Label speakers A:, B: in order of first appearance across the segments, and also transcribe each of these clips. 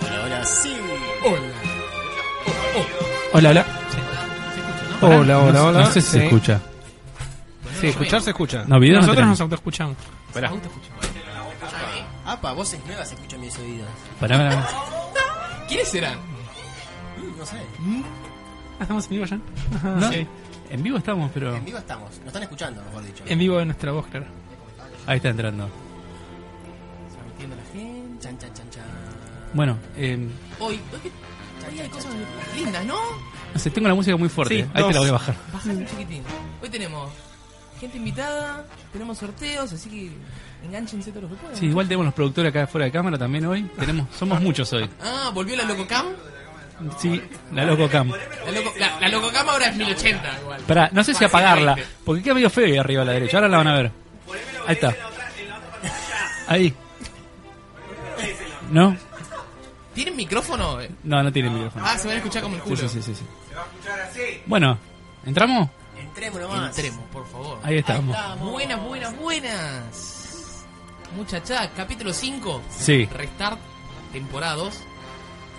A: Brasil. Hola.
B: Hola, hola. Sí.
C: Hola, hola,
B: No sé-
C: hola.
B: No sé si se
C: Sí.
B: escucha.
C: Sí, escuchar se escucha.
B: No, video no
C: Nosotros
B: tenemos.
C: nos autoescuchamos. Esperá.
A: Apa, voces nuevas se escuchan en mis oídos.
B: Pará, pará, pará.
A: ¿Quiénes serán? Mm, no sé.
C: Ah, ¿Estamos en vivo ya? Ajá,
B: No,
C: sí.
B: En vivo estamos, pero.
A: En vivo estamos. Nos están escuchando, mejor dicho.
B: Eh.
C: En vivo de nuestra voz, claro.
B: Ahí está entrando.
A: Transmitiendo la gente. Chan, chan, chan, chan.
B: Bueno, eh,
A: Hoy, hoy, que- hoy hay cosas lindas, ¿no?
B: no sé, tengo la música muy fuerte.
C: Sí,
B: Ahí te
C: dos.
B: la voy a bajar.
A: Bajate un chiquitín. Hoy tenemos gente invitada, tenemos sorteos, así que enganchense todos los que puedan.
B: Sí, igual tenemos los productores acá fuera de cámara también hoy. Tenemos, somos muchos hoy.
A: Ah, volvió la Lococam.
B: Sí, la loco cam.
A: La, Loco- la- la Lococam ahora es 1080 igual.
B: Pará, no sé si apagarla, porque queda medio feo ahí arriba a la derecha. Ahora la van a ver. Ahí está. Ahí. ¿No?
A: ¿Tienen micrófono?
B: No, no tiene micrófono.
A: Ah, se van a escuchar como el
B: Sí,
A: culo.
B: sí, sí, sí, sí. Bueno, ¿entramos?
A: Entremos nomás. Entremos, por favor.
B: Ahí estamos.
A: Buenas, buenas, buenas. Muchachas, capítulo 5.
B: Sí.
A: Restart, temporada 2.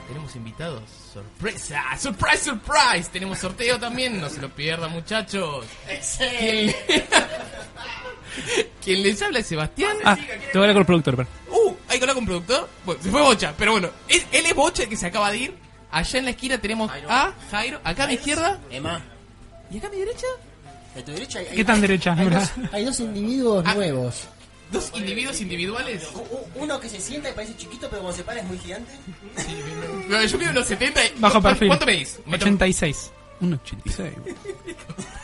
A: Tenemos invitados. Sorpresa, surprise, surprise. Tenemos sorteo también. No se lo pierdan, muchachos. Quien, le- Quien les habla es Sebastián.
B: Ah, te voy a hablar con el productor, pará.
A: Uh, hay que hablar con un productor. Bueno, se fue Bocha, pero bueno, es- él es Bocha el que se acaba de ir. Allá en la esquina tenemos a Jairo, acá a mi izquierda
D: Emma,
A: y acá a mi derecha
D: de tu derecha hay,
C: ¿Qué tan derecha?
D: hay
C: Mirá.
D: dos, hay dos individuos
A: Ah.
D: nuevos.
A: dos individuos individuales.
D: U- u- Uno que se sienta y parece chiquito, pero cuando se para es muy gigante.
A: Pero yo mido unos 70. y-
C: Bajo
A: ¿cu-
C: perfil.
A: ¿Cuánto medís? Metro-
C: 86.
B: Un 86.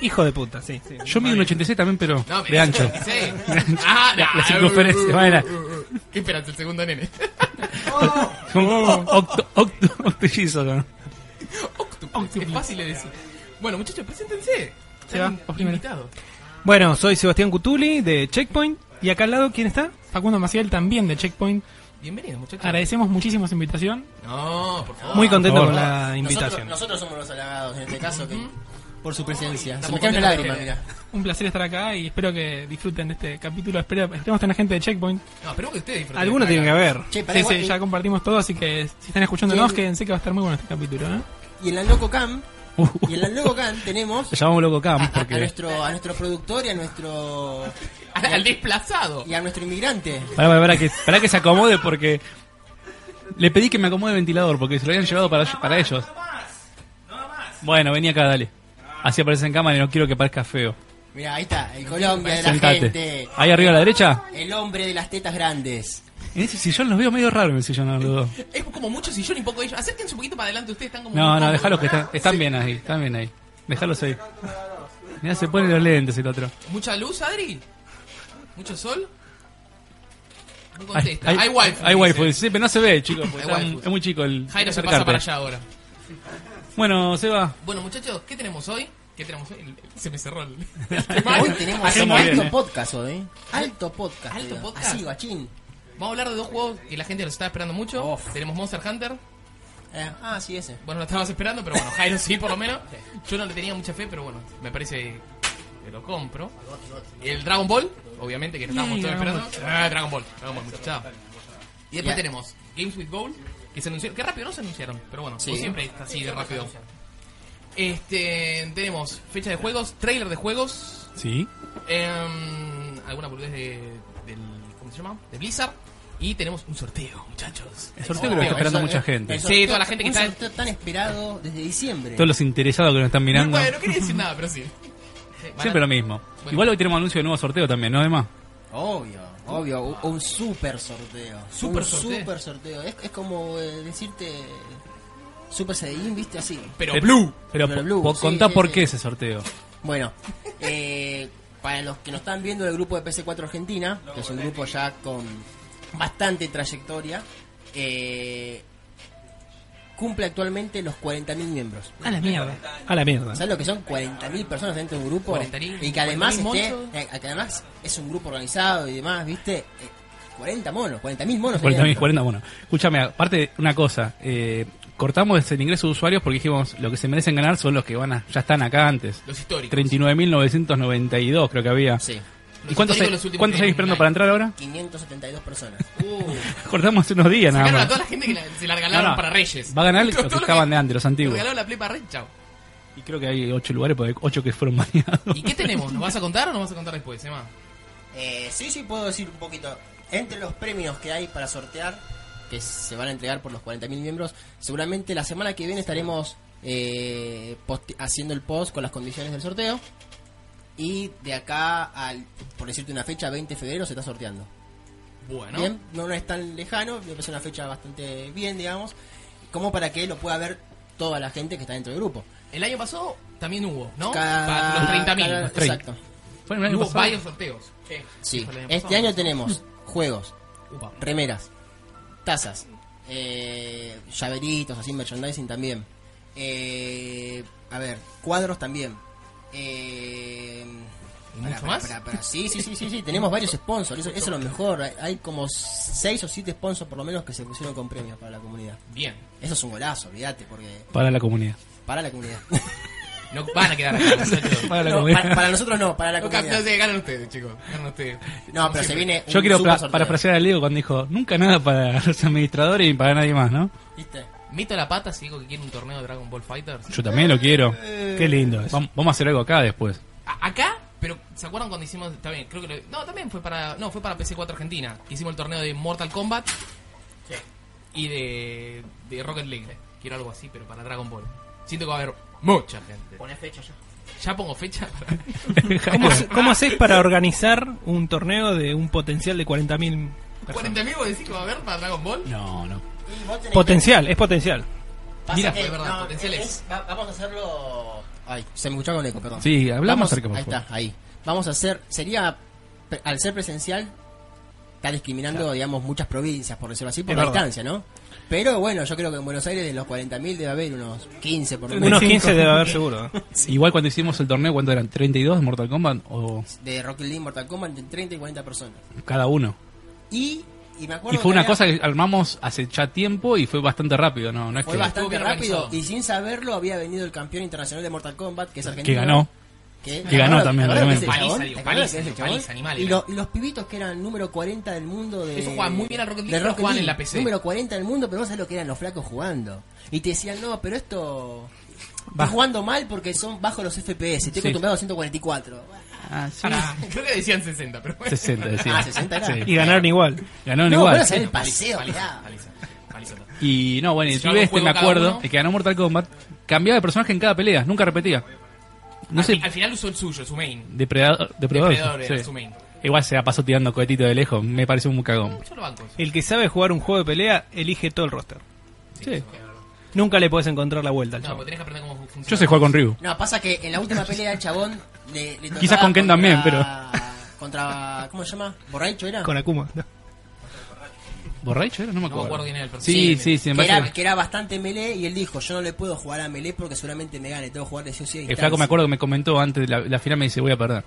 C: Hijo de puta, sí. sí.
B: Yo mido un 86 también, pero
A: No, medís
B: de ancho.
A: 86. Ah,
B: La- la
A: nah,
B: circunferencia,
A: uh,
B: bueno.
A: uh, uh. ¿Qué esperas, el segundo nene? Oh.
B: Como octo, octo, octellizo, ¿no?
A: Octopus, es fácil de decir. Bueno, muchachos, preséntense.
C: Se va,
A: Están
C: vos primero.
A: invitados.
E: Bueno, soy Sebastián Cutuli de Checkpoint. Y acá al lado, ¿quién está?
C: Facundo Maciel también de Checkpoint.
A: Bienvenidos, muchachos.
C: Agradecemos muchísimo su invitación.
A: No, por favor.
E: Muy contento
B: favor.
E: con la
D: Nosotros,
E: invitación.
D: nosotros somos los halagados en este caso, que, por su presencia. Se
A: Estamos
D: me caen las
A: contentos
D: lágrimas, mira.
C: Un placer estar acá y espero que disfruten de este capítulo. Espero- esperemos tener gente de Checkpoint.
A: No, esperemos que ustedes disfruten.
E: Alguno tiene que haber.
D: Che, pará,
C: Sí,
D: igual- eh.
C: sí,
D: y-
C: ya compartimos todo, así que si están escuchándonos,
D: Sí.
C: quédense que va a estar muy bueno este capítulo. ¿eh?
D: Y en la Loco Cam,
B: Uh,
D: y en la Loco Cam tenemos
B: Lo llamamos Loco Cam
D: a, a
B: porque...
D: nuestro, a nuestro productor y a nuestro,
A: Al, al desplazado.
D: y a nuestro inmigrante.
B: Pará, pará, pará, que, pará que se acomode porque... Le pedí que me acomode el ventilador porque se lo habían llevado para, para ellos. Bueno, vení acá, dale. Así aparece en cámara y no quiero que parezca feo.
D: Mira, ahí está, el Colombia de la
B: Sentate.
D: gente.
B: Ahí arriba a la derecha.
D: El hombre de las tetas grandes.
B: En ese sillón los veo medio raro en el sillón, a los dos.
A: Es como mucho sillón y poco ellos. Acérquense un poquito para adelante, ustedes están como.
B: No, no,
A: incómodos.
B: dejalos que están, están bien ahí, están bien ahí. Dejalos ahí. Mirá, se ponen los lentes el otro.
A: ¿Mucha luz, Adri? ¿Mucho sol? No
B: Hay,
A: contesta. Hay, wifi.
B: Hay
A: dice.
B: wifi, sí, pero no se ve, chicos. porque
A: Hay
B: está-
A: wifi.
B: Es muy chico el.
A: Jairo se
B: acercarte.
A: pasa para allá ahora.
B: Bueno, Seba.
A: Bueno, muchachos, ¿qué tenemos hoy? ¿Qué tenemos hoy? El- Se me cerró el.
D: Hoy
B: Ah,
D: tenemos
B: sí, muy
D: alto
B: bien, eh.
D: podcast hoy. ¿eh? Alto podcast.
A: Alto
D: digo.
A: podcast.
D: Así, guachín.
A: Vamos a hablar de dos juegos que la gente los está esperando mucho.
D: Of.
A: Tenemos Monster Hunter.
D: Eh, ah, sí, ese.
A: Bueno, lo estábamos esperando, pero bueno, Jairo sí, por lo menos. Yo no le tenía mucha fe, pero bueno, me parece que lo compro. El Dragon Ball, obviamente, que estábamos
C: Yay,
A: todos
C: Dragon
A: esperando. Ah, Dragon Ball, Dragon Ball, muchachada. Y
D: Ya.
A: después tenemos Games with Gold, que se anunciaron. Qué rápido no se anunciaron, pero bueno,
D: Sí.
A: vos siempre está así de rápido. Este, tenemos fecha de juegos, trailer de juegos,
B: Sí.
A: Em, alguna boludez de, del. ¿Cómo se llama? De Blizzard. Y tenemos un sorteo, muchachos.
B: El sorteo creo que está esperando mucha gente.
D: el
A: Sí,
D: sorteo-
A: toda la gente que
D: un
A: está-
D: sorteo tan esperado desde diciembre.
B: Todos los interesados que nos están
A: No,
B: mirando.
A: bueno, no quería decir nada, pero sí.
B: Siempre lo mismo. Igual hoy tenemos anuncio de nuevo sorteo también, ¿no, Emma?
D: Obvio, obvio, un, un super sorteo.
A: Super
D: un
A: sorteo.
D: super sorteo. Es, es como eh, decirte Super Saiyajin, viste así.
A: Pero
B: Pero-
A: Blue.
B: Pero,
D: Pero
B: po-
D: Blue,
B: po-
D: sí,
B: contá
D: sí,
B: por
D: sí.
B: qué ese sorteo.
D: Bueno, eh, para los que nos están viendo del grupo de PC4 Argentina, que es un grupo ya con bastante trayectoria, eh, cumple actualmente los 40.000 miembros.
C: A la mierda.
E: A la mierda.
D: ¿Sabes lo que son 40.000 personas dentro de un grupo?
A: 40.000,
D: y que además,
A: 40.000
D: esté-
A: monstruos.
D: eh, que además es un grupo organizado y demás, ¿viste? Eh, 40 monos, 40.000 monos.
B: 40.000,
D: había.
B: 40, bueno. Escúchame, aparte, una cosa. eh, cortamos el ingreso de usuarios porque dijimos, lo que se merecen ganar son los que van a, ya están acá antes.
A: Los históricos.
B: 39.992 creo que había.
D: Sí.
B: ¿Y cuántos hay,
A: históricos los últimos
B: cuántos
A: que
B: hay
A: hay
B: esperando
A: online.
B: para entrar ahora?
D: 572 personas.
B: Cortamos hace unos días nada
A: Sacaron a
B: más.
A: toda la gente que la- se la regalaron
B: No, no.
A: para Reyes.
B: Va a ganar los
A: Todo
B: que
A: lo
B: estaban de antes, los antiguos.
A: Regalaron la play para Reyes, chao.
B: Y creo que hay ocho lugares, porque hay ocho que fueron baneados.
A: ¿Y qué tenemos? ¿Nos vas a contar o nos vas a contar después, Emma?
D: Eh, sí, sí, puedo decir un poquito. Entre los premios que hay para sortear, que se van a entregar por los 40.000 miembros, seguramente la semana que viene estaremos eh, poste- haciendo el post con las condiciones del sorteo. Y de acá al, por decirte una fecha, 20 de febrero se está sorteando.
A: Bueno.
D: Bien, no, no es tan lejano, me parece una fecha bastante bien, digamos, como para que lo pueda ver toda la gente que está dentro del grupo.
A: El año pasado también hubo, ¿no?
D: Cada-
A: para los 30.000.
D: cada-
B: los 30.
D: Exacto.
B: Fue en el año
A: hubo
B: pasado.
A: varios sorteos. Eh,
D: Sí.
A: fue el año
D: Este
A: pasado.
D: año tenemos juegos,
A: Upa.
D: remeras, tazas, eh, llaveritos, así, merchandising también. Eh, a ver, cuadros también. Eh,
A: ¿Y mucho más?
D: pará, pará. Sí, sí, sí, sí, sí, tenemos varios sponsors, eso, eso es lo mejor. Hay, hay como seis o siete sponsors por lo menos que se pusieron con premios para la comunidad.
A: Bien.
D: Eso es un golazo, olvídate, porque
B: Para la comunidad.
D: para la comunidad.
A: No van a quedar acá, muchachos.
B: Para la
D: No,
B: comunidad.
D: para, para nosotros no, para la
A: No, no
D: comunidad.
A: se ganan ustedes, chicos. Ganan ustedes.
D: No, pero se
A: Eh,
D: viene
B: Yo
D: un
B: quiero
D: super
B: para
D: sorteo.
B: parafrasear a Leo cuando dijo, nunca nada para los administradores y para nadie más, ¿no?
D: ¿Viste?
A: Meto la pata si digo que quiero un torneo de Dragon Ball Fighters.
B: Yo también lo quiero.
E: Qué lindo es.
B: Vam- Vamos a hacer algo acá después.
A: A- acá, pero ¿se acuerdan cuando hicimos también? Creo que lo- no, también fue para no, fue para PC4 Argentina. que Hicimos el torneo de Mortal Kombat y de, de Rocket League. Quiero algo así, pero para Dragon Ball. Siento que va a haber mucha gente.
D: Poné fecha ya.
A: Ya pongo fecha.
E: ¿Cómo, hace- cómo haces para organizar un torneo de un potencial de 40.000
A: Ah,
E: personas?
A: 40.000 vos decís que va a haber para Dragon Ball.
B: No, no.
D: Y vos tenés
E: Potencial, es potencial.
D: que- pasa
A: Mira,
D: que-
A: fue verdad,
D: Eh, no,
A: potenciales.
D: es- va- vamos a hacerlo. Ay, se me escuchaba con eco, perdón.
B: Sí, habla más
D: hablamos
B: cerca, por
D: Ahí
B: favor.
D: está, ahí. Vamos a hacer. Sería. pre- Al ser presencial, está discriminando, digamos, muchas provincias, por decirlo así, por
E: Es
D: la
E: verdad.
D: distancia, ¿no? Pero bueno, yo creo que en Buenos Aires de los 40.000 debe haber unos 15 por lo menos.
E: Unos 15 debe haber seguro. ¿eh?
B: Igual cuando hicimos el torneo, ¿cuánto eran? ¿32 Mortal Kombat o
D: De Rocket League, Mortal Kombat, entre 30 y 40 personas.
B: cada uno?
D: Y, y me acuerdo.
B: Y fue
D: que
B: una
D: había-
B: cosa que armamos hace ya tiempo y fue bastante rápido, ¿no? No es
D: Fue
B: que,
A: Estuvo
D: bastante
A: bien
D: rápido
A: organizado.
D: y sin saberlo había venido el campeón internacional de Mortal Kombat, que es
B: que
D: argentino.
B: ganó.
D: Que,
B: Que ganó
D: ¿te
B: también,
D: acuerdas de ese
A: obviamente.
D: chabón?
A: Paliza, digo,
D: ¿Te acuerdas de
A: paliza,
D: ese
A: digo,
D: chabón?
A: paliza, animal
D: Y,
A: era.
D: lo- y los pibitos que eran número 40 del mundo de.
A: Eso jugaban muy bien al Rocket League,
D: de
A: pero jugaban en la PC.
D: Número 40 del mundo, pero vos sabés lo que eran los flacos jugando. Y te decían, no, pero esto.
B: Bajo.
D: Estás jugando mal porque son bajos los FPS. Estoy
B: Sí.
D: acostumbrado a 144.
B: Ah, sí.
A: Pará, creo que decían 60, pero bueno.
B: 60, decía.
D: Ah, 60 era.
B: Sí.
E: Y ganaron igual.
B: Ganaron
D: No,
B: igual.
D: pero salió el paseo,
A: Paliza,
D: mirá.
A: paliza, paliza.
B: Y no, bueno, y el
A: Si yo
B: pibe
A: hago
B: este,
A: juego
B: me
A: cada
B: acuerdo,
A: uno.
B: el que ganó Mortal Kombat, cambiaba de personaje en cada pelea, nunca repetía. No
A: al,
B: sé,
A: fi- al final usó el suyo, su main.
B: depredador. Depredador,
A: Depredador era
B: sí.
A: su main.
B: Igual se la pasó tirando cohetitos de lejos, me pareció un cagón.
A: Yo lo banco. eso.
E: El que sabe jugar un juego de pelea, elige todo el roster.
B: Sí.
E: Nunca le puedes encontrar la vuelta al
A: No,
E: chavo.
A: porque tenés que aprender cómo funciona.
B: Yo sé jugar con Ryu.
D: No, pasa que en la última pelea el chabón le, le tocaba
B: Quizás con Ken
D: contra-
B: también, pero-
D: Contra. ¿Cómo se llama? ¿Borracho era?
E: Con Akuma. ¿no?
B: ¿Borracho era? No me
A: No me
B: acuerdo.
A: acuerdo quién era el
B: sí,
A: personaje.
B: sí, sí, me
D: que,
B: parece
D: era, que era bastante melee y él dijo, yo no le puedo jugar a melee porque seguramente me gane, tengo que jugar de sí o sí a
B: El flaco me
D: distancia".
B: acuerdo que me comentó antes de la, la final, me dice, voy a perder.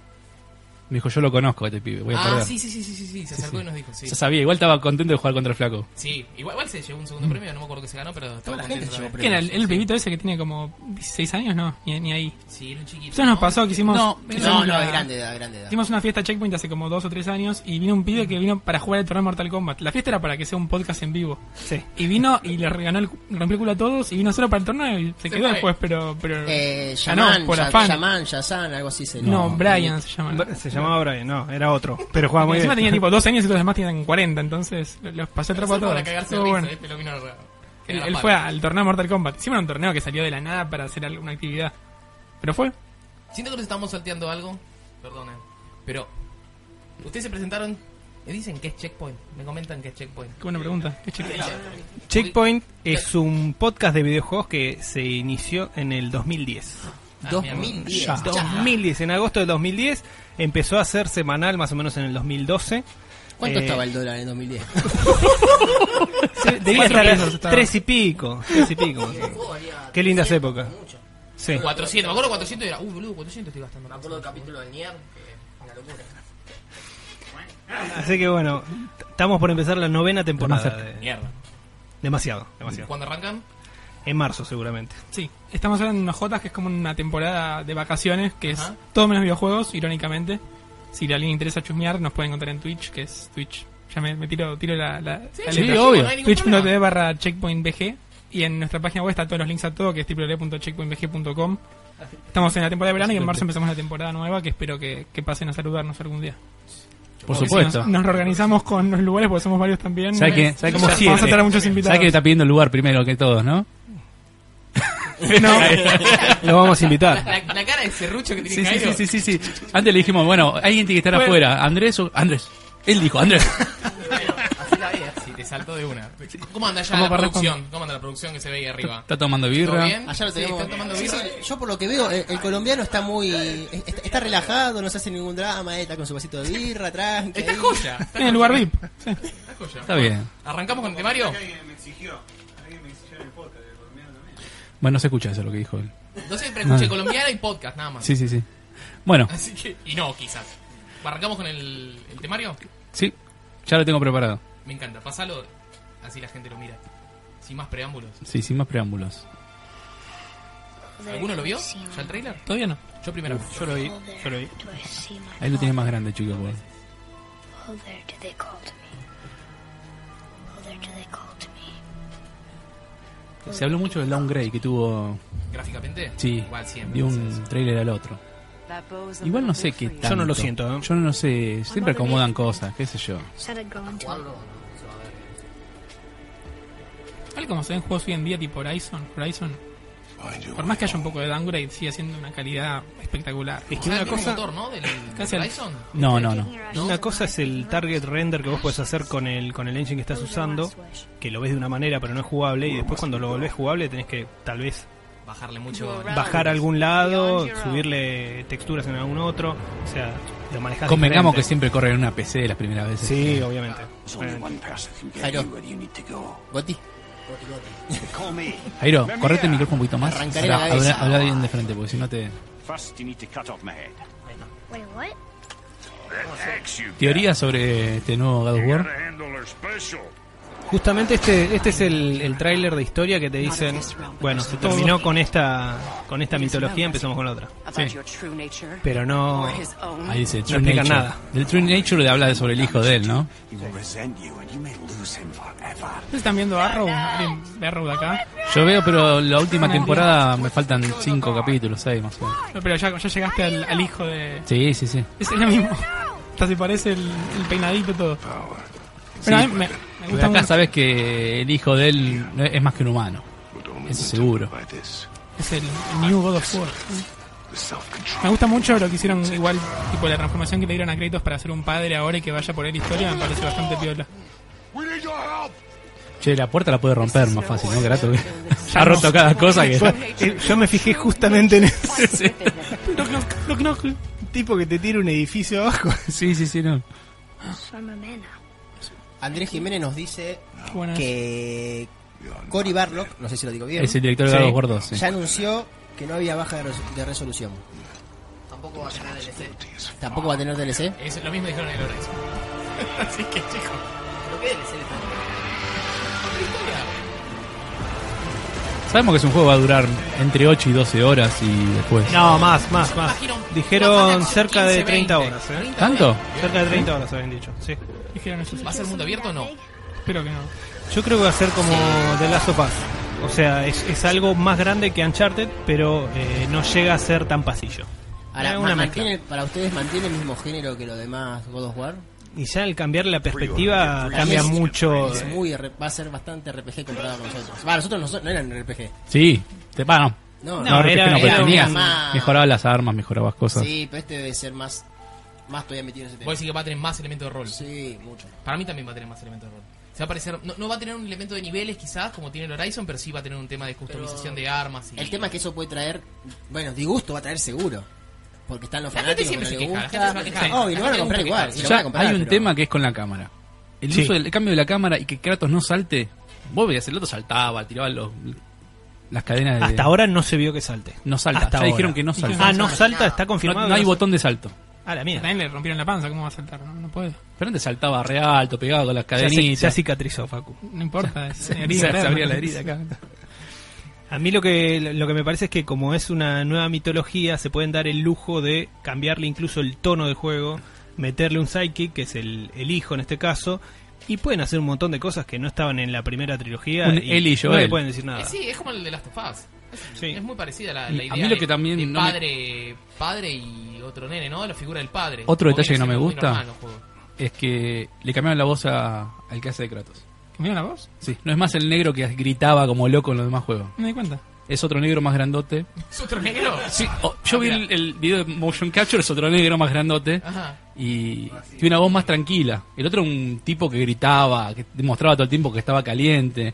B: Me dijo, yo lo conozco a este pibe, voy a
A: Ah,
B: perder.
A: sí, sí, sí, sí, sí, sí, se acercó y nos dijo, sí.
B: Ya sabía, igual estaba contento de jugar contra el flaco.
A: Sí, igual, igual se llevó un segundo premio, no me acuerdo que se ganó, pero estaba
D: Toda la gente
A: contento
D: se llevó
A: también.
C: ¿Qué era?
D: premios.
C: ¿El, el bebito ese que tiene como 16 años? No, ni, ni ahí.
A: Sí, era un chiquito.
C: Eso nos pasó que hicimos...
B: No,
C: que
D: No,
C: hicimos
D: no,
C: la-
D: de grande edad, grande edad.
C: Hicimos una fiesta checkpoint hace como dos o tres años y vino un pibe que vino para jugar el torneo de Mortal Kombat. La fiesta era para que sea un podcast en vivo.
E: Sí.
C: Y vino y le reganó el, rompió el culo a todos y vino solo para el torneo y se,
A: Se
C: quedó
A: fue.
C: después, pero... pero
D: Eh,
C: ganó
D: Shaman,
C: por
D: Ya-
C: afán.
D: Shaman, Yazan, algo así se
C: No,
D: llama.
C: Brian se llama.
E: Se llamaba Brian, no, era otro. Pero jugaba muy
C: Encima tenía
E: bien.
C: tipo dos años y los demás tenían 40, entonces lo- los pasé trapo a
A: Solo
C: todos.
A: para cagarse de
C: Estuvo
A: risa,
C: bueno.
A: eh, pero vino raro. Que
C: Él,
A: era
C: él
A: la
C: fue
A: pala.
C: al torneo de Mortal Kombat. Hicimos un torneo que salió de la nada para hacer alguna actividad. Pero fue.
A: Siento que nos estamos salteando algo.
F: eh.
A: Perdona. Pero, ustedes se presentaron. Me dicen que es checkpoint. Me comentan que es checkpoint.
C: Qué buena pregunta. Qué chido.
E: Checkpoint es un podcast de videojuegos que se inició en el 2010.
A: Ah,
D: 2010. ya.
A: mira,
E: 2010, en agosto del 2010, empezó a ser semanal más o menos en el 2012.
D: ¿Cuánto
E: Eh,
D: estaba el dólar en 2010?
E: se- Debía
C: Cuatro
E: estar a
C: pesos estaba.
E: tres y pico, tres y pico. Qué lindas épocas. Sí.
A: 400, me acuerdo 400 y era, uy boludo, 400 estoy gastando. Me acuerdo
D: capítulo del Nier, que una locura.
E: Así que bueno, t- estamos por empezar la novena temporada.
B: Demasiado.
E: de-
A: Mierda.
E: demasiado, demasiado.
A: ¿Cuándo arrancan?
E: En marzo seguramente.
C: Sí, estamos ahora en Jotas, que es como una temporada de vacaciones, que es
A: Ajá.
C: todo menos videojuegos, irónicamente. Si a alguien interesa chusmear, nos pueden encontrar en Twitch, que es Twitch. Ya me, me tiro, tiro la, la, la
B: sí,
C: letra.
B: obvio.
A: hay ningún problema.
C: Twitch.tv barra checkpointbg y en nuestra página web está todos los links a todo que es www.checkpointbg.com Estamos en la temporada de verano y en marzo empezamos la temporada nueva que espero que, que pasen a saludarnos algún día.
B: Por
C: Porque si
B: supuesto.
C: Nos, nos reorganizamos con los lugares porque somos varios
E: Mm,
C: también.
B: ¿Sabes qué? ¿Sabes qué?
C: Vamos a
B: ¿Sabes
C: traer a muchos invitados.
B: que está pidiendo el lugar primero que todos, no?
E: Lo vamos a invitar.
A: La, la cara de serrucho que tiene
B: Sí, sí,
A: Jairo.
B: sí, sí, sí, sí. Antes le dijimos, bueno, alguien tiene que estar afuera. Andrés o... Andrés. Él dijo, Andrés.
A: Bueno, así la veas, sí, te saltó de una. ¿Cómo anda ya
C: ¿Cómo
A: la
C: para
A: producción? ¿Cómo anda la producción que se ve ahí arriba?
B: Está tomando
A: ¿Todo
B: birra.
A: bien?
D: Allá lo
A: Sí,
D: tenemos.
A: ¿Están tomando
D: Sí,
A: birra?
D: sí, yo por lo que veo, el, el colombiano está muy. Está, está relajado, no se hace ningún drama, eh, está con su vasito de birra, tranqui.
A: Está
D: ahí.
A: joya. Está
C: En el lugar VIP. Sí.
A: está joya.
B: Está bien.
A: ¿Arrancamos con el temario?
B: Bueno, no se escucha eso lo que dijo él.
A: No siempre escuché
B: Ah.
A: colombiana y podcast, nada más. Ah,
B: Sí, sí, sí. Bueno,
A: Así que, y no, quizás. ¿Arrancamos con el, el temario?
B: sí. Ya lo tengo preparado.
A: Me encanta, pasalo. Así la gente lo mira. Sin más preámbulos.
B: Sí, sin más preámbulos.
A: ¿Alguno lo vio? ¿Ya el trailer?
C: Todavía no.
A: Yo primero.
E: Yo lo vi. Yo lo vi.
B: Ahí lo tiene más grande, chicos. por favor.
G: Mother, do they call to me? Mother, do they call to me?
B: Se habló mucho del downgrade que tuvo...
A: Gráficamente,
B: Sí,
A: igual siempre.
B: de un trailer al otro. Igual no sé qué tanto.
E: Yo no lo siento, ¿eh?
B: Yo no lo sé. Siempre acomodan cosas, qué sé yo.
G: Said I'd go into
C: Tal como se ven juegos hoy en día tipo Horizon, Horizon. Por más que haya un poco de downgrade, sigue siendo una calidad espectacular.
E: Es que
A: Una
E: una
A: cosa...
E: cosa,
A: motor, ¿no? Del
C: Casi al-
A: Horizon.
B: No, no, no.
E: una cosa es el target render que vos puedes hacer con el, con el engine que estás usando, que lo ves de una manera pero no es jugable, y después cuando lo volvés jugable tenés que tal vez
A: Bajarle mucho.
E: bajar a algún lado, subirle texturas en algún otro, o sea, lo manejás
B: Convengamos que
E: diferente.
B: siempre corre en una PC las primeras veces.
E: Sí, obviamente. Eh,
D: Jairo. Goti.
B: Jairo, correte el micrófono un poquito más.
D: Arrancaré
B: Habla-
D: la cabeza.
B: habla- habla bien de frente, porque si no te...
G: Wait, what?
B: Teoría sobre este nuevo God of War.
E: Justamente este este es el, el tráiler de historia que te dicen, bueno, se terminó con esta con esta mitología, empezamos con la otra. Pero no
B: Ahí dice True
E: explica
B: Nature.
E: nada.
B: Del True Nature le habla sobre el hijo de él, ¿no?
C: ¿Ustedes están viendo Arrow? ¿Alguien ve Arrow de acá?
B: Yo veo, pero la última temporada me faltan cinco capítulos, seis más o menos.
C: No, pero ya, ya llegaste al, al hijo de...
B: Sí, sí, sí.
C: Es lo mismo. Hasta se parece el, el peinadito y todo. Pero a mí me, me
B: Porque
C: gusta
B: acá
C: mucho.
B: sabes que el hijo de él no- es más que un humano. Eso seguro.
C: Es el New God of War. Me gusta mucho lo que hicieron igual, tipo la transformación que le dieron a Kratos para ser un padre ahora y que vaya por él historia, me parece bastante piola.
B: Che, la puerta la puede romper más fácil, ¿no? Grato. Ha roto cada cosa que...
E: Eh, yo me fijé justamente en ese
C: Knock, knock, knock, knock.
E: tipo que te tira un edificio abajo.
B: Sí, sí, sí, no.
G: So I'm a man now.
D: Andrés Jiménez nos dice
B: Ah.
C: Buenas.
D: que Cory Barlock, no sé si lo digo bien,
B: Es el director de God of War 2, sí.
D: ya anunció que no había baja de, res- de resolución.
A: Tampoco va a tener DLC.
D: Tampoco va a tener DLC.
A: Es lo mismo dijeron en el Horizon. Así que, chico. ¿Pero qué DLC le están
B: Sabemos que es un juego que va a durar entre 8 y 12 horas y después.
E: No, más, más, más. Dijeron cerca de 30 horas, ¿eh?
B: ¿Tanto?
E: Cerca de 30 horas habían dicho, sí.
C: Dijeron eso. sí.
A: ¿Va a ser mundo abierto o no?
C: Espero que no.
E: Yo creo que va a ser como The Last of Us. O sea, es, es algo más grande que Uncharted, pero eh, no llega a ser tan pasillo.
D: Ahora,
E: Era
D: ma-
E: una mezcla.
D: mantiene, ¿Para ustedes mantiene el mismo género que los demás God of War?
E: Y ya al cambiar la perspectiva cambia
D: Es-
E: mucho.
D: es
E: eh,
D: muy R- va a ser bastante RPG comparado con nosotros. Va, nosotros no, so- no eran RPG.
B: Sí. Te, va, no.
D: No,
B: No, RPG no, pero
D: era
B: tenías.
D: un- más-
B: Mejorabas las armas, mejorabas cosas.
D: Sí, pero este debe ser más, más todavía metido en ese tema.
A: Voy a decir que va a tener más elementos de rol.
D: Sí, mucho.
A: Para mí también va a tener más elementos de rol. Se va a parecer, no, no va a tener un elemento de niveles quizás como tiene el Horizon, pero sí va a tener un tema de customización de armas. Y...
D: El tema es que eso puede traer, bueno, disgusto va a traer seguro. Porque están los
A: La gente
D: fanáticos
A: siempre
D: que no
A: se
D: les
A: queja, la
D: gusta.
A: gente se va a quejar.
D: Oh, y lo
A: La
D: van a
A: gente
D: comprar
A: nunca
D: igual.
A: queja.
D: y lo
B: Ya
D: van a comprar,
B: hay un
D: pero-
B: tema que es con la cámara. El
E: Sí.
B: uso del el cambio de la cámara y que Kratos no salte. Vos veías, el otro saltaba, tiraba los, las cadenas de.
E: Hasta ahora no se vio que salte.
B: No salta.
E: Hasta
B: ya dijeron
E: ahora.
B: que no salta.
E: Ah, no salta, está
B: No-
E: confirmado.
B: no hay
E: que no
B: botón de salto.
E: salta. Ah, la mía.
C: También le rompieron la panza, ¿cómo va a saltar? No, no puede.
B: Pero antes saltaba re alto, pegado con las
E: Ya, ci-
B: cadenitas.
E: ya cicatrizó, Facu.
C: No importa. es
B: Se-
C: una herida,
B: se
C: claro.
B: abría la herida acá.
E: A mí lo que, lo que me parece es que como es una nueva mitología, se pueden dar el lujo de cambiarle incluso el tono de juego, meterle un psychic, que es el, el hijo en este caso, y pueden hacer un montón de cosas que no estaban en la primera trilogía.
B: Un
E: y
B: él y
E: No le
B: Joel.
E: pueden decir nada.
A: Eh, sí, es como el de las tofás. Es,
E: Sí.
A: es muy parecida la,
B: Y
A: la
B: a
A: idea.
B: mí lo
A: de-
B: que también
A: de
B: no me-
A: padre, padre y otro nene, ¿no? La figura del padre.
B: Otro
A: Como
B: detalle que no
A: siempre
B: me
A: es muy
B: gusta.
A: normal en los juegos.
B: Es que le cambiaron la voz a- al que hace de Kratos.
C: ¿Cambiaron la voz?
B: Sí, no es más el negro que gritaba como loco en los demás juegos.
E: Mm.
C: Me di cuenta.
B: Es otro negro más grandote.
A: ¿Es otro negro?
B: Sí, oh, yo
A: Ah,
B: vi
A: mira.
B: el, el video de Motion Capture, es otro negro más grandote.
A: Ajá.
B: Y tiene una voz más tranquila. El otro un tipo que gritaba, que demostraba todo el tiempo que estaba caliente.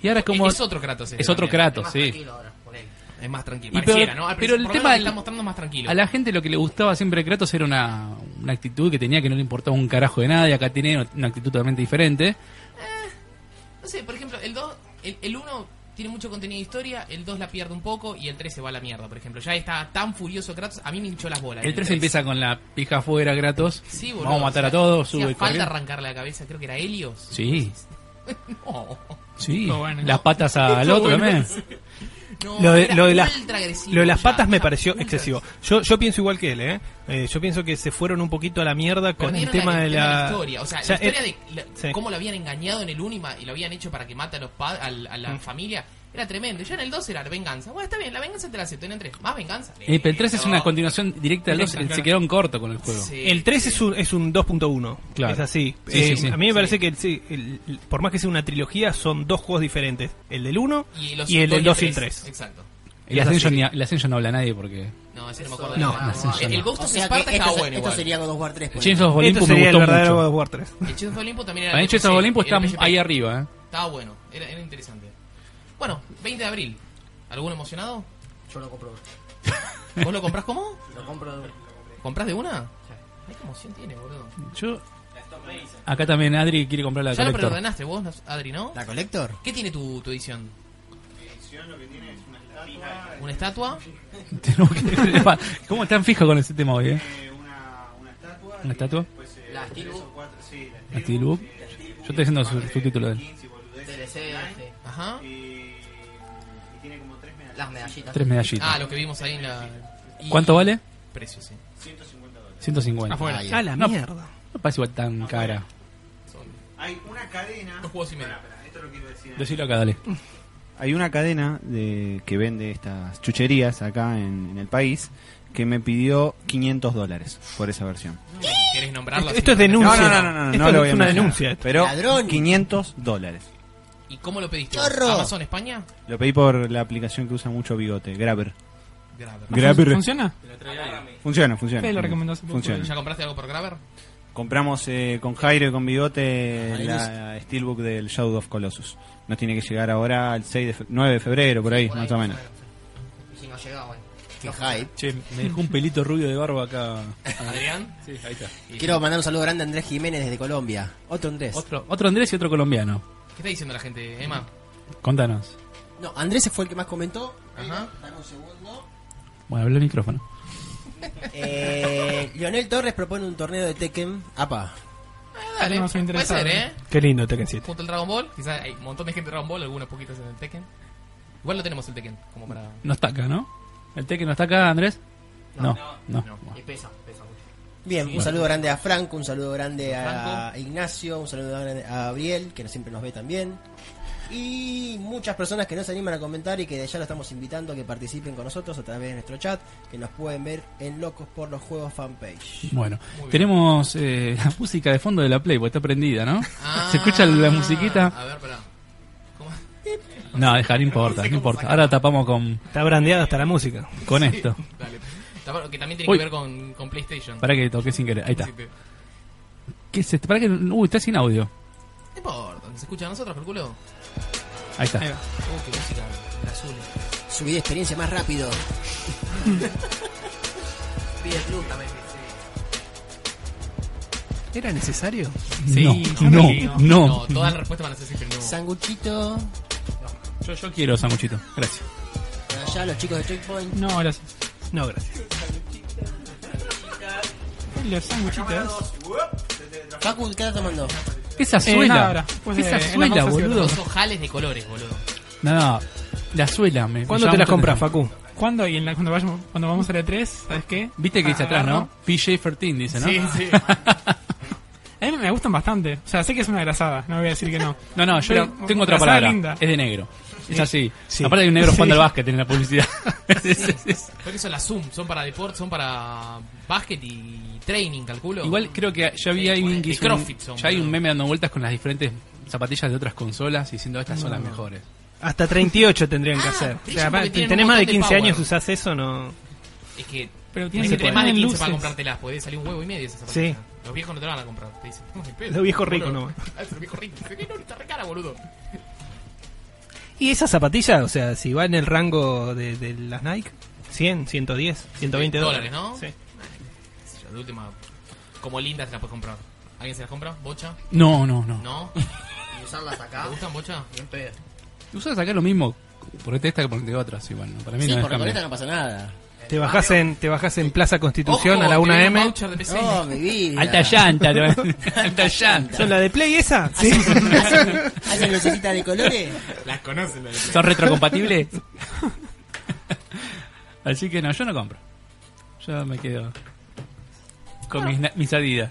B: Y ahora es como...
A: Es- es otro Kratos. este
B: es otro
A: también.
B: Kratos,
A: Es más
B: sí.
A: tranquilo ahora, por él. Es más tranquilo.
B: Y pero-
A: Pareciera, ¿no? Al
B: pero el
A: principio, por lo
B: tema
A: menos
B: del-
A: está mostrando más tranquilo.
B: A la gente lo que le gustaba siempre de Kratos era una, una actitud que tenía que no le importaba un carajo de nada y acá tiene una actitud totalmente diferente.
A: No sé, por ejemplo, el 2, el, el 1 tiene mucho contenido de historia, el 2 la pierde un poco y el 3 se va a la mierda, por ejemplo. Ya está tan furioso Kratos, a mí me hinchó las bolas.
B: El 3 empieza con la pija afuera, Kratos.
A: Sí, boludo,
B: Vamos a matar
A: o
B: a
A: sea,
B: todos,
A: hacía
B: sube
A: falta
B: corriendo.
A: arrancarle la cabeza, creo que era Helios.
B: Sí,
A: No.
B: sí.
C: Estuvo bueno.
B: Las patas al otro también.
A: No,
E: Lo de,
A: era
E: lo de las,
A: ultra agresivo,
E: lo de las
A: ya,
E: patas me
A: ya,
E: pareció
A: ultra
E: excesivo.
A: agresivo.
E: Yo, yo pienso igual que él, ¿eh? Eh, Yo pienso que se fueron un poquito a la mierda con el
A: Perdieron
E: tema
A: la-
E: de
A: el
E: la...
A: historia, o sea,
E: O sea,
A: la historia
E: eh,
A: de la-
E: sí.
A: cómo lo habían engañado en el Unima y lo habían hecho para que mate a los pa- al- a
B: Mm.
A: la familia, era tremendo. Ya en el 2 era venganza. Bueno, está bien, la venganza te la acepto en el 3. Más venganza.
B: Eh, pero el 3 es una
A: No.
B: continuación directa del 2.
C: Directa,
B: Se
C: claro.
B: quedaron corto con el juego.
A: Sí,
E: El 3 es un, es un 2.1.
B: Claro.
E: Es así.
B: Sí,
E: Eh,
B: sí, sí.
E: A mí me
A: Sí.
E: parece que el- sí, el- el- por más que sea una trilogía, son dos juegos diferentes. El del 1 y,
A: los
E: el del
A: y
E: 2 y el
A: tres.
E: 3.
A: Exacto.
B: El Ascension, ni a- el Ascension no habla a nadie porque.
A: No, ese no me acuerdo.
E: No,
A: de
E: no,
A: nada.
B: sí,
A: el,
B: sí,
A: el
B: no.
A: Ghost
D: O
A: of
D: sea que
A: Sparta
D: esto,
A: está
D: se-
A: bueno
D: esto
A: igual.
D: sería God of War 3.
B: Chains of
E: Esto
B: Olympus me
E: Este sería el
B: gustó
E: verdadero God
B: mucho.
E: of War 3.
A: El Chains of Olympus también era...
B: Para mí, Chains of
A: sí,
B: Olympus
A: el
B: está
A: PSP.
B: ahí arriba. ¿eh?
A: Estaba bueno, era, era interesante. Bueno, 20 de abril. ¿Alguno emocionado?
D: Yo lo compro.
A: ¿Vos lo comprás cómo?
D: Lo compro.
A: ¿Comprás de una? Ay, qué emoción tiene, boludo.
B: Yo. Acá también Adri quiere comprar la
A: Ya lo
B: colector.
A: preordenaste vos, ¿no? Adri, ¿no?
D: ¿La Collector?
A: ¿Qué tiene tu, tu edición? una estatua.
B: Tenemos que- ¿Cómo están fijos con ese tema hoy? Eh?
H: una, una estatua.
B: ¿Una estatua?
H: Pues, eh,
D: La
H: tres
D: Steelbook.
H: o cuatro, sí, la
B: La
H: Steelbook,
B: Steelbook.
H: eh,
B: Yo estoy haciendo su, su título de él.
H: 15 boludeces
D: DLC,
H: online,
A: Ajá.
H: Y, y tiene como tres medallas.
D: las medallitas.
B: Tres medallitas.
A: Ah, lo que vimos ahí en la. y-
B: ¿Cuánto vale?
A: Precio, sí.
B: 150.
C: Afuera.
D: Ahí.
E: A la
B: No.
E: mierda.
B: No parece igual tan cara.
H: Hay una cadena.
A: Dos juegos y medio.
H: Pará, pará, esto lo quiero decir. antes.
B: Decirlo acá, dale.
H: Hay una cadena de, que vende estas chucherías acá en, en el país que me pidió 500 dólares por esa versión.
A: ¿Querés nombrarlo?
E: Esto es
A: así?
H: No, no, no,
E: denuncia.
H: no, no,
E: Esto
H: no lo voy
E: es
H: a
E: una
H: mencionar,
E: denuncia. esto.
H: Pero
D: Ladrón.
H: 500 dólares.
A: ¿Y cómo lo pediste?
D: ¡Chorro!
A: ¿Amazon España?
H: Lo pedí por la aplicación que usa mucho Bigote, Grabber.
A: Graver.
H: Grabber.
C: ¿Funciona?
H: Funciona, funciona.
C: Sí, lo recomendó hace poco.
A: ¿Ya
H: Funciona.
A: compraste algo por Graver?
H: Compramos eh, con Jairo y con
I: Ah,
H: Bigote
D: Ahí
H: la Steelbook del Shadow of Colossus. Nos tiene que llegar ahora al 6 de fe- 9 de febrero, por ahí,
D: Por ahí,
H: más o menos.
D: Y si no llega, bueno. Qué hype. Ah.
B: Che, me dejó un pelito rubio de barba acá.
A: ¿Adrián?
B: Sí, ahí está.
D: Quiero mandar un saludo grande a Andrés Jiménez desde Colombia. Otro Andrés.
B: Otro, otro Andrés y otro colombiano.
A: ¿Qué está diciendo la gente, Emma?
B: Contanos.
D: No, Andrés fue el que más comentó.
A: Ajá.
D: Dame un segundo.
B: Bueno, habló el micrófono.
D: Eh, Lionel Torres propone un torneo de Tekken. Apa.
A: Eh, dale,
C: No soy
A: puede
C: interesado,
A: ser, ¿eh?
C: ¿eh?
E: Qué lindo este Tekken 7.
A: Junto al Dragon Ball, quizás hay un montón de gente de Dragon Ball, algunos poquitos en el Tekken. Igual lo tenemos el Tekken, como para.
B: No está acá, ¿no? ¿El Tekken no está acá, Andrés? No, no.
A: no.
D: pesa, pesa mucho. Bien, un saludo grande a Franco, un saludo grande a Ignacio, un saludo grande a Gabriel, que siempre nos ve también. Y muchas personas que no se animan a comentar y que ya lo estamos invitando a que participen con nosotros a través de nuestro chat, que nos pueden ver en Locos por los Juegos fanpage.
B: Bueno, tenemos eh, la música de fondo de la Play, porque está prendida, ¿no?
A: Ah,
B: ¿Se escucha la musiquita?
A: A ver, pará. ¿Cómo?
B: No, deja, no importa, no importa. Ahora tapamos con,
E: Está brandeada hasta la música.
B: con esto.
A: Dale. Tapar- Que también tiene
B: Uy.
A: que ver con, con PlayStation.
B: Para que toque sin querer, ahí está.
A: Sí, te-
B: ¿Qué es esto? Para que. Uy, está sin audio.
A: No importa, ¿se escucha a nosotros, por culo?
B: Ahí está.
C: Ahí va.
A: Uh, qué música azul.
D: Subí de experiencia más rápido.
E: ¿Era necesario?
B: no, no, no,
A: No, todas las respuestas van a ser siempre no.
D: Sanguchito,
B: Yo, yo quiero sanguchito, gracias.
D: allá los chicos de Checkpoint.
C: No, gracias.
E: No, gracias.
C: Los sándwichitos.
D: Facu, ¿qué estás tomando?
B: ¿Qué esa
C: Eh,
B: suela?
C: nada, después
B: ¿Qué
C: de-
B: esa
C: en la
B: suela,
C: pausa, sí,
B: boludo?
C: otra
A: Dos ojales de colores, boludo.
B: No, no, la suela me.
E: ¿Cuándo
B: me
E: te
B: llama
E: las
B: mucho
E: compras,
B: la atención.
E: Facu?
C: ¿Cuándo? Y en la- cuando, vayamos, cuando vamos a la 3, ¿sabes qué?
B: Viste que dice atrás, ¿no?
C: Agarro.
B: PJ13 dice, ¿no?
A: Sí, sí.
C: A mí me gustan bastante. O sea, sé que es una grasada, no voy a decir que no.
B: No, no, yo
C: Pero,
B: tengo otra
C: la saga
B: palabra.
C: linda.
B: Es de negro. Es así.
E: Sí.
B: Aparte hay un negro jugando al básquet en la publicidad. Es- es- es-
A: Porque son las Zoom, son para deporte, son para básquet y training, calculo.
B: Igual creo que ya había
A: Sí,
B: alguien
A: de
B: que hizo un-
A: CrossFit son,
B: ya hay un
A: boludo.
B: meme dando vueltas con las diferentes zapatillas de otras consolas y diciendo estas son las mejores.
E: Hasta 38 tendrían que
A: Ah,
E: hacer.
A: brillan
E: O sea,
A: porque
E: si
A: tienen
E: tenés
A: un
E: más de
A: montón de
E: 15 años,
A: power.
E: usás eso, no.
A: Es que
C: Pero tiene
A: tienes que
C: que
A: tener
C: tener
A: más de 15
C: luces.
A: para comprártelas, puede salir un huevo y medio esas
E: Sí.
A: zapatillas. Los viejos no te lo van a comprar, te dicen. "No, ni pedo".
E: Los viejos ricos
A: Boludo.
I: eh.
E: nomás.
A: Ah, Los viejos ricos, se viene ahorita re cara, boludo.
E: Y esas zapatillas, o sea, si va en el rango de, de las Nike, 100, 110, 120 dólares.
A: Dólares, ¿no?
E: Sí.
A: De última, como linda se las puedes comprar. ¿Alguien se las compra? ¿Bocha?
B: No, no, no.
A: ¿No?
F: Y usarlas acá.
A: ¿Te gustan, Bocha?
F: Bien pedo.
B: Usas acá lo mismo. Ponete esta que ponete otras. Igual, ¿no? Para mí
F: Sí,
B: no es
F: por
B: cambio.
F: Recoleta no pasa nada.
E: Te bajás en te bajás en Plaza Constitución a la
A: Ojo, te viene un
E: 1M.
A: voucher de PC.
F: No, mi vida.
B: Alta llanta. te va- Alta llanta.
E: ¿Son la de Play esa? Sí.
F: ¿Hacen- ¿Hacen lucecitas de colores?
A: Las conocen, las de PC.
B: ¿Son retrocompatibles? Así que no, yo no compro. Yo me quedo con mis, na- mis Adidas.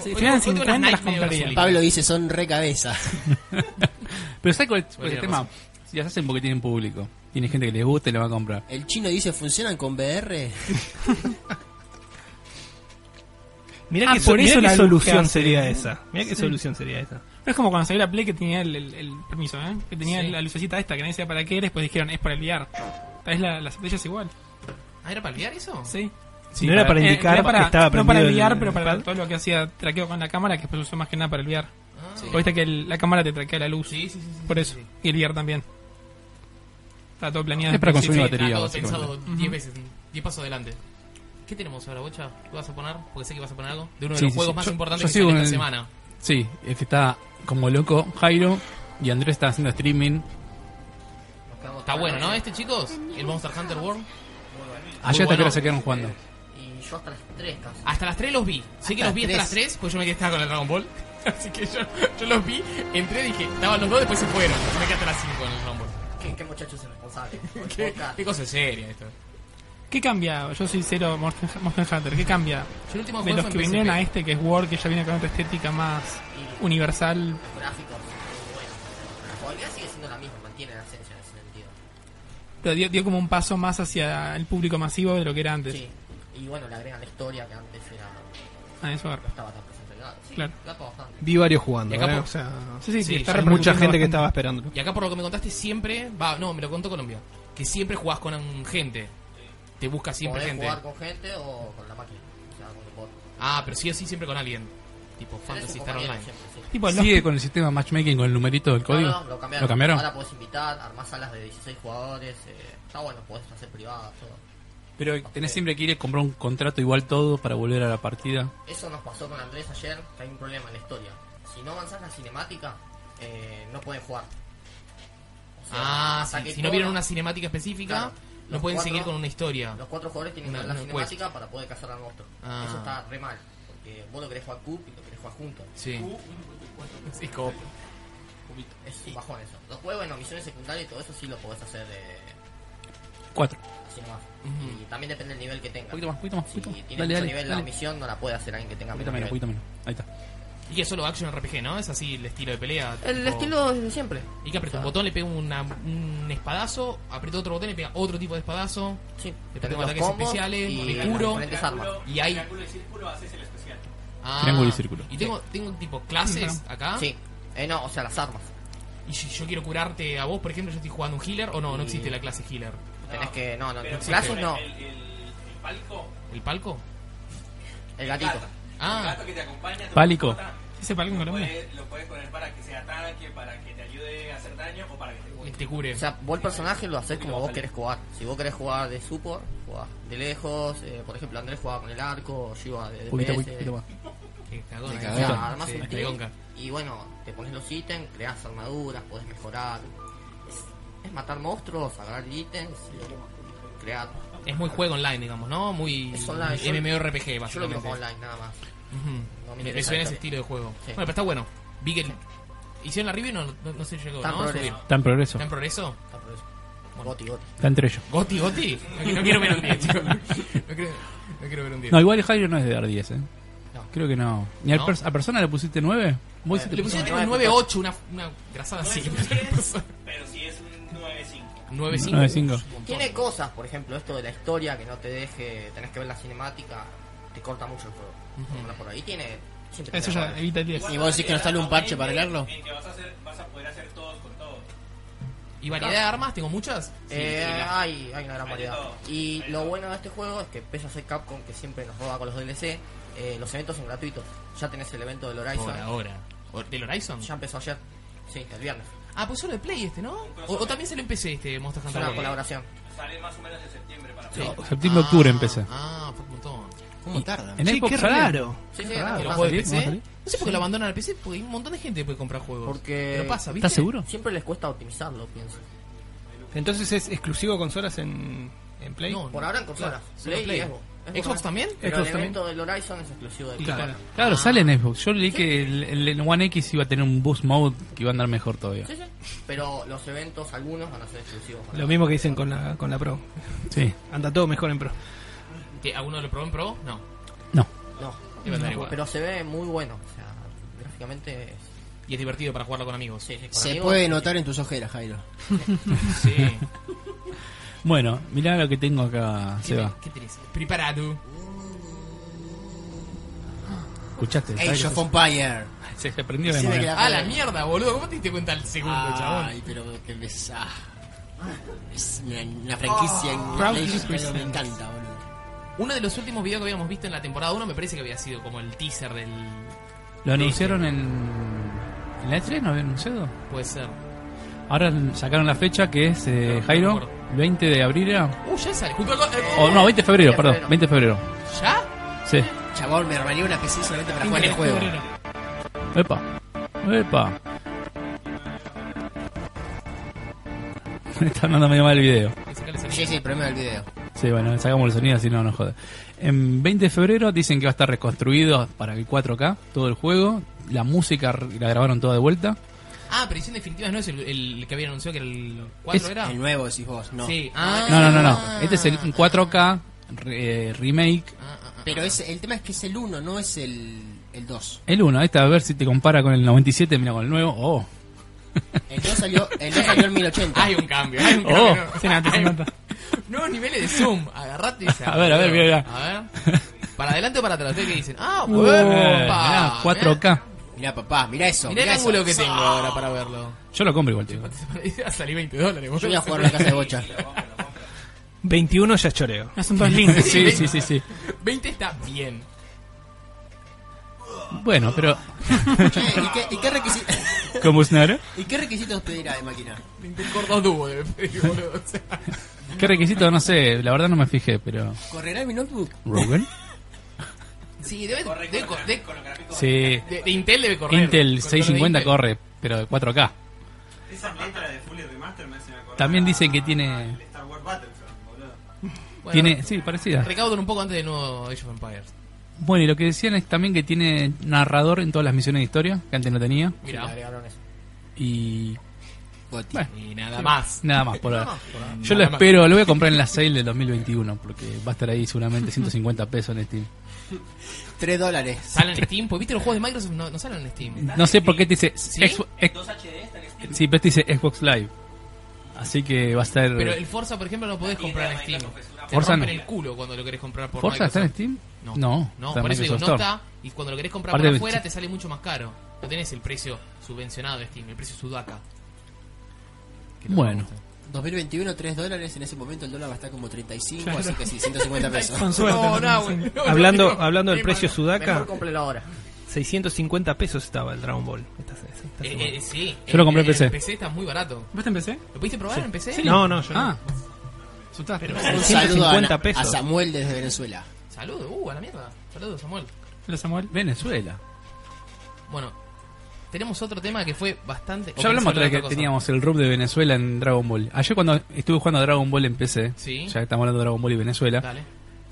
C: Si
A: Hoy-
C: fueran
A: hoy tengo unas
C: 50, las
A: Nike medio
C: compraría.
A: azulitas.
F: Pablo dice, son re cabeza.
B: Pero ¿sabes cuál es cuál es el
A: Podría
B: tema? Si las hacen porque tienen público. Tiene gente que les gusta y le va a comprar.
F: El chino dice, ¿funcionan con VR?
E: Mirá
C: Ah,
E: qué,
C: por
E: mirá
C: eso
E: qué
C: la luz que
E: solución
C: hace.
E: sería esa. Mirá qué solución sería esa.
C: No es como cuando salió la Play que tenía el, el- el permiso, ¿eh? Que tenía la lucecita esta, que nadie sabía para qué era, después dijeron, es para el VR. Tal vez la, la zapatilla es igual,
A: ¿Ah, era para olvidar eso?
C: ¿sí?
E: no era para
C: Eh,
E: indicar
C: no para,
E: que estaba
C: No para
E: prendido
C: el VR,
E: el-
C: pero para
E: el pad.
C: todo lo que hacía traqueo con la cámara, que después usó más que nada para el VR.
A: Ah,
F: Sí.
C: Porque Viste que el- la cámara te traquea la luz.
A: Sí, sí, sí, sí,
C: Por
A: sí,
C: eso.
A: sí.
C: Y el VR también. Está todo planeado.
B: Es para
C: Sí,
B: consumir
C: sí.
B: batería.
A: Está Ah, todo
B: básicamente.
A: pensado 10 veces, 10 pasos adelante. ¿Qué tenemos ahora, Bocha? ¿Qué vas a poner? Porque sé que vas a poner algo. De uno de
B: Sí,
A: los
B: sí,
A: juegos
B: sí.
A: más
B: Yo-
A: importantes
B: yo
A: que
B: sigo
A: salen
B: en
A: esta
B: el-
A: semana.
B: Sí, es que está como loco Jairo y Andrés está haciendo streaming.
A: Está bueno, ¿no? Este, chicos, el Monster Hunter World.
B: Ayer hasta
A: bueno. Eh,
B: que hora se quedaron jugando.
F: Y yo hasta las 3 casi.
A: Hasta las 3 los vi. Sé que los vi hasta
F: las
A: las 3, pues yo me quedé estaba con el Dragon Ball. Así que yo, yo los vi, entré, dije, estaban los dos, después se fueron. Yo me quedé hasta las 5 en el Dragon Ball.
F: ¿Qué, qué muchacho es el responsable?
A: ¿Qué, qué cosa seria esto?
C: ¿Qué cambia? Yo soy cero Monster Monster Hunter. ¿Qué cambia?
A: Yo el último
C: De
A: juego
C: los
A: fue
C: que
A: en
C: vinieron a
A: PSP.
C: este, que es Word, que ya viene con otra estética más universal.
F: Gráficos. Bueno. La jugabilidad sigue siendo la misma, mantiene la esencia en ese sentido.
C: Pero dio, dio como un paso más hacia el público masivo de lo que era antes.
F: Sí. Y bueno, le agregan la historia que antes era,
A: Ah,
C: A eso
F: no
C: agarra.
F: estaba tan presente. Sí,
C: Claro.
F: gasta bastante.
E: Vi varios jugando.
A: Y acá
E: ¿eh?
A: por-
E: O sea,
C: Sí, sí,
A: Sí,
C: está
E: hay mucha
C: repercutiendo
E: gente que estaba
C: bastante.
E: esperándolo.
A: Y acá por lo que me contaste siempre, va, no, me lo contó Colombia, que siempre jugás con um, gente. Te busca siempre
F: Podés
A: gente.
F: jugar con gente o con la máquina. O sea, con el bot.
A: Ah, pero sí o sí siempre con alguien. Tipo
F: Tenés
A: Fantasy
F: un
A: Star
F: compañero
A: Online.
F: siempre, sí.
C: Tipo, los-
B: Sigue con el sistema matchmaking con el numerito del código.
F: No, no, lo cambiaron. Ahora podés invitar, armás salas de 16 jugadores. eh, está bueno, podés hacer privadas, todo.
B: Pero tenés siempre que ir a comprar un contrato igual todo para volver a la partida.
F: Eso nos pasó con Andrés ayer, que hay un problema en la historia. Si no avanzas la cinemática, eh, no pueden jugar. O sea,
A: Ah,
F: hasta
A: sí,
F: que
A: si no vieron una
F: todos-
A: cinemática específica,
F: Claro.
A: no
F: Los
A: pueden
F: cuatro-
A: seguir con una historia.
F: Los cuatro jugadores tienen
A: Una-
F: que ver la
A: una
F: cinemática para poder cazar al monstruo.
A: Ah.
F: Eso está re mal, porque vos lo querés jugar cup y lo querés jugar juntos.
A: Sí.
F: Uh,
A: Sí, como-
F: Es un bajón eso. Después, bueno, misiones secundarias y todo eso sí lo podés hacer eh,
B: Cuatro.
F: así nomás.
A: Ujú.
F: Y también depende del nivel que tengas.
B: poquito más, poquito más,
F: Si
B: poquito más.
F: tiene
B: Dale,
F: mucho
B: dale,
F: nivel
B: dale.
F: la misión, no la puede hacer alguien que tenga
B: Poquito
F: menos
B: menos,
F: nivel.
B: poquito menos. Ahí está.
A: Y que es solo action RPG, ¿no? Es así el estilo de pelea.
F: El
A: tipo-
F: estilo de siempre.
A: Y que aprieta un botón, le pega una- un espadazo, aprieta otro botón, le pega otro tipo de espadazo.
F: Sí,
A: Le
F: tenés
A: pongo
F: los
A: ataques
F: combos
A: especiales,
F: y
A: me curo.
F: diferentes armas.
A: Y hay. Ah,
B: Triángulo y círculo.
A: Y tengo, tengo tipo clases acá.
F: Sí, eh, no, o sea, las armas.
A: Y si yo quiero curarte a vos, por ejemplo, yo estoy jugando un healer o no, no existe la clase healer.
F: Tenés que. No, no, no. Clases no.
A: ¿El palco?
F: El gatito.
A: Ah,
B: Pálico.
C: ¿Ese para algo en Colombia?
A: que te cure.
F: O sea, vos el personaje lo haces como vos querés jugar. Si vos querés jugar de support, jugás de lejos. eh, por ejemplo, Andrés jugaba con el arco, yo iba de
B: Poquito,
F: DPS.
B: poquito, poquito más.
A: Que cagón,
F: O
A: ahí.
F: sea, armás
A: Sí,
F: un
A: la
F: team
A: pregonca.
F: y bueno, te pones los ítems, creas armaduras, podés mejorar. Es, es matar monstruos, agarrar ítems, y crear.
A: Es muy juego online, digamos, ¿no? Muy
F: Es online, yo-
A: MMORPG,
F: Yo lo veo
A: básicamente.
F: online nada más.
A: Ujú.
F: No me
A: me, me
F: interesa el
A: suena ese
F: cambio.
A: estilo de juego.
F: Sí.
A: Bueno, pero está bueno. Vi que hicieron la review y no, no, no se llegó,
F: Está en
A: ¿no? A
F: progreso.
A: subir.
B: Está en progreso.
A: ¿Está en progreso?
F: Está por eso. Goti, Goti.
B: Está entre ellos.
A: ¿Goti, Goti? No, no quiero ver un 10, chicos. No quiero, no quiero ver un 10.
B: No, igual Jairo no es de dar 10, ¿eh?
A: No.
B: Creo que no. ¿Ni al
A: No.
B: pers- a persona le pusiste 9? Vos hiciste
A: Le pusieron
F: No,
A: un 9-8, una, una grasada así.
J: Pero si es un 9.5.
A: 9-5.
B: 9-5.
J: Tiene
F: Tiene cosas, por ejemplo, esto de la historia que no te deje, tenés que ver la cinemática, te corta mucho el juego. Bueno, Por ahí tiene. siempre
C: Eso
F: tiene
C: ya
F: errores.
C: evita el 10.
F: ¿Y vos decís que no sale un parche para arreglarlo?
J: En que vas a, hacer, vas a poder hacer todos con todos.
A: ¿Y variedad de armas? ¿Tengo muchas?
F: Eh,
A: Sí, la-
F: hay, hay una gran
J: Hay
F: variedad.
J: todo.
F: Y
J: Hay
F: lo
J: todo.
F: bueno de este juego es que pese a ser Capcom que siempre nos roba con los DLC, eh, los eventos son gratuitos. Ya tenés el evento del Horizon.
A: Por ahora. ¿O- ¿Del Horizon?
F: Ya empezó ayer. Sí, el viernes. Eh,
A: Ah, pues solo de Play este, ¿no? O, o también se lo empecé este Monster
F: Es
A: Hunter.
F: una
A: World.
F: colaboración.
J: Sale más o menos en septiembre para
A: Sí.
B: Septiembre-octubre empecé.
A: Ah, fue un montón.
D: ¿Cómo tarda?
B: En
E: Sí,
B: Xbox
E: qué
B: sale.
E: raro.
F: Sí, sí,
A: ¿Y
F: arranca.
A: los juegos de
B: ¿Va a
A: PC?
B: salir?
A: No sé por qué lo abandonan al PC, porque hay un montón de gente que puede comprar juegos.
F: Porque-
A: Pero pasa, ¿viste?
B: ¿Estás seguro?
F: Siempre les cuesta optimizarlo, pienso.
E: Entonces es exclusivo consolas en, en Play.
A: No,
F: Por ahora en consolas.
A: Solo
F: Play y
A: Play.
F: Xbox.
A: ¿Xbox también?
F: Pero
E: Xbox
F: el
E: también.
F: evento del Horizon es exclusivo de
E: Claro.
F: Play.
B: Claro, sale en Xbox. Yo leí que el, el- el One X iba a tener un boost mode que iba a andar mejor todavía.
F: Sí, sí. Pero los eventos, algunos van a ser exclusivos. para-
E: Lo mismo que dicen con la, con la Pro.
B: Sí.
E: Anda todo mejor en Pro.
A: ¿Que ¿A uno lo probó en Pro? No.
B: No.
F: No,
A: Te va a dar igual.
F: pero se ve muy bueno. O sea, gráficamente. es-
A: Y es divertido para jugarlo con amigos.
F: Sí, sí, con
D: Se
F: amigos-
D: puede notar en tus ojeras, Jairo.
A: Sí.
B: Bueno, mirá lo que tengo acá,
A: ¿Qué,
B: Seba.
A: te- qué tenés? Preparado.
B: ¿Escuchaste? ¿Sabes
D: Age
B: qué
D: of Empire.
B: se- Se, se prendió de
D: Sí,
B: manera.
D: me queda-
A: Ah, la mierda, boludo. ¿Cómo te diste cuenta al segundo, chabón?
D: Ay, pero que me sa- Es una, una
A: Ah.
D: franquicia
C: Proud
D: en
C: to be
D: pero me encanta, boludo.
A: Oh. Uno de los últimos videos que habíamos visto en la temporada 1 me parece que había sido como el teaser del.
B: ¿Lo anunciaron en, en la E3? ¿No había anunciado?
A: Puede ser.
B: Ahora sacaron la fecha que es, eh, Jairo, 20 de abril era.
A: Uh, ya sale. Junto con- eh,
B: O Oh, no, 20 de febrero,
F: 20 de
B: perdón.
F: febrero.
B: 20 de febrero.
A: ¿Ya?
B: Sí.
D: Chabón, me armaría una PC solamente para jugar el
A: Internet
D: juego.
A: febrero.
B: Epa. Epa. Me está andando medio mal el video.
A: Hay que sacarle sonido.
D: Sí, sí, el problema del video.
B: Sí, bueno, sacamos el sonido así no nos jode. En 20 de febrero dicen que va a estar reconstruido para el 4K, todo el juego. La música r- la grabaron toda de vuelta.
A: Ah, pero edición definitiva no es el, el que habían anunciado que era el 4
B: Es
A: era.
D: El nuevo, decís vos, no.
A: Sí, ah.
B: No, no, no, no. Este es el un 4K re- eh, remake.
D: Pero es, el tema es que es el 1, no es el, el 2.
B: El 1, esta a ver si te compara con el 97, mira con el nuevo. Oh,
D: El 2 salió, el 2 salió en 1080.
A: Hay un cambio, hay un cambio.
B: Oh.
A: no.
C: Sí, nada, te
A: Hay un-
C: encanta.
A: Nuevos niveles de zoom. Agarrate esa.
B: A ver, a ver,
A: boludo.
B: mira,
A: A ver. Para adelante o para atrás. ¿Ustedes qué dicen? Ah,
D: eh.
B: Eh, mirá,
A: opa,
B: 4K.
D: Mirá, papá, mirá eso.
A: Mirá, mirá el
D: eso. Ah.
A: ángulo que tengo ahora para verlo.
B: Yo lo compro igual, chico.
A: Va a salir 20 dólares,
D: Yo voy a jugar en la casa de Bocha.
E: 21 ya es choreo.
B: Ah,
C: No son todos links.
B: Sí, sí, sí, sí.
A: 20 está bien.
B: Bueno, pero.
D: Che, ¿y qué, y qué requisi-
B: ¿Cómo es Nara?
D: ¿Y qué requisitos pedirá de máquina?
A: Un cordón dúo de boludo. o sea.
B: ¿Qué requisito? No sé, la verdad no me fijé, pero.
D: ¿Correrá mi notebook?
B: ¿Rogan?
A: Sí, debe, debe cor- de,
B: Sí.
A: de- de Intel debe correr.
B: Intel
A: Correr de
B: 650
A: Intel.
B: corre, pero de 4K.
J: Esas letras de Fully Remaster me hacen acordar.
B: También dicen que tiene.
J: El Star Wars Battlefront, boludo.
A: Bueno,
B: Tiene, sí, parecida.
A: Recaudan un poco antes de nuevo Age of Empires.
B: Bueno, y lo que decían es también que tiene narrador en todas las misiones de historia, que antes no tenía.
A: Mira.
F: Le agregaron eso.
B: Y
D: Goti.
B: Bueno.
A: Y nada más.
B: nada más por ahora. Yo lo
A: Nada más.
B: espero, lo voy a comprar en la sale del 2021, porque va a estar ahí seguramente 150 pesos en Steam.
D: 3 dólares.
A: Salen en Steam, porque viste los juegos de Microsoft no, no salen en Steam.
B: No sé por qué te dice.
A: ¿Sí?
B: Xbox- X- Sí, pero te dice Xbox Live. Así que va a estar.
A: Pero el Forza, por ejemplo, no podés comprar en Steam. Te
B: Forza
A: rompen
B: no.
A: el culo cuando lo querés comprar por
B: ¿Forza está en
A: Microsoft.
B: Steam?
A: No,
B: No,
A: no,
B: está en
A: por eso digo,
B: Microsoft
A: no
B: Store.
A: está. Y cuando lo querés comprar
B: Aparte
A: por
B: de-
A: afuera, te sale mucho más caro. No tenés el precio subvencionado de Steam, el precio sudaca. Que no me
B: Bueno.
A: gusta.
D: 2021, 3 dólares. En ese momento el dólar va a estar como 35, así que sí, 150 pesos.
C: Con suerte. ¿no?
A: No, no,
C: Sí.
A: güey, no,
E: Hablando,
A: no.
E: hablando del
A: Eh,
E: precio sudaca,
F: Mejor cómprelo ahora.
E: 650 pesos estaba el Dragon Ball. Esta- esta- esta
A: eh,
E: semana.
A: eh, sí.
B: Yo lo compré en PC.
A: En PC está muy barato.
C: ¿Vos te empecé?
A: ¿Lo pudiste probar en PC?
E: No, no, yo no.
B: Ah,
D: Un saludo a,
E: 150 pesos.
D: a Samuel desde Venezuela.
A: Saludos, uh, a la mierda. Saludos, Samuel.
C: Hola Samuel.
B: Venezuela.
A: Bueno, tenemos otro tema que fue bastante.
B: Ya hablamos otra vez que
A: otra cosa.
B: teníamos el rub de Venezuela en Dragon Ball. Ayer cuando estuve jugando a Dragon Ball en PC,
A: Sí.
B: ya que estamos hablando de Dragon Ball y Venezuela,
A: Dale.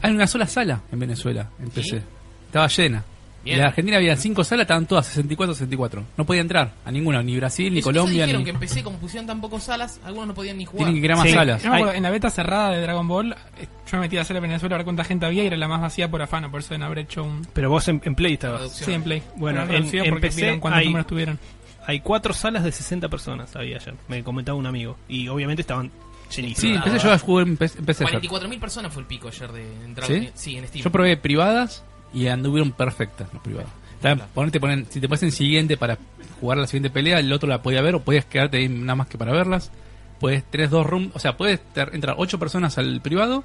B: hay una sola sala en Venezuela, en PC. Estaba llena.
A: Bien.
B: En la Argentina había cinco salas, estaban todas 64, 64. No podía entrar a ninguna, ni Brasil, ni
A: Eso- eso
B: Colombia,
A: dijeron
B: ni...
A: que empecé como pusieron tan pocos salas, algunos no podían ni jugar.
B: Tienen que crear más
E: Sí.
B: salas.
C: Yo me acuerdo, en la beta cerrada de Dragon Ball, eh, yo me metí a hacer en Venezuela a ver cuánta gente había y era la más vacía por afano, por eso en haber hecho un.
E: Pero vos en, en Play estabas.
A: Traducción.
C: Sí, en Play.
E: Bueno,
C: Una
E: en-
C: reducida
E: en
C: porque
E: PC
C: vieron cuántos
E: hay-
C: números tuvieron.
E: Hay cuatro salas de 60 personas había ayer. Me comentaba un amigo. Y obviamente estaban
B: Sí,
E: llenísimas.
B: empecé yo a jugar en PC. Fer.
A: 44.000 personas fue el pico ayer de en Dragon-
B: ¿Sí?
A: Sí, en Steam.
B: Yo probé privadas y anduvieron perfectas las privadas. Está bien, ponete- ponen- si te pones en siguiente para jugar la siguiente pelea, el otro la podía ver o podías quedarte ahí nada más que para verlas. Puedes tenés dos rooms, o sea, puedes ter- entrar ocho personas al privado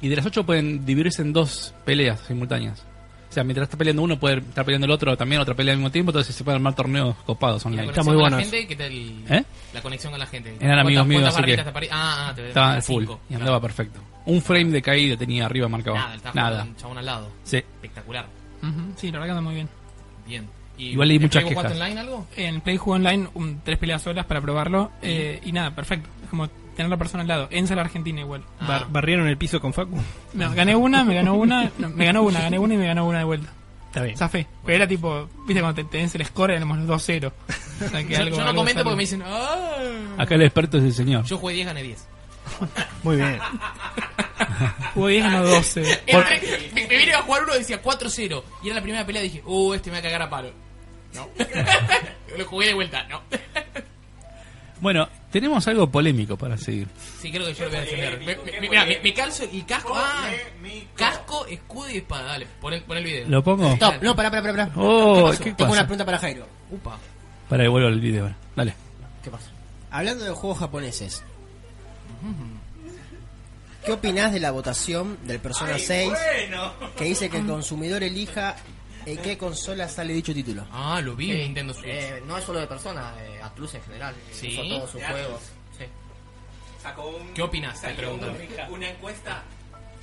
B: y de las ocho pueden dividirse en dos peleas simultáneas. O sea, mientras está peleando uno, puede estar peleando el otro también, otra pelea al mismo tiempo, entonces se pueden armar torneos copados
A: ¿Y la
B: online.
A: conexión
E: muy
A: con
E: bueno
A: La gente, ¿Qué tal
B: ¿Eh?
A: la conexión con la gente?
B: Eran amigos
A: ¿Cuántas-
B: míos,
A: cuántas
B: así
A: barritas
B: que-
A: te apare- Ah, ah, te
B: Estaba
A: te-
B: full
A: cinco.
B: y andaba perfecto. Un frame de caída tenía arriba marcaba.
A: Nada, estaba
B: Nada.
A: un chabón al lado.
B: Sí.
A: Espectacular.
C: Ujú, Sí, la verdad que anda muy bien.
A: Bien. ¿Y
B: Igual leí
A: ¿en
B: muchas
A: Play vos jugaste
B: quejas.
A: online algo?
C: En Play jugué online un, tres peleas solas para probarlo eh, y nada, perfecto. Es como tener la persona al lado. Ensa la Argentina igual.
E: Bar-
A: Ah.
E: barrieron el piso con Facu.
C: No, gané una, me ganó una, no, me ganó una, gané una y me ganó una de vuelta.
E: Está bien.
C: Zafé. Pero era tipo, viste, cuando te tenés el score, éramos los 2-0. O sea, que
A: Yo,
C: algo-
A: yo no
C: algo
A: comento
C: salió.
A: porque me dicen, "Ah".
B: Acá el experto es el señor.
A: Yo jugué 10, gané 10.
E: Muy bien.
C: Jugué 10,
A: Ah,
C: ganó 12.
A: eh, Entré- me, me vine a jugar uno y decía 4-0. Y era la primera pelea dije, uh, este me va a cagar a palo. No. Lo jugué de vuelta, no.
B: Bueno, tenemos algo polémico para seguir.
A: Sí, creo que yo lo voy a defender. Me, me- me- mirá, me- me calzo el casco. Ah, casco, escudo y espada. Dale, pon el, pon el video.
B: ¿Lo pongo?
D: Stop, no, pará, pará, pará. pará.
B: Oh, ¿qué
D: Tengo una
B: pasa?
D: pregunta para Jairo.
A: Upa.
B: Para que vuelva el video. ahora. Dale.
D: ¿Qué pasa? Hablando de juegos japoneses, ¿qué opinás de la votación del Persona 6 que dice que el consumidor elija en qué consola sale dicho título?
A: Ah, lo vi. Nintendo Switch.
F: Eh, no es solo de personas, eh, Atlus en general.
A: Sí.
F: Hizo todos sus juegos. Sí.
I: Sacó un-
A: ¿Qué opinás? Te
I: sacó un-
A: pregunto.
I: una encuesta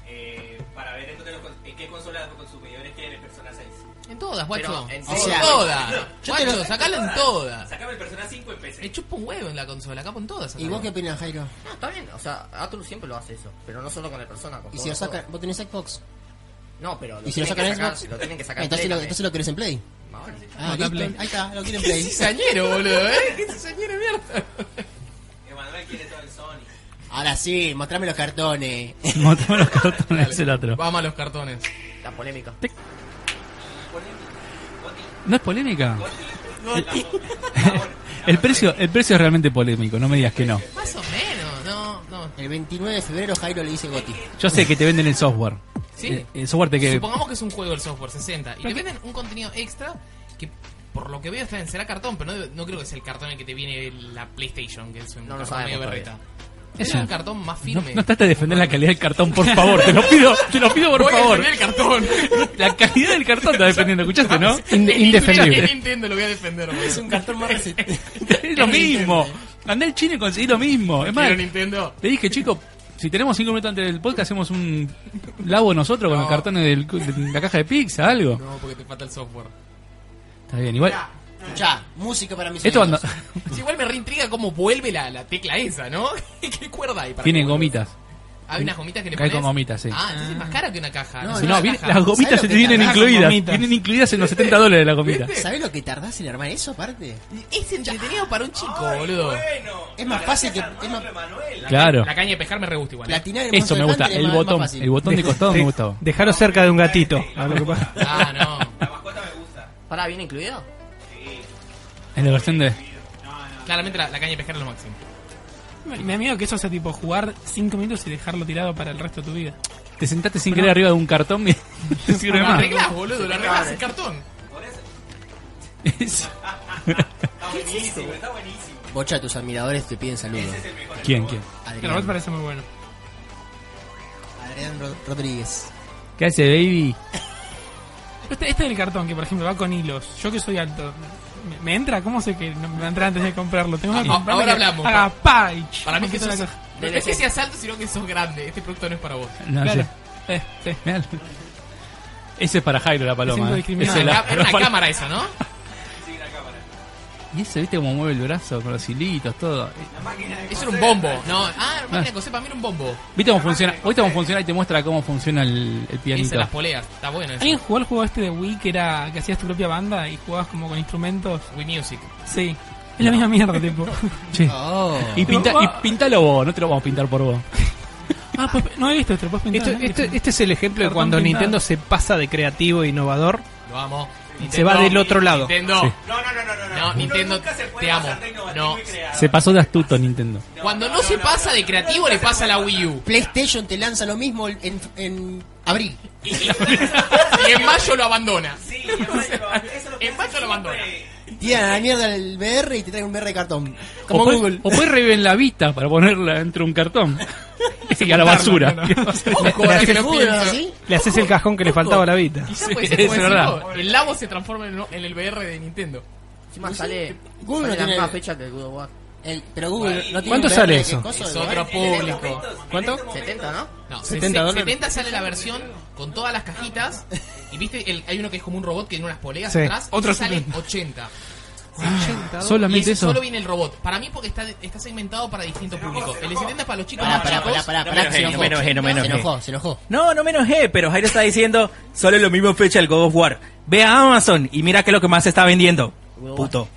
I: eh, para ver entonces los cons- en qué consolas los consumidores quieren el Persona 6.
A: en todas, guacho.
F: Pero, en
A: En
D: serio.
A: todas.
D: Yo te lo-
A: Guacho, sacalo en todas.
I: Sacame el Persona 5 en PC.
A: Me chupa un huevo en la consola, acá pon todas.
D: ¿Y vos qué opinás, Jairo?
F: No, está bien. O sea, Atlus siempre lo hace eso. Pero no solo con el persona. Con
D: ¿Y
F: todos
D: si lo
F: los
D: sacan?
F: juegos.
D: ¿Vos tenés Xbox?
F: No, pero.
D: ¿Y si lo
F: tienen
D: sacan
F: que
D: en
F: sacar-
D: Xbox?
F: Lo tienen que sacar.
D: Entonces
F: en
D: lo,
F: Play
D: entonces lo querés en Play.
F: también. Ah, vale.
D: Ah,
C: Acá
D: listo.
C: Play.
D: Ahí está, lo quieren
A: Qué
D: Play.
A: cizañero, boludo, ¿eh? Qué cizañero, mierda.
I: Emanuel quiere todo el Sony.
D: Ahora sí, mostrame los cartones.
B: Montame los cartones el otro.
A: Vamos a los cartones.
F: La polémica.
B: ¿No es polémica? El precio, el precio es realmente polémico, no me digas que no.
A: Más o menos, no, no.
D: El 29 de febrero Jairo le dice Goti.
B: Yo sé que te venden el software.
A: Sí.
B: Eh, El software te que...
A: Supongamos que es un juego el software 60 y te venden un contenido extra que por lo que veo está en- será cartón, pero no, no creo que sea el cartón en el que te viene la PlayStation, que es un
F: No lo
A: cartón medio
F: sabemos
A: berreta. Es
B: Eso.
A: un cartón más
B: No,
A: firme.
B: no trates de defender la calidad del cartón, por favor. Te lo pido, te lo pido, por
A: Voy a
B: favor.
A: defender el cartón.
B: La calidad del cartón está defendiendo, ¿escuchaste, no?
E: Inde- indefendible.
A: Escuchá, Nintendo lo voy a defender. boludo.
D: Es un cartón más resistente.
B: Es lo mismo. Andá al chino y conseguí lo mismo. Es más,
A: Quiero Nintendo.
B: Le dije, chico, si tenemos cinco minutos antes del podcast, hacemos un labo nosotros con los cartones del- de la caja de pizza, algo.
A: No, porque te falta el software.
B: Está bien, igual.
D: Escuchá, música para mis
B: Esto
D: oídos.
B: anda-
A: Sí, igual me reintriga cómo vuelve la, la tecla esa, ¿no? ¿Qué cuerda hay para
B: tiene
A: que vuelva?
B: gomitas.
A: Hay unas gomitas que le
B: Cae
A: pones.
B: con gomitas, sí.
A: Ah, entonces es más cara que una caja.
D: No,
A: es
B: Si
A: una
B: no, viene-
A: caja.
B: las
D: ¿Sabes
B: gomitas
D: lo
B: se
D: que
B: vienen
D: tarda con
B: incluidas.
C: gomitas?
B: Vienen incluidas en los 70 dólares de la gomita.
D: ¿Sabés lo que tardás en armar eso aparte?
A: Es entretenido para un chico, boludo.
I: Bueno,
D: Es más
I: para
D: fácil
I: que
D: que- es más-
I: Emanuel.
B: Claro.
A: La caña de pescar me regusta igual. ¿eh?
D: Platinar el
B: Eso
D: Monster
B: me gusta.
D: Hunter es
B: El
D: más- más
B: botón,
D: fácil.
B: el botón de costado me gustó.
E: Dejaros cerca de un gatito. A lo que pasa.
A: Ah, no.
I: La mascota me gusta.
F: Pará, ¿viene incluido?
B: En la versión de.
A: Claramente la, la caña de pescar es lo máximo.
C: Me da miedo que eso sea tipo jugar 5 minutos y dejarlo tirado para el resto de tu vida.
B: Te sentaste sin querer arriba de un cartón. y Te sirve
A: Lo
B: más.
A: arreglás, boludo. Lo arreglás en cartón.
B: Eso.
D: Bocha, tus admiradores te piden saludos.
B: ¿Quién, quién?
C: Pero a vos
D: Adrián,
C: parece muy bueno.
D: Adrián Ro- Rodríguez.
B: ¿Qué hace, baby?
C: Este, este del cartón, que por ejemplo va con hilos. Yo que soy alto. ¿Me, me entra? ¿Cómo sé que no me va a entrar antes de comprarlo? Tengo que
A: Ah,
C: comprarlo
A: ahora
C: que
A: hablamos.
C: Haga page.
A: Para mí que
C: es una
A: sos... No es que seas alto, sino que sos grande. Este producto no es para vos.
B: No
C: Claro.
B: sé.
C: Eh, sí.
B: Mirá. Ese es para Jairo, la paloma.
C: siento
B: eh.
C: discriminado.
B: Ese
A: Ah, Es
B: es la-
A: una,
B: la paloma.
A: cámara eso, ¿no?
B: Y ese, viste cómo mueve el brazo con los hilitos, todo.
A: Eso era un bombo. No, ah, la máquina de coser para mí era un bombo.
B: ¿Viste cómo funciona? ¿Viste cómo funciona y te muestra cómo funciona el, el
A: Esa
B: pianito?
A: las poleas. Está bueno
C: ¿Alguien
A: eso.
C: jugó el juego este de Wii que era que hacías tu propia banda y jugabas como con instrumentos?
A: Wii Music.
C: Sí. Es la misma mierda, tipo.
B: Che.
F: Oh.
B: Y, pinta, y pintalo vos, no te lo vamos a pintar por vos.
C: Ah, pues, no he visto esto, lo puedes pintar.
E: Esto-
C: ¿no?
E: esto- este es el ejemplo de
C: Cartón
E: cuando
C: pintado.
E: Nintendo se pasa de creativo e innovador.
A: Lo amo.
E: Se va del otro lado.
A: Nintendo.
B: Sí.
I: No, no, no, no, no.
A: No,
I: Uno
A: Nintendo,
I: nunca se puede
A: te
I: pasar
A: amo.
I: de innovativo
A: No.
I: y creador.
B: Se pasó de astuto Nintendo.
A: Cuando no se pasa de creativo, le pasa a la Wii U.
D: PlayStation te lanza lo mismo en, en abril.
A: Y en mayo lo abandona.
I: Sí, en mayo lo- eso lo
A: En mayo lo abandona.
D: Tiran a la mierda el VR y te traen un VR de cartón.
B: O
D: Como
B: puedes,
D: Google.
B: o puedes revivir la vista para ponerla dentro de un cartón. y a la basura.
A: Ojo, ahora que lo
D: Google,
A: pienso.
D: ¿sí?
E: Le haces el cajón que le faltaba a la vida.
A: Quizá
B: Sí,
A: puede ser
B: es
A: como decís
B: verdad.
A: vos, El Labo se transforma en en el VR de Nintendo.
F: Encima sale.
D: eh, Google
F: sale
D: no tiene-
F: la misma fecha que Google Watch.
D: El- pero Google no tiene
E: ¿Cuánto
D: un VR
E: sale
D: de
E: eso?
D: coso
A: Es
D: de-
A: otro público.
F: ¿Cuánto? 70, ¿no?
E: 70
A: No, se- se-
E: dólares.
A: 70 sale la versión con todas las cajitas. Y viste, el- hay uno que es como un robot que tiene unas poleas
E: Sí.
A: atrás. y
C: Otro
A: sale
C: 70.
A: 80.
B: Solamente
A: y es-
B: eso.
A: solo viene el robot. Para mí porque está, está segmentado para distintos públicos. El de 70 es para los chicos.
D: Pará,
A: más
D: pará,
A: chicos.
D: pará, pará,
F: No
D: pará,
F: me
D: se
F: enojé,
D: enojó.
F: no me enojé, no me
D: Se
F: enojé.
D: enojó, se enojó.
K: Oh. No, no me enojé, pero Jairo está diciendo, solo lo mismo fecha el God of War. Ve a Amazon y mira qué es lo que más se está vendiendo. Puto.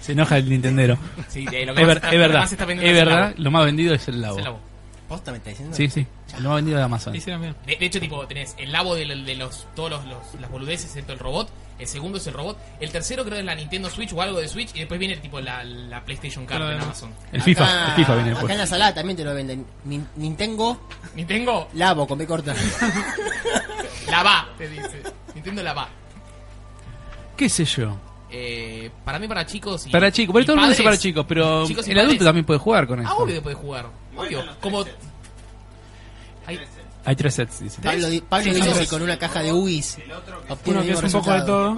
B: Se enoja el Nintendero.
A: Sí, de lo que
B: Es,
A: más
B: ver-
A: está-
B: es
A: lo que
B: verdad.
A: más está vendiendo
B: es
A: el
B: verdad.
A: Labo.
B: Lo más vendido es el labo.
A: El Labo.
D: ¿Posta me está diciendo?
B: Sí, sí. Lo más vendido de Amazon.
C: Lo hicieron bien.
A: De, de hecho, tipo, tenés el labo de, de los, todos los, los- las boludeces, excepto el robot. El segundo es el robot. El tercero creo que es la Nintendo Switch o algo de Switch. Y después viene tipo la, la PlayStation Card
C: Claro,
A: en
C: no.
A: Amazon. Ah,
B: El FIFA. el
D: Ah,
B: FIFA viene
D: Acá en
B: después.
D: la sala también te lo venden. Nin- Nintendo
A: Nintendo
D: Labo con B corta.
A: la va, te dice. Nintendo la va.
B: ¿Qué sé yo?
A: Eh, para mí, para chicos. Y,
B: Para chicos. Pero
A: y
B: todo el mundo dice para
A: padres-
B: chicos. Pero
A: chicos y
B: el adulto
A: padres.
B: también puede jugar con
A: Ah,
B: eso.
A: obvio que puedes jugar. Obvio. Como. Ay,
B: Hay tres sets, dice.
D: Pablo, Di- Pablo
A: Sí,
D: Dios
A: sí,
D: y con una caja de UIs. obtiene
C: Uno
D: el
C: que es
D: mismo
C: un poco de
D: resultado.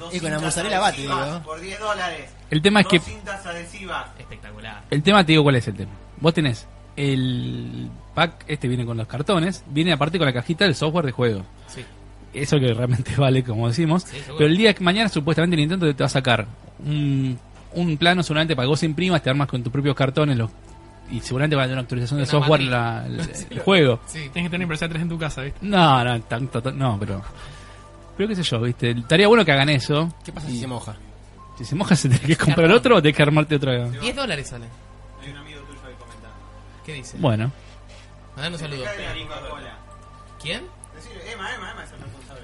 C: todo.
D: Y con la mozzarella bate, digo.
I: Por 10 dólares.
B: El tema es que
I: Dos cintas adhesivas.
A: espectacular.
B: El tema, te digo cuál es el tema. Vos tenés el pack, este viene con los cartones, viene aparte con la cajita del software de juego.
A: Sí.
B: Eso que realmente vale, como decimos.
A: Sí, seguro.
B: Pero el día que mañana supuestamente Nintendo te va a sacar un, un plano seguramente para que vos imprimas, te armas con tus propios cartones los, y seguramente va a haber una actualización de
A: Una
B: software
A: matriz.
B: la- el, el juego.
A: Sí.
C: Tienes que tener una impresora 3 en tu casa, ¿viste?
B: No, no, tanto, tan- no, pero... Pero qué sé yo, viste. Estaría bueno que hagan eso.
D: ¿Qué pasa si se moja?
B: Si se moja, se tenés que comprar otro o tenés que armarte otra.
A: 10 dólares sale. Hay un amigo tuyo ahí comentando. ¿Qué dice?
B: Bueno.
A: Mandale un saludo. ¿Quién?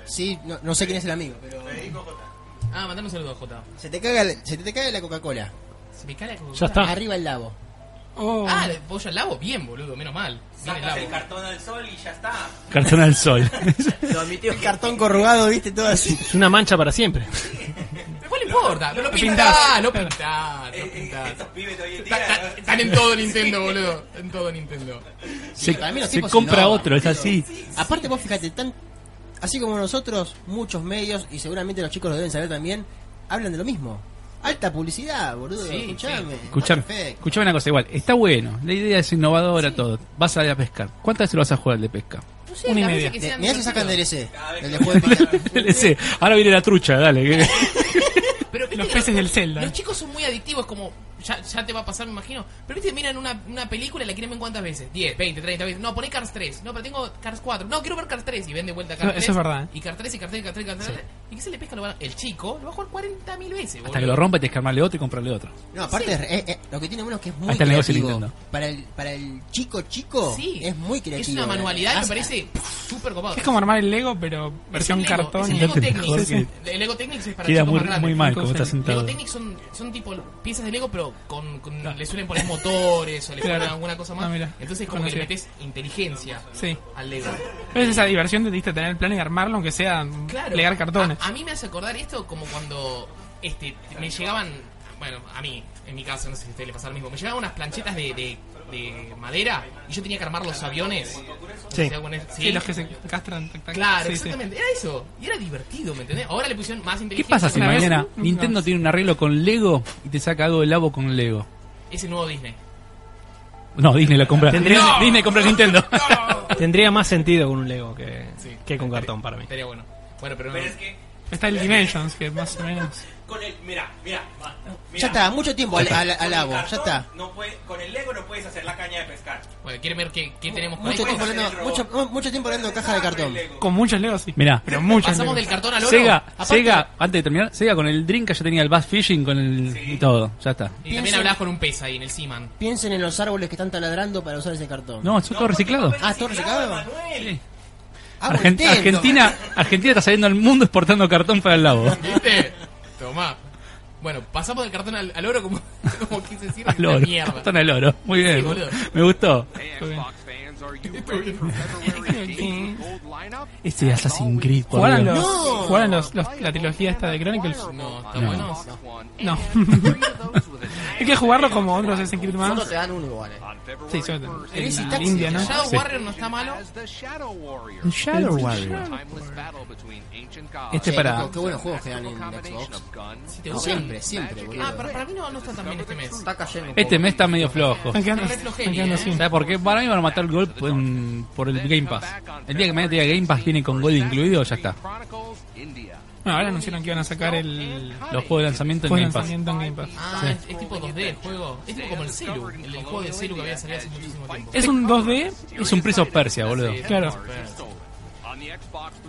D: Sí, no, no sé quién es el amigo, pero.
A: Ah, mandame un saludo, Jota.
D: Se te caga, la- se te caga la Coca-Cola.
A: Se me cae la Coca-Cola.
B: Ya está. Ah.
D: Arriba el Labo.
C: Oh.
A: Ah, ¿le- ¿vos ya lavo? Bien, boludo, menos mal. Bien el
I: Sacas el
A: lavo.
I: cartón al sol y ya está.
B: Cartón al sol.
F: Lo admitió.
D: El cartón corrugado, viste, todo así.
E: Es una mancha para siempre.
A: Pero ¿cuál le importa? Pero lo
C: pintás.
A: pintás, lo pintás, Ah, lo pintás.
I: Estos pibes de hoy en
A: Está- está-
I: día.
A: Están en todo Nintendo, boludo. En todo Nintendo.
B: Se,
D: Para mí los
B: se
D: tipos
B: compra
D: innovan,
B: otro, es
D: chicos.
B: así.
D: Aparte, vos fíjate, tan. Así como nosotros, muchos medios, y seguramente los chicos lo deben saber también, hablan de lo mismo. Alta publicidad, boludo.
A: Sí,
D: escuchame.
B: Escuchame,
D: Perfecto.
B: escuchame una cosa, igual, está bueno, la idea es innovadora, todo. Vas a ir a pescar. ¿Cuántas veces lo vas a jugar el de pesca?
A: No sé,
C: Una y
A: las
C: media.
A: veces que
D: Me-
A: sean
D: Mirá si sacan
A: divertidos.
D: DLC. El de juego de pasar.
B: DLC. Ahora viene la trucha, dale. que-
A: Pero, viste,
C: Los peces del Zelda.
A: Los chicos son muy adictivos, como ya, ya te va a pasar, me imagino. Pero viste, miran una, una película y la quieren ver cuántas veces: 10, 20, 30 veces. No, poné Cars 3. No, pero tengo Cars 4. No, quiero ver Cars 3. Y ven de vuelta Cars
C: Eso-
A: 3.
C: eso es verdad, ¿eh?
A: Y Cars 3, y Cars 3, y Cars 3, Cars 3. ¿Y qué se le pesca? Lo va- el chico lo va a jugar 40.000 veces.
B: Hasta que
A: boludo.
B: lo rompa, tenés que armarle otro y comprarle otro.
D: No, aparte, eh, eh, lo que tiene bueno es que es muy
B: Ahí está el negocio de
D: creativo.
B: Nintendo.
D: para, el, para el chico chico,
A: Sí.
D: es muy
A: Es
D: creativo.
A: una manualidad que
D: ¿verdad?
A: me parece súper copado.
C: Es como armar el Lego, pero
A: Es
C: versión
A: el Lego,
C: cartón.
A: Es el
C: y-
A: Lego
B: Bastante mejor
A: Technics.
B: que-
A: El Lego Technics es para
B: Queda
A: chicos
B: muy,
A: más grandes.
B: muy mal como está
A: Lego
B: sentado.
A: Technics son, son tipo piezas de Lego, pero con, con- le suelen poner motores o le ponen
C: Claro.
A: alguna cosa
C: Ah,
A: más.
C: mira.
A: Entonces, como que le
C: Conocía.
A: metes inteligencia
C: Sí.
A: al Lego.
C: Pero es esa diversión de viste, tener el plan y armarlo, aunque sea
A: Claro.
C: plegar cartones.
A: A, a mí me hace acordar esto como cuando este, me llegaban, bueno, a mí, en mi caso, no sé si a ustedes les pasa lo mismo, me llegaban unas planchetas de, de- de madera y yo tenía que armar los aviones. No sé si alguna vez-
C: sí. los que se castran. tac, tac.
A: Claro,
C: Sí, sí.
A: exactamente. Era eso. Y era divertido, ¿me entendés? Ahora le pusieron más
B: ¿Qué
A: inteligencia.
B: pasa si
C: Una vez-
B: mañana
C: no.
B: Nintendo tiene un arreglo con Lego y te saca algo de labo con Lego?
A: Ese nuevo Disney.
B: No, Disney la compra.
E: Tendría-
B: No. Disney compra Nintendo.
E: Tendría más sentido con un Lego que,
A: Sí.
E: que con cartón para mí.
A: Estaría bueno. Bueno, pero no.
I: Pero es que
C: Está el Dimensions, que más o menos.
I: Con el, mira, mira, basta. mira.
D: Ya está, mucho tiempo al, al, al agua, ya está.
I: No puede, con el Lego no puedes hacer la caña de pescar.
A: Bueno, quieren ver qué, qué tenemos este? por
D: Mucho
A: ahí?
D: tiempo hablando, mucho, mu- mucho tiempo hablando de caja de cartón.
C: Con muchos Legos, sí.
B: Mirá.
C: Pero muchos
A: Pasamos del
C: Legos.
A: cartón al oro.
B: Sega,
A: Aparte-
B: Sega, antes de terminar, Sega con el drink ya tenía el Bass Fishing con el y todo, ya está.
A: Y también
D: Piensen-
A: hablabas con un pez ahí en el Seaman.
D: Piensen en los árboles que están taladrando para usar ese cartón.
B: No, eso es todo reciclado.
D: Ah, ¿todo reciclado?
B: Sí.
D: Ah,
B: Argen-
D: volteo.
B: Argentina, Argentina está saliendo al mundo exportando cartón para el lago.
A: ¿Viste? Tomá. Bueno, pasamos del cartón al, al oro como, como quise decir.
B: Al
A: una
B: oro,
A: mierda.
B: cartón al oro. Muy bien,
A: boludo.
B: me gustó. Este Assassin's Creed, por
C: ¿Jugaron,
B: Dios.
C: los, jugaron los- los- la trilogía esta de Chronicles?
A: No, está
B: No.
A: bueno.
C: No. Hay que jugarlo como otros Assassin's Creed
D: Solo
C: más.
D: te dan uno igual. eh.
C: Sí, yo el,
D: Eres
C: el
D: taxi,
C: India, ¿no?
A: Shadow
B: Sí.
A: Warrior no está malo.
B: Un Shadow Warrior. Este
D: Che,
B: para...
D: loco, Qué buenos juegos que dan en Xbox.
A: Si te gusta.
D: Siempre, siempre, boludo.
A: Ah, para, para mí no, no está tan bien este mes.
D: Está cayendo. un
B: Este
D: poco.
B: mes está medio flojo.
C: Están quedando,
A: Re ¿eh?
C: están quedando
D: eh.
A: flojeri,
C: sin.
B: ¿Sabes por qué? Para mí van a matar el gol por, en- por el Game Pass. El día que mañana tenga Game Pass viene con gol incluido, ya está.
C: Bueno, ahora anunciaron que iban a sacar el
B: Los juegos de lanzamiento en
C: juego de
B: Game Pass.
C: lanzamiento en Game Pass.
A: Ah, es, es tipo 2D el juego. Es tipo como el Celu, el, el juego de Celu que había salido hace muchísimo tiempo.
C: Es un 2D,
B: Es un Prince of Persia, boludo.
C: claro.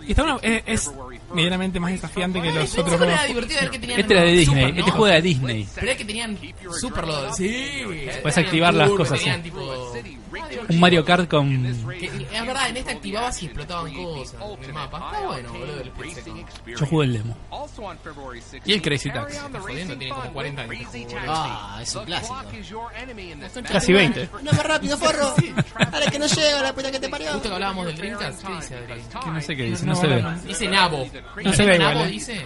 C: Y está una, es, es medianamente más desafiante que los
A: Este
C: otros
A: era
C: juegos.
A: divertido ver que tenían.
B: Este era de
A: Super,
B: Disney,
A: ¿no?
B: este juego era de Disney.
A: Pero era que tenían super los. Sí.
B: Puedes activar las cosas, sí.
A: Tenían, tipo,
B: Un Mario Kart con...
A: que- es verdad, en este activabas y explotaban cosas en el mapa. Está bueno, boludo. El PC.
B: Yo jugué el demo. Y el Crazy Taxi.
A: Jodiendo, tiene como 40 años. este juego, boludo.
D: Ah, es un clásico.
E: Casi 20.
D: No más rápido, forro. Dale que no llega la puta que te parió.
A: Justo que hablábamos del Dreamcast, ¿qué dice Adri?
B: Que no sé qué dice, no se ve.
A: Dice Nabo.
C: No se ve igual,
A: Nabo
C: eh.
A: dice.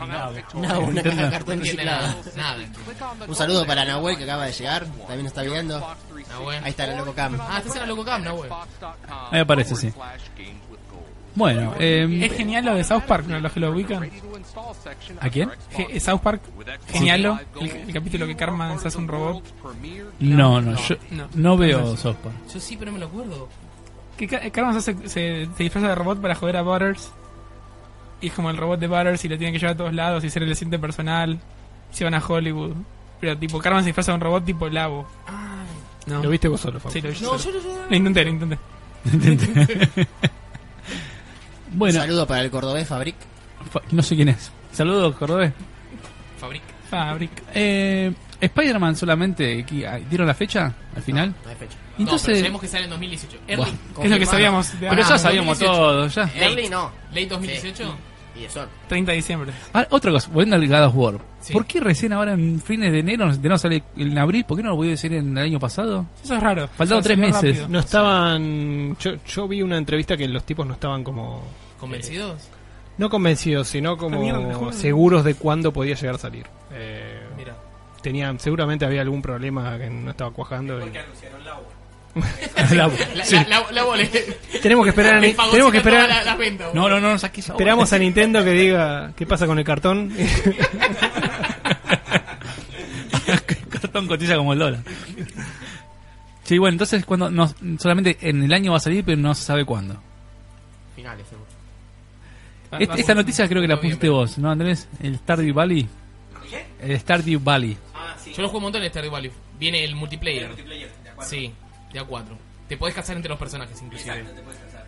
D: No, una caja de cartón
A: entiende
D: reciclada.
A: nada. Nada.
D: Un saludo para Nahuel que acaba de llegar. También está viendo.
A: Ah, bueno.
D: Ahí está la loco Cam.
A: Ah, estás en la Loco Cam, Nabo.
B: Ahí aparece, sí. Bueno, eh,
C: Es genial lo de South Park, ¿no? los que lo ubican.
B: ¿a quién?
C: Ge- South Park, genialo, el, el capítulo que Carmen se hace un robot.
B: No, no, yo
C: No.
B: no veo software.
A: Yo sí, pero no me lo acuerdo.
C: Que Ca- Carmen se, hace- se, se disfraza de robot para joder a Butters. Y es como el robot de Butters y lo tienen que llevar a todos lados y ser el asistente personal. Se van a Hollywood. Pero tipo, Carmen se disfraza de un robot tipo Labo. No.
E: Lo viste vos solo, Fabio.
C: Sí, lo viste.
A: No,
C: solo.
A: yo no.
C: Lo intenté, lo intenté.
D: Un
B: Bueno,
D: saludo para el cordobés Fabric.
B: fa- no sé quién es. Saludos, Cordobés.
A: Fabric.
C: Fabric.
B: Eh, Spider-Man solamente, ¿qué- ah, ¿dieron la fecha al final?
D: No hay fecha.
A: no, pero
B: Entonces,
A: sabemos que sale en 2018. Early.
B: Buah.
C: Es lo que sabíamos. de-
B: pero ya
C: ah,
B: sabíamos todo,
A: 2018.
B: ya.
D: Early no.
A: Late 2018.
D: Y eso.
C: 30 de diciembre.
B: Ah, otra cosa, volviendo al God of War.
A: Sí.
B: ¿Por qué recién ahora en fines de enero, de no sale en abril? ¿Por qué no lo voy a decir en el año pasado?
C: Eso es raro.
B: Faltaron
C: Eso
B: tres
C: es rápido.
B: meses.
E: No estaban. Yo, yo vi una entrevista que los tipos no estaban como.
A: ¿Convencidos?
E: No convencidos, sino
C: La mierda, el
E: como
C: juego.
E: seguros de cuándo podía llegar a salir. Eh,
A: Mira.
E: tenían, seguramente había algún problema que no estaba cuajando. y-
I: Porque anunciaron la obra.
B: La-
A: La,
B: sí.
A: la, la, la bola.
E: Tenemos que esperar. a Ni- tenemos que esperar.
A: La, la venta,
B: No, no, no, no saqué esa bola.
E: Esperamos a Nintendo que diga qué pasa con el cartón.
B: El cartón cotiza como el dólar. Sí, bueno, entonces cuando no, solamente en el año va a salir, pero no se sabe cuándo.
D: Finales. seguro.
C: Va-
B: Est-
C: va-
B: Este, esta noticia creo que la pusiste
A: Noviembre.
B: vos, ¿no, Andrés? El Stardew Valley. El Stardew Valley.
I: Ah, sí.
A: Yo lo juego un montón en Stardew Valley. Viene el multiplayer.
I: multiplayer, de acuerdo.
A: Sí, de A4. Te podés casar entre los personajes, inclusive.
I: Exacto, te puedes casar.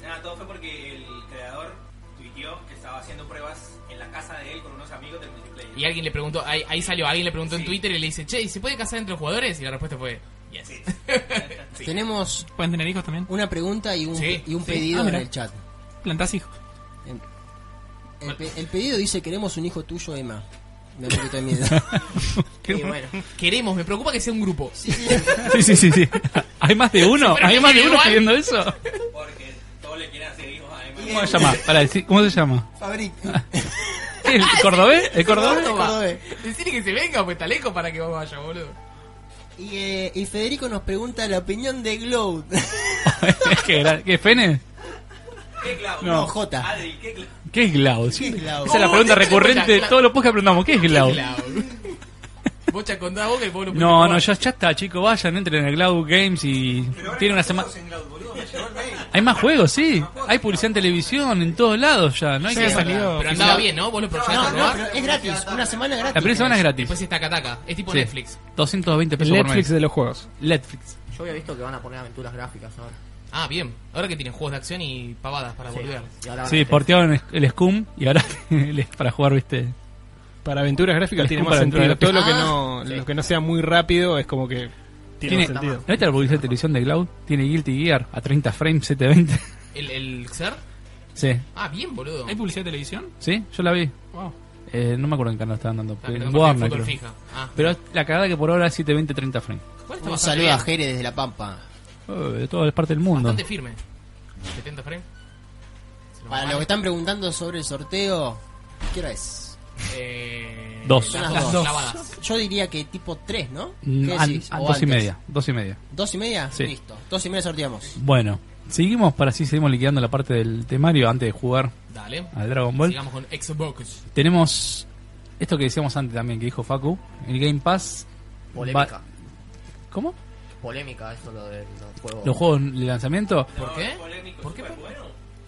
I: Nada, todo fue porque el creador tuiteó que estaba haciendo pruebas en la casa de él con unos amigos del multiplayer.
A: Y alguien le preguntó, ahí, ahí salió, alguien le preguntó en
I: Sí.
A: Twitter y le dice, che, ¿y se puede casar entre los jugadores? Y la respuesta fue, yes.
I: Sí.
D: Tenemos
C: ¿Pueden tener hijos también?
D: una pregunta y un,
A: Sí,
D: y un
A: sí.
D: pedido
C: Ah,
D: en
C: mira.
D: el chat.
C: ¿Plantás hijos?
D: El, el pe- el pedido dice: Queremos un hijo tuyo, Emma. Me da un poquito de miedo. y bueno.
A: Queremos, me preocupa que sea un grupo.
B: Sí, sí, sí, sí. ¿Hay más de uno?
A: pero
B: ¿Hay
A: que
B: más de
A: sigue
B: uno
A: igual.
B: pidiendo eso?
I: Porque todos le quieren hacer hijos a Emma.
B: ¿Cómo se llama? Para decir, ¿Cómo se llama?
D: Fabric.
B: ¿El
A: ¡Ah,
B: cordobés? ¿El cordobés?
D: Córdoba. Córdoba.
A: Decirle que se venga, pues está lejos para que vaya, boludo.
D: Y, eh, y Federico nos pregunta la opinión de Glow.
B: ¿Qué, era? ¿Qué Fene?
I: ¿Qué clavo?
D: No, J.
I: Adri, ¿qué clavo?
B: ¿Qué es Glaus?
D: ¿Qué es Glaus?
B: Esa es la pregunta
A: Oh,
B: recurrente de
A: Glaus.
B: todos los podcasts que preguntamos. ¿Qué es Glaus?
A: Bocha con Davo que el pueblo
B: No, no, ya, ya está, chicos. Vayan, entren en el Glaus Games y tienen una semana...
I: En Cloud, boludo, me llegó el mail.
B: Hay más juegos, sí. Hay publicidad en televisión, en todos lados ya. No hay que-
A: Pero andaba bien, ¿no? Vos lo
D: No,
A: proyectaste
D: no,
A: a probar.
D: pero es gratis. Una semana es gratis.
B: La primera semana es gratis.
A: Después está Kataka. Es tipo
B: Sí.
A: Netflix.
B: 220 pesos por
E: Netflix
B: mes.
E: de los juegos.
B: Netflix.
F: Yo había visto que van a poner aventuras gráficas ahora.
A: Ah, bien. Ahora que tienen juegos de acción y pavadas para volver.
F: Y ahora van a
B: Sí,
F: meter-
B: portearon el Scum y ahora el- para jugar, viste.
E: Para aventuras gráficas
B: Es
E: tiene
B: como
E: más
B: para
E: sentido.
B: aventuras
E: Todo lo que,
F: gráficas.
E: no,
F: Ah,
E: lo que no sea muy rápido es como que tiene,
B: Tiene-
E: más sentido.
B: ¿No viste la publicidad de televisión de Cloud? Tiene Guilty Gear a 30 frames, 720.
A: ¿El, el XER?
B: sí,
A: Ah, bien, boludo.
C: ¿Hay publicidad de televisión?
B: sí, yo la vi.
C: Wow.
B: Eh, no me acuerdo en qué canal estaban dando.
A: Ah, que
B: en
A: no marca el
B: Warner,
A: fútbol
B: creo.
A: fija. Ah,
B: Pero la cagada que por ahora es 720, 30 frames.
A: ¿cuál está
F: Un
A: bastante
F: saludo a
A: bien?
F: Jere desde La Pampa.
B: Eh, de todas las partes del mundo.
A: Bastante firme. 70 frames. Se nos
F: Para
A: va
F: los que
A: mal.
F: están preguntando sobre el sorteo, ¿qué hora es?
A: Eh,
B: Dos.
A: Las
F: Son las
A: dos,
F: dos.
A: clavadas.
F: Yo diría que tipo 3, ¿no?
B: Mm,
F: ¿Qué
B: an-
F: decís?
B: a
F: ¿O
B: dos y
F: antes?
B: media. Dos y media.
F: ¿Dos y media?
B: Sí.
F: Listo. Dos y media sorteamos.
B: Bueno, seguimos para así seguimos liquidando la parte del temario antes de jugar
A: Dale.
B: al Dragon Ball.
A: Sigamos con Xbox.
B: Tenemos esto que decíamos antes también, que dijo Facu. El Game Pass.
F: Polémica.
B: va- ¿Cómo?
F: Polémica esto lo de los juegos.
B: Los juegos de lanzamiento.
A: ¿Por qué? ¿Por qué?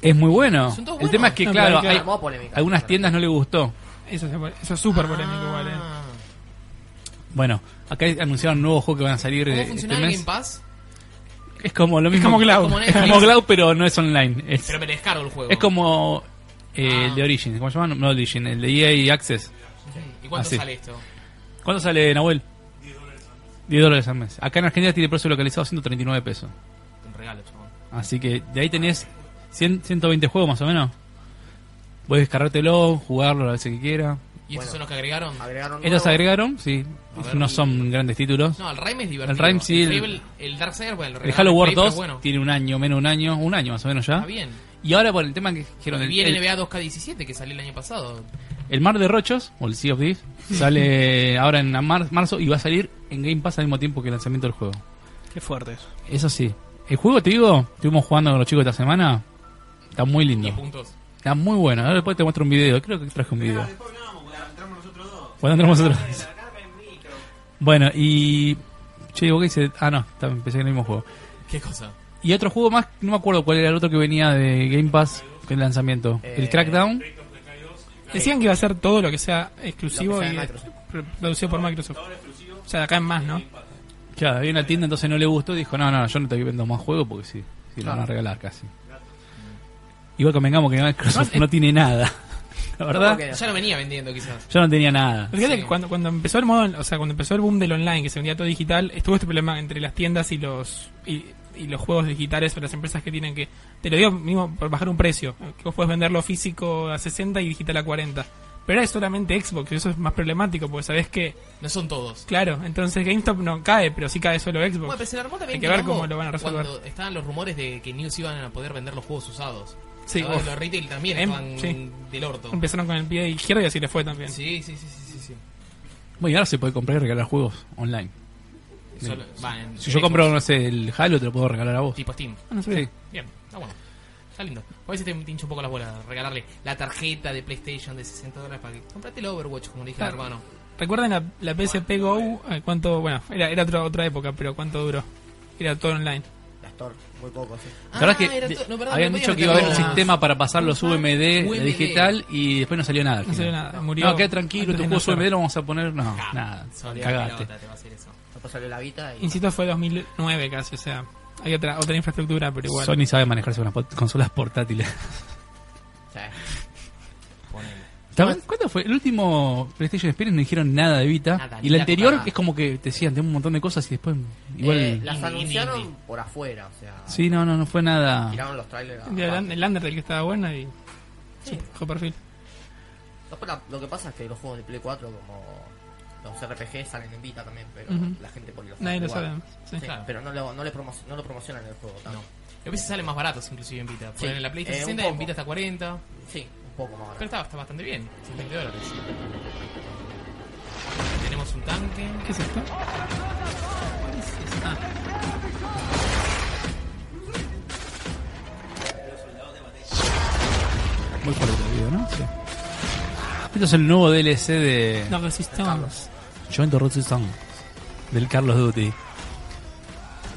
B: Es muy bueno.
A: Son todos
B: El tema
A: buenos.
B: es que,
C: No,
B: claro,
C: pero hay que-
B: hay-
F: Llamó polémica.
B: algunas tiendas no le gustó.
C: Eso, se pone- eso es
F: Ah.
C: súper polémico igual, eh.
B: Bueno, acá anunciaron nuevos juegos que van a salir eh,
A: ¿Cómo
B: este
A: funciona el Game
B: mes.
A: Pass?
B: Es como lo mismo.
C: como Cloud.
A: Como
B: Es
A: Netflix,
B: como Cloud, pero no es online. Es,
A: pero me descargo el juego.
B: es como eh,
A: Ah.
B: el de Origin. ¿Cómo se llama? No Origin, el de EA Access.
A: ¿Y cuánto
B: Así.
A: sale esto?
B: ¿Cuánto sale, Nahuel? 10 dólares al mes. Acá en Argentina tiene precio localizado 139 pesos.
A: Un regalo, chabón.
B: Así que de ahí tenés 100, 120 juegos más o menos. Puedes descargártelo, jugarlo a veces que quieras.
A: ¿Y estos son los que agregaron?
F: Agregaron
B: Estos
F: nuevo.
B: agregaron, sí. No son grandes títulos.
A: No, el Rime es divertido.
B: El Rime sí,
A: El,
B: el-
A: Fable- el Darksiders, Eh, bueno,
B: El
A: lo
B: Halo
A: regalaron
B: War
A: en Play,
B: 2
A: pero bueno,
B: tiene un año, menos un año, un año más o menos ya.
A: está bien.
B: Y ahora por el tema que dijeron,
A: Y
B: el,
A: viene
B: el-
A: NBA 2K17 que salió el año pasado.
B: el Mar de Rochos, o el Sea of Thieves, sale ahora en mar- marzo y va a salir en Game Pass al mismo tiempo que el lanzamiento del juego.
E: Qué fuerte eso.
B: Eso sí. El juego, te digo, estuvimos jugando con los chicos esta semana. Está muy
A: 10
B: lindo.
A: puntos.
B: Está muy bueno. Ahora después te muestro un video. Creo que traje un video. Cuando entramos nosotros dos. Bueno, y... Che, ¿vos qué dices? Ah, no. está- Pensé que era el mismo juego.
A: ¿Qué cosa?
B: Y otro juego más, no me acuerdo cuál era el otro que venía de Game Pass, que el lanzamiento.
A: Eh,
B: el Crackdown.
C: Decían que iba a ser todo lo que sea exclusivo
F: Lo que sea
C: y
F: de Microsoft.
C: pro- producido por Microsoft. O sea, de acá en más, ¿no?
B: Claro, había una tienda, entonces no le gustó. Dijo, no, no, yo no te vendo más juegos porque sí. Sí, lo van a regalar casi. Igual convengamos que Microsoft no tiene nada. La verdad,
A: Ya no venía vendiendo quizás.
B: yo no tenía nada.
C: Pero Fíjate
A: Sí.
C: que cuando, cuando empezó el modo, o sea, cuando empezó el boom del online, que se vendía todo digital, estuvo este problema entre las tiendas y los y, y los juegos digitales o las empresas que tienen que, te lo digo mismo por bajar un precio, que vos podés venderlo físico a 60 y digital a 40. Pero ahora es solamente Xbox, y eso es más problemático, porque sabés que,
A: No son todos.
C: claro, entonces GameStop no cae, pero sí cae solo Xbox.
A: Bueno, pero se armó también
C: Hay que ver
A: quilombo
C: cómo lo van a resolver.
A: Cuando estaban los rumores de que News iban a poder vender los juegos usados.
C: Sí,
A: Ahora
C: uf.
A: los retail también
C: Em,
A: estaban
C: sí.
A: del orto.
C: Empezaron con el pie izquierdo y así le fue también.
A: Sí, sí, sí, sí, sí, sí.
B: Bueno, y ahora se puede comprar y regalar juegos online.
A: Solo- va, en-
B: Si yo
A: en
B: compro,
A: Xbox,
B: no sé, el Halo, te lo puedo regalar a vos.
A: tipo Steam.
C: Ah, no sabía.
A: Bien, está bueno. Está lindo. A veces te hincho un poco las bolas. Regalarle la tarjeta de PlayStation de 60 dólares para que. Comprate el Overwatch, como le dije al
C: Claro.
A: hermano.
C: ¿Recuerdan la, la PSP Go? Eh, ¿Cuánto? Bueno, era, era otra, otra época, pero ¿cuánto duró? Era todo online.
F: Las tor- muy poco, sí.
B: La verdad es
A: Ah, era
B: que
A: to- no, perdón,
B: habían
A: no podía
B: dicho que
A: meter
B: iba a
A: Ah.
B: haber un
A: todas.
B: sistema para pasar los UMD de
A: UMD.
B: digital y después no salió nada. al
C: No salió
B: final.
C: nada, murió
B: No, quedá tranquilo,
C: antes
B: tu
C: de
B: juego
C: nacer.
B: UMD E lo vamos a poner. No, nada,
A: Salió
B: cagaste.
A: pelota, te va a hacer eso.
F: Después salió la Vita y...
C: Insisto, fue 2009 casi, o sea, hay otra otra infraestructura, pero igual.
B: Sony sabe manejarse con las pot- consolas portátiles.
F: Sí.
A: Ponele.
B: ¿Saben ¿Cuánto fue? El último PlayStation Experience no dijeron nada de Vita.
F: Nada,
B: y
F: ni
B: el
F: la
B: anterior
F: tocaba.
B: es como que te decían, tengo un montón de cosas y después. Igual.
F: Eh, las
A: Indie,
F: anunciaron
A: indie.
F: por afuera, o sea...
B: Sí, no, no, no fue nada.
F: Tiraron los trailers. a-
C: El, de- el Undertale que estaba bueno y. Sí, bajo perfil.
F: Después la- lo que pasa es que los juegos de Play 4 como... Los RPG salen en Vita también, pero
C: Ujú.
F: la gente por ahí los
C: Nadie
F: juega
C: lo
F: igual.
C: sabe. sí.
F: Sí,
A: Claro.
F: Pero no lo, no, le promoc- no lo promocionan en el juego tanto.
A: A veces salen más baratos, inclusive en Vita. Ponen en la
F: Eh, un
A: PlayStation 60 y
F: poco.
A: en Vita está 40.
F: Sí, un poco más
A: Pero
F: barato.
A: está, está bastante bien, 70 dólares. Tenemos un tanque.
C: ¿Qué es esto?
B: Muy fuerte el video, ¿no? Sí. Esto es el nuevo DLC de.
C: No resistamos.
B: Joint Road Song del Carlos Duty.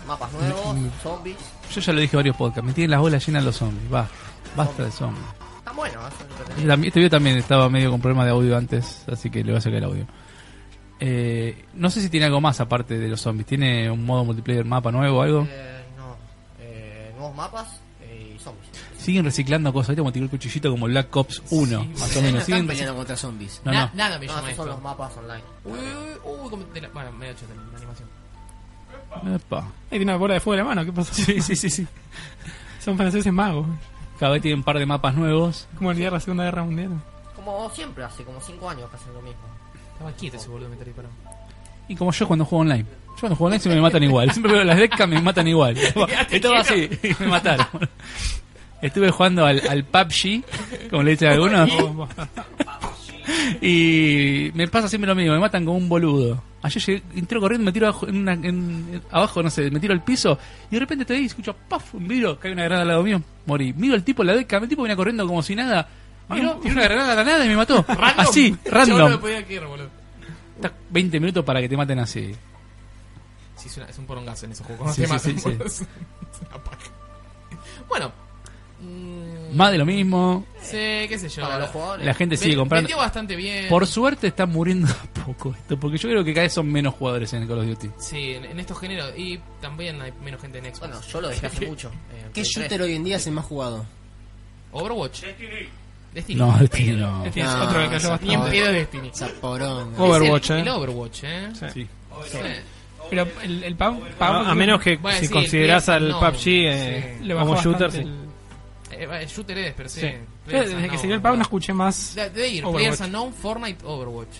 F: Mapa mapas nuevos,
B: Mm.
F: zombies.
B: Yo ya lo dije en varios podcasts, me tienen las bolas llenas los zombies. Va, basta de zombies.
F: Está bueno, eso es
B: Y
F: entretenido.
B: la- Este video también estaba medio con problemas de audio antes, así que le voy a sacar el audio. Eh, no sé si tiene algo más aparte de los zombies. ¿Tiene un modo multiplayer mapa nuevo o algo?
F: Eh, no. Eh, nuevos mapas eh, y zombies.
B: Siguen reciclando cosas. Ahorita como tiró el cuchillito como Black Ops 1, más o menos.
D: Están
B: Siguen
D: peleando
B: recic-
D: contra zombies.
B: No,
A: Na-
B: no.
A: Nada me
F: No,
A: llama
F: esos
A: esto. Mm.
F: son los mapas online.
A: Uy, uy, uy, como de la- Bueno, me he hecho de la animación.
B: Epa.
C: Ahí tiene una bola de fuego en la mano, ¿qué pasó? Sí, sí, sí. sí. Son franceses magos,
B: Cada vez tienen un par de mapas nuevos.
C: como el día de la Segunda Guerra Mundial.
F: Como siempre, hace como 5 años que hacen lo mismo.
A: Estaba quieto ese boludo mientras disparaba.
B: Y como yo cuando juego online. Yo cuando juego online siempre me matan igual. Siempre veo las decas, me matan igual. Estaba así, me mataron. Estuve jugando al, al PUBG, como le dicen algunos. y me pasa siempre lo mismo, me matan como un boludo. Ayer llegué, entro corriendo, me tiro abajo, en una- en- en- abajo, no sé, me tiro al piso y de repente estoy ahí y escucho, paf, un vidrio, cae una granada al lado mío, morí. Miro al tipo en la deca, el tipo venía corriendo como si nada. Miro, tiró una granada a la nada y me mató. Así,
A: Yo no lo
B: random.
A: podía creer, boludo.
B: Estás 20 minutos para que te maten así.
A: Sí, es, una- es un porongazo en esos juegos.
B: Sí,
A: Sí,
B: sí, sí,
A: bueno. mm,
B: Más de lo mismo.
A: Sí, qué sé yo.
F: Para los jugadores.
B: La gente sigue
A: Ven-
B: comprando.
A: Vendió bastante bien.
B: Por suerte está muriendo a poco esto, porque yo creo que cada vez son menos jugadores en el Call of Duty.
A: Sí, en, en estos géneros. Y también hay menos gente en Xbox.
F: Bueno, yo lo dejé hace mucho. eh,
D: ¿Qué
F: Play
D: shooter
F: 3.
D: hoy en día es el más jugado?
A: Overwatch. Destiny.
B: No, este no.
C: Este es otro que cayó
A: Ni en
C: bastante.
A: pedo Destiny.
D: Zaporón.
C: Overwatch,
A: Es el,
C: eh.
A: el Overwatch, eh.
B: Sí.
A: Sí.
C: Pero el, el Pau, Pau-
E: A menos que
A: Bueno,
E: si
A: sí,
E: consideras
A: el
E: al
A: no,
E: PUBG
A: sí.
E: eh,
C: le bajó
E: como shooter,
C: bastante
E: sí.
C: el-
A: Eh, va, shooter es, pero sí.
C: Sí. Yo
A: Players
C: desde que
A: Unknown,
C: salió el Pau no
A: ¿verdad?
C: escuché más.
A: De- de ir,
C: Overwatch.
A: Players Unknown, Fortnite, Overwatch.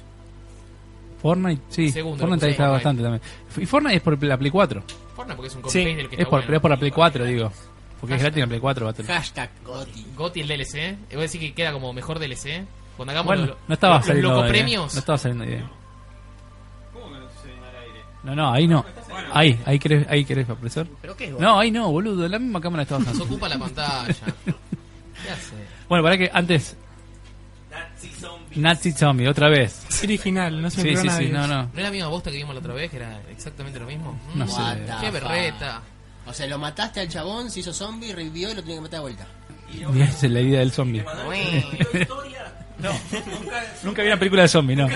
B: Fortnite, sí.
A: Segundo,
B: Fortnite ahí
A: sí,
B: está bastante
A: Fortnite.
B: también. Y Fortnite es por la Play 4.
A: Fortnite porque es un
E: Sí,
A: copy-paste del que
B: Es
A: está
B: por,
A: bueno. Ah,
B: pero es por la Play 4, digo. Porque es gratis en la Play 4. Battle.
D: Hashtag Gotti.
A: Gotti el DLC. eh. Voy a decir que queda como mejor DLC. Cuando hagamos
B: Bueno,
A: los,
B: no estaba
A: los
B: saliendo
A: loco
B: bien, ¿eh?
A: premios.
B: No estaba saliendo bien.
I: ¿Cómo me lo estoy al aire?
B: No, no, ahí no. Ahí, ahí querés, ahí querés apresar.
F: ¿Pero qué es, boludo?
B: No, ahí no, boludo. en La misma cámara estaba
A: Nos
B: bajando.
A: ocupa la pantalla. ¿Qué hace?
B: Bueno, para que antes,
I: Nazi zombie.
B: Nazi Zombie, otra vez.
C: Es original, no se me
B: Sí, sí,
C: ocurrió
B: sí, no,
C: nadie.
B: no.
A: ¿No es la misma bosta que vimos la otra vez? Que era exactamente lo mismo.
B: No
A: Mm,
B: sé.
D: What the
A: Qué
D: fuck.
A: berreta.
D: O sea, lo mataste al chabón, se hizo zombie, revivió y lo tiene que matar de vuelta.
B: Mirá, esa es la vida del zombie. Nunca vi una película de zombie, no.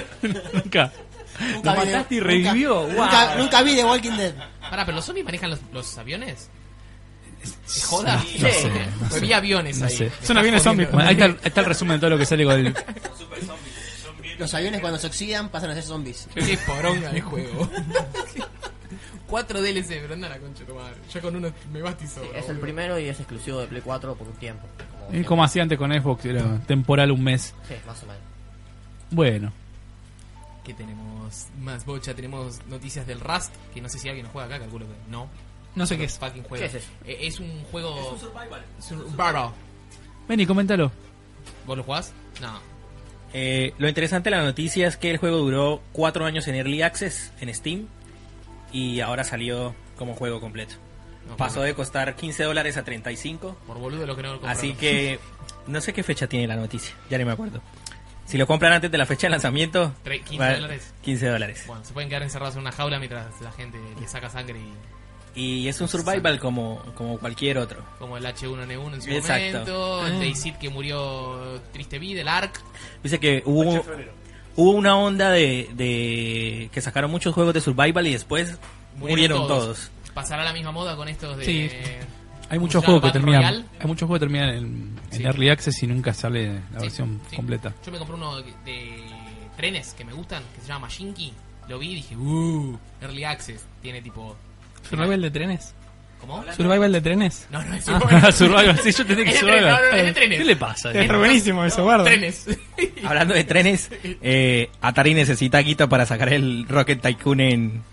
B: Nunca. Lo
D: vi de-
B: mataste y
D: nunca-
B: revivió.
D: Nunca, nunca vi The Walking Dead.
A: Pará, pero los zombies manejan los, los aviones. ¿Es joda?
B: No sé, no
A: Me Pues vi aviones
B: No
A: ahí.
B: sé.
A: Me estás
C: Son aviones
A: jodiendo.
C: zombies.
B: Bueno, ahí está, ahí está el resumen de todo lo que sale con el.
D: Los aviones cuando se oxidan pasan a ser zombies.
A: Qué poronga de juego. Cuatro DLC, pero anda la concha de tu madre. Ya con uno me basta y sobra,
F: Es el
A: boludo.
F: primero y es exclusivo de Play 4 por un tiempo. Como
B: Es
F: siempre.
B: como hacía antes con Xbox, era temporal un mes.
F: Sí, más o menos.
B: Bueno,
A: Que tenemos más bocha, tenemos noticias del Rust, que no sé si alguien lo juega acá, calculo que no.
C: No sé qué
A: Es
C: es.
A: fucking juego.
F: ¿Qué es eso?
A: Eh, es un juego. Es un survival. Survival.
B: Vení, coméntalo.
A: ¿Vos lo jugás? No.
K: Eh, lo interesante de la noticia es que el juego duró cuatro años en Early Access en Steam y ahora salió como juego completo.
A: no
K: Pasó
A: por,
K: de costar 15 dólares a 35,
A: por boludo lo que no lo compraron.
K: así que no sé qué fecha tiene la noticia, ya ni me acuerdo. Si lo compran antes de la fecha de lanzamiento,
A: Tre- 15
K: vale,
A: dólares.
K: 15 dólares.
A: Bueno, se pueden quedar encerrados en una jaula mientras la gente le saca sangre y.
K: Y es un survival como, como cualquier otro.
A: Como el H1N1 en su
K: Exacto. Ah.
A: momento, el Dayseed que murió triste vida, el ARC.
K: Dice que hubo, hubo una onda de, de que sacaron muchos juegos de survival y después murieron, todos.
A: Pasará la misma moda con estos de.
C: Sí.
B: Hay
A: ¿cómo
B: muchos juegos
A: se llama?
B: que
A: Battle
B: terminan.
A: Royale.
B: Hay muchos juegos que terminan en, en
A: Sí.
B: Early Access y nunca sale la
A: Sí,
B: versión
A: sí.
B: completa.
A: Yo me compré uno de- de trenes que me gustan, que se llama Mashinki. Lo vi y dije, uh, Early Access. Tiene tipo.
C: Survival de trenes.
A: ¿Cómo?
C: Survival de trenes. Ah,
A: No, no, es
B: Ah, survival, sí, yo te dije que
A: Es de trenes,
B: survival. Eh,
A: no, no, es de trenes.
B: ¿Qué le pasa?
C: Es re buenísimo eso, guarda.
A: Trenes.
K: Hablando de trenes, eh, Atari necesita guita para sacar el Rocket Tycoon en...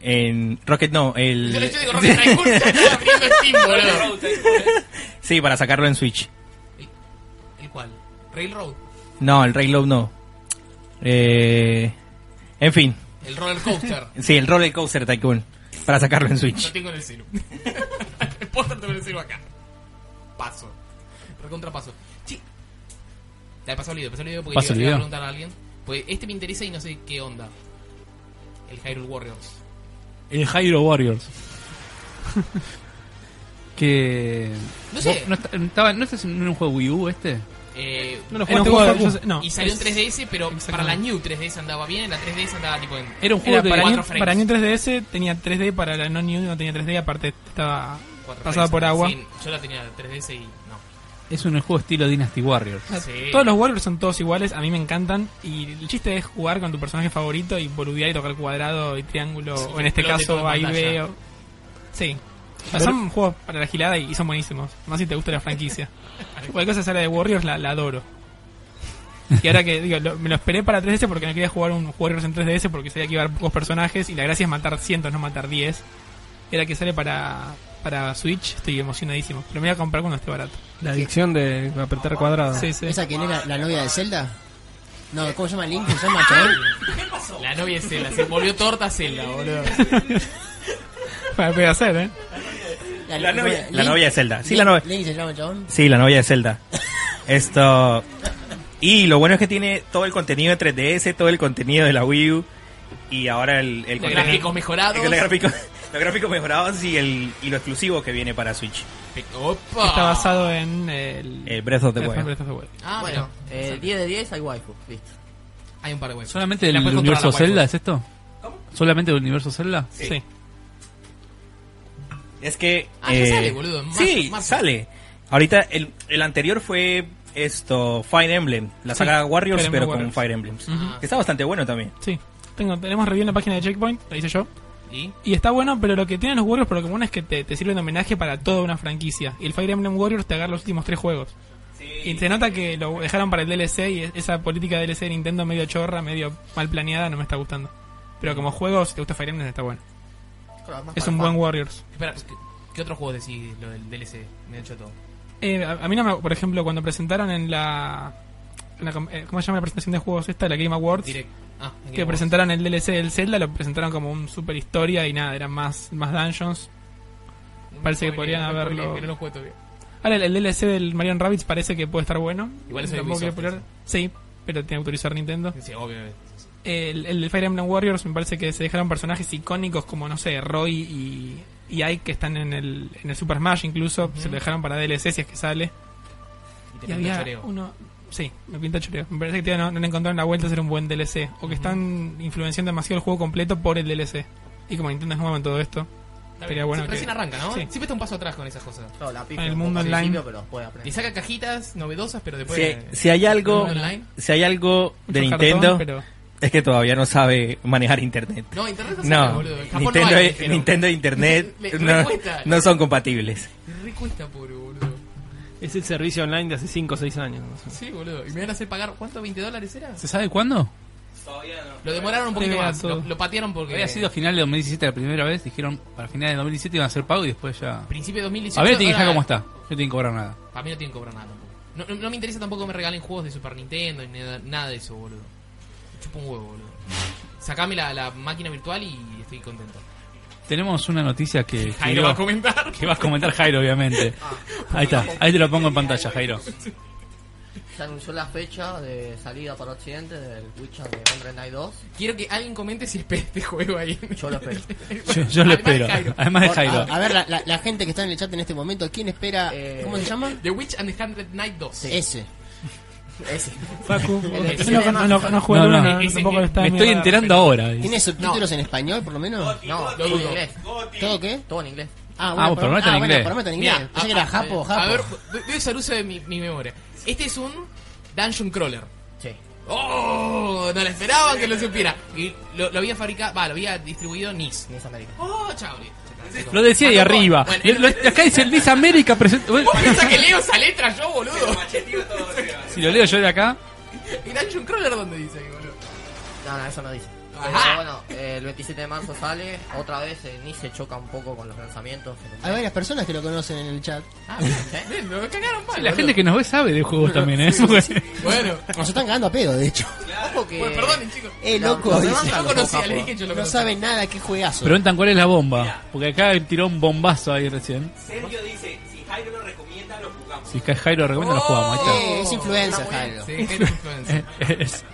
K: en Rocket no,
A: Yo le
K: el...
A: estoy de correr Tycoon, ya estoy abriendo Steam, boludo.
K: Sí, para sacarlo en Switch.
A: ¿El cual? Railroad.
K: No, el Rayload no. Eh, en fin,
A: El roller coaster.
K: sí, el Roller Coaster Tycoon para sacarlo en
A: Lo
K: Switch.
A: tengo en el celu. el póster tengo en el celu acá. Paso. Recontra paso. Sí. Dale, paso el video, paso el video porque
B: Paso
A: le,
B: el
A: le iba a
B: video.
A: preguntar a alguien. Pues este me interesa y no sé qué onda. El Hyrule Warriors.
B: El Hyrule Warriors. que.
A: No sé.
B: ¿Vos No, está- estaba, ¿No estás en un juego Wii U este?
A: Eh,
B: No lo jugaste vos, Facu.
A: yo sé- no. y salió en
B: Es-
A: 3DS, pero para la New 3DS andaba bien, la 3DS andaba tipo en
C: Era para,
A: cuatro
C: New,
A: frames.
C: para New 3DS tenía 3D, para la no New no tenía 3D, aparte estaba
A: Cuatro
C: pasada
A: frames.
C: por agua.
A: Sí, yo la tenía 3DS y no.
B: Es un juego estilo Dynasty Warriors.
C: O sea,
A: Sí.
C: Ah, Todos los Warriors son todos iguales, a mí me encantan. Y el chiste es jugar con tu personaje favorito y boludear y tocar cuadrado y triángulo,
A: Sí,
C: o en este
A: explote
C: caso
A: todo en
C: ahí
A: pantalla.
C: veo. Sí. O sea, son juegos para la gilada y son buenísimos. Más si te gusta la franquicia. Cualquier cosa sale de Warriors la, la adoro. Y ahora que digo, lo- me lo esperé para 3DS porque no quería jugar un Warriors en 3DS porque sabía que iba a haber pocos personajes y la gracia es matar cientos, no matar 10. Y ahora que sale para, para Switch, estoy emocionadísimo. Pero me voy a comprar cuando esté barato.
E: La adicción de apretar cuadrado.
C: Sí, sí.
D: ¿Esa quién era? ¿La novia de Zelda? No, ¿cómo se llama Link? ¿Se llama Chabón?
A: La novia es Zelda, se volvió torta Zelda, boludo.
C: Para voy a hacer, ¿eh?
K: La novia- la
D: Link-
K: novia de Zelda. Sí,
D: Link-
K: la novia.
D: ¿Link se llama Chabón?
K: Sí, la novia de Zelda. Esto. Y lo bueno es que tiene todo el contenido de 3DS, todo el contenido de la Wii U. Y ahora el, el
A: Los
K: contenido-
A: gráficos mejorados.
K: Los gráficos, los gráficos mejorados y, el, y lo exclusivo que viene para Switch.
A: Opa.
C: Está basado en el...
K: El Breath of the
C: el
K: Wild.
C: Breath of the Wild.
A: Ah,
F: bueno,
A: bueno.
F: eh, 10 de 10 hay waifu, listo.
A: Hay un par de huevos.
B: ¿Solamente
A: La
B: del
A: puedes controlar
B: universo
A: la waifu.
B: Zelda es esto? ¿Solamente del universo Zelda?
C: Sí.
K: Es que. eh,
A: Ah, ya sale, boludo, en marzo,
K: sí,
A: marzo.
K: sale. Ahorita, el, el anterior fue esto Fire Emblem, la
C: Sí,
K: saga Warriors,
C: Fire Emblem
K: pero
C: Warriors.
K: con Fire Emblems.
A: Ah,
K: Que está bastante bueno también.
C: Sí. Tengo, tenemos review en la página de Checkpoint, la hice yo.
A: ¿Y?
C: Y está bueno, pero lo que tienen los Warriors por lo común es que te, te sirven de homenaje para toda una franquicia. Y el Fire Emblem Warriors te agarra los últimos tres juegos. Y se nota que lo dejaron para el DLC y es- esa política de DLC de Nintendo medio chorra, medio mal planeada, no me está gustando. Pero como juego, si te gusta Fire Emblem, está bueno.
F: Claro, más
C: Es
F: para
C: un
F: jugar.
C: buen Warriors.
A: Espera, ¿qué, qué otros juegos decís lo del DLC? Me he hecho todo.
C: Eh, a, a mí no me... Por ejemplo, cuando presentaron en la... en la com- eh, ¿Cómo se llama la presentación de juegos esta? La Game Awards.
A: Direct. Ah, me
C: que
A: quedo
C: presentaron el DLC del Zelda, lo presentaron como un super historia y nada, eran más, más dungeons.
A: vos.
C: parece que
A: Spoiler,
C: podrían
A: spoiler,
C: haberlo-
A: que no lo juego todavía.
C: Ahora, el, el DLC del Marion Rabbits parece que puede estar bueno.
A: Igual es de
C: Tampoco
A: Ubisoft,
C: quiero pelear. Sí, pero tiene que autorizar Nintendo.
A: Sí, obviamente.
C: El, el Fire Emblem Warriors me parece que se dejaron personajes icónicos como, no sé, Roy y, y Ike que están en el, en el Super Smash incluso. Se lo dejaron para DLC si es que sale.
A: Y te
C: Y
A: pinta
C: había
A: choreo.
C: uno. Sí, me pinta choreo. Me parece que todavía no, no le encontraron la vuelta a ser un buen DLC. O que están influenciando demasiado el juego completo por el DLC. Y como Nintendo es nuevo en todo esto,
A: Está
C: estaría
A: bien.
C: bueno
A: Sí,
C: que.
A: recién arranca, ¿no?
C: Sí.
A: Siempre está un paso atrás con esas cosas.
F: Claro, la pica
C: En el
F: un poco
C: mundo
F: al
C: online.
F: principio, pero después aprende.
A: Y saca cajitas novedosas, pero después.
K: Si, si hay algo,
A: online.
K: si hay algo de
C: Eh, Mucho
K: Nintendo,
C: cartón, pero-
K: es que todavía no sabe manejar internet.
A: No, internet no, sale,
K: No,
A: boludo. En Japón
K: Nintendo,
A: no hay,
K: e-
A: dijeron.
K: Nintendo e Internet
A: Le- le
K: no,
A: cuesta.
K: no son compatibles.
A: Re cuesta, pobre, boludo.
E: Es el servicio online de hace 5 o 6 años. más o menos.
A: Sí, boludo. Y me van a hacer pagar, ¿cuánto? ¿20 dólares era?
B: ¿Se sabe cuándo?
A: Lo demoraron un poquito
C: Sí,
A: más.
C: todo.
A: Lo, lo patearon porque.
B: Había sido a final de 2017 la primera vez. Dijeron para final de 2017 iban a hacer pago y después ya.
A: Principio de 2018.
B: A ver, te deja
A: ahora-
B: cómo está. No tienen que cobrar nada.
A: A mí no tienen que cobrar nada tampoco. No, no- no me interesa tampoco que me regalen juegos de Super Nintendo ni nada, nada de eso, boludo. Me Chupo un huevo, boludo. Sacame la, la máquina virtual y estoy contento.
B: Tenemos una noticia que. que
A: Jairo
B: iba-
A: va a comentar. Ah.
B: que vas a comentar Jairo, obviamente. Ahí está, ahí te lo pongo en pantalla, Jairo.
F: Se anunció la fecha de salida para Occidente del Witcher de Mountain Night 2.
A: Quiero que alguien comente si espera este juego ahí.
F: Yo lo espero.
B: Yo, yo lo
A: Además de
B: espero.
A: Jairo.
B: Además de
D: A,
B: Jairo.
D: a ver, la, la- la gente que está en el chat en este momento, ¿quién espera?
F: Eh,
D: ¿Cómo se llama?
A: The Witch and the Hundred Night 2.
D: Ese.
F: Ese.
C: Facu,
F: Ese.
C: no, no, no, no juega
B: No,
C: el uno,
B: no.
C: no,
A: Ese-
C: tampoco está
B: Me
C: en mi
B: estoy
C: radar.
B: enterando ahora.
D: ¿Tiene subtítulos en español, por lo menos?
F: No,
A: Lo
F: todo
A: dudo.
F: en inglés.
D: ¿Todo qué?
F: Todo en inglés.
D: Ah,
B: Ah, por lo menos está en
D: ah, bueno,
B: inglés.
D: por lo menos está en
A: Mirá, ah, eh,
D: inglés. Pensé que era japo, japo.
A: A ver, voy voy a usar uso de mi, mi memoria. Este es un Dungeon Crawler.
F: Sí.
A: ¡Oh! No la esperaban que lo supiera. Y lo, lo había fabricado, va, lo había distribuido NIS.
F: Ni es América.
A: ¡Oh, chao!
B: Lo decía ahí
A: Ah, no,
B: arriba.
A: bueno,
B: Lo- lo- acá dice el Miss América presenta. bueno,
A: ¿Vos pensás que leo esa letra yo, boludo?
B: si lo leo yo de acá.
A: ¿Y Dungeon Crawler dónde dice ahí, boludo?
F: No, no, eso no dice.
A: Ajá.
F: Pero bueno, eh, el 27 de marzo sale. Otra vez eh, ni se choca un poco con los lanzamientos. ¿Eh?
D: Hay varias personas que lo conocen en el chat.
A: Ah, bien, lo cagaron mal.
B: La
A: boludo.
B: gente que nos ve sabe de juegos también, ¿eh? Eso fue-
A: Bueno,
D: Nos están cagando a pedo, de hecho.
F: Ojo que...
A: bueno, perdonen, chicos.
D: Eh,
F: No,
D: loco.
F: no,
D: dice.
F: no,
A: Yo lo conocía, le dije que yo lo
D: No
A: conocía.
D: saben nada, qué juegazo.
B: Preguntan cuál es la bomba. Porque acá tiró un bombazo ahí recién.
I: Sergio dice, si Jairo lo recomienda, lo jugamos.
B: Si cae Jairo recomienda, lo jugamos. Ahí
D: Eh, es influencer, Jairo.
A: Sí, Jairo es influencer.
B: está. Es-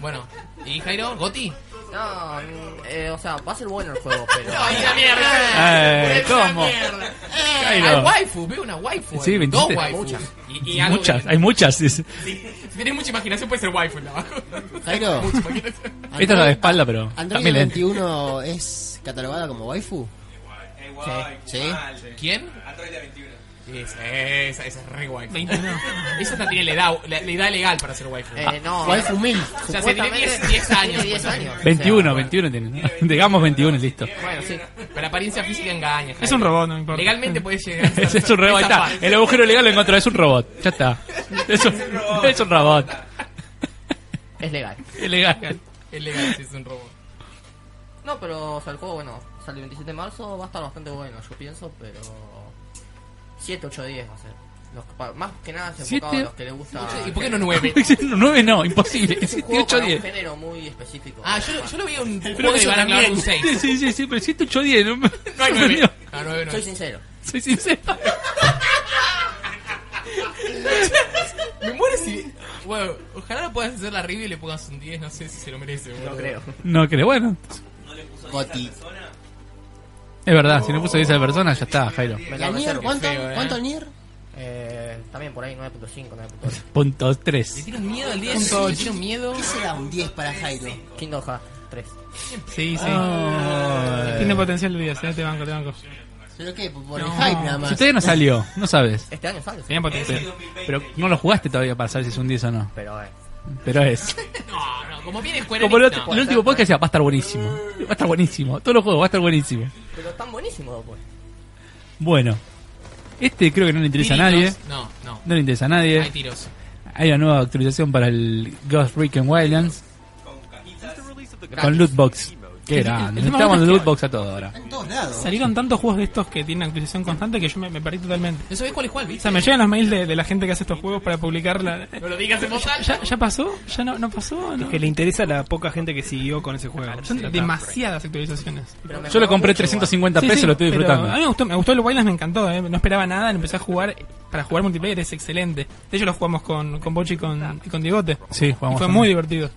A: Bueno, ¿y Jairo? ¿Goti?
F: No, mm, eh, o sea, va a ser bueno el juego, pero.
A: ¡Ay, la mierda!
B: Eh, ¿cómo?
A: Eh, hay
B: Cairo.
A: waifu, veo una waifu.
B: Sí,
A: ahí, dos
B: 27.
A: waifus.
B: Muchas.
A: Y, y algo
B: Muchas,
A: que-
B: hay muchas. dice.
A: Si tenés mucha imaginación, puede ser waifu el de abajo.
D: Jairo.
A: Mucha imaginación.
D: Android-
B: Esta es la de espalda, pero
D: ¿Android
B: también lenta.
D: 21 es catalogada como waifu? Sí.
A: Ah, ¿Quién? Android 21. Esa, esa, esa es re waifu. 21. Esa hasta tiene la edad, la, la edad legal para ser waifu.
F: Eh, no.
D: Waifu mil.
A: O sea, se tiene 10, 10 años.
F: Tiene 10 años.
B: 21, 21 tiene. ¿no? Digamos 21, listo.
F: Bueno, sí.
A: Pero la apariencia física engaña. Jairo.
C: Es un robot, no me importa.
A: Legalmente puedes llegar. a
B: Es,
A: ser-
B: es un robot, ahí
A: esa
B: está.
A: parte.
B: El agujero legal lo encontró, es un robot. Ya está. Es un, es un robot.
F: Es legal.
B: Es legal.
A: Es legal si es un robot.
F: No, pero o sea, el juego, bueno, sale el 27 de marzo, va a estar bastante bueno, yo pienso, pero. 7, 8, 10 va a ser. Los que pa- más que nada se enfocado a
B: Siete.
F: los que les gusta.
A: ¿Y por qué no 9?
B: 9 no, imposible. Es
F: Un juego
B: 7, 8,
F: para
B: 10.
F: un género muy específico.
A: Ah, yo, yo lo vi un
B: Pero
A: juego que
B: eso
A: van a clavar
B: también.
A: un 6.
B: Sí, sí, sí, pero 7, 8, 10. No, me-
A: No hay 9.
B: sorprendió.
A: No, 9 no.
F: Soy
A: es.
F: sincero.
B: Soy sincero.
A: Me muero si. Bueno, ojalá lo puedas hacer la review y le pongas un 10. No sé si se lo merece.
F: No creo.
B: No creo, bueno.
D: Goti.
B: Es verdad, si no puso 10 a la persona, ya está, Jairo.
F: Me
D: ¿La
F: lo
D: Nier?
F: reservo.
D: ¿Cuánto,
A: feo, eh.
D: ¿Cuánto el Nier?
F: Eh, también por ahí 9.5, 9.8.
B: Punto
A: Le
B: 3.
A: tienen miedo al 10. Le tienen miedo.
D: ¿Qué será un 10 para Jairo?
F: Kingdom Hearts 3.
C: Sí, sí.
F: Ah.
C: Tiene potencial de 10, eh, te banco, te banco.
D: ¿Pero qué? Por el
C: No.
D: hype nada más.
B: Si todavía no salió, no sabes.
F: Este año sale. sí.
C: Tenía potencial.
B: Pero no lo jugaste todavía para saber si es un 10 o no.
F: Pero eh.
B: Pero es.
A: No, no, como viene Square
B: Como el,
A: Enix,
B: otro-
A: no.
B: el último podcast decía, va a estar buenísimo. Va a estar buenísimo. Todos los juegos va a estar buenísimo.
F: Pero tan buenísimo, pues.
B: Bueno. Este creo que no le interesa a nadie.
A: Tiritos. No, no.
B: No le interesa a
A: Hay
B: nadie.
A: tiros.
B: Hay una nueva actualización para el Ghost Recon Wildlands. Con lootbox. Qué
C: El- el
B: grande.
C: tema
B: Necesitamos
C: es que-
B: lootbox a todo ahora.
D: Está en todos lados.
C: Salieron tantos juegos de estos que tienen actualización constante que yo me, me perdí totalmente.
A: ¿No sabés cuál es cuál,
C: O
A: viste?
C: sea, me llegan los mails de, de la gente que hace estos juegos para publicar la...
A: No lo digas en voz
C: ¿Ya,
A: alta.
C: ya pasó? ¿Ya no, no pasó? ¿No?
E: Que le interesa a la poca gente que siguió con ese juego.
C: Son demasiadas actualizaciones.
F: Pero me
B: Yo lo
F: jugó
B: compré
F: mucho,
B: 350
C: Sí,
B: pesos
C: sí,
B: y lo estoy
C: pero
B: disfrutando.
C: A mí me gustó, me gustó el Wildlands, me encantó, eh. no esperaba nada, lo empecé a jugar. Para jugar multiplayer es excelente. De hecho, lo jugamos con, con Bochi y con, y con Digote.
B: Sí,
C: Y
B: jugamos
C: fue
B: también.
C: muy divertido.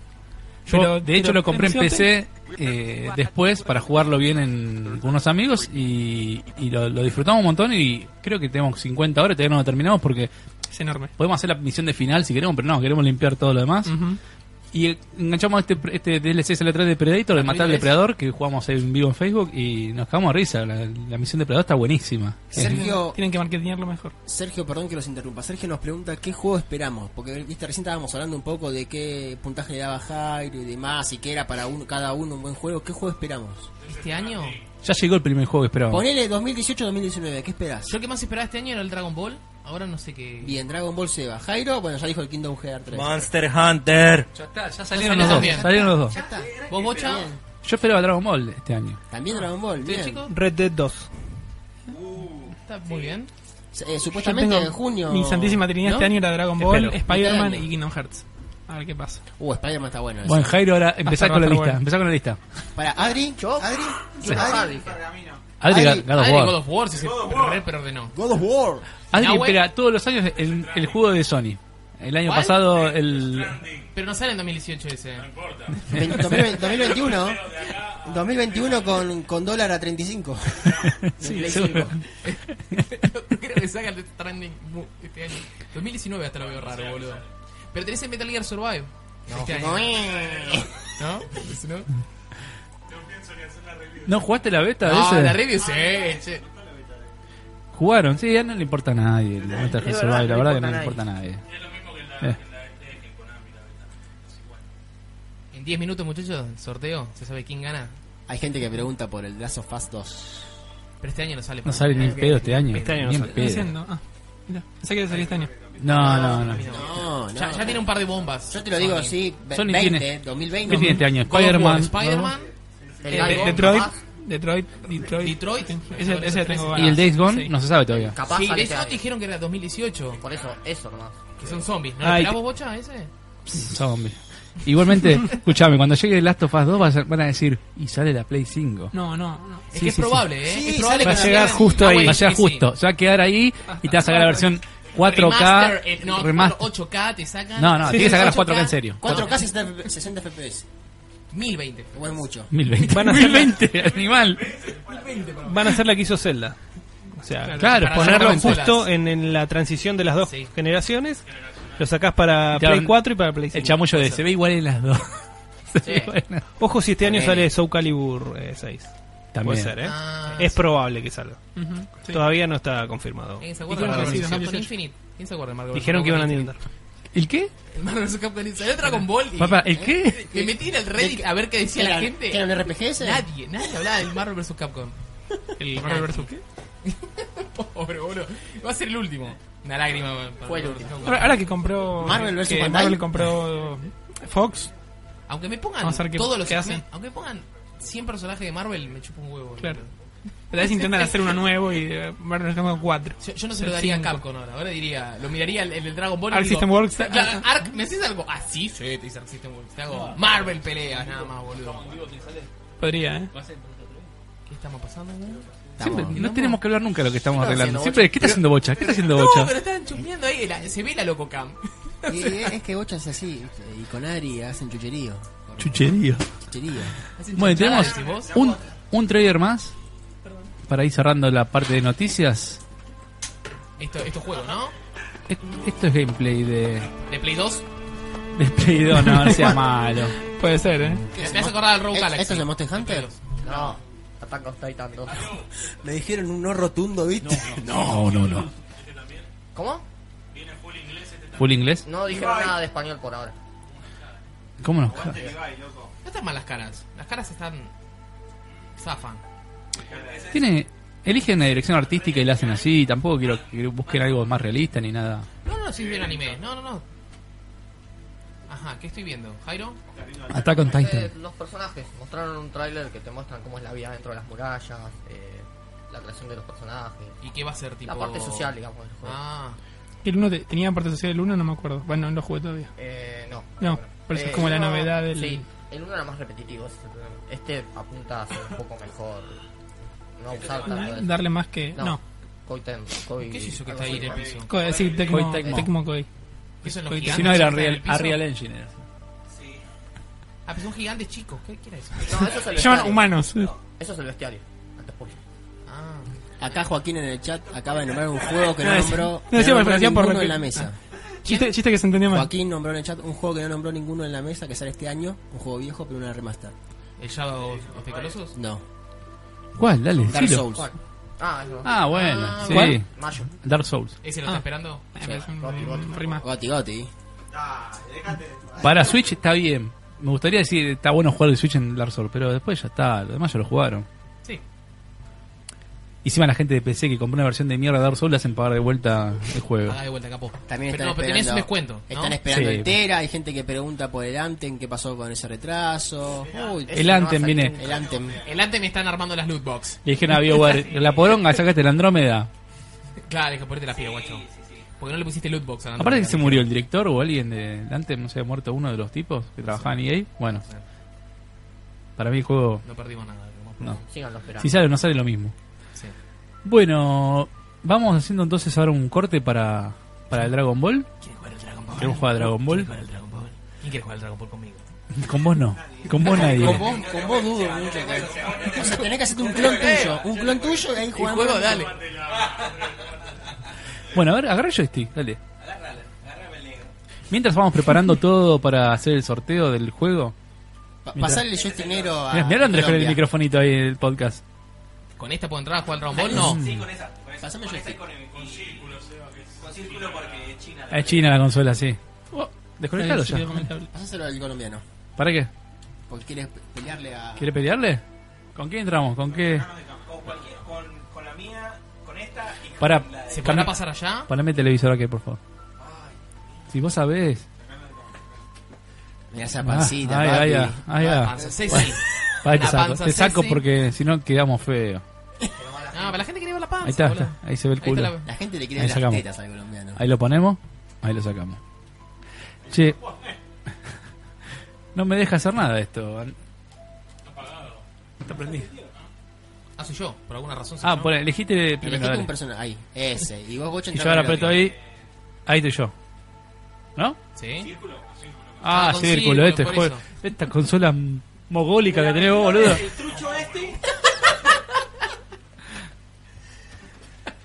B: Yo,
C: Pero-
B: de hecho,
C: pero-
B: lo compré en
C: pero-
B: PC eh, después para jugarlo bien en, con unos amigos y, y lo, lo disfrutamos un montón. Y creo que tenemos 50 horas, todavía no lo terminamos porque
C: Es enorme.
B: podemos hacer la misión de final si queremos, pero no, queremos limpiar todo lo demás.
C: Ujú.
B: Y eh, enganchamos este, pre- este DLC sale de Predator, de
C: Ah,
B: matar al depredador, que jugamos ahí en vivo en Facebook y nos cagamos de risa. La, la misión de Predator está buenísima. Eh,
D: Sergio,
C: Tienen que marketearlo mejor.
D: Sergio, perdón que los interrumpa. Sergio nos pregunta qué juego esperamos. Porque viste, recién estábamos hablando un poco de qué puntaje le daba Jairo y demás, y que era para uno, cada uno un buen juego. ¿Qué juego esperamos?
A: Este año,
B: Ya llegó el primer juego que esperábamos.
D: Ponele 2018-2019, ¿qué esperás?
A: yo el que más esperaba este año era el Dragon Ball. Ahora no sé qué.
D: Bien, Dragon Ball se va. Jairo, bueno, ya dijo el Kingdom Hearts 3.
K: Monster Hunter.
B: Ya está, ya salieron
A: Ya
B: los dos.
A: salieron.
B: Salieron los dos.
D: Ya está.
A: ¿Vos, Bocha?
D: Bien.
B: Yo esperaba Dragon Ball este año.
D: También Dragon Ball,
A: ¿Ustedes,
D: bien.
A: chicos?
E: Red Dead 2.
A: Está muy bien.
D: Eh,
C: Yo
D: supuestamente
C: tengo
D: en junio.
C: mi santísima trinidad
A: ¿No?
C: este año era Dragon Ball,
E: Espero.
C: Spider-Man
D: Este año.
C: y Kingdom Hearts. A ver qué pasa.
D: Uh, Spider-Man está bueno. ese.
B: Bueno, Jairo, ahora empezá
C: Hasta
B: con la
C: va a
B: lista.
C: estar bueno. Este
B: Empezá con la lista.
D: Para, Adri,
F: Yo-
D: Adri,
F: Yo nada dije.
B: Adri,
D: Adri-
B: God of
A: Adri
B: War.
A: God of War, si se re perordenó.
D: God of War.
B: Adri
A: Nahue.
B: espera todos los años el, el juego de Sony. El año
A: ¿Cuál?
B: pasado, el.
A: Pero no sale en 2018 ese.
D: 2020 2021. 2021 con, con dólar a 35.
B: sí, seguro.
A: Creo que saca el Death Stranding mu- este año. 2019 hasta lo veo raro, boludo. Pero tenés el Metal Gear Survive. este año. ¿No? Si ¿No?
B: ¿No jugaste la beta
A: No,
B: de ese?
A: la review sí, che.
B: Jugaron, sí, ya no le importa a nadie. El Metal Gear
F: es
B: Survive,
F: verdad,
B: la
F: no
B: verdad
F: le
B: que no le importa
F: importa
B: a
F: a
B: nadie. Eh,
A: En 10 minutos, muchachos, sorteo. Se sabe quién gana.
D: Hay gente que pregunta por el Last of Us 2.
A: Pero este año no sale.
B: No sale ni en pedo este año.
E: Este año no
B: ni en
E: sale.
B: pedo.
C: Diciendo, ah, mira, pensé que salía este año.
B: No, no, no.
D: No, no.
A: Ya, ya tiene un par de bombas.
D: Yo te lo digo
A: Sony.
D: así, ve-
B: Sony
D: 20,
B: tiene- ¿Qué
D: 2020.
B: tiene este año?
A: God of War,
B: Spider-Man.
A: Spider-Man.
F: El
A: Eh,
F: Dragon
A: de-
F: Ball,
C: Detroit,
F: capaz-
C: Detroit, Detroit.
A: Detroit.
C: Ese, ese le tengo
B: ¿no?
C: ganas.
B: Y el Days Gone
C: Sí.
B: no se sabe todavía.
F: Capaz
A: Sí,
F: sale
A: de
F: este
A: hecho,
F: año.
A: dijeron que era 2018.
F: Por eso, eso nomás.
A: Que son zombies. ¿No lo
E: Ay,
A: esperabas, Bocha, ese?
B: Zombie. Igualmente, escúchame, cuando llegue Last of Us 2 vas a- van a decir, y sale la Play 5.
C: No, no, no.
A: Es
B: Sí,
A: que es
B: sí,
A: probable, ¿eh?
D: Sí,
A: es probable
D: sale
A: que
B: Va a
A: la
B: llegar
A: saquen-
B: justo
A: Ah,
B: ahí.
A: bueno,
B: Va a llegar
A: sí, sí.
B: justo. Se va a quedar ahí y te va a sacar la versión 4K.
A: Remaster, eh, no,
B: remas-
A: 8K te sacan.
B: No, no,
A: Sí,
B: tiene que
A: sí,
B: sacar las
A: 8K.
B: 4K en serio.
D: 4K 60 F- 60 FPS.
A: 1020.
D: O es mucho.
B: 1020.
E: Van a hacer la-
B: 1020, animal.
A: 1020, por favor.
E: Van a hacer la que hizo Zelda. O sea,
B: Claro, Claro, para
E: ponerlo
B: hacer consolas.
E: justo en, en la transición de las dos
A: Sí.
E: generaciones. Lo sacás para
B: Claro,
E: Play 4 y para Play 5.
B: El chamuyo de se ve igual en las dos. Se ve
F: Sí.
B: igual en las-
E: Ojo si este año
F: Ok.
E: sale Soul Calibur eh, 6.
B: También.
E: Puede ser, ¿eh?
A: Ah,
E: es probable que salga.
C: Ujú, sí.
E: Todavía no está confirmado.
A: ¿Quién
C: Y
A: se acuerda
C: creo que
A: de
C: sí,
A: Marvel vs. Capcom
C: 2018.
A: Infinite? ¿Quién se acuerda de Marvel
E: Dijeron que iban a
A: Infinite?
E: Nintendo.
B: ¿El qué?
A: El Marvel vs. Capcom Infinite. Salió Dragon Ball y...
B: Papá, ¿el qué?
A: Me metí en el Reddit a ver qué decía la gente.
D: ¿Era un RPG ese?
A: Nadie, nadie hablaba del Marvel vs. Capcom.
C: ¿El Marvel vs. qué?
A: Pobre, boludo. Va a ser el último. Una lágrima. para- para-
F: Fue el
A: para-
F: último.
A: para-
C: Ahora, ahora que compró.
D: Marvel vs.
C: que
D: Bandai.
C: Marvel compró Fox.
A: Aunque me pongan
C: Vamos a ver qué-
A: todos los
C: qué
A: X-Men-
C: hacen.
A: Aunque me pongan 100 personajes de Marvel, me chupa un huevo.
C: Claro.
A: boludo.
C: Tal vez intentan hacer uno nuevo y eh, Marvel vs. Capcom 4.
A: Yo, yo no se
C: El
A: lo daría
C: cinco.
A: a Capcom ahora. Ahora diría, lo miraría el, el Dragon Ball. y
C: Arc
A: digo,
C: System Works.
A: Claro, Arc, ¿me haces algo? Ah, sí, sí, te hice Arc System Works. Te hago Marvel pelea, nada más, boludo.
C: Podría, ¿eh?
A: ¿Qué estamos pasando, güey?
B: Siempre,
A: Estamos-
B: no tenemos que hablar nunca de lo que estamos
F: Estaba
B: arreglando.
F: haciendo
B: Siempre, ¿qué está haciendo bocha? ¿Qué está haciendo bocha?
A: No, pero están chumbeando ahí. la- se ve la loco cam.
D: Y eh, es que Bocha es así, ¿viste? y con Adri hacen chucherío.
B: Chucherío.
D: Chucherío.
A: Hacen
B: Bueno, y
A: chanchadas,
B: tenemos
A: decís vos.
B: un, un trailer más para ir cerrando la parte de noticias.
A: Esto, esto es juego, ¿no?
B: E- Esto es gameplay de,
A: De Play 2.
B: de Play 2, no, no sea malo.
C: Puede ser, ¿eh?
A: Me hace acordar al Rogue
E: ¿E-,
D: ¿Es-
A: Galaxy.
D: esto es el Monster Hunter?
A: De Play 2.
F: No, Attack on Titan 2.
D: Me dijeron un no rotundo, ¿viste?
B: No, no, no.
F: ¿Cómo?
B: ¿Full inglés?
F: No dijeron nada de español por ahora.
B: ¿Cómo nos ca-
A: No están mal las caras. Las caras están. zafan.
B: Tiene, eligen la dirección artística y la hacen así. Tampoco quiero que busquen algo más realista ni nada.
A: No, no, sí, bien anime. No, no, no. Ajá, ¿qué estoy viendo? ¿Jairo?
B: Attack on Titan.
F: Eh, los personajes mostraron un tráiler que te muestran cómo es la vida dentro de las murallas, eh, la creación de los personajes,
A: ¿Y qué va a ser tipo.?
F: la parte social, digamos, del juego.
A: Ah,
C: ¿El uno te- tenía parte social el uno? No me acuerdo. Bueno, no lo jugué todavía.
F: Eh, no.
C: No, pero eso es como la
F: uno-
C: novedad del-
F: Sí, el uno era más repetitivo. ese es el problema. Este apunta a ser un poco mejor. No usar tanto eso.
C: Darle más que. No.
F: Koi Ten- Koi-
A: ¿qué es eso que
F: algo
A: está ahí
F: así.
A: en el piso?
C: Koi- sí, Tecmo
B: Koi Tecmo.
C: Tecmo Koi.
A: ¿Qué son los
C: Koi-
A: gigantes?
B: Si no, era
A: que están en
B: Real,
A: el piso?
B: Unreal Engine. era.
A: Ah, pero son gigantes chicos. ¿Qué, qué era eso?
F: No, eso es el
C: Se llaman
F: bestiario.
C: humanos.
F: Eso es el bestiario. Antes pollo.
A: Ah,
D: Acá Joaquín en el chat acaba de nombrar un juego que
C: No,
D: no
C: es-
D: nombró,
C: no,
D: que
C: decía
D: no
C: por-
D: nombró
C: decía
D: ninguno
C: por repetir.
D: en la mesa.
C: Chiste, chiste que se entendió mal.
D: Joaquín nombró en el chat un juego que no nombró ninguno en la mesa que sale este año, un juego viejo pero una remaster.
A: ¿el Shadow of the Colossus?
D: No,
B: ¿Cuál? Dale,
D: Dark
B: decilo.
D: Souls.
F: ¿Cuál? Ah, eso.
B: Ah, bueno, sí.
F: ¿Cuál? Mayo.
B: Dark Souls. Ah.
A: ¿Ese lo está esperando?
C: Eh, pero es un- un rima.
D: Goti Goti.
B: Para Switch está bien. Me gustaría decir, está bueno jugar el Switch en Dark Souls, pero después ya está, los demás ya lo jugaron.
A: Sí.
B: Y encima la gente de PC que compró una versión de mierda de Dark Souls le hacen pagar de vuelta el juego.
A: Haga de Ah, vuelta, capo.
D: También
A: pero
D: están
A: no, pero
D: esperando.
A: tenés un descuento. ¿no?
D: Están esperando
B: Sí.
D: el Tera, hay gente que pregunta por el Anthem, qué pasó con ese retraso. Uy,
B: El Anthem
F: no,
B: viene.
D: el Anthem.
A: El antes me están armando las loot box.
B: Le dijeron a BioWare, la poronga, sacaste la Andrómeda.
A: Claro, dije, ponete la pila, guacho. Porque no le pusiste loot box a la
B: Aparte que
A: Andrómeda.
B: se murió el director o alguien de antes, no se había muerto uno de los tipos que trabajaba en EA. Bueno, para mí el juego
A: No perdimos nada. digamos.
B: no.
F: Síganlo esperando.
B: Si sale o no sale lo mismo.
A: Sí.
B: Bueno, vamos haciendo entonces ahora un corte para, para el Dragon Ball.
A: ¿Quieres jugar al Dragon Ball?
B: ¿Queremos jugar al Dragon Ball?
A: ¿Quieres jugar al Dragon Ball? ¿Quién quiere jugar al Dragon Ball conmigo?
B: Con vos no, con vos nadie.
D: Con vos, con vos dudo mucho que- O sea, tenés que hacerte un clon tuyo. Un clon tuyo y ahí
A: Y
D: jugando.
A: juego, dale.
B: Bueno, a ver, agarra el joystick, dale. Mientras vamos preparando todo para hacer el sorteo del juego.
D: Pa-
B: Mirá.
D: pasarle el joystick negro a.
B: Mirá, mirá a Andrés con el
D: Colombia.
B: microfonito ahí del podcast.
A: ¿Con esta puedo entrar a jugar al Dragon Ball? No.
I: Sí, con esa. Con esa.
D: Pásame el
I: Con esa y
D: joystick.
I: con el- Con círculo, Con círculo porque es China.
B: Ah, Es china la consola, sí. Oh, desconectalo
C: Sí,
B: ya.
C: comentable.
D: Pasáselo al colombiano.
B: ¿Para qué?
D: Porque quieres pelearle a.
B: ¿Quiere pelearle? ¿Con qué entramos? ¿Con qué?
I: Con cualquier, con, con la mía, con esta y con
B: Pará.
I: la de...
A: ¿Se podrá pasar allá?
B: Poneme el televisor aquí, por favor. Si vos sabés.
D: Mirá esa
B: Ah, ay,
D: pancita,
B: ay,
D: papi. Ah,
B: ay, ay,
A: La
B: ay.
A: panza sexy.
B: Ay, te
A: La
B: saco,
A: panza
B: te saco
A: sexy.
B: porque si no quedamos feos.
A: No, pero la gente quiere ver la
D: Ah,
A: panza.
B: Ahí está,
A: boludo.
B: está, ahí se ve el
A: Ahí
B: culo.
A: está la-
D: La gente le
B: Ahí
D: quiere las
B: sacamos.
D: tetas al colombiano.
B: Ahí lo ponemos, ahí lo sacamos. Che, no me deja hacer nada esto. Te prendí.
A: Ah, soy yo. Por alguna razón soy
B: Ah,
A: yo.
B: por, elegiste primero.
D: Elegiste
B: dale.
D: un personaje. Ahí, ese. Y vos, Bocha,
B: Y yo
D: entrá
B: ahora
D: con el
B: aprieto
D: otro.
B: ahí. Ahí estoy yo. ¿No?
A: Sí.
B: Ah,
A: con
B: círculo,
A: círculo,
D: Ah,
I: Ah,
B: este
A: por
B: juego.
A: eso.
B: Esta consola mm, mogólica que tenés vos, boludo.
I: El trucho este.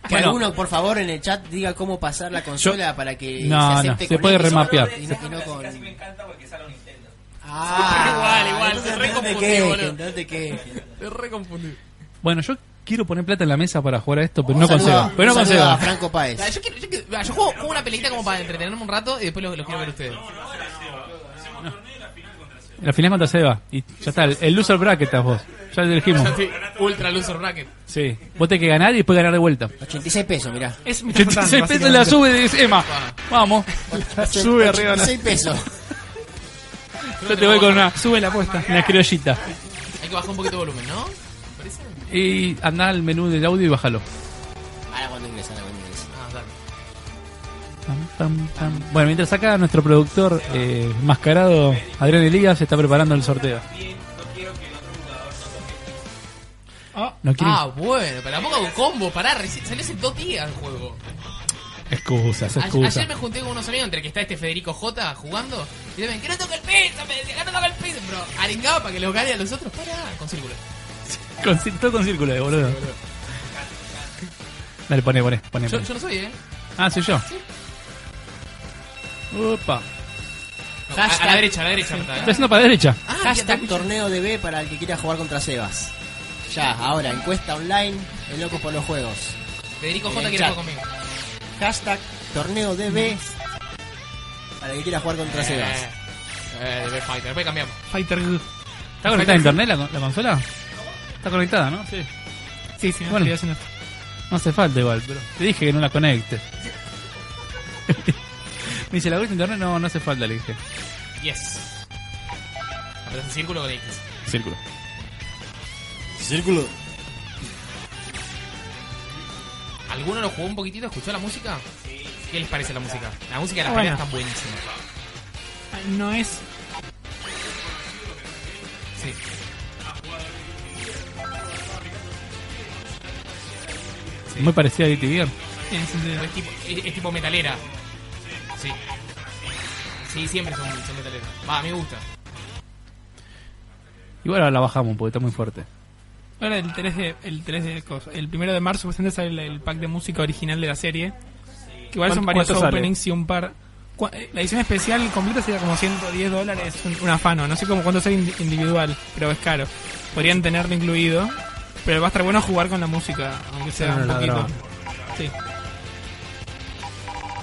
D: Que
B: Bueno.
D: alguno, por favor, en el chat diga cómo pasar la consola para que
B: No,
D: se
B: no,
D: acepte
B: se
D: con
B: puede
D: Xbox
B: remapear.
D: y no- y no con-
I: me encanta porque sale un Nintendo.
D: Ah,
A: igual, igual,
D: entonces
A: te
D: no
A: re
D: te
A: confundí,
D: quejes,
A: boludo.
D: no te quejes.
A: Te re confundí.
B: Bueno, yo quiero poner plata en la mesa para jugar a esto, pero
D: Un
B: no
D: saludo
B: consigo.
D: a-
B: Pero no
D: un saludo
B: consigo.
D: a Franco Páez.
A: Ah, Yo, quiero- yo quiero- ah, yo juego, juego una peleita como para entretenerme un rato y después lo, lo quiero ver a ustedes.
B: La final contra Seba. Y ya está, el, el loser bracket estás vos. Ya lo dijimos.
A: Sí, ultra loser bracket.
B: Sí. Vos tenés que ganar y después ganar de vuelta.
D: 86 pesos, mirá.
C: Es mi
B: 86 pesos la sube de Emma. Vamos.
C: Sube arriba, ¿no?
D: 86 pesos.
B: Yo te voy con una,
C: Sube la apuesta.
B: una criollita.
A: Hay que bajar un poquito de volumen, ¿no? ¿Parece?
B: Y andá al menú del audio y bájalo. Ah,
D: Ahora cuando ingresa, ahora cuando ingresa.
A: Ah, dale.
B: Pam, pam, pam. Bueno, mientras acá nuestro productor eh, mascarado, Adrián Elías, está preparando el sorteo. No quiero
A: Ah, bueno, pero tampoco hago combo, pará, reci- salió hace dos días el juego.
B: excusas,
A: A-
B: excusas.
A: ayer me junté con unos amigos, entre el que está este Federico J jugando, y dicen, que no toque el piso, me decía, que no toque el piso, pero arengaba para que los gane a los otros, pará, con círculo.
B: Con, cir- todo con círculo, eh, boludo. Dale, pone, pone, pone.
A: Yo,
B: pone.
A: yo no soy, ¿eh?
B: Ah, soy yo. Opa.
A: No, a, a la derecha, a la derecha.
B: Está
A: apretá, ¿eh?
B: haciendo para la derecha.
A: Ah,
D: Hashtag
A: mira,
D: torneo de B para el que quiera jugar contra Sebas. Ya, ahora, encuesta online, el loco por los juegos.
A: Federico J
D: Eh,
A: quiere
D: chat.
A: jugar conmigo.
D: Hashtag torneo de B para el que quiera jugar contra Sebas.
A: Eh, de Fighter, después cambiamos.
C: Fighter Good.
B: ¿Está conectada a internet la, la consola? Está conectada, ¿no? Sí.
C: Sí, sí, no
B: Bueno.
C: estoy haciendo esto.
B: No hace falta igual, pero te dije que no la conectes. Me dice, ¿la abriste internet? No, no hace falta, le dije.
A: Yes. Apretás el círculo con X.
B: Círculo.
D: Círculo.
A: ¿Alguno lo jugó un poquitito? ¿Escuchó la música? ¿Qué les parece la música? La música de las
C: Bueno.
A: peleas está buenísima.
C: Ah, No es.
A: Sí.
B: Muy parecida a DTV.
C: en ese sentido.
A: Pero es tipo, es, es tipo metalera. Sí. Sí, siempre son, son metaleras. Va, me gusta.
B: Igual ahora la bajamos porque está muy fuerte.
C: Ahora el 3 de, el 3 de cosas. El primero de marzo supuestamente sale el, el pack de música original de la serie. Que igual son
E: ¿Cuánto-
C: varios
E: cuánto sale?
C: openings y un par. cua- eh, La edición especial completa sería como 110 dólares, un, un afano. No sé cómo cuánto sale indi- individual, pero es caro. Podrían tenerlo incluido, pero va a estar bueno jugar con la música, aunque sea
E: Claro,
C: un poquito.
E: ladrón.
C: Sí.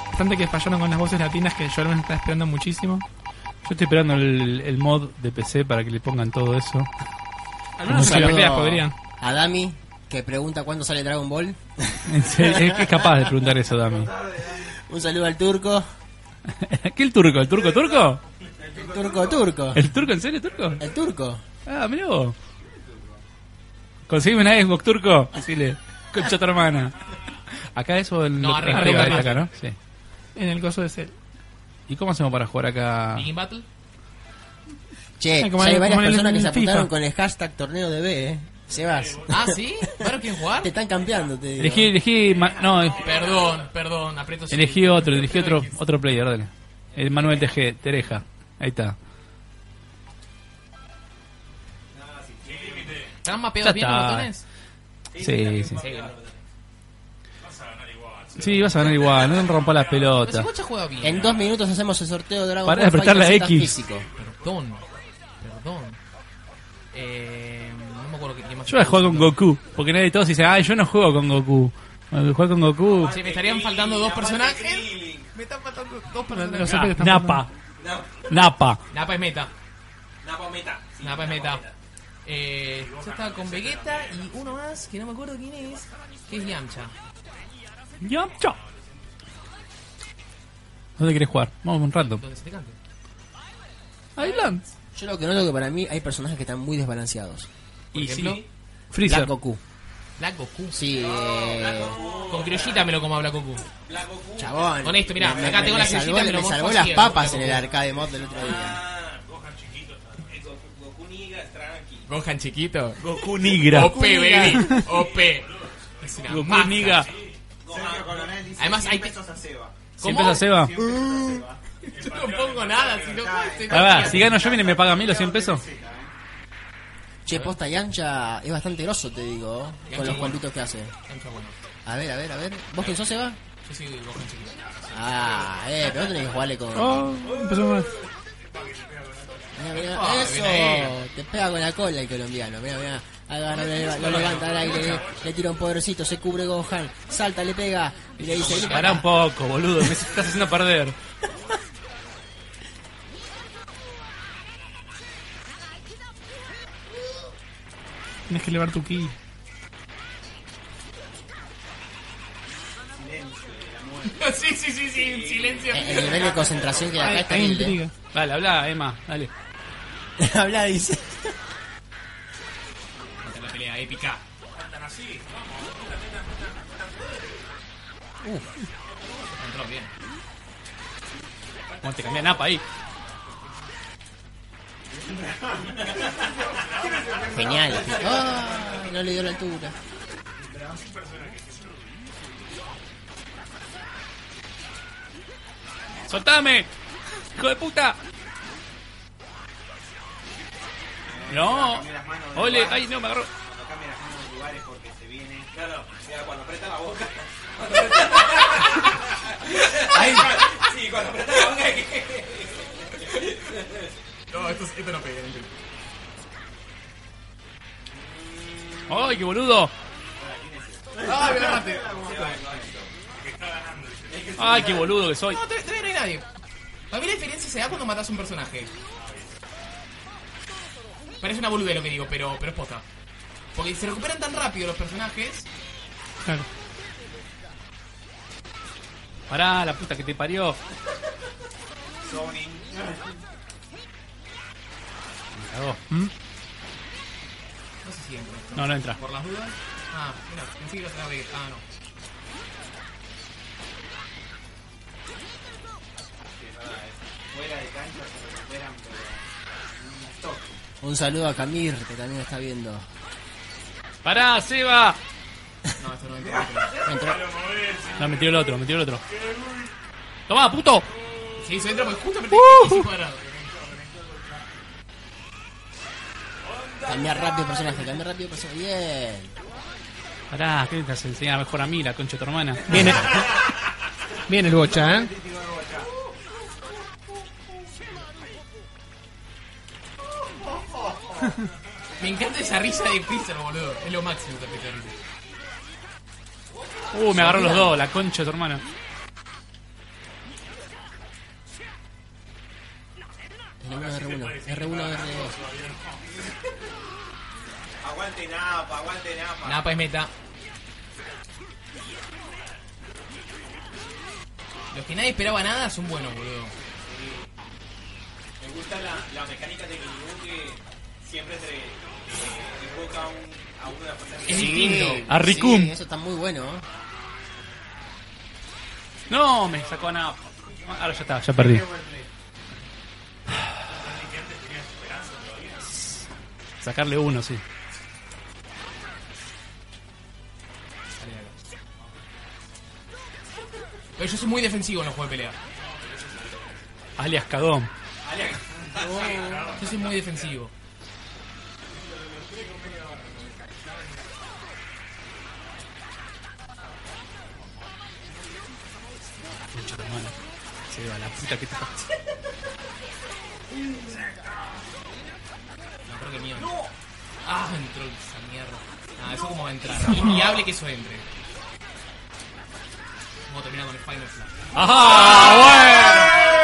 C: Bastante que fallaron con las voces latinas, que yo lo estaba esperando muchísimo.
B: Yo estoy esperando el, el mod de PC para que le pongan todo eso.
C: Al menos en las peleas podrían.
D: A Dami, que pregunta cuándo sale Dragon Ball.
B: En serio, es, es capaz de preguntar eso, Dami.
D: Un saludo al turco.
B: ¿Qué el turco? ¿El turco turco?
D: Turco, turco.
B: ¿El turco en serio turco?
D: El turco.
B: Ah, mirá vos. Conseguime una Xbox turco. Decirle, concha tu hermana. Acá eso en
A: No, arriba,
B: arriba,
A: arriba.
B: acá, ¿no? Sí.
C: En el coso de ser.
B: ¿Y cómo hacemos para jugar
D: Ah.
B: acá?
A: Begin Battle.
D: Che,
C: Ah, como
D: Eh, ya hay
C: el-
D: varias
C: como el-
D: personas que se
C: el FIFA.
D: apuntaron con el hashtag torneo de B, eh. Sebas.
A: Ah, ¿sí? ¿Bueno quieren jugar?
D: Te están cambiando, te digo.
B: Elegí, elegí, ma- no,
A: Perdón, perdón, aprieto sí.
B: elegí otro, elegí otro, otro player, dale. El Manuel Teje, Tereja. Ahí está.
A: ¿Están
B: Ya
A: mapeados bien
B: está.
A: los botones?
B: Sí, sí.
A: Sí.
B: Sí, vas a ganar igual, no rompa las
A: Pero si
B: pelotas.
A: Bocha juega bien.
D: En dos minutos hacemos el sorteo de Dragon
B: Pará de
D: Ball.
B: apretar la
D: Fighter Z
B: X.
D: Físico.
A: Perdón, perdón. Eh, no me acuerdo qué qué más.
B: Yo voy a jugar con Goku, porque nadie de todos dice, ay, yo no juego con Goku. Cuando Juego con Goku.
A: Sí, me estarían faltando dos personajes. Me están faltando dos
C: Los
A: personajes.
C: otros que
B: Ah,
C: están
B: Napa. Napa.
A: Napa es meta.
I: Napa Meta. Sí,
A: Napa es meta. Eh, yo estaba con Vegeta y uno más que no me acuerdo quién es. Que es Yamcha.
B: Yamcha. ¿Dónde querés jugar? Vamos un random.
A: Donde se te cante.
B: Island.
D: Yo lo que noto que para mí hay personajes que están muy desbalanceados.
A: Por ejemplo,
B: Freezer.
D: Black Goku.
A: Black Goku.
D: Sí, eh,
A: Con criollita me lo como a Black Goku.
D: chabón.
A: Con esto, mirá,
D: me,
A: acá
D: me-
A: tengo
D: me
A: la
D: salvó,
A: cintita, me lo
D: me
A: mostró
D: salvó
A: así,
D: las
A: eh,
D: papas
A: Goku.
D: en el arcade mod del otro día.
I: Ah, Gohan chiquito. Eh, Goku, Goku Niga, tranqui.
A: Gohan chiquito.
B: Goku Nigra.
A: OP, baby. OP. Es una
B: Goku
A: masa.
B: Nigra.
I: Gohan Coronel dice
A: Además, hay
I: 100
A: que-
I: pesos a Seba.
B: Siempre la ceba.
A: Yo no pongo nada, si no
B: A ver, si gano yo, viene, me paga a mí los 100 pesos.
D: Che, posta Yancha es bastante grosso, te digo, ¿eh?
A: Yancha
D: con los
A: bueno.
D: cuantitos que hace.
A: Yancha bueno.
D: A ver, a ver, a ver. ¿Vos quién sos, Eva?
A: Yo soy de Boca Chiquita.
D: Ah, eh, pero no tenés que jugarle con...
C: Oh, empezó mal.
D: Mirá, mirá,
A: Ah,
D: eso,
A: mirá, mirá.
D: te pega con la cola el colombiano, mira, mira. Agarra, le- lo levanta al aire, le, le tira un podercito, se cubre Gohan, salta, le pega y le dice...
B: Pará un poco, boludo, me estás haciendo perder.
C: Tienes que elevar tu ki.
A: sí, sí, sí, sí, en silencio.
D: El nivel de concentración que hay acá está
C: Hay
D: mil,
C: intriga.
B: Dale, habla, Emma, dale.
D: eh. Habla, dice...
A: Esta es la pelea épica. Andan así. Entró bien.
B: Bueno, te cambié napa ahí.
D: Genial. Ah, no le dio la altura.
B: ¡Soltame! ¡Hijo de puta! No. Ole, ay, no, me agarró.
I: Cuando cambian las manos de lugares porque se viene. Claro, ya cuando aprieta la boca.
A: Ahí.
I: Sí, cuando aprieta la boca. que-
A: No, esto, esto no pega.
B: ¡Ay, qué boludo!
A: Ah, me la maté.
B: ¡Ay, qué boludo que soy!
A: No, todavía no hay nadie. Para mí la diferencia se da cuando matas a un personaje. Parece una boludez lo que digo, pero, pero es posta. Porque se recuperan tan rápido los personajes.
C: Claro.
B: Pará, la puta que te parió.
I: Zoning.
B: Me cagó.
A: ¿Mm? No sé si entra esto.
B: No, no entra.
A: ¿Por las dudas? Ah, mira, pensé que lo tenía que... Ah, no.
I: Fuera de cancha se recuperan, pero. mm, Stop.
D: Un saludo a Camir, que también está viendo.
B: ¡Pará, Seba!
A: No, esto no entra.
D: Entró.
B: No, metió el otro, metió el otro. ¡Tomá, puto!
A: Se hizo entra porque justo apreté
B: ¡Uh!
A: el piso cuadrado.
D: Cambia rápido personaje, cambia rápido personaje. Bien.
B: Pará, ¿qué te has enseñado mejor a mí, la concha de tu hermana?
E: Viene, viene el bocha, ¿eh?
A: Me encanta esa risa de Pizarro, boludo. Es lo máximo esa risa.
B: Uh, me agarró los dos, la concha de tu hermana.
D: R1, R1, R1, R2.
I: Aguante Napa, aguante Napa.
A: Napa es meta. Los que nadie esperaba nada son buenos, boludo.
I: Me gusta la, la mecánica de Ginyu que siempre se se invoca a, un, a uno de las fuerzas
A: Es
I: que
A: distinto.
B: Arricum.
D: Sí, eso está muy bueno.
B: No, me sacó a nada. Ahora ya está, ya perdí. Sacarle uno, sí.
A: Pero yo soy muy defensivo en los juegos de pelea.
B: Alias Cagón.
A: Yo soy muy defensivo.
B: Concha de tu hermana. Seba, la puta que te pasa.
A: No, creo que mío. ¡No! Ah, entró esa mierda. Ah, eso como va a entrar. Inviable que eso entre. Vamos a terminar con el Final Flash.
B: ¡Ajá!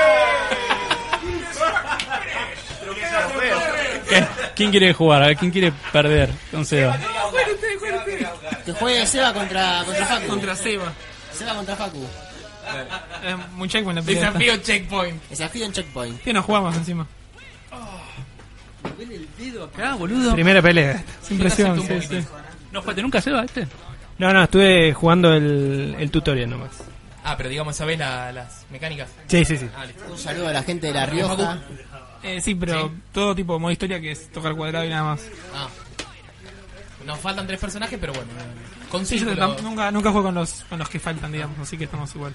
I: ¡Eh!
B: ¡Bueno! ¿Qué- ¿Quién quiere jugar? A ver, ¿quién quiere perder con Seba?
D: Que juegue Seba contra, contra Facu.
C: Contra Seba.
D: Seba contra Facu.
C: Eh, un checkpoint la pelea.
A: Desafío checkpoint.
D: Desafío en checkpoint.
C: Sí, nos jugamos encima.
B: Acá, boludo.
E: Primera pelea.
C: Sin presión,
A: acepto un
C: sí, sí.
B: ¿No jugaste nunca Seba este?
E: No, no, estuve jugando el, el tutorial nomás.
A: Ah, pero digamos, ¿sabés la- las mecánicas?
E: Sí, sí, sí.
A: Ah, listo.
D: Un saludo a la gente de La Rioja.
C: Eh, sí, pero todo tipo de modo historia que es tocar cuadrado y nada más.
A: Ah. Nos faltan tres personajes, pero bueno.
C: Sí,
A: Conciso.
C: yo tam- nunca, nunca juego con los, con los que faltan, digamos, así que estamos igual.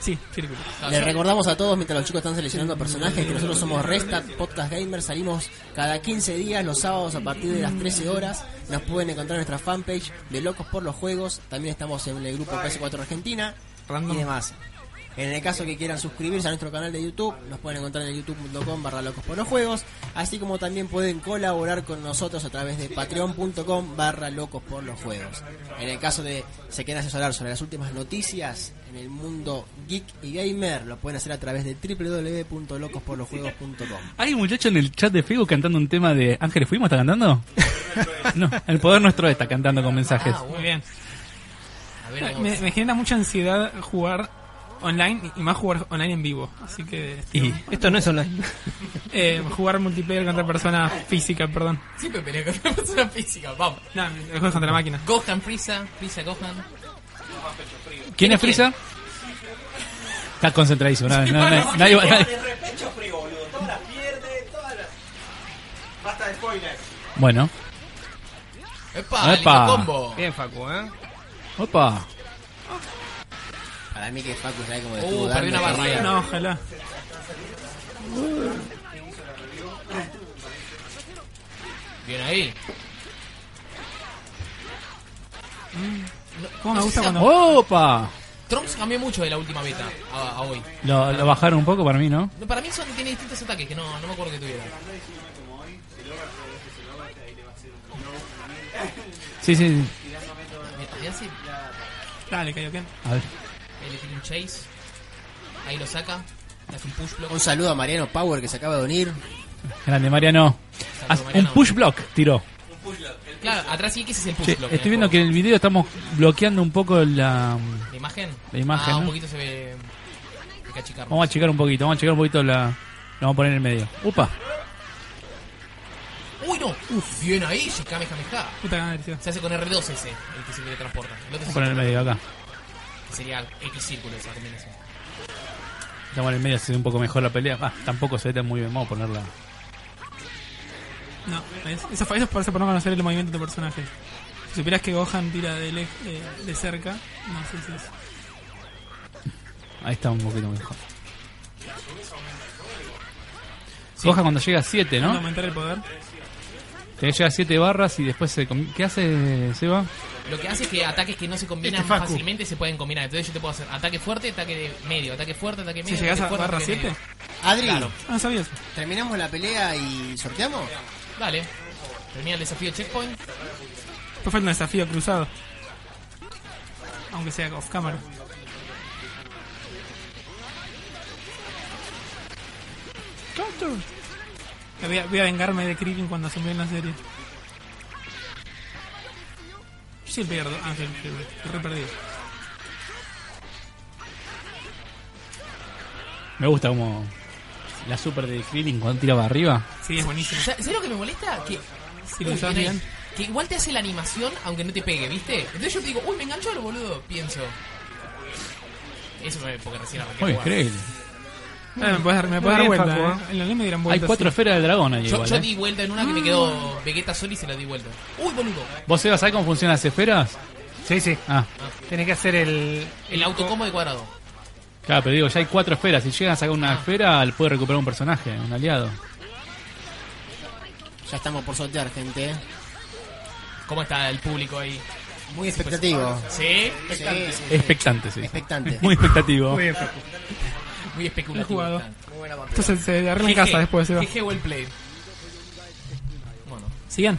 C: Sí, círculo.
E: Ah,
D: Les recordamos a todos mientras los chicos están seleccionando personajes que nosotros somos Resta, Podcast Gamer, salimos cada 15 días los sábados a partir de las 13 horas. Nos pueden encontrar en nuestra fanpage de Locos por los Juegos, también estamos en el grupo PS4 Argentina y demás. En el caso que quieran suscribirse a nuestro canal de YouTube, nos pueden encontrar en youtube.com barra locos por los juegos, así como también pueden colaborar con nosotros a través de patreon.com barra locos por los juegos. En el caso de se quieran asesorar sobre las últimas noticias en el mundo geek y gamer, lo pueden hacer a través de www.locosporlosjuegos.com.
B: Hay un muchacho en el chat de Facebook cantando un tema de Ángeles Fuimos, ¿está cantando? no, el poder nuestro está cantando con mensajes.
C: Muy bien. Me, me genera mucha ansiedad jugar online y más jugar online en vivo. Así que.
E: Y esto no es online.
C: eh, jugar multiplayer contra persona física, perdón.
A: Siempre pelea contra persona física, vamos.
C: No, el juego es contra la máquina.
A: Gohan Frieza, Frieza Gohan.
B: ¿Quién es Frisa? Está concentradísimo. no, no, no, nadie va- nadie-
I: repecho frío, boludo. Todas las pierde, todas las. Basta de spoilers.
B: Bueno,
A: ¡Epa! lindo
B: Epa.
A: combo!
E: Bien, Facu, ¿eh?
B: opa.
D: Para mí que Facu sabe cómo le
A: Uh,
D: estuvo
A: perdí
D: dando.
A: una barra.
C: No, ojalá.
A: Bien ahí.
C: Mm, ¿Cómo me gusta cuando.?
B: ¡Opa!
A: Oh. Trunks cambió mucho de la última beta a, a hoy.
B: Lo, lo bajaron un poco para mí, ¿no?
A: No, para mí son, tiene distintos ataques que no, no me acuerdo que tuviera.
B: Sí, sí. sí.
A: Me- me hace
C: Dale, Kaioken.
B: A ver.
A: elegir un chase. Ahí lo saca. Le hace un push block.
D: Un saludo a Mariano Power que se acaba de unir.
B: Grande, Mariano. Haz un
A: Mariano.
B: push block tiró.
A: Claro, atrás sí que ese es el push
B: Che,
A: block. eh, en
B: estoy
A: el
B: viendo que
A: juego.
B: en el video estamos bloqueando un poco la.
A: ¿La imagen?
B: La imagen,
A: Ah, un
B: ¿no?
A: poquito se ve... Hay que achicarlo.
B: Vamos a checar un poquito, vamos a checar un poquito la. Lo vamos a poner en el medio. Upa.
A: ¡Uy, no! Uf, bien ahí, se Kame Kame Ka.
C: Puta madre, tío.
A: Se hace con R2 ese, el que se teletransporta. El
B: Vamos
A: otro
B: a
A: es
B: poner en el medio acá.
A: sería X círculo esa combinación.
B: Estamos en el medio, se ve un poco mejor la pelea. Ah, tampoco se ve tan muy bien. Vamos a ponerla.
C: No, ¿ves? Eso, fue- eso es por eso por no conocer el movimiento de tu personaje. Si supieras que Gohan tira de, lej- eh, de cerca, no sé si es.
B: Ahí está un poquito mejor. Coja cuando llega a 7,
C: ¿No?
B: ¿no?
C: aumentar el poder.
B: Te llega a 7 barras y después se. com- ¿Qué hace, Seba?
A: Lo que hace es que ataques que no se combinan
E: Este Facu.
A: fácilmente se pueden combinar. Entonces yo te puedo hacer ataque fuerte, ataque de medio, ataque fuerte, ataque
C: Si
A: medio.
C: llegas a
A: ataque fuerte,
C: barra
A: ataque
C: 7,
A: medio.
D: Adri,
A: Claro.
C: Ah, no sabía eso.
D: terminamos la pelea y sorteamos.
A: Dale. Termina el desafío checkpoint.
C: Después falta un desafío cruzado. Aunque sea off camera. Counter. Me Voy a, voy a vengarme de Krillin cuando se en la serie. Yo sí pierdo. Ah, sí, sí, sí, re perdido.
B: Me gusta como. La super de Krillin cuando tira para arriba.
C: Sí, es buenísimo.
A: Sa- ¿Sabes lo que me molesta? Que,
C: Si lo
A: Uy,
C: usas
A: bien ahí.
C: bien.
A: que igual te hace la animación aunque no te pegue, ¿viste? Entonces yo te digo, uy, me enganchó el boludo, pienso. Eso me porque recién arranqué. a
B: Muy
A: jugar.
B: increíble.
C: Ah, me puedes dar, me puedes
E: Muy Mm. bien,
C: dar vuelta.
E: Facu,
C: eh. En la línea me dieron
B: Hay
C: vuelta.
B: cuatro esferas del dragón ahí.
A: Yo,
B: igual,
A: yo
B: ¿eh?
A: di vuelta en una que me
B: Mm.
A: quedó Vegeta Sol y se la di vuelta. Uy, boludo.
B: ¿Vos, Seba, sabés cómo funcionan las esferas?
E: Sí, sí.
B: Ah,
E: Tenés que hacer el.
A: El autocombo de cuadrado.
B: claro, pero digo, ya hay cuatro esferas. Si llegan a sacar una esfera, él puede recuperar un personaje, un aliado.
D: Ya estamos por sortear, gente.
A: ¿Cómo está el público ahí?
D: Muy expectativo.
A: Sí,
D: Sí, sí, sí.
B: Expectante, sí.
D: Expectante.
B: Muy expectativo.
E: Muy bien,
A: muy especulativo.
C: Bien jugado.
A: están.
F: Muy buena partida.
C: Entonces se arregla en
A: GG,
C: casa después, se va.
A: GG well played. Bueno.
C: Sigan.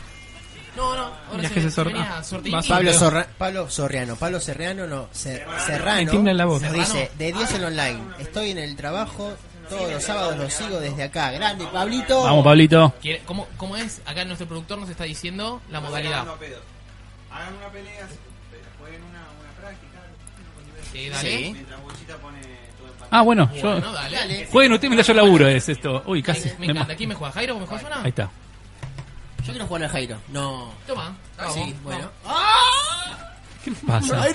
A: No, no, ahora
C: Mirá
A: se,
C: que se
A: se
C: sortea.
A: venía
C: Ah,
A: sorteín.
C: vas
D: Pablo, Sorra- Pablo Sorriano, Pablo Serrano, no, Ser-
C: Me
D: Serrano,
C: tiembla la voz.
D: nos
A: Serrano.
D: dice, de 10 el online, estoy en el trabajo, todos los sábados los sigo desde acá, grande Pablito.
B: Vamos, Pablito.
A: ¿Quiere- ¿Cómo, ¿Cómo es? Acá nuestro productor nos está diciendo la modalidad.
I: Hagan una pelea, jueguen una, una práctica.
A: Sí, dale.
D: Sí.
I: Mientras Buchita pone todo empate.
B: Ah, bueno, yo.
A: Bueno, dale.
D: Dale.
B: Jueguen ustedes mientras yo laburo, es esto. Uy, casi.
A: Me
B: me
A: encanta.
B: ma-
A: ¿Quién me juega? ¿Jairo? ¿Me juega
B: Ahí
A: Jonah?
B: está.
D: Yo quiero jugar al Jairo. No. Ah,
A: Toma. Vamos, ¡Ah!
D: sí, bueno.
B: ¿Qué pasa?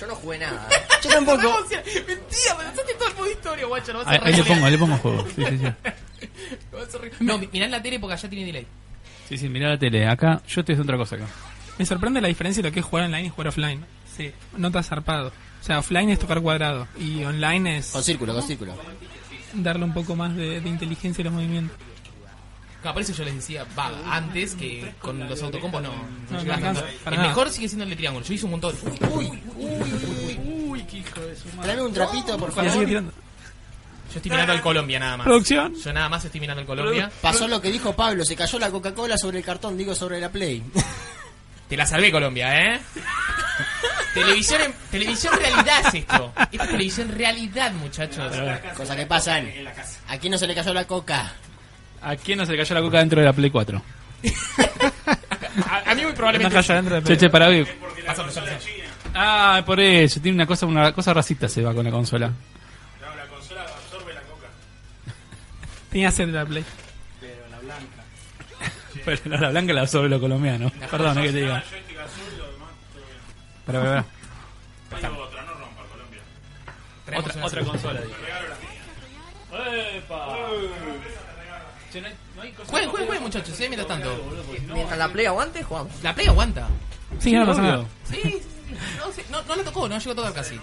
F: Yo no jugué nada.
D: Yo tampoco.
A: Vamos. Mentira, me lanzaste todo el modo historia, guacho. lo vas a
B: Ahí, ahí le
A: regalar.
B: pongo, ahí le pongo juego. Sí, sí, sí.
A: Lo vas a regalar. No, mi- mirá en la tele porque allá tiene delay.
B: Sí, sí, mirá la tele. Acá, yo te hice otra cosa acá.
C: Me sorprende la diferencia de lo que es jugar online y jugar offline. Sí, no te has zarpado. O sea, offline es tocar cuadrado y online es
D: Con círculo, con círculo.
C: darle un poco más de, de inteligencia a los movimientos.
A: Claro, por eso yo les decía, va, antes que con los autocombos no.
C: no
A: no llegas
C: alcanza,
A: tanto.
C: para
A: el
C: nada.
A: mejor sigue siendo el de triángulo. Yo hice un montón. Uy, uy, uy, uy, uy.
B: Uy, qué hijo de su
D: Traeme un trapito, por
C: Y sigue
D: favor.
C: tirando.
A: Yo estoy mirando al Colombia nada más.
C: Producción.
A: Yo nada más estoy mirando al Colombia.
D: Pasó lo que dijo Pablo, se cayó la Coca-Cola sobre el cartón, digo sobre la Play.
A: Te la salvé Colombia, ¿eh? televisión, en- televisión realidad es esto. Esto es televisión realidad, muchachos.
D: Cosa que pasan. Aquí no se le cayó la coca.
B: ¿A quién no se le cayó la coca dentro de la Play 4?
A: A, a mí muy
C: Una
A: probablemente...
C: calle adentro de
B: Che, che, pará, que-
A: Pasame, pasame, pasame.
B: Ah, por eso. Tiene una cosa, una cosa racista se va con la consola.
C: Tenía sed de la Play.
B: Pero no, la blanca la absorbe lo colombiano. Perdón, es que te diga. Pará, pará, pará.
A: Traemos una-
B: consola. ¡Epa! Che, no hay- no hay cosa-
A: Jueguen, jueguen, jueguen, muchachos, eh, mientras tanto.
F: Mientras la play aguante, jugamos.
A: La Play aguanta.
C: Sí, no pasa nada.
A: Sí, sí, no, sé, no, no la tocó, no llegó a tocar casi.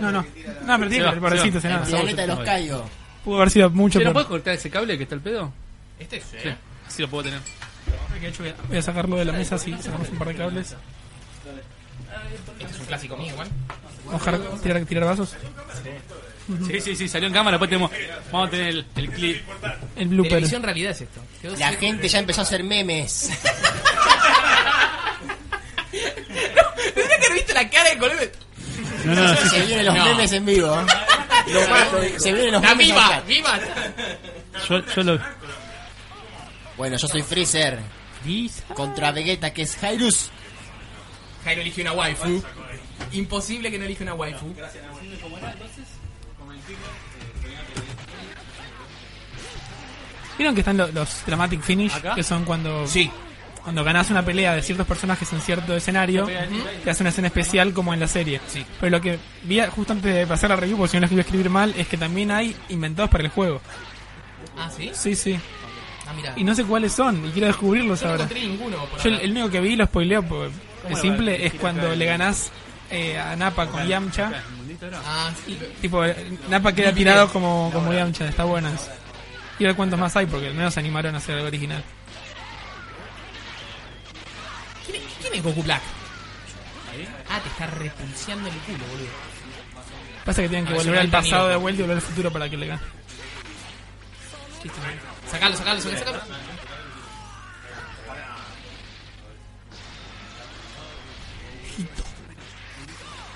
C: No, no. No, pero tiene
B: Seba,
C: el pobrecito, se
B: Seba.
C: nada.
B: Seba.
D: Planeta de los
B: Ay.
D: Caigos.
C: Pudo haber sido mucho
B: Che, ¿no
C: peor.
B: puedes cortar ese cable que está el pedo?
A: Este es,
B: Sí.
A: eh.
B: Así lo puedo tener.
C: Voy a sacarlo de la mesa si sacamos un par de cables.
A: Este es un clásico mío, igual.
C: Mojar, tirar, tirar vasos.
B: Sí, sí, sí, salió en cámara. Después tenemos. Vamos a tener el, el clip.
C: El blooper.
A: Televisión realidad es esto. Quedó
D: La
A: seco.
D: gente ya empezó a hacer memes.
A: Tendría que haber visto la cara de Colombia.
B: No, no, sí,
D: Se
B: sí.
D: vienen los
A: No.
D: memes en vivo. Se- Se vienen los
A: ¡Está
D: memes en
A: viva!
D: chat.
A: ¡Viva!
B: Yo, yo lo.
D: Bueno, yo soy Freezer. Contra Vegeta, que es Jairus.
A: Jairo eligió una waifu. Imposible que no elija una waifu.
C: ¿Vieron que están lo- los dramatic finish? Que son cuando cuando ganás una pelea de ciertos personajes en cierto escenario, te hace una escena especial como en la serie. Pero lo que vi justo antes de pasar la review, porque si no la escribí escribir mal, es que también hay inventados para el juego.
A: Ah, ¿sí?
C: Sí, sí.
A: Ah, mira.
C: Y no sé cuáles son, y quiero descubrirlos
A: Yo no
C: ahora.
A: encontré ninguno. por
C: Yo el,
A: ahora.
C: el único que vi, y lo spoileo, porque es simple, es cuando le ganás eh, a Napa con Yamcha.
A: Ah, sí.
C: Tipo, eh, Napa queda tirado como, como Yamcha, está bueno eso. Y ver cuántos más hay, porque al menos se animaron a hacer algo original.
A: ¿Quién, quién es Goku Black? Ah, te está repulseando el culo, boludo.
C: Pasa que tienen que
A: A ver,
C: volver
A: yo
C: al
A: no entendí,
C: pasado de
A: loco.
C: vuelta y volver al futuro para que le gane.
A: Sacalo, sacalo, sacalo, sacalo.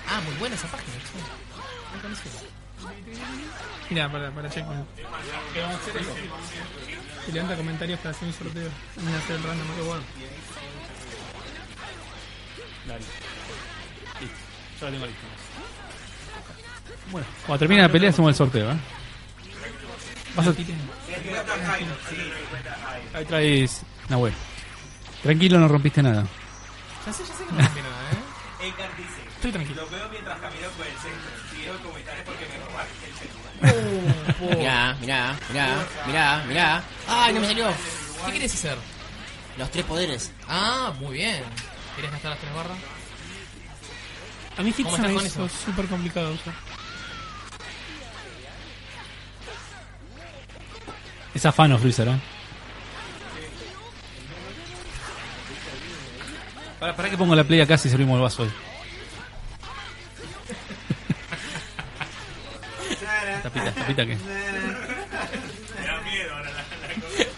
A: Ah, muy buena esa página. che. No conocía.
C: Mira, para, para checkpoint. ¿Qué vamos a hacer eso? Y levanta comentarios para hacer un sorteo. Vamos a hacer el random, qué bueno.
B: Cuando termine la pelea, hacemos el sorteo, ¿eh?
C: Vas a tirar.
B: Ahí traes. Nahuel. Tranquilo, no rompiste nada.
A: Ya sé, ya sé que no tiene nada, ¿eh?
I: Edgar dice,
C: Estoy tranquilo.
I: lo veo mientras camino por el centro. Y dejo comentarios porque me robaron el celular.
A: Oh.
D: Mirá, mirá, mirá, mirá, mirá. Ay, no me salió.
A: ¿Qué quieres hacer?
D: Los tres poderes.
A: Ah, muy bien. ¿Quieres gastar las tres barras?
C: A mí Hits
A: ¿Cómo
C: se me
A: estás con
C: hizo
A: eso?
C: súper complicado de usar.
B: Es afano, Freezer, ¿eh? Para, para que pongo la play acá si servimos el vaso hoy. tapita, tapita que.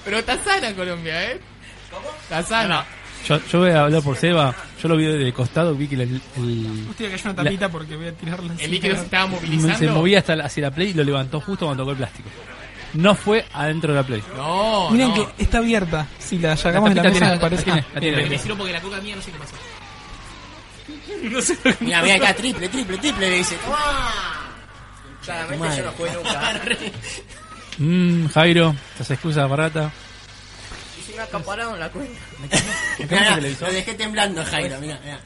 A: Pero está sana Colombia, ¿eh? ¿Cómo? Está sana.
B: Yo, yo voy a hablar por Seba. Yo lo vi de costado, vi que el, el-
C: Hostia, que hay una tapita porque voy a tirarla.
A: El líquido se estaba movilizando.
B: se movía hasta la- hacia la play y lo levantó justo cuando tocó el plástico. No fue adentro de la play.
A: No,
C: Miren
A: no.
C: que está abierta. Si la sacamos de la
B: tapita
C: mesa,
B: tiene-
C: me parece
B: tiene-
C: Ah,
B: la tiene.
A: Me
C: bien,
A: hicieron porque la coca mía no sé qué pasó.
D: Mirá, mirá, acá triple, triple, triple, le dice.
F: Claramente yo Este no jugué nunca.
B: Mmm, Jairo, esas excusas barata.
F: Hice una acaparado en la cuenta.
D: Mirá, lo dejé temblando, Jairo, mirá, mirá.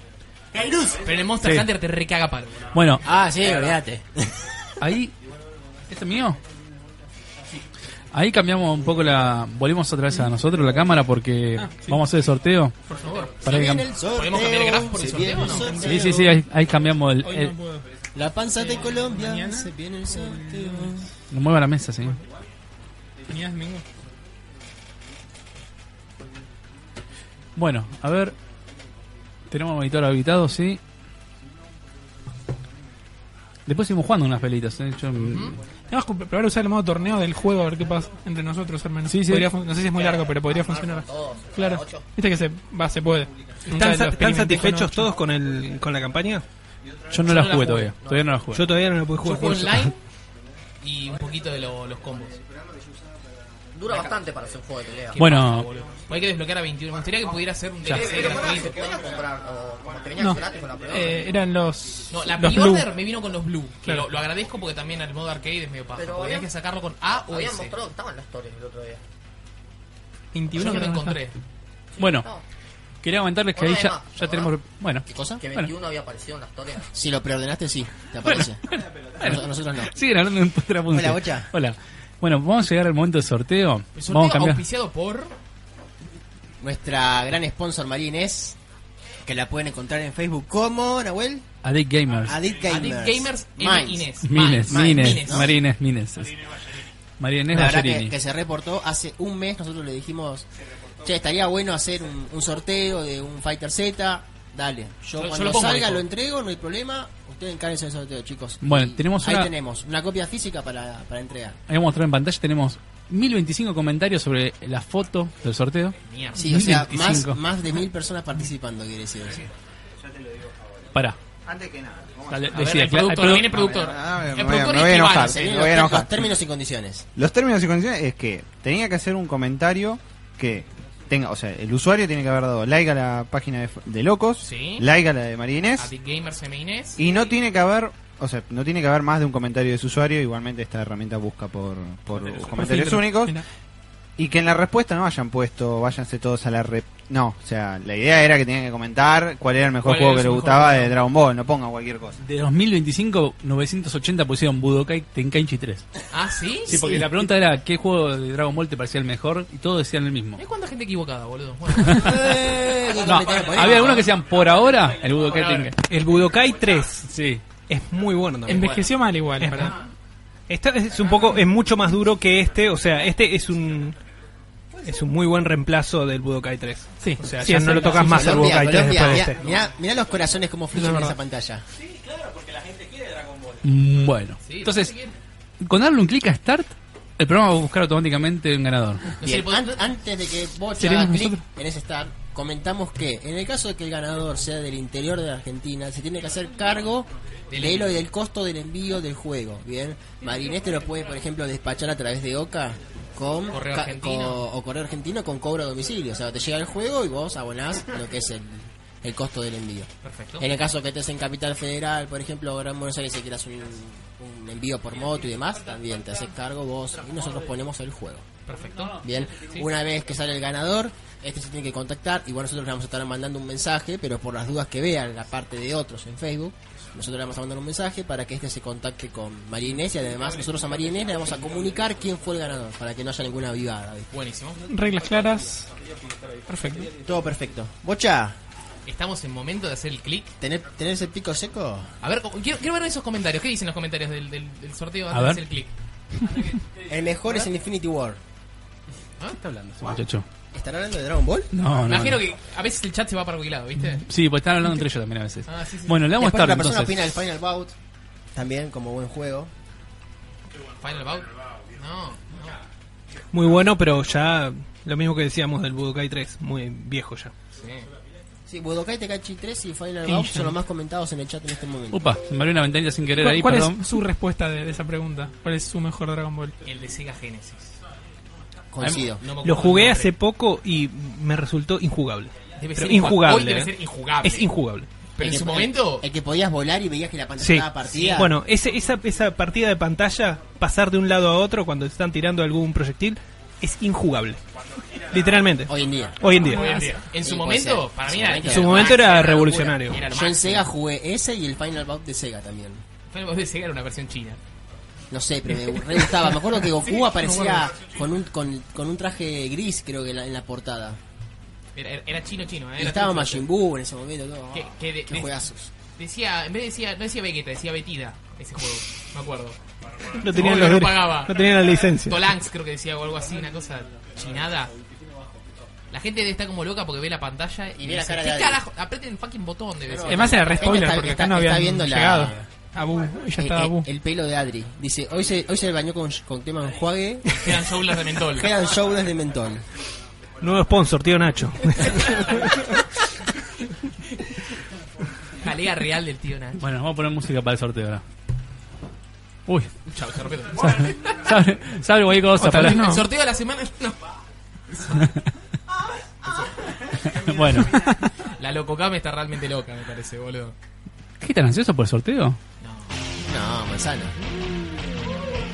D: Jairus.
A: Pero en el Monster
B: Sí.
A: Hunter te recaga palo.
B: Bueno,
A: Eh,
D: Ah, sí, olvídate.
B: Ahí. ¿Este es mío? Ahí cambiamos un poco la. Volvimos otra vez a nosotros la cámara porque vamos a hacer el sorteo.
A: Ah, Por favor.
B: Para
A: Se
B: que
A: viene
B: cam-
A: el sorteo, ¿Podemos cambiar el graf por el
D: se
A: sorteo
D: viene
A: o
D: el
A: no?
D: sorteo.
B: Sí, sí, sí, ahí, ahí cambiamos el.
D: Hoy no
B: el-
D: La panza de Colombia se viene el sorteo.
B: no mueva la mesa, señor.
C: Tenías Mingo.
B: Bueno, a ver. Tenemos monitor habilitado, sí. Después seguimos jugando unas pelitas. ¿eh? Yo-
C: Tenemos que probar a usar el modo torneo del juego a ver qué pasa entre nosotros al menos.
B: Sí, sí.
C: Podría fun- no sé si es muy largo, pero podría funcionar. Claro. Viste que se va, se puede. Nunca
E: ¿Están, sa- están
C: los experimenté con
E: satisfechos
C: ocho.
E: todos con el con la campaña?
B: Yo no la jugué todavía, todavía no la jugué.
E: Yo todavía no la pude
A: Yo
E: jugar.
A: juego
E: por eso.
A: online y un poquito de lo- los combos.
F: Dura bastante para hacer un juego de pelea.
A: Qué
B: Bueno.
A: paja, boludo. Hay que desbloquear a 21. Me gustaría que pudiera hacer un
F: Ya.
A: DLC gratuito.
F: ¿Puedes comprar? O, como te venía
C: No.
F: gratis con la pelota.
C: Eh, eran los.
A: No, la
C: los
A: pre-order
C: Blue.
A: me vino con los blue. que
C: Claro.
A: lo, lo agradezco porque también al modo arcade es medio paja.
F: Pero
A: porque
F: habían-
A: tenés que sacarlo con A o
F: Habían
A: S.
F: mostrado que estaban las torres el otro día.
C: 21
A: Yo no lo
C: creo que
A: encontré.
B: Bueno,
F: No.
B: quería comentarles que
F: Bueno,
B: ahí
F: hay
B: ya,
F: más,
B: ya
F: ¿no?
B: tenemos. Bueno,
D: ¿Qué cosa?
F: Que
B: Bueno.
F: 21 había aparecido en las torres.
D: Si lo preordenaste, sí, te aparece. Nos- a nosotros no.
B: siguen hablando en otra punta.
D: Hola, Bocha.
B: Hola. Bueno, vamos a llegar al momento del sorteo.
A: El
B: Vamos a
A: sorteo
B: cambiar.
A: auspiciado por.
D: Nuestra gran sponsor Marines, que la pueden encontrar en Facebook como, Nahuel,
B: Addict Gamers.
D: Adit Gamers.
A: Addict Gamers M.
D: Minds.
A: Inés.
B: Mines,
D: Ma-
B: Mines,
D: Mines, ¿no?
B: Marines, Mines. es. María Inés
D: La verdad que,
B: Ballerini.
D: que se reportó hace un mes, nosotros le dijimos, che, estaría bueno hacer un, un sorteo de un Fighter Z, dale, yo,
A: Yo- yo
D: cuando
A: lo pongo,
D: salga
A: dijo.
D: lo entrego, no hay problema, ustedes encárguense del sorteo, chicos.
B: Bueno,
D: Y
B: tenemos
D: ahí
B: una-
D: tenemos una copia física para, para entregar.
B: Ahí vamos a mostrar en pantalla. Tenemos 1025 comentarios sobre la foto del sorteo.
A: Mierda.
D: Sí, o sea, más,
B: 1025.
D: más de mil personas participando, quiere decir. eso.
B: Pará.
I: Antes que nada, vamos
B: Dale,
A: A ver,
B: decía,
A: el
B: claro, el
A: productor. Viene el
B: produ-
A: productor.
H: A ver, me
A: El
H: voy a-
A: productor
H: me voy a
A: y
H: enojar.
A: Iván.
D: Se
H: Me
I: ¿eh?
D: vienen
H: voy a
D: los-
H: enojar.
D: los términos y condiciones.
H: Los términos y condiciones es que tenía que hacer un comentario que tenga, o sea, el usuario tiene que haber dado like a la página de, de Locos,
A: Sí.
H: like a la de María Inés,
A: Addict Gamers M. E Inés.
H: y no tiene que haber, o sea, no tiene que haber más de un comentario de su usuario, igualmente esta herramienta busca por, por comentarios
C: Filtro.
H: únicos,
C: Mira.
H: y que en la respuesta no hayan puesto, váyanse todos a la rep... No, o sea, la idea era que tenían que comentar cuál era el mejor
A: ¿Cuál
H: juego
A: es
H: que
A: el
H: le
A: mejor
H: gustaba
A: juego?
H: de Dragon Ball, no pongan cualquier cosa.
B: De 2025, 980 pusieron Budokai Tenkaichi 3.
A: Ah, sí.
B: Sí, porque la pregunta era qué juego de Dragon Ball te parecía el mejor y todos decían el mismo.
A: Hay cuánta gente equivocada, boludo. Bueno,
D: Eh, que
B: No,
D: comentario polémico.
B: había algunos que decían por ahora el Budokai
A: Por ahora.
B: Tenkaichi.
E: El Budokai 3
B: Sí.
E: es muy bueno también.
C: Envejeció mal igual,
E: Es
C: para-
E: verdad. Esta es un poco, es mucho más duro que este, o sea, este es un es un muy buen reemplazo del Budokai 3.
C: Sí,
E: O sea,
C: sí,
E: ya
C: es
E: no
C: el-
E: lo tocas más al
D: Colombia,
E: Budokai 3
D: Colombia,
E: después de
D: mirá,
E: este.
D: mirá- mirá los corazones como fluyen en esa pantalla.
B: Mm, Bueno,
A: Sí,
B: entonces, con darle un clic a Start, el programa va a buscar automáticamente un ganador.
A: no sé,
D: Bien,
B: pues,
A: ¿podés-
D: an- antes de que vos
C: Seremos
D: hagas clic
C: nosotros.
D: en ese start, comentamos que en el caso de que el ganador sea del interior de la Argentina, se tiene que hacer cargo de él o del costo del envío del juego. Bien, Marinés te lo puede, por ejemplo, despachar a través de OCA con
A: Correo
D: ca-
A: argentino.
D: co- o correo argentino con cobro a domicilio. O sea, te llega el juego y vos abonás lo que es el, el costo del envío.
A: Perfecto.
D: En el caso que estés en Capital Federal, por ejemplo, ahora en Buenos Aires, si quieras un, un envío por moto y demás, también te haces cargo vos y nosotros ponemos el juego.
A: Perfecto.
D: Bien, una vez que sale el ganador, este se tiene que contactar. Igual nosotros le vamos a estar mandando un mensaje, pero por las dudas que vean la parte de otros en Facebook, nosotros le vamos a mandar un mensaje para que este se contacte con María Inés y además nosotros a María Inés le vamos a comunicar quién fue el ganador para que no haya ninguna vivada. ¿viste?
A: Buenísimo.
C: Reglas claras. Perfecto.
D: Todo perfecto. Bocha,
A: Estamos en momento de hacer el clic.
D: ¿tenés, tenés el pico seco?
A: A ver, co- quiero, quiero ver esos comentarios. ¿Qué dicen los comentarios del, del, del sorteo antes
B: A
A: de
B: ver.
A: hacer el clic?
D: El mejor es en Infinity War.
B: Muchacho.
D: ¿Estará hablando de Dragon Ball?
B: No, no.
A: ¿Ah? Imagino
B: no.
A: que a veces el chat se va para cualquier lado, ¿viste?
B: Sí, pues están hablando entre ellos también a veces.
A: Ah, sí, sí.
B: Bueno, le vamos a
D: Después
B: estar
D: la persona
B: entonces.
D: opina del Final Bout, también como buen juego.
A: Final Bout. No, no.
E: Muy bueno, pero ya lo mismo que decíamos del Budokai 3, muy viejo ya.
A: Sí.
D: Sí, Budokai Tenkaichi 3 y Final
C: Sí,
D: Bout
C: ya.
D: son los más comentados en el chat en este momento.
B: Upa, se me abrió una ventanita sin querer
C: ¿Cuál,
B: ahí,
C: cuál
B: perdón.
C: es su respuesta de, de esa pregunta? ¿Cuál es su mejor Dragon Ball?
A: El de Sega Genesis.
D: Coincido.
A: No me acuerdo
E: Lo jugué
A: el
E: hace
A: nombre.
E: poco y me resultó injugable.
A: Debe
E: Pero
A: ser injugable.
E: injugable.
A: Hoy debe ser
E: ¿eh?
A: injugable.
E: Es injugable.
D: El
A: Pero en
D: que-
A: su momento.
D: El, el que podías volar y veías que la pantalla
E: Sí.
D: estaba partida.
E: Bueno, ese- esa, esa partida de pantalla, pasar de un lado a otro cuando están tirando algún proyectil, es injugable. Literalmente.
D: Hoy en día.
E: Hoy en día.
A: Hoy en día. En su
D: Sí, puede
A: momento,
D: ser.
A: para mí
D: En su
A: era.
D: momento
E: En su momento
A: lo
E: era
A: máximo, locura.
E: revolucionario.
A: Era lo
D: Yo en
A: máximo.
D: Sega jugué ese y el Final Bout de Sega también.
A: Final Bout de Sega era una versión china.
D: No sé, pero me re gustaba. Me acuerdo que Goku aparecía con un, con, con un traje gris, creo que en la- en la portada.
A: Era, era- era chino chino, ¿eh?
D: Y
A: Era
D: estaba
A: chino.
D: Majin Buu en ese momento. todo.
A: Que- que de-
D: Qué
A: de-
D: juegazos.
A: Decía, en vez de decía, no decía Vegeta, decía Betida, ese juego, me acuerdo.
E: No tenían
A: Obvio,
E: los
A: no
E: dere-
A: pagaba.
E: no tenían la licencia.
A: Tolanx creo que decía o algo así, una cosa chinada. La gente está como loca porque ve la pantalla y,
D: Y ve la
A: dice,
D: cara de
A: ¿Qué
D: alguien".
A: carajo? Aprieten fucking botón de vez. en
C: Además era re
A: cuando".
C: spoiler
D: Está-
C: porque
D: está-
C: acá no
D: está
C: habían
D: viendo la-
C: llegado. Abu,
D: Eh,
C: ella estaba
D: eh,
C: Abu.
D: el pelo de Adri. Dice, hoy se, hoy se bañó con, con tema de enjuague.
A: Quedan shoulders de mentol.
D: Quedan shoulders de mentol.
E: Nuevo sponsor, tío Nacho.
A: Jalea real del tío Nacho.
B: Bueno, vamos a poner música para el sorteo ahora. Uy,
A: Chao, se repite.
B: sabe, sabe, sabe cualquier cosa.
A: Otra
B: para-
A: vez, El sorteo de la semana. No.
B: bueno,
A: La Lococame está realmente loca, me parece, boludo.
B: ¿qué tan ansioso por el sorteo?
D: No, manzana.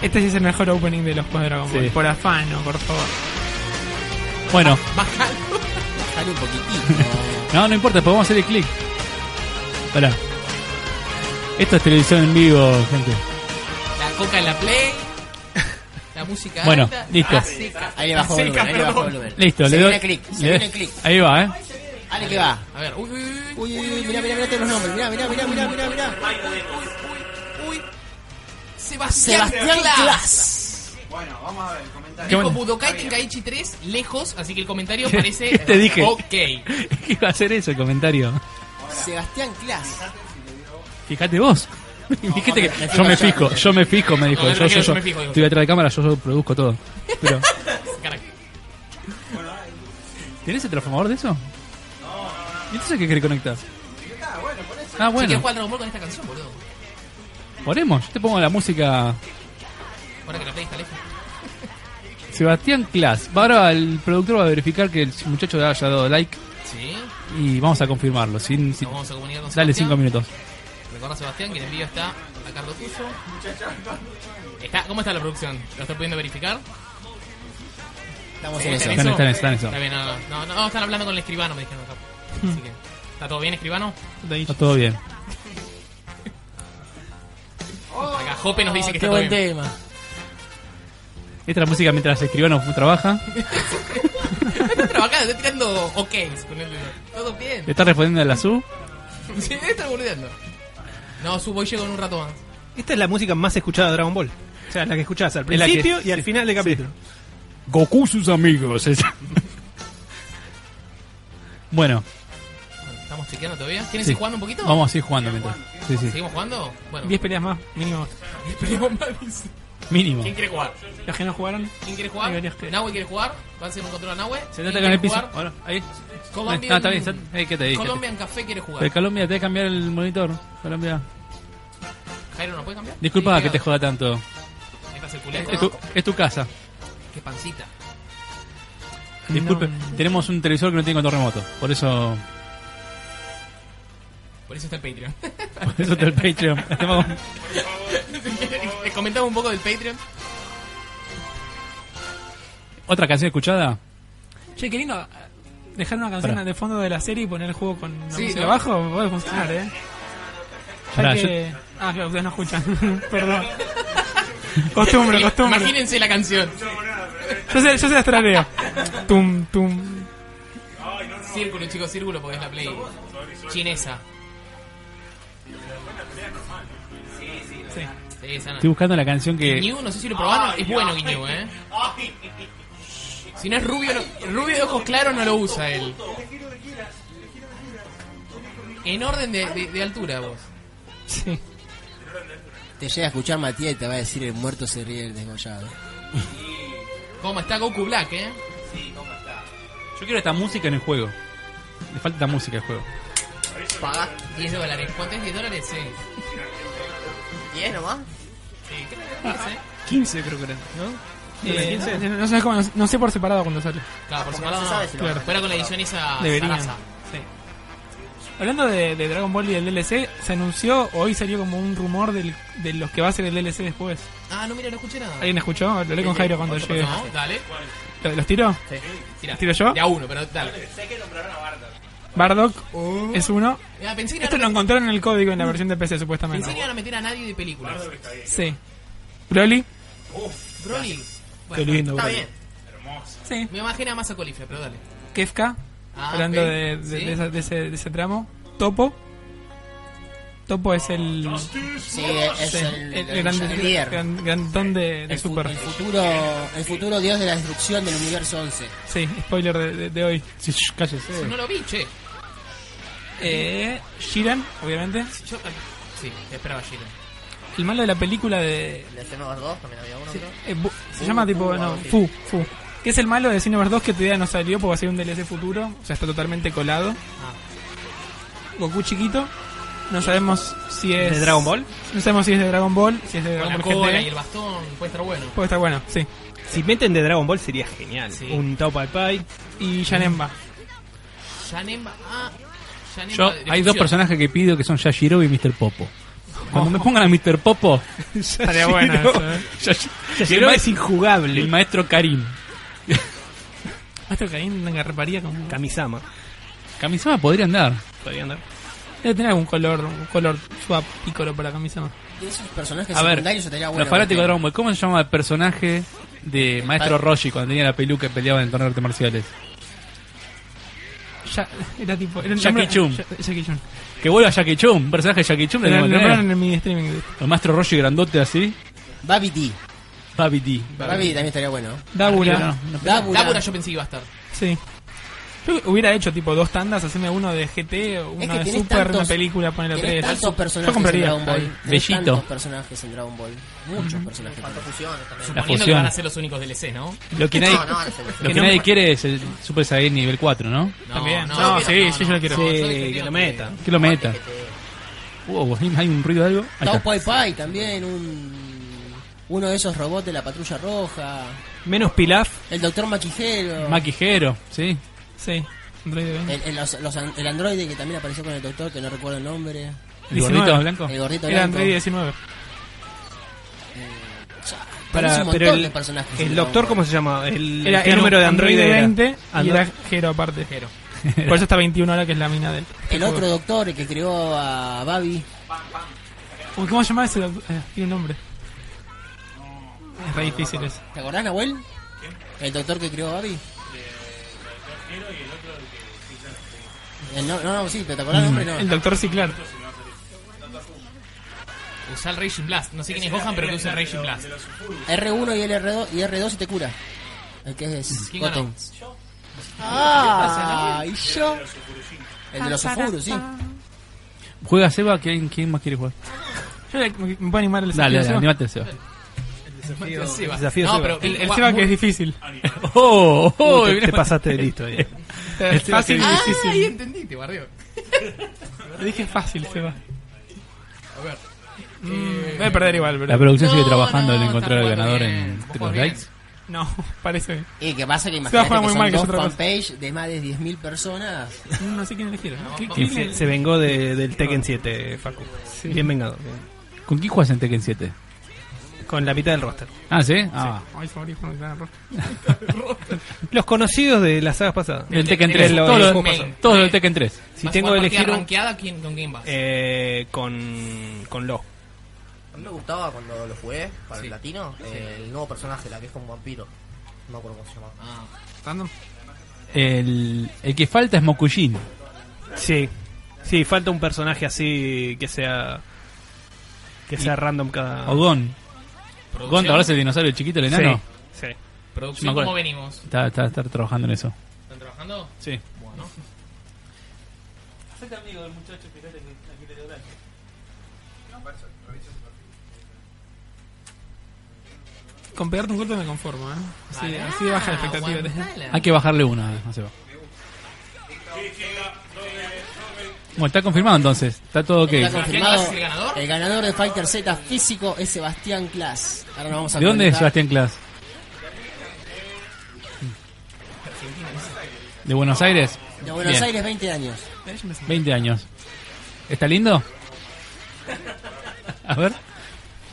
C: Este sí es el mejor opening de los juegos de Dragon Ball.
B: Sí.
C: Por afano, por favor.
B: Bueno,
D: Sale un poquitito.
B: no, no importa, podemos hacer el clic. Pará. Esto es televisión en vivo, gente.
A: La coca en la play. La música.
B: Bueno,
A: alta,
B: listo.
A: ah, seca.
D: Ahí le bajó
A: Seca,
D: volumen, ahí le bajó
A: perdón.
D: volumen.
B: Listo,
D: se
B: le doy.
D: viene click, se
B: le-
D: viene clic.
B: Ahí va, eh.
D: Ale que va.
A: A ver, uy, uy, uy, uy.
D: Uy, uy, uy, mirá, mirá, mirá todos los nombres. Mirá, mirá, mirá, mirá, mirá, mirá.
A: Uy. Sebastián,
D: Sebastián
A: Clas.
D: Glass.
I: Bueno, vamos a ver el comentario.
A: Dijo
B: bueno.
A: Budokai Tenkaichi 3 lejos, así que el comentario parece.
B: ¿Qué
A: eh,
B: te dije?
A: Ok.
B: ¿Qué iba a hacer eso el comentario?
D: Sebastián Glass.
B: Fíjate vos. Fíjate que yo me fijo, yo me fijo, me dijo.
A: No,
B: Yo,
A: tranquilo,
B: yo,
A: yo
B: yo.
A: me fijo, digo.
B: Estoy detrás de cámara, yo, yo produzco todo. Pero,
A: Caraca.
B: ¿Tenés el transformador de eso? No. ¿Y entonces qué querés conectar? Ah,
A: Si quieres
B: bueno.
A: jugar al Dragon Ball con esta canción, boludo.
B: Ponemos, yo te pongo la música.
A: Ahora que la play está lejos.
B: Sebastián Klaas. Va Ahora el productor va a verificar que el muchacho le haya dado like
A: Sí.
B: y vamos a confirmarlo. Sin, sin-
A: Nos vamos a comunicar con
B: Dale
A: Sebastián.
B: 5 minutos.
A: Recuerda Sebastián que el envío está a Carlos Tuso. Está, ¿Cómo está la producción? ¿Lo está pudiendo verificar?
D: Estamos
A: Sí,
D: en eso.
A: ¿está
B: Están, están, están, están.
A: Está bien, no, no, no, no, están hablando con el escribano, me dijeron acá. Así que, ¿está todo bien, escribano?
B: Está todo bien.
A: Acá Jope nos dice
D: Oh, Qué
A: que está todo
D: buen
A: bien.
D: tema.
B: Esta es la música mientras escribano trabaja.
A: Está trabajando, está tirando OKs con el dedo. Todo bien.
B: Le está respondiendo a la SU.
A: Sí, está burdeando. No, subo y llego en un rato más.
E: Esta es la música más escuchada de Dragon Ball. O sea, la que escuchás al
B: Es la que-
E: principio y al final del capítulo.
B: Goku sus amigos. esa. bueno,
A: ¿Estamos chequeando todavía? ¿Quieren
B: Sí.
A: seguir jugando un poquito?
B: vamos a seguir jugando mientras. Sí, sí.
A: ¿Seguimos jugando? Bueno,
C: 10 peleas más, mínimo.
A: esperemos más, dice.
B: Mínimo.
A: ¿Quién quiere jugar?
C: Los que no jugaron.
A: ¿Quién quiere
C: Hay
A: jugar?
C: varios que-
A: ¿Nahue quiere jugar? ¿Va a ser un control a Nahue?
B: Se
A: ¿Quién
B: trata con el
A: quiere
B: piso.
A: jugar?
B: Ahora, ahí.
A: Colombian-
B: No, está bien, está- eh, ¿qué te dije?
A: Colombian Café quiere jugar.
B: Pero Eh, Colombia, te que cambiar el monitor. Colombia.
A: Jairo, ¿no puede cambiar?
B: Disculpa
A: Sí,
B: que Eh, te
A: pegado.
B: joda tanto.
A: Ahí está el
B: Es,
A: culeco.
B: es tu, es tu casa.
A: Qué pancita.
B: Disculpe, tenemos un televisor que no tiene control remoto. Por eso,
A: Por eso está el Patreon.
B: por eso está el Patreon. Estamos con-
A: Les comentamos un poco del Patreon.
B: Otra canción escuchada.
C: Che, qué lindo. ah, Dejar una canción
B: Pará.
C: de fondo de la serie y poner el juego con la
A: Sí,
C: música
A: ¿no?
C: abajo puede funcionar, eh. Ya
B: Pará,
C: que... Ah, claro, ustedes no escuchan. Perdón. Costumbre, costumbre.
A: Imagínense la canción.
C: Yo sé, yo sé las tarareo. Tum, tum.
A: Círculo, chicos, círculo, porque es la play chinesa.
C: Sí.
A: Sí, esa no.
B: Estoy buscando la canción que.
A: Guiñú, no sé si lo probaron, es bueno Guiñú, eh. Si no es rubio, no- rubio de ojos claros no lo usa él. En orden de, de- de altura vos.
C: Sí.
D: Te llega a escuchar Matías y te va a decir el muerto se ríe del desgollado.
A: Como está Goku Black, eh.
B: Yo quiero esta música en el juego. Le falta esta música al juego.
A: Pagás 10 dólares. ¿Cuánto es 10 dólares? Sí.
F: ¿10 nomás?
A: Sí, ¿qué te parece?
E: 15 creo que era, ¿no?
C: Eh, no, no sé cómo- no sé por separado cuando sale.
A: Claro,
F: Porque
A: por
F: no
A: separado
F: se
A: no.
F: sabe si lo
A: Claro.
F: van a
A: Fuera con la edición esa
C: Deberían.
A: zaraza.
C: Sí. Hablando de, de Dragon Ball y del DLC, se anunció, hoy salió como un rumor del- de los que va a ser el DLC después.
A: Ah, no, mira, no escuché nada.
C: ¿Alguien escuchó? Lo hablé con Jairo cuando llegué.
A: No, dale.
C: ¿Lo- ¿Los tiro?
A: Sí. Tira.
C: ¿Tiro yo?
A: De a uno, pero dale.
C: Bardock es uno.
A: Mira, pensé que
C: Esto
A: no Mm.
C: lo encontraron en el código en la versión de PC,
A: Pensé que
C: supuestamente.
A: iban a meter a nadie de películas.
C: Sí. Broly.
A: Uf, Broly.
C: Qué lindo,
A: está
C: Broly.
A: bien. Hermoso. Me imagino a Masa Colife, pero dale.
C: Kefka.
A: Ah,
C: hablando
A: ok.
C: de, de-
A: Sí.
C: de esa- de ese, de ese tramo. Topo. Topo es el.
D: Sí, es el- el
C: grande-
D: el líder.
C: gran- grandón de, de
D: El, fu-
C: Super.
D: el futuro, el futuro dios de la destrucción del universo 11.
C: Sí, spoiler de, de- de hoy. Sí, shh, cállese.
A: No lo vi, che.
C: Eh, Shiran, obviamente.
A: Yo,
D: eh,
A: sí, esperaba Jiren.
C: El malo de la película de.
F: El de Xenoverse 2 también había uno, creo.
C: eh, bu- se
F: Fu,
C: llama tipo.
F: Fu,
C: no,
F: algo así.
C: Fu, Fu. Que es el malo de Xenoverse 2 que todavía no salió porque va a ser un DLC futuro. O sea, está totalmente colado. Goku chiquito. No sabemos si es.
E: ¿De Dragon Ball?
C: No sabemos si es de Dragon Ball, si es de
A: Con
C: Dragon
A: la
C: Ball
A: cola
C: GT.
A: y el bastón, puede estar bueno.
B: Pues-
C: Puede estar bueno, sí.
E: Si meten de Dragon Ball sería genial.
A: Sí.
E: Un Tau Pai Pai.
C: Y Janemba.
A: Yanemba, ah, Yanemba
B: Yo,
A: de
B: hay dos
A: fusión.
B: personajes que pido que son Yashiro y Mr. Popo. Cuando me pongan a Mr. Popo,
C: Estaría bueno eso, ¿eh?
B: Yashi-
E: Yashiro es
B: y
E: injugable.
B: el maestro Karim.
C: Maestro Caín agarraría con.
E: Kamisama.
B: Kamisama podría andar.
E: Podría andar.
C: Debe tener algún color, un color swap pícoro para camisama.
D: De esos personajes
B: A ver,
D: secundarios estaría bueno.
B: los fanáticos de Dragon Ball, ¿cómo se llama el personaje de Maestro
D: padre.
B: Roshi cuando tenía la peluca y peleaba en el torneo de artes marciales?
C: Ya, era tipo. Era el
B: Jackie
C: nombre-
B: Chun.
C: Ya- Jackie Chun.
B: Que vuelva Jackie Chun, un personaje de Jackie Chun. le
C: Era el
B: tenemos que tener.
C: nombraron en mi streaming.
B: El Maestro Roshi grandote así,
D: Babi D.
B: Babi D.
D: Babi D también estaría bueno.
C: Dabura.
B: Arriba, no,
D: Dabura.
A: Dabura yo pensé que iba a estar.
C: Sí. Yo hubiera hecho tipo dos tandas, hacerme uno de GT, uno
D: Es que
C: de
D: tenés
C: Super, una
D: tantos-
C: película, ponerlo
D: Tenés
C: tres.
D: tantos
C: Yo
D: personajes en
C: compraría.
D: Dragon Ball. Tenés
B: Bellito.
D: tantos personajes en Dragon Ball. Muchos personajes.
F: Faltó fusiones también.
B: La
A: Suponiendo que van
B: fusión.
A: a ser los únicos DLC, ¿no?
B: Lo que nadie,
F: No, no, no, no.
B: lo que nadie quiere es el Super Saiyan nivel 4, ¿no?
A: No,
C: También. No, sí, sí, yo lo quiero.
A: yo
E: Sí,
A: defendí
E: que lo
A: otro.
E: metan.
B: Que lo meta. Wow, ¿hay un ruido de algo? Ahí
D: Tau
B: está.
D: Pai Pai también, un, uno de esos robots de la patrulla roja.
E: Menos Pilaf.
D: El doctor Maquijero.
B: Maquijero, sí.
C: Sí. Android veinte.
D: el, el- los- los an- el androide que también apareció con el doctor, que no recuerdo el nombre.
B: El
C: 19.
B: gordito blanco.
D: El gordito
C: Era
D: blanco.
C: Android 19.
E: Para,
A: Eh,
D: Tenés un montón
E: pero
D: de
E: el,
D: personajes
E: el
D: en
E: doctor,
D: Dragon
E: ¿cómo
D: Ball.
E: se llama? El,
C: Era
E: ¿qué número de Android, era?
C: y
E: Android-
C: era Jero aparte. Jero. Por eso está 21 horas que es la mina del.
D: El otro doctor el que creó a Babi.
C: Uy, ¿Cómo se llama ese doctor? Eh, tiene un nombre. Es re difícil eso.
D: ¿Te acordás, Nahuel? El doctor que creó a Babi. El Eh, no, no, no, sí, pero ¿te acordás el nombre?
C: Mm, El
D: No.
C: doctor Ciclar.
A: Usá el Raging Blast. No sé quién es Gohan, pero que usa el Raging Blast.
D: R1 y el R2 y R2 y te cura. El que es
A: ¿Quién ganó?
D: Goten. Ah, y yo. El de los Ofurus, sí.
B: Juega Seba, ¿quién, quién más quiere jugar?
C: Yo le- me, me puedo animar el
B: Dale, dale,
C: Seba?
B: animate Seba.
A: El Seba.
E: desafío
A: no,
E: Seba.
A: pero
C: El, el
A: gua-
C: Seba
A: mu-
C: que es difícil.
B: Oh, oh,
E: Uy, te,
B: mirá.
E: te pasaste de listo.
C: eh.
E: ya.
C: Es fácil y
A: Ah, ahí
C: difícil.
A: entendí, te guardeo.
C: Lo dije fácil, Seba. Mm,
A: A ver. Eh,
C: Voy a perder igual,
B: La
C: pero.
B: producción sigue
A: No,
B: trabajando
A: no,
B: en encontrar al
A: está
B: ganador
A: jugando bien.
B: en
A: Vos
B: los
A: jugás
B: likes.
C: No, parece.
D: Y que pasa que
C: Se va a
D: imagínate
C: jugar
D: que
C: muy
D: son
C: mal, que es
D: dos
C: otra cosa.
D: fanpage de más de 10.000 personas.
C: No sé quién elegir. ¿eh? ¿Qué-
E: Y
C: quién
E: se,
C: es?
E: se vengó de- del
B: Ah.
E: Tekken 7, Facu. Bien vengado. bien.
B: ¿Con quién juegas en Tekken 7?
E: Con la mitad del roster.
B: Ah, ¿sí? Ah,
C: Ay, favorito, no, gran error.
E: Los conocidos de las sagas pasadas. Eh,
B: el Tekken
E: El-
B: 3.
E: el-
B: Todos
E: el-
B: los
A: el-
B: todos los Tekken 3.
E: Si
A: ¿Vas a
E: tengo
A: jugar
E: que
A: partida
E: elegir un-
A: rankeada, ¿quién, ¿con quién vas?
E: Eh, con, con Lo.
F: A mí me gustaba cuando lo jugué para el latino, eh, el nuevo personaje, la que es como vampiro. No me acuerdo cómo se llama.
A: Ah,
C: Random.
B: El, el que falta es Mokujin.
E: Sí. Sí, falta un personaje así que sea. Que sea random cada.
B: O Gon. Gon, ¿te
A: producción,
B: acordás el dinosaurio chiquito, el
E: Sí,
B: enano?
E: sí.
B: Me
A: producción
B: acuerdo.
A: ¿cómo venimos?
B: Está, está, está trabajando en eso.
A: ¿Están trabajando?
B: Sí.
A: Bueno.
C: Con pegarte un golpe me conformo, ¿eh? Así, así baja la expectativa.
A: aguantala.
B: Hay que bajarle una a Seba. Bueno, está confirmado entonces. Está todo ok.
D: Está
B: ¿De
D: confirmado.
A: es el ganador?
D: El ganador de Fighter Z físico es Sebastián Klaas. Ahora nos vamos a
B: dónde es
D: actualizar.
B: Sebastián Klaas? ¿De Buenos Aires?
D: De Buenos
B: Bien.
D: Aires, 20 años.
C: Eh, yo me sentí.
B: 20 años. ¿Está lindo? A ver,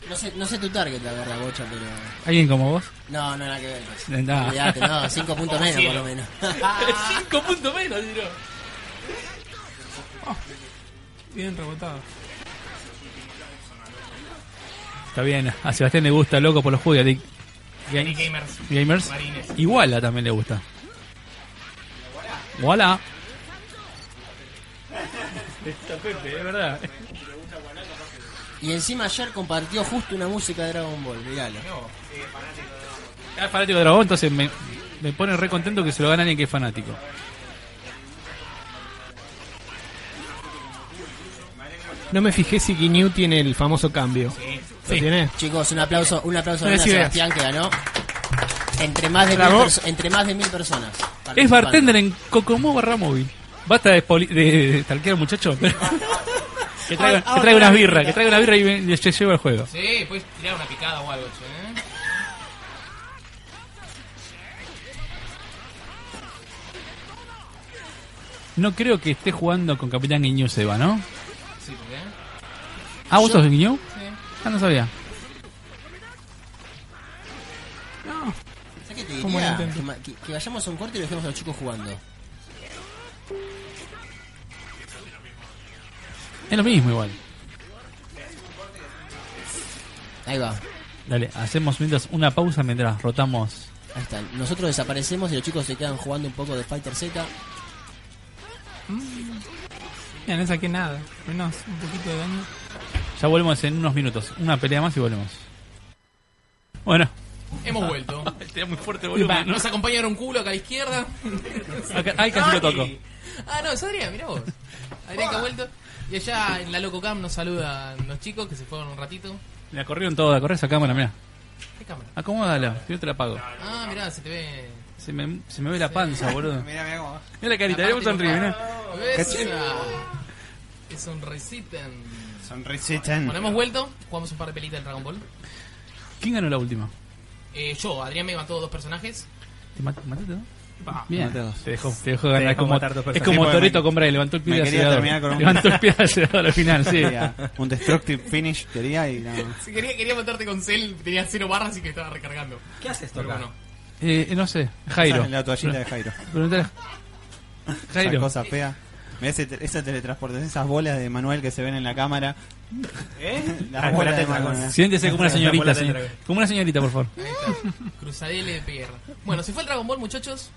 D: No sé, no sé tu target, la verdad, Bocha, pero...
B: ¿alguien como vos?
D: No, no, nada que ver.
B: Nada.
D: Olvídate, no, 5 puntos menos, por lo menos.
B: Con punto menos, tiro.
C: Oh, Bien rebotado.
B: Está bien, a Sebastián le gusta loco por los juegos. y a Dick-
A: Game- Gamers.
B: Gamers.
A: Marines.
B: Iguala también le gusta. Wala.
D: es verdad. Y encima ayer compartió justo una música de Dragon Ball, miralo.
C: eh,
B: Es Ah, fanático de Dragón, entonces me, me pone re contento que se lo gane alguien que es fanático.
E: No me fijé si Ginyu tiene el famoso cambio. ¿Lo tiene?
D: Chicos, un aplauso, un aplauso
E: No
D: a
E: decís
D: Sebastián que ganó. Entre más de, mil,
B: Bravo.
D: perso- entre más de mil personas.
B: Es
A: Ah,
D: participando.
B: bartender en Cocomo barra móvil. Basta de, poli- de, de talquear muchachos.
A: Ah,
B: que traiga, que traiga unas birras, que traiga una birra y me, y se lleva el juego.
A: Sí, puedes tirar una picada o algo, che, ¿eh?
B: No creo que esté jugando con Capitán Guiñú Seba, ¿no?
A: Sí, porque, ¿eh?
B: Ah, vos
A: Yo-
B: sos Guiñú?
A: Sí.
B: Ah, no sabía.
D: ¿Sabés qué te
C: Fue un buen
D: diría?
C: intento.
D: Que ma- Que, que vayamos a un corte y dejemos a los chicos jugando.
B: Es lo mismo igual.
D: Ahí va,
B: Dale, hacemos mientras una pausa mientras rotamos.
D: ahí están. Nosotros desaparecemos y los chicos se quedan jugando un poco de Fighter Z.
C: Mira, Mm. no saqué nada. Menos un poquito de daño.
B: Ya volvemos en unos minutos. Una pelea más y volvemos. Bueno,
A: Hemos vuelto.
B: Tenía Ah. muy fuerte
A: Va, Nos acompañaron un culo acá a la izquierda.
B: Acá- ay, casi lo toco.
A: Ah, no, es Adrián, mirá vos. Adrián que ha vuelto. Y allá en la Loco Cam nos saludan los chicos que se fueron un ratito.
B: la corrieron toda, corre esa cámara, mirá.
A: ¿Qué cámara?
B: Acomódala, yo te la apago.
A: Ah, mirá, se te ve.
B: Se me, se me ve la panza, boludo.
A: Mirá, mirá cómo va.
B: Mira la carita, mirá cómo sonríe, mirá.
A: ¿Ves?
H: Cachín.
A: Que sonrisitan.
H: Sonrisitan.
A: Bueno, hemos vuelto. Jugamos un par de pelitas del Dragon Ball.
B: ¿Quién ganó la última?
A: Eh, yo, Adrián me mató dos personajes.
B: ¿Te mat- mataste, no?
A: Pa.
B: Bien.
H: Mate dos.
B: Te dejó, te dejó
H: Ah, Te
B: ganar.
H: dejó
B: como,
H: matar dos
B: es
H: personas.
B: como
H: Sí, porque
B: Torito
H: me-
B: compra y levantó el pie
H: me
B: de
H: quería
B: acelerador.
H: terminar con un-
B: Levantó el pie de acelerador al final, sí.
H: Quería Un destructive finish quería y no.
A: Si quería, quería matarte con Cell, tenía cero barras y que estaba recargando.
I: ¿Qué haces,
A: Pero
I: Toca?
A: bueno.
B: Eh, eh, no sé, Jairo.
H: La toallita de Jairo.
B: Preguntale a-
H: Esa
B: Jairo.
H: cosa fea. Mirá ese te- esa teletransportación, esas bolas de Manuel que se ven en la cámara.
I: ¿Eh?
H: Las bolas de Manuel.
B: Siéntese como una señorita,
K: Bola
B: señor.
K: de dragón.
B: Como una señorita, por favor.
A: Ahí está. Cruzadele de pierna. Bueno, se fue el Dragon Ball, muchachos.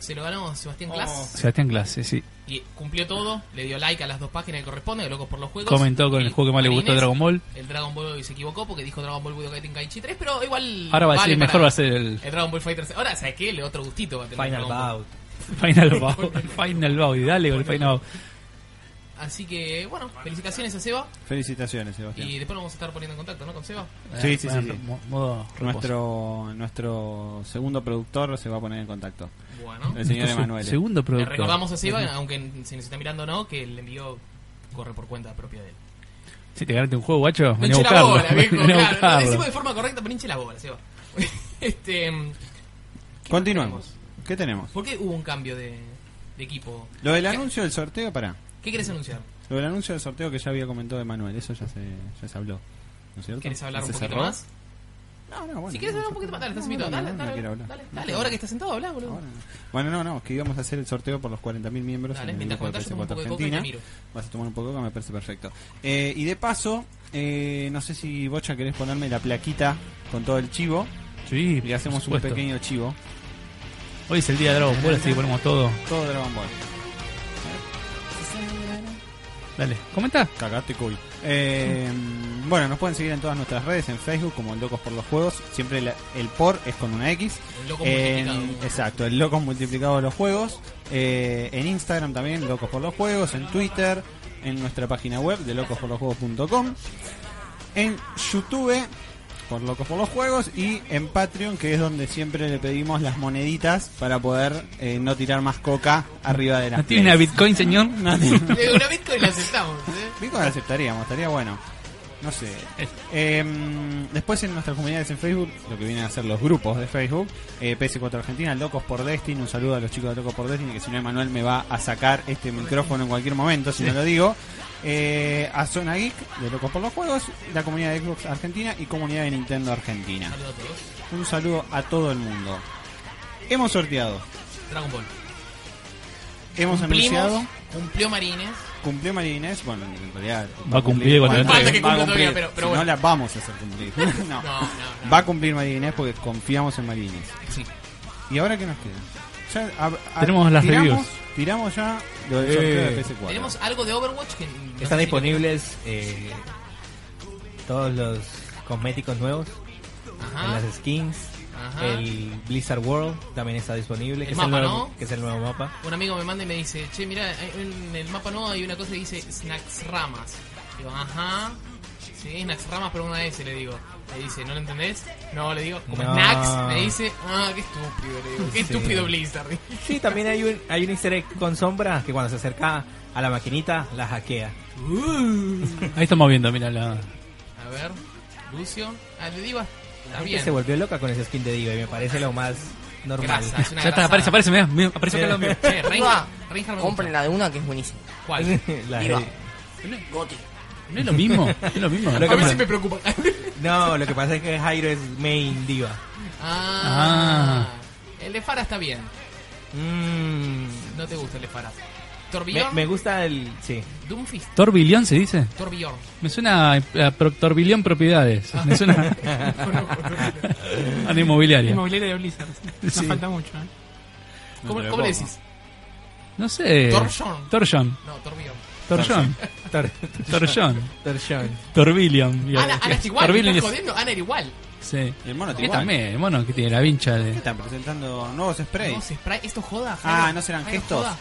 A: Se lo ganó Sebastián
H: Oh.
A: Glass.
B: Sebastián Glass, sí, sí.
A: Y cumplió todo. Le dio like a las dos páginas que corresponden, de Locos por los Juegos.
B: Comentó con el juego que más le gustó de
A: Marines.
B: Dragon Ball.
A: El Dragon Ball hoy se equivocó porque dijo Dragon Ball Budokai Tenkaichi 3, pero igual.
B: Ahora va a
A: vale
B: decir,
A: para-
B: mejor va a ser el
A: El Dragon Ball Fighter. Ahora, ¿sabes qué? Le otro gustito va a tener.
K: Final
A: Dragon Ball.
K: Bout.
B: Final Bout. Final Bout. Y dale con el Final Bout.
A: Así que, bueno, felicitaciones a Seba.
H: Felicitaciones, Sebastián.
A: Y después nos vamos a estar poniendo en contacto, ¿no? Con Seba.
H: Sí, sí,
B: eh, Bueno,
H: sí, sí.
B: mo- Modo reposo.
H: Nuestro, nuestro segundo productor se va a poner en contacto.
A: Bueno.
H: El señor
B: Nuestro
H: Emanuel.
B: Segundo
A: Le
B: productor.
A: recordamos a Seba, aunque si nos está mirando o no, que el envío corre por cuenta propia de él.
B: Si te ganaste un juego, guacho,
A: No
B: vení a
A: hinche la
B: buscarlo.
A: bola, viejo.
B: Vení a
A: Claro, lo
B: buscarlo.
A: decimos de forma correcta, pero hinche la bola, Seba. este,
H: Continuamos. ¿Qué tenemos?
A: ¿Por qué hubo un cambio de, de equipo?
H: Lo del
A: ¿Qué-
H: anuncio del sorteo, pará.
A: ¿Qué querés anunciar?
H: Lo del anuncio del sorteo que ya había comentado Emanuel, eso ya se, ya se habló. ¿No es cierto?
A: ¿Querés hablar
H: ¿Ya
A: un
H: se
A: poquito
H: cerró?
A: más?
H: No, no, bueno.
A: si quieres
H: no,
A: hablar
H: ya
A: un poquito más,
H: está.
A: dale,
H: No,
A: estás invitado.
H: no,
A: Dale,
H: no, no
A: dale,
H: quiero
A: dale,
H: hablar.
A: dale, dale, ahora que estás sentado, habla, boludo.
H: Ahora no. Bueno, no, no, que íbamos a hacer el sorteo por los 40.000 miembros en
A: Dale,
H: el
A: mientras
H: grupo
A: comentás, yo tomo un
H: PS4
A: poco de coca y
H: Argentina.
A: te miro.
H: Vas a tomar un poco, que me parece perfecto. Eh, y de paso, eh, no sé si Bocha querés ponerme la plaquita con todo el chivo
B: Sí,
H: y hacemos
B: por
H: un
B: supuesto.
H: pequeño chivo.
B: Hoy es el día de Dragon Ball, así que ponemos todo.
H: Todo Dragon Ball.
B: Dale, comenta.
H: Cagate, cool. Eh, bueno, nos pueden seguir en todas nuestras redes, en Facebook como Locos por los Juegos. Siempre la- el por es con una X.
A: El loco
H: En-
A: multiplicado.
H: exacto, el Locos multiplicado de los juegos. Eh, en Instagram también, Locos por los Juegos. En Twitter, en nuestra página web de locosporlosjuegos.com. En YouTube, por Locos por los Juegos. Y en Patreon, que es donde siempre le pedimos las moneditas para poder eh, no tirar más coca arriba de la
B: ¿No tiene una Bitcoin, señor?
H: No tiene-
A: De una Bitcoin la aceptamos, ¿eh?
H: Bitcoin lo aceptaríamos, estaría bueno. No sé. Em, después en nuestras comunidades en Facebook, lo que vienen a ser los grupos de Facebook, eh, PS4 Argentina, Locos por Destiny, un saludo a los chicos de Locos por Destiny, que si no Emanuel me va a sacar este micrófono en cualquier momento, si no lo digo. Eh, a Zona Geek, de Locos por los Juegos, la comunidad de Xbox Argentina y comunidad de Nintendo Argentina.
A: Saludos a todos.
H: Un saludo a todo el mundo. Hemos sorteado
A: Dragon Ball.
H: Hemos
A: Cumplimos,
H: anunciado.
A: Cumplió Marines.
H: Cumplió María Inés, bueno, en realidad.
B: Va a cumplir cuando
H: Bueno, va
B: entre.
H: a
A: Falta que cumpla
H: cumplir.
A: todavía, pero- pero
H: Si
A: bueno.
H: No la vamos a hacer cumplir. no.
A: No, no,
H: Va a cumplir María Inés porque confiamos en María Inés.
A: Sí.
H: ¿Y ahora qué nos queda? Ya, a- a-
B: Tenemos las
H: tiramos,
B: reviews.
H: Tiramos ya lo del
B: Eh.
H: sorteo de PS4.
A: Tenemos algo de Overwatch que. no sé
K: Están
A: si-
K: disponibles eh, todos los cosméticos nuevos, en
A: Ajá.
K: las skins,
A: Ajá.
K: el Blizzard World también está disponible, que, es
A: El mapa,
K: el nuevo,
A: ¿no?
K: que es el nuevo mapa.
A: Un amigo me manda y me dice: Che, mira, en el mapa no hay una cosa que dice Snacks Ramas. Digo, ajá. Sí, Snacks Ramas, pero una S le digo. Me dice, ¿no lo entendés? No, le digo, como
K: No.
A: Snacks. Me dice, ah, qué estúpido, le digo. Qué estúpido Blizzard.
K: Sí, también hay un, hay un easter egg con sombra que cuando se acerca a la maquinita la hackea.
B: Ahí estamos viendo, mira la.
A: A ver, Lucio. Ah, le digo, está
K: La gente
A: bien.
K: se volvió loca con ese skin de Diva y me parece lo más normal.
A: Grasa, es una
B: Ya está,
A: grasa.
B: aparece, aparece, mirá, mirá, aparece acá lo mío.
A: Che, Reinhardt, Reinhardt me gusta.
F: Compren la de una que es buenísima.
A: ¿Cuál?
K: La-
F: Diva. Goti.
B: No es lo mismo, no es lo mismo.
K: Lo
A: A
K: que
A: mí
K: pasa-
A: sí me preocupa.
K: No, lo que pasa es que Jairo es main Diva.
B: Ah.
A: ah, El de Fara está bien.
K: Mm,
A: No te gusta el de Fara.
K: me,
A: Torbillon.
K: me gusta el... Sí.
A: Doomfist.
B: ¿Torbilión se dice?
A: Torbillon.
B: Me suena a, a Pro- Torbilión Propiedades. Me suena a una inmobiliaria.
C: Inmobiliaria de Blizzard. Nos
B: Sí.
C: falta mucho. ¿eh?
H: No
A: ¿Cómo,
H: te lo
A: cómo le
H: como.
A: decís?
B: No sé.
A: Torsión.
B: Torsión.
A: No, Torbillon.
B: Torsión.
K: Tor-
B: Torsión.
K: Torsión.
B: Torbilion.
A: Ana, Ana ah, es igual, me
B: Torbilion es-
A: estás jodiendo. Ana era igual.
B: Sí.
H: El mono
B: ¿Qué
H: tiene
B: también, el mono que tiene la vincha de.
H: Están presentando nuevos sprays.
A: No, se spray. ¿Esto joda?
H: ah,
A: Jairo?
H: ¿no serán
A: Jairo,
H: gestos?
A: joda.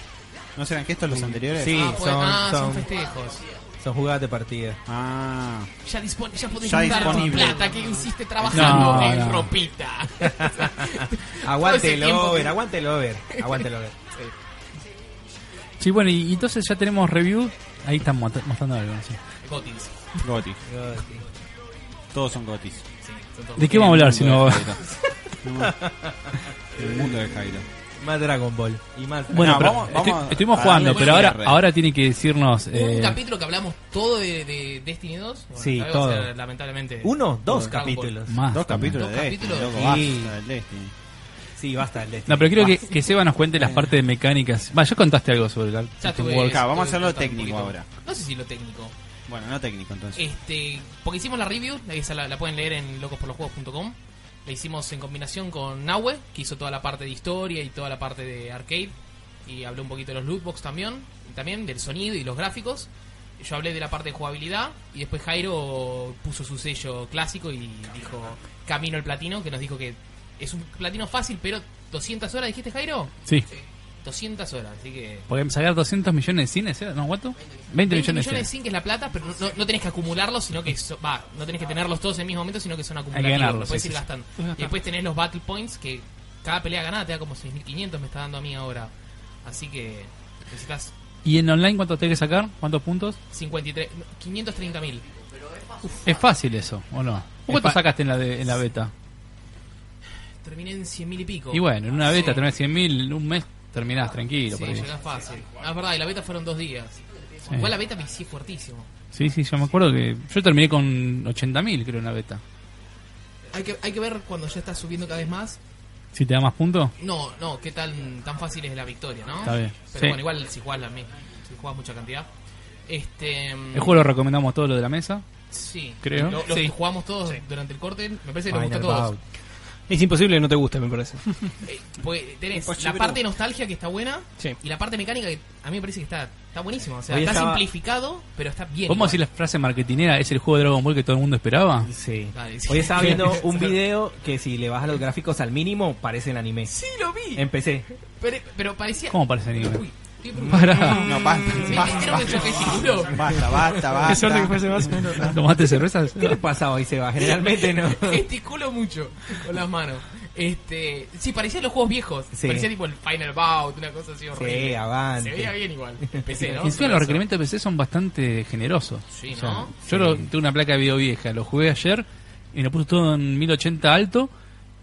H: ¿No serán gestos los anteriores?
K: Sí,
A: Ah, pues,
K: son-
A: ah, son
K: son-
A: festejos.
K: Son jugadas de partida.
H: Ah,
A: Ya, dispone, ya podés
H: Ya
A: juntar tu
H: disponible.
A: plata que hiciste trabajando
B: No,
A: en
B: no.
A: ropita.
K: Aguante
A: Todo ese
K: el
A: tiempo
K: over,
A: que-
K: aguante el over. Aguante el over.
B: Sí, bueno, y, y entonces ya tenemos review. Ahí están mot- mostrando algo. sí.
A: Gotis.
H: Gotis.
K: Dios, sí.
H: Todos son Gotis.
A: Sí, son todos
B: ¿De qué vamos a hablar si no.?
H: El mundo de Jairo.
K: Más Dragon Ball. Y más...
B: Eh. Bueno,
H: No,
B: pero
H: vamos-
B: estu-
H: vamos a-
B: estuvimos
H: a
B: jugando,
H: darle
B: pero
H: un
B: ahora,
H: cierre.
B: ahora tiene que decirnos.
A: Hubo un
B: eh,
A: capítulo que hablamos todo de, de Destiny 2. Bueno,
K: Sí,
A: todavía va a
K: todo.
A: ser, lamentablemente.
K: Uno, dos
A: Dragon Ball.
K: capítulos.
B: más.
H: Dos capítulos
A: Dos
H: de Destiny,
A: capítulos.
H: loco,
K: Sí.
H: basta del Destiny.
K: Sí, basta el Destiny.
B: No, pero quiero que,
K: Basta.
B: que Seba nos cuente las partes de mecánicas. Va, ya contaste algo sobre el
A: Ya
B: Captain
A: tuve-
B: World.
H: Acá, vamos a
A: tuve
H: hacerlo
A: contacto un
H: técnico
A: poquito.
H: ahora.
A: No sé si lo técnico.
H: Bueno, no técnico entonces.
A: Este, porque hicimos la review, esa la, la pueden leer en locosporlosjuegos.com. La hicimos en combinación con Nahue, que hizo toda la parte de historia y toda la parte de arcade. Y habló un poquito de los lootbox también, también del sonido y los gráficos. Yo hablé de la parte de jugabilidad y después Jairo puso su sello clásico y dijo Camino al Platino, que nos dijo que es un platino fácil, pero 200 horas, dijiste Jairo?
B: Sí.
A: 200 horas, así que...
B: Podemos sacar 200 millones de cines, ¿eh? ¿No, cuánto? 20 millones de cines.
A: sin que es la plata, pero no, no- no tenés que acumularlos, sino que so- va, no tenés que tenerlos todos en el mismo momento, sino que son acumulativos,
B: ganarlos,
A: lo puedes
B: sí,
A: ir
B: sí, sí.
A: gastando. Y después tenés los battle points que cada pelea ganada te da como 6500 me está dando a mí ahora. Así que necesitas
B: ¿Y en online cuánto tenés que sacar? ¿Cuántos puntos?
A: 53 530.000.
B: Es fácil eso, ¿o no? ¿O ¿Cuánto
A: fa-
B: sacaste en la, de- en la beta?
A: Terminé en 100.000 y pico.
B: Y bueno, en una beta
A: Sí.
B: terminás 100.000, en un mes terminás tranquilo.
A: Sí,
B: por ahí.
A: llegás fácil. Ah, es verdad, y la beta fueron dos días.
B: Sí.
A: Igual la beta me hiciste fuertísimo.
B: Sí, sí, yo me acuerdo que yo terminé con 80.000, creo, en la beta.
A: Hay que, hay que ver cuando ya está subiendo cada vez más.
B: ¿Si te da más puntos?
A: No, no, qué tan, tan fácil es la victoria, ¿no?
B: Está bien.
A: Pero
B: Sí.
A: bueno, igual si juegas la misma, si juegas mucha cantidad. Este,
B: El juego lo recomendamos todo lo de la mesa.
A: sí,
B: creo.
A: Lo, lo
B: Sí.
A: que jugamos todos durante el corte, me parece que nos gustó a
K: Final
A: todos.
K: Bout.
E: Es imposible que no te guste, me parece.
A: Eh, pues tenés
H: Imposible.
A: la parte de nostalgia que está buena
E: Sí.
A: y la parte mecánica que a mí me parece que está, está buenísima. O sea,
K: Hoy
A: está
K: estaba-
A: simplificado, pero está bien.
B: ¿Podemos decir
A: igual.
B: la frase marketinera? ¿Es el juego de Dragon Ball que todo el mundo esperaba?
K: Sí.
A: Dale, sí.
K: Hoy estaba viendo un video que si le bajas los gráficos al mínimo, parece el anime.
A: Sí, lo vi,
K: Empecé.
A: pero, pero parecía.
B: ¿Cómo parece anime?
A: Uy, estoy preocupado.
B: Pará.
H: No, basta,
A: Me
H: basta,
A: dijeron que
H: basta.
A: choqué seguro.
H: Basta, basta, basta.
C: Qué suerte que fue ese vaso.
B: ¿Tomaste cerveza?
K: ¿Qué le pasa hoy, Seba? Generalmente no.
A: Gesticulo mucho con las manos. Este, sí, parecían los juegos viejos.
K: Sí.
A: Parecía tipo el Final Bout, una cosa así horrible.
K: Sí, avante.
A: Se veía bien igual. PC, ¿no?
B: Encima los requerimientos de PC son bastante generosos.
A: Sí,
B: O sea,
A: ¿no?
B: Yo lo- tuve una placa de video vieja, lo jugué ayer y lo puse todo en 1080 alto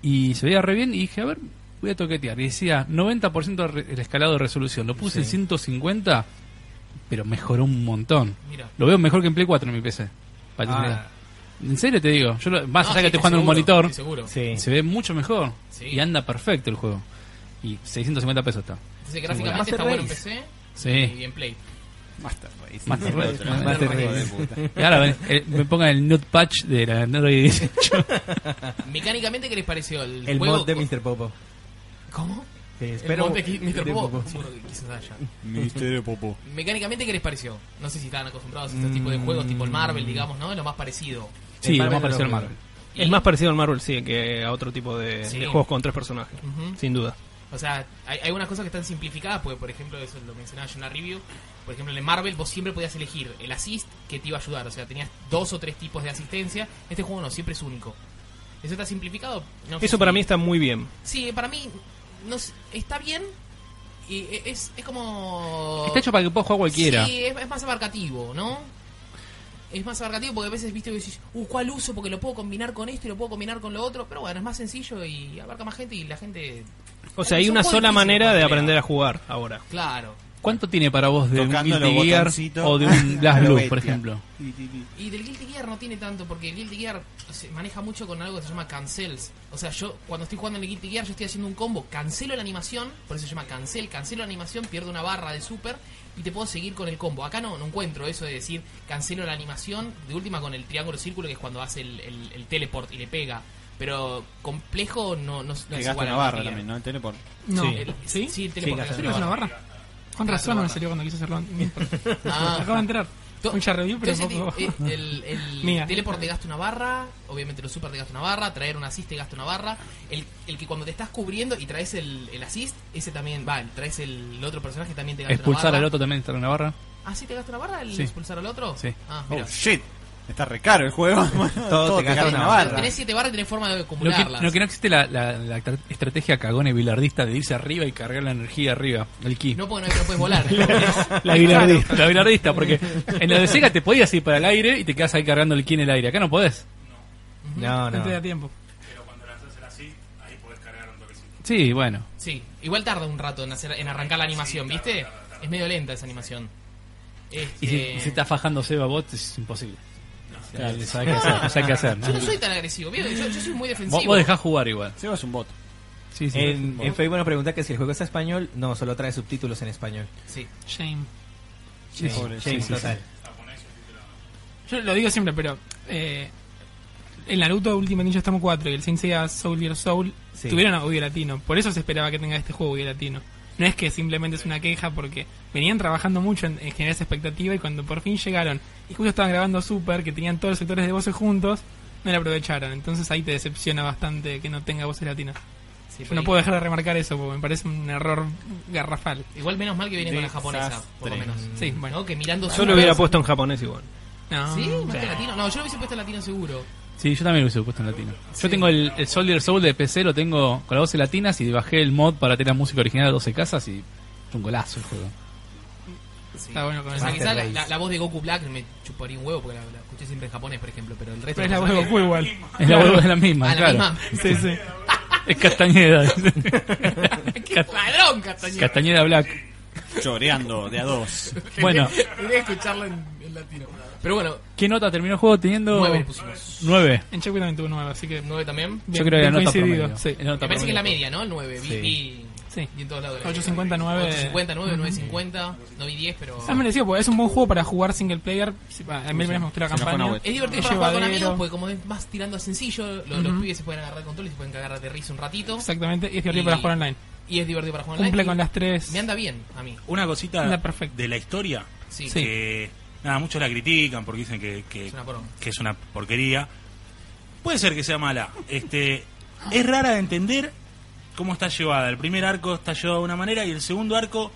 B: y se veía re bien y dije, a ver, voy a toquetear. Y decía 90% re- el escalado de resolución. Lo puse en 150, pero mejoró un montón.
A: Mira.
B: Lo veo mejor que en Play 4 en mi PC. para que
K: Ah.
B: tengas. En serio te digo, yo lo- más
A: No,
B: allá
A: sí,
B: que estoy jugando en un
A: seguro,
B: monitor,
A: sí, seguro.
K: Sí.
B: se ve mucho mejor
A: Sí.
B: y anda perfecto el juego. Y 650 pesos está.
A: Entonces gráficamente está bueno en PC
B: Sí.
A: y en Play.
H: Master Race.
B: Master Race.
H: Master Race.
B: Master
H: Hijo de
B: Race.
H: puta.
B: Y ahora eh, eh, me pongan el nut patch de la Android 18.
A: Mecánicamente, ¿qué les pareció? El,
J: El
A: juego
J: mod de Mr. Popo.
A: ¿Cómo?
J: Te
A: El
J: espero.
A: mod de Ki- Mr.
J: de
A: Popo.
J: Popo.
A: ¿Cómo lo quiso dar ya?
H: Ministerio Popo.
A: Mecánicamente, ¿qué les pareció? No sé si estaban acostumbrados a este tipo de juegos, tipo el Marvel, digamos, ¿no? Es lo más parecido.
E: El
B: lo más
E: Marvel
B: parecido al
E: no-
B: Marvel.
E: El más parecido al Marvel, sí, que a otro tipo de,
A: Sí.
E: de juegos con tres personajes.
A: Ujú.
E: Sin duda.
A: O sea, hay, hay unas cosas que están simplificadas, porque por ejemplo, eso lo mencionaba yo en la review. Por ejemplo, en el Marvel vos siempre podías elegir el assist que te iba a ayudar. O sea, tenías dos o tres tipos de asistencia. Este juego no, siempre es único. Eso está simplificado. No sé
E: Eso para
A: si-
E: mí está muy bien.
A: Sí, para mí no sé, está bien. Y e- es, es como.
B: Está hecho para que pueda jugar cualquiera.
A: Sí, es, es más abarcativo, ¿no? Es más abarcativo porque a veces viste y decís, uh, ¿cuál uso? Porque lo puedo combinar con esto y lo puedo combinar con lo otro. Pero bueno, es más sencillo y abarca más gente y la gente.
E: O sea, hay
A: Son
E: una
A: juegos
E: sola
A: difíciles
E: manera
A: para
E: de
A: crear.
E: aprender a jugar ahora.
A: Claro.
B: ¿Cuánto tiene para vos de
H: Tocando
B: un
H: los
B: Guilty Gear
H: botoncitos.
B: o de un Blast
H: Lo
B: Blue, por
H: bestia.
B: ejemplo?
H: Ti, ti, ti.
A: Y del Guilty Gear no tiene tanto, porque el Guilty Gear se maneja mucho con algo que se llama cancels. O sea, yo cuando estoy jugando en el Guilty Gear, yo estoy haciendo un combo, cancelo la animación, por eso se llama cancel, cancelo la animación, pierdo una barra de super y te puedo seguir con el combo. Acá no, no encuentro eso de decir cancelo la animación, de última con el triángulo círculo, que es cuando hace el, el- el teleport y le pega. Pero complejo no, no, no
H: Le
A: es
H: gasta
A: igual
H: una
A: al
H: barra
A: Guilty Gear.
H: también, ¿no? El teleport.
C: No.
A: El- ¿Sí? el teleport. le
C: ¿En
A: gasta
C: serio es una barra? Con razón no me salió cuando quise hacerlo.
A: Ah.
C: Me acabo de enterar.
A: To-
C: Mucha review, pero
A: Entonces,
C: poco.
A: eh, el, el
C: Mía.
A: teleport te gasta una barra, obviamente los super te gasta una barra, traer un assist te gasta una barra, el, el que cuando te estás cubriendo y traes el, el assist, ese también va, traes el, otro personaje también te gasta una
B: Expulsar
A: barra.
B: al otro también está en una barra.
A: ¿Ah, sí te gasta una barra el
B: Sí.
A: expulsar al otro?
B: Sí.
A: Ah,
H: Oh
A: mira.
H: shit. Está re caro el juego.
J: Todo te gasta una barra.
A: Tenés siete barras y tenés forma de
B: Lo que,
A: acumularlas.
B: lo que no existe la, la- la tra- estrategia cagone bilardista de irse arriba y cargar la energía arriba, el ki.
A: No, porque no, no puedes volar. ¿no?
E: La bilardista.
B: La bilardista, porque en lo de Sega te podías ir para el aire y te quedas ahí cargando el ki en el aire. Acá no podés.
J: No,
C: No te da
J: no.
C: tiempo.
B: Sí, bueno.
A: Sí, igual tarda un rato en, hacer, en arrancar la animación, ¿viste? Es medio lenta esa animación.
B: Y si,
A: Este-
B: y si está fajando Seba Bot, es imposible. O sea, le sabe qué hacer, no sabe qué hacer, ¿no?
A: Yo no soy tan agresivo, ¿vieron? yo, yo soy muy defensivo.
B: Vos, vos dejás jugar igual.
H: Sebas es un bot.
B: Sí, sí.
J: En, en Facebook nos pregunta que si el juego está en español, no, solo trae subtítulos en español.
A: Sí.
C: Shame.
J: Sí,
H: Pobre,
J: sí,
H: sí, sí,
J: total.
C: Yo lo digo siempre, pero eh, el Naruto Ultimate Ninja Storm 4 y el Saint Seiya Soul Gear Soul
J: Sí.
C: tuvieron audio latino. Por eso se esperaba que tenga este juego audio latino. No es que simplemente es una queja porque venían trabajando mucho en, en generar esa expectativa y cuando por fin llegaron y justo estaban grabando Super, que tenían todos los sectores de voces juntos, no la aprovecharon. Entonces ahí te decepciona bastante que no tenga voces latinas.
A: Sí,
C: Yo no
A: pero-
C: puedo dejar de remarcar eso porque me parece un error garrafal.
A: Igual menos mal que viene con la japonesa,
H: Desastre.
A: por lo menos.
C: Sí, bueno.
A: ¿No? Que mirando
E: Yo lo hubiera puesto en japonés igual.
C: No.
A: ¿Sí? ¿Más que latino? No, yo lo hubiese puesto en latino seguro.
B: Sí, yo también lo hubiese puesto en latino. Yo tengo el, el Soldier Soul de PC, lo tengo con las 12 latinas y bajé el mod para tener la música original de 12 casas y es un golazo el juego.
C: Está bueno con
A: O
C: eso.
A: sea,
J: Master
A: quizás la,
J: Race.
A: la- la voz de Goku Black me chuparía un huevo porque la, la escuché siempre en japonés, por ejemplo, pero el resto...
C: Pero es la
A: de
C: huevo
A: cosas-
C: Goku igual.
B: Es la, es la misma,
A: Ah, la
B: claro.
A: misma.
C: Sí, sí.
B: Es Castañeda.
A: ¡Qué ladrón, Castañeda!
B: Castañeda Black.
H: Choreando de a dos.
B: Bueno,
A: Debería escucharlo en, en latino. Pero bueno,
B: ¿qué nota terminó el juego teniendo?
A: nueve le pusimos.
B: 9.
C: En Checkpoint también tuvo 9, así que
A: ¿Nueve también?
B: Yo creo que la nota
C: coincidido,
B: promedio.
C: sí.
B: La nota
A: Me parece que es la
B: promedio.
A: media, ¿no? El 9. Vi,
B: Sí.
A: vi-
C: Sí.
A: vi en todos lados.
C: 8.59.
A: 8.59, 9.50. No vi 10, pero...
C: Está merecido porque es un buen juego para jugar single player. Si- va, A mí me gustó la
H: Se nos fue
C: campaña.
H: Nahuel.
A: Es divertido
C: Es
A: para jugar con
C: llevadero.
A: amigos porque como es más tirando a sencillo, lo- los,
C: Ujú.
A: pibes se pueden agarrar el control y se pueden cagar de risa un ratito.
C: Exactamente, y es divertido
A: Y-
C: para jugar online.
A: Y es divertido para jugar online.
C: Cumple
A: y
C: con las tres.
A: Me anda bien a mí.
L: Una cosita
C: Anda perfecto.
L: de la historia
A: Sí.
L: que nada, muchos la critican porque dicen que, que-
A: Es una poronga.
L: que es una porquería. Puede ser que sea mala. Este
A: pues.
L: es rara de entender cómo está llevada. El primer arco está llevado de una manera y el segundo arco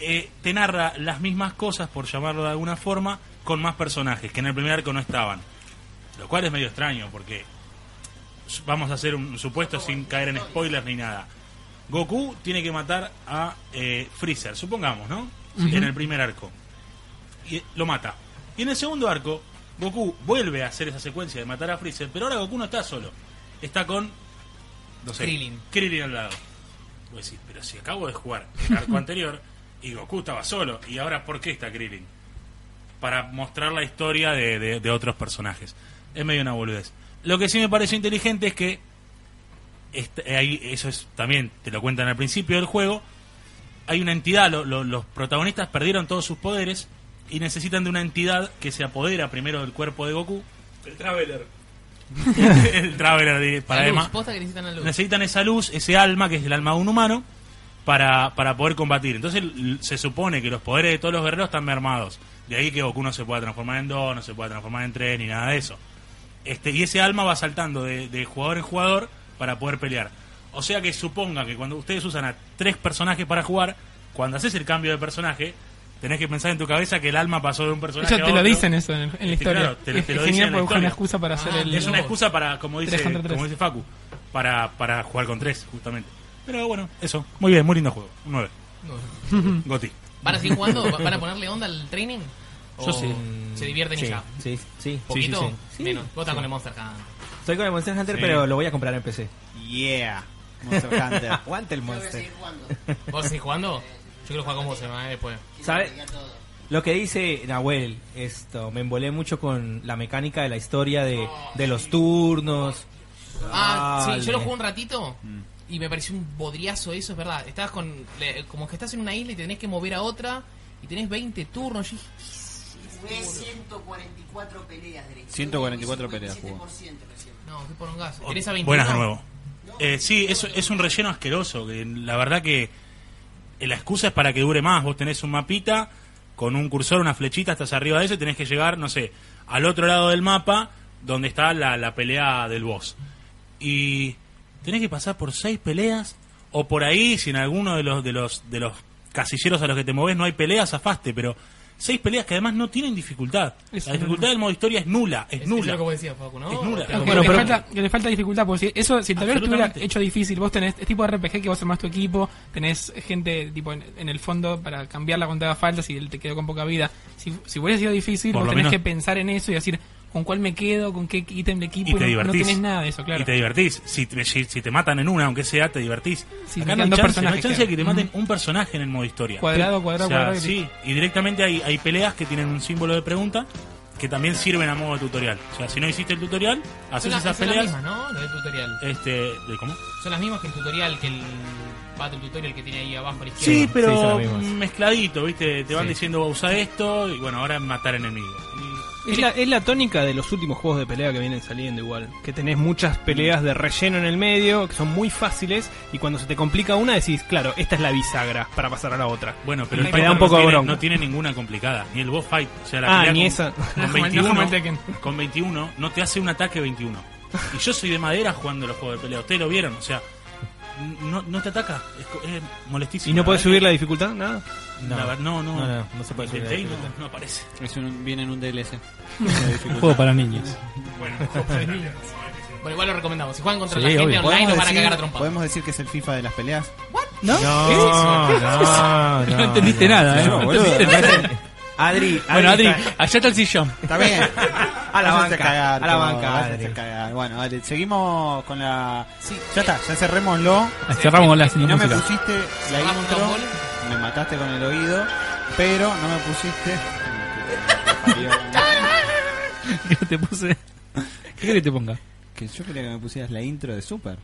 L: eh, te narra las mismas cosas, por llamarlo de alguna forma, con más personajes que en el primer arco no estaban. Lo cual es medio extraño porque su- vamos a hacer un supuesto sin caer en spoilers ni nada. Goku tiene que matar a eh, Freezer, supongamos, ¿no? En el primer arco. Y eh, lo mata. Y en el segundo arco, Goku vuelve a hacer esa secuencia de matar a Freezer, pero ahora Goku no está solo. Está con. No sé.
A: Krillin.
L: al lado. Vos decís, pero si acabo de jugar el arco anterior y Goku estaba solo, ¿y ahora por qué está Krillin? para mostrar la historia de, de- de otros personajes. Es medio una boludez. Lo que sí me pareció inteligente es que est- eh, ahí eso es también te lo cuentan al principio del juego hay una entidad, lo- lo- los protagonistas perdieron todos sus poderes y necesitan de una entidad que se apodera primero del cuerpo de Goku. El Traveler. el Traveler de- para
A: La luz,
L: Emma.
A: posta que necesitan la luz.
L: Necesitan esa luz, ese alma, que es el alma de un humano, para, para poder combatir. Entonces l- se supone que los poderes de todos los guerreros están mermados. De ahí que Goku no se pueda transformar en dos, no se pueda transformar en tres, ni nada de eso. Este, y ese alma va saltando de, de jugador en jugador para poder pelear. O sea que suponga que cuando ustedes usan a tres personajes para jugar, cuando haces el cambio de personaje, tenés que pensar en tu cabeza que el alma pasó de un personaje
C: Ellos
L: a
C: te lo
L: otro.
C: dicen eso en, el- en la
L: Este,
C: historia.
L: claro, te lo-
C: es
L: te lo
C: es
L: dicen
C: genial
L: en la
C: porque es
L: historia. Ah,
C: una excusa para hacer el.
L: Es una excusa para, como dice,
C: Tres contra tres.
L: como dice Facu, para, para jugar con tres, justamente. Pero bueno, eso. Muy bien, muy lindo juego. Un 9.
A: Nueve.
L: Goti.
A: ¿Van a seguir jugando? ¿Va- ¿Van a ponerle onda al training? ¿O
J: Yo sí.
A: ¿Se divierten y
J: Sí,
A: ya?
J: sí, sí. Sí,
A: ¿Poquito?
J: sí, sí.
A: Menos. Vos estás
J: Sí.
A: con el Monster Hunter.
J: Estoy con el Monster Hunter,
A: Sí.
J: pero lo voy a comprar en PC.
H: Yeah. Monster Hunter. Aguante el
J: Yo voy a
H: Monster.
J: seguir jugando.
A: ¿Vos seguís jugando? Yo quiero jugar con vos, semana después.
J: ¿Sabe? Lo que dice Nahuel, esto, me embolé mucho con la mecánica de la historia de, de los turnos.
A: Ah,
J: Dale.
A: sí, yo lo jugué un ratito y me pareció un bodriazo eso, es verdad. Estabas con. le- como que estás en una isla y tenés que mover a otra y tenés 20 turnos. Yo dije,
D: Jugué 144 peleas de la historia,
H: 144
D: un
H: peleas
D: 57% recién.
A: No, qué porongazo.
D: Oh,
A: ¿Tenés a 21?
L: Buenas de nuevo. Eh, sí, es, es un relleno asqueroso. que la verdad que eh, la excusa es para que dure más. Vos tenés un mapita con un cursor, una flechita, estás arriba de eso y tenés que llegar, no sé, al otro lado del mapa donde está la, la pelea del boss. Y tenés que pasar por seis peleas o por ahí, si en alguno de los, de los, de los casilleros a los que te moves no hay peleas, zafaste, pero seis peleas que además no tienen dificultad. la dificultad del modo historia es nula, es,
A: Es,
L: nula.
A: lo que vos decías, Facu, ¿no?
L: Es nula.
A: Pero-
C: Que, le falta, que le falta dificultad, porque si eso, si el tablero estuviera
A: Absolutamente.
C: hecho difícil, vos tenés, es tipo de RPG que vos armás tu equipo, tenés gente tipo en, en el fondo para cambiarla cuando te haga falta, si él te quedó con poca vida. Si, si hubiera sido difícil,
L: Por
C: vos
L: lo
C: tenés
L: menos-
C: que pensar en eso y decir con cuál me quedo, con qué ítem de equipo,
L: y te
C: Pues no- no,
L: divertís.
C: tenés nada de eso, claro.
L: Y te divertís. Si te, si- si te matan en una, aunque sea, te divertís.
C: Sí,
L: Acá
C: te
L: no hay, chance, no
C: quedan dos
L: hay
C: personajes,
L: chance de
C: claro.
L: que te maten
C: Ujú.
L: un personaje en el modo historia.
C: Cuadrado, cuadrado,
L: O sea,
C: cuadrado, y
L: Sí, y directamente hay, hay peleas que tienen un símbolo de pregunta que también sirven a modo de tutorial. O sea, si no hiciste el tutorial, haces
A: Son las-
L: esas
A: son
L: peleas.
A: Las mismas, ¿no? Lo del tutorial.
L: Este, ¿de cómo?
A: Son las mismas que el tutorial, que el Battle Tutorial que tiene ahí abajo a la izquierda.
L: Sí, pero
J: son las mismas.
L: mezcladito, ¿viste? Te van
J: Sí.
L: diciendo, usa esto, y bueno, ahora matar enemigos.
E: Es la, es la tónica de los últimos juegos de pelea que vienen saliendo igual. Que tenés muchas peleas de relleno en el medio, que son muy fáciles, y cuando se te complica una decís, claro, esta es la bisagra para pasar a la otra.
L: Bueno, pero el
E: Y te da
L: Fighter
E: un poco
L: no
E: de
L: tiene,
E: bronca.
L: no tiene ninguna complicada, ni el boss fight. O sea,
E: Ah,
L: la pelea
E: ni
L: con-
E: esa.
L: Con,
E: No, como el- no
L: 21,
E: como el Tekken.
L: con 21, no te hace un ataque 21. Y yo soy de madera jugando los juegos de pelea. Ustedes lo vieron, o sea, no, no te ataca. Es, co- es molestísimo.
E: ¿Y no podés
L: La
E: subir la dificultad? Nada.
L: verdad- la ver- No, no,
E: No, no, no se puede subir la
L: Intenté y no-
E: dificultad.
L: no aparece.
H: Es un, viene en un DLC.
B: Juego para niños.
L: Bueno,
A: Bueno, igual lo recomendamos. Si juegan contra
B: Sí,
A: la gente
B: obvio.
A: online,
H: ¿Podemos
A: nos van a
H: decir-
A: cagar a trompa.
H: ¿Podemos decir que es el FIFA de las peleas?
A: ¿No?
H: No,
B: ¿Qué es eso? ¿Qué es eso? No entendiste nada, ¿eh? No entendiste nada.
J: Adri,
B: Bueno, Adri,
J: está-
B: allá está el sillón.
H: Está bien.
J: A la
H: Váyanse
J: banca,
H: cagar,
J: a la
H: todo,
J: banca,
H: váyanse
J: Adri.
H: a cagar. Bueno, dale, seguimos con la. ya está, ya cerrémoslo.
B: Eh,
H: Eh,
B: Cerramos la
H: No me
B: música.
H: pusiste la
A: Cerramos
H: intro,
A: tambor.
H: me mataste con el oído, pero no me pusiste.
B: ¿Qué te puse? ¿Qué querés que te ponga?
H: Que yo quería que me pusieras la intro de Super.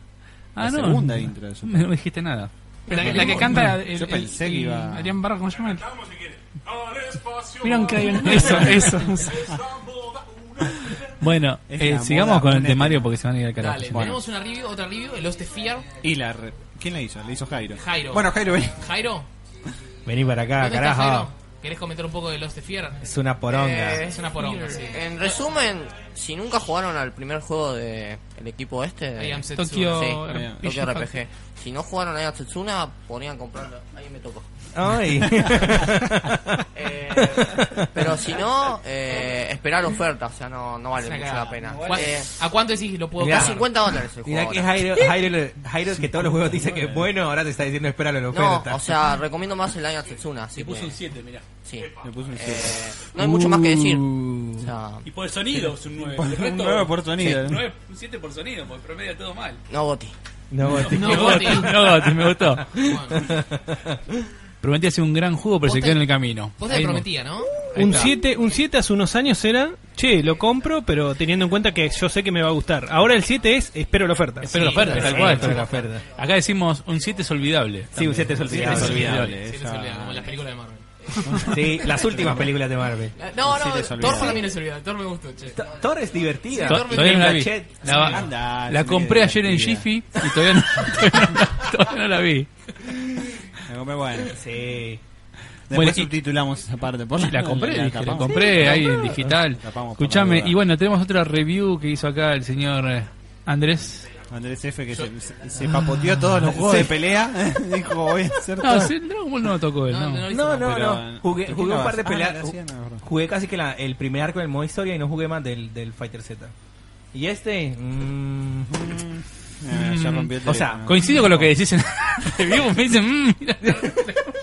B: Ah,
H: la
B: no.
H: segunda intro de Super.
B: Me- no me dijiste nada.
C: Pero la, la que canta el-
H: Yo
C: el-
H: pensé que
C: el-
H: iba.
C: Adrián Barro, ¿cómo se llama? él? Vieron que hay un- Eso, eso.
B: Bueno,
H: Es
B: eh,
H: la
B: sigamos
H: moda este
B: con el de
J: este.
H: unánime.
B: Mario porque se van a ir al carajo.
A: Dale,
B: Bueno.
A: tenemos una review, otra review, el Lost Sphere,
H: Y la. re- ¿Quién la hizo? La hizo Jairo.
A: Jairo.
H: Bueno, Jairo, vení.
A: Jairo,
J: Vení para acá,
A: ¿dónde estás, Jairo?
J: Ah, carajo.
A: ¿Querés comentar un poco de Lost Sphere?
J: Es una poronga.
A: Eh, es una poronga, sí.
F: En resumen, si nunca jugaron al primer juego de el equipo este,
A: I
F: de
A: am Setsuna.
C: Tokio
F: Sí,
C: RPG.
F: Tokio RPG. Si no jugaron ahí a Setsuna, podrían comprarlo. Ahí me tocó.
J: Ay.
F: Eh, pero si no, eh, esperar oferta, o sea, no, no vale
A: Es una
F: mucho la
A: cagada.
F: pena.
A: ¿Cuá-
F: Eh,
A: ¿A cuánto decís lo puedo
J: Mirá.
F: está
A: pagar?
F: 50 dólares el juego.
J: Mirá que
F: ahora.
J: Jairo, Jairo, Jairo que todos los juegos dice que es bueno, ahora te está diciendo espéralo en
F: No,
J: oferta.
F: o sea, recomiendo más el año Setsuna. Así que,
K: un 7, mirá.
F: sí.
H: Me puso un
F: Eh,
H: 7.
F: no hay mucho más que decir.
J: Uh.
F: O sea,
K: Y por el sonido es un 9. El
H: Un
K: resto,
H: 9 por sonido. ¿no?
K: 9, un 7 por sonido, porque promedio todo mal.
F: no Goti.
J: No, Gotti.
A: No, Goti.
B: No, Gotti, me gustó.
A: Bueno.
B: Prometía ser un gran juego, pero
A: Vos
B: se
A: te-
B: quedó en el camino.
A: Vos
B: Ahí
A: te
B: no.
A: prometía, ¿no?
B: Ahí
E: Un
B: está.
E: 7 un siete hace unos años era, che, lo compro, pero teniendo en cuenta que yo sé que me va a gustar. Ahora el 7 es, espero la oferta.
B: Espero la oferta, tal cual. Acá decimos un 7 es olvidable.
E: Sí, un siete es olvidable.
B: Siete es
E: Siete es
A: Es olvidable, como las películas de Marvel.
E: Sí, las últimas películas de Marvel.
A: La- No, no,
E: Sí, te
A: Thor
E: olvidás.
A: para mí no es olvidable. Thor me gustó, che.
E: Thor es divertida.
A: Sí,
B: To-
A: Thor me
B: todavía no la vi.
A: encanta.
B: La,
A: Sí.
B: la
H: es una
B: compré
H: idea
B: ayer en
H: divertida.
B: Jiffy y todavía no, todavía no- todavía no la vi.
H: La compré, bueno.
A: Eh,
E: Sí.
H: Después
B: Bueno, y-
H: subtitulamos esa parte. Por
B: Sí, la compré, dije, la,
H: tapamos.
B: compré
H: La
B: ahí en
H: compramos.
B: digital.
H: Tapamos por la
B: Escuchame,
H: duda.
B: y bueno, tenemos otra review que hizo acá el señor eh, Andrés.
H: Andrés F. que se, se- se papoteó todos los juegos
B: Sí.
H: de pelea. Dijo, voy a hacer
B: No,
H: todo.
B: "Ah, sí, Dragon Ball no lo tocó él, no.
E: no,
J: No, no,
E: pero,
J: no. Jugué,
H: ¿por
J: jugué
H: qué
J: un
H: no
J: par de
H: vas?
J: peleas.
H: Ah, la hacían, la verdad.
J: jugué casi que la- el primer arco del modo historia y no jugué más del, del Fighter Z. Y este. mm,
H: Eh, ya rompió el
J: o sea,
H: teléfono.
B: Mm. Coincido con lo que decís en la review, me dicen, mm, mira.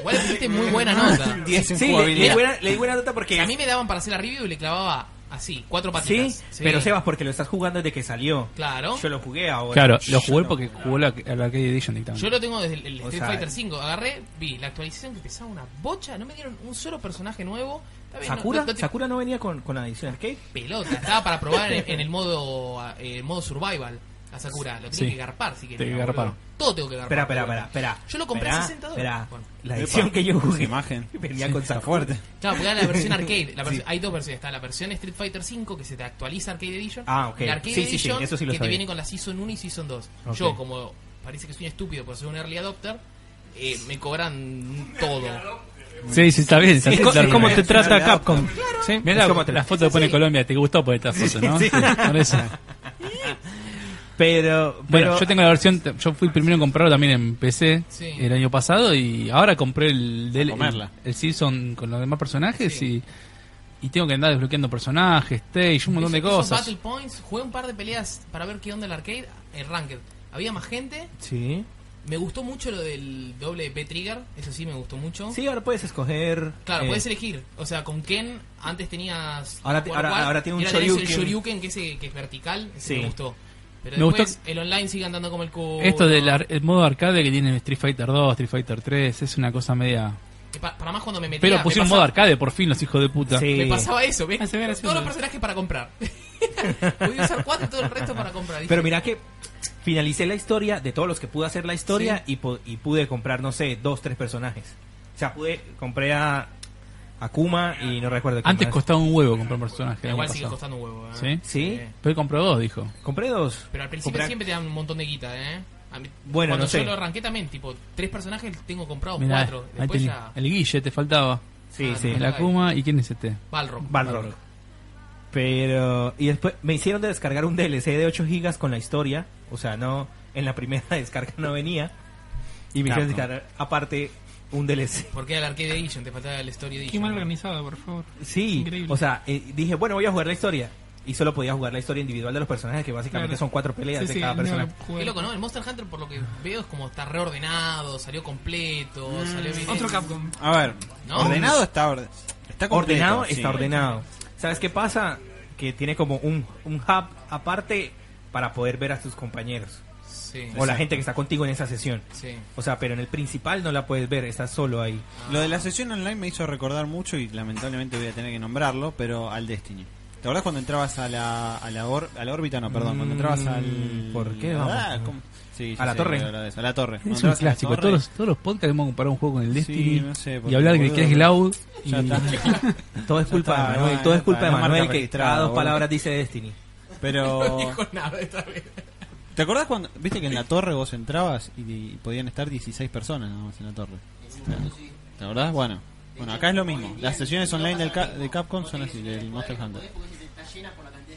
A: Igual le diste muy buena nota.
J: Ah, Diez en Sí, le- jugabilidad. le di buena- le di buena nota porque-
A: A mí me daban para hacer la review y le clavaba así, cuatro
J: ¿sí?
A: patitas.
J: pero Sebas, porque lo estás jugando desde que salió.
A: Claro.
J: Yo lo jugué ahora.
B: Claro,
J: Yo
B: lo jugué
J: no.
B: porque jugó la, a la Arcade Edition
A: Yo
B: directamente.
A: lo tengo desde el, el
J: O
A: Street
J: sea,
A: Fighter 5. Agarré, vi la actualización que pesaba una bocha. No me dieron un solo personaje nuevo. Está bien, no-
J: ¿Sakura?
A: no- no te-
J: ¿Sakura no venía con, con la edición arcade?
A: pelota. Estaba para probar en, en el modo eh, modo survival a Sakura. Lo tenía
J: Sí.
A: que garpar si quería.
J: Tengo que
A: boludo.
J: garpar.
A: Todo tengo que garpar.
J: Espera, espera, espera,
A: boludo.
J: espera.
A: Yo lo compré
J: Espera,
A: a 60 dólares.
J: espera.
A: Bueno.
J: La
H: Epa,
J: edición que yo
H: esa
J: jugué.
H: imagen.
J: Venía
H: Sí,
J: con
H: está
J: Sakura.
H: fuerte.
A: Claro, porque era la versión arcade. La
J: Sí.
A: versión- Hay dos versiones. Está la versión Street Fighter 5 que se te actualiza Arcade Edition.
J: Ah, ok.
A: y La Arcade
J: Sí, sí, sí,
A: Edition
J: eso sí lo
A: que te
J: sabía.
A: viene con la Season 1 y Season 2.
J: Ok.
A: Yo, como parece que soy un estúpido por ser un early adopter, eh, me cobran todo.
B: Sí, sí, está bien. está
E: Es
B: bien,
E: co-
B: está
E: es como
B: bien.
E: te trata Capcom. Sí.
B: Mira
E: Es
B: la,
E: como te-
B: la foto que pone Colombia, te gustó por esta foto, ¿no?
J: Sí.
B: Por eso.
J: Pero,
B: Bueno,
J: pero
B: yo tengo la versión, yo fui el primero en comprarlo también en PC
A: Sí.
B: el año pasado y ahora compré el del- el,
H: comerla.
B: el season con los demás personajes y, y tengo que andar desbloqueando personajes, stage, un montón de
A: Esos- esos
B: cosas.
A: Battle Points, jugué un par de peleas para ver qué onda el arcade, el Ranked. Había más gente,
J: Sí.
A: me gustó mucho lo del doble B Trigger, eso sí me gustó mucho.
J: Sí, ahora puedes escoger.
A: Claro,
J: eh,
A: puedes elegir. O sea, con Ken antes tenías.
J: Ahora te-
A: War
J: ahora-
A: War,
J: ahora tiene un
A: y ahora tenés
J: Shoryuken.
A: El Shoryuken que, ese, que es vertical, ese
J: Sí.
A: me gustó. Pero
B: Me
A: después
B: gustó-
A: el online sigue andando como el cubo.
B: Esto del ar- el modo arcade que tiene Street Fighter 2, Street Fighter 3, es una cosa media...
A: para, más cuando me metía.
B: Pero
A: me
B: pusieron
A: pasaba-
B: modo arcade por fin los hijos de puta.
A: Me pasaba eso, ¿ves? todos los personajes para comprar. Podía usar cuatro y todo el resto para comprar. Dije,
J: Pero mira que finalicé la historia de todos los que pude hacer la historia y, po- y pude comprar, no sé, dos, tres personajes. O sea, pude, compré a, a Kuma y no recuerdo quién
B: Antes
J: más.
B: costaba un huevo comprar personajes.
A: Igual sigue costando un huevo, ¿eh?
B: ¿Sí?
J: Sí.
B: Pero compró dos, dijo.
J: Compré dos.
A: Pero al principio
J: Comprar-
A: siempre te dan un montón de guita, ¿eh? A mí-
J: Bueno,
A: cuando
J: no
A: yo
J: sé.
A: lo arranqué también, tipo, tres personajes tengo comprados,
B: Mirá,
A: cuatro.
B: ahí
A: Después
B: tenés.
A: ya.
B: El Guille te faltaba.
J: Sí,
A: Ah,
J: sí.
A: no,
B: El
A: está ahí.
B: Akuma, ¿y quién es este?
A: Balrog.
J: Balrog. Pero, y después me hicieron de descargar un DLC de 8 gigas con la historia. O sea, no, en la primera descarga no venía. Y me hicieron
A: Capcom.
J: descargar aparte un DLC.
A: Porque era el Arcade Edition, te faltaba el Story Edition.
C: Qué mal organizado, por favor.
J: Sí,
C: Increíble.
J: o sea, eh, dije, bueno, voy a jugar la historia. Y solo podía jugar la historia individual de los personajes, que básicamente
C: Claro.
J: son cuatro peleas
C: Sí,
J: de
C: sí,
J: cada
C: no,
J: personaje.
A: Qué loco, ¿no? El Monster Hunter, por lo que veo, es como está reordenado, salió completo, salió bien.
C: Otro Capcom.
H: Mm. A ver,
A: ¿No?
H: ordenado está, orde- está completo,
J: ordenado
H: sí.
J: está ordenado. ¿Sabes qué pasa? Que tiene como un, un hub aparte para poder ver a tus compañeros.
A: Sí.
J: O la gente que está contigo en esa sesión.
A: Sí.
J: O sea, pero en el principal no la puedes ver, estás solo ahí.
H: Lo de la sesión online me hizo recordar mucho y lamentablemente voy a tener que nombrarlo, pero al Destiny. ¿Te acordás cuando entrabas a la, a la, or- a la órbita? No, perdón, cuando entrabas al...
J: Mm, ¿por qué?
H: Ah,
J: Vamos.
H: ¿cómo? Sí,
J: A la torre.
H: claro, de eso, A la torre. Cuando
B: Es un
H: entrabas a la
B: clásico.
H: torre-
B: Todos los, todos los podcasts hemos comparado un juego con el
H: Sí,
B: Destiny
H: no sé,
B: y
H: porque,
B: hablar de
H: boludo,
B: que es loud. Y...
H: Ya está.
J: Todo es
H: Ya
J: culpa
H: está,
J: de Manuel,
H: no,
J: todo es
H: ya
J: culpa
H: está,
J: de
H: no marca
J: Manuel que
H: registrada,
J: cada dos
H: boludo.
J: palabras dice Destiny.
A: No
H: Pero...
A: dijo nada esta vez.
H: ¿Te acordás cuando... Viste que en la torre vos entrabas y, y podían estar 16 personas nada más en la torre? ¿Te acordás? Bueno. Bueno, acá es lo mismo. Las sesiones online del Ca- de Capcom son así, del Monster Hunter.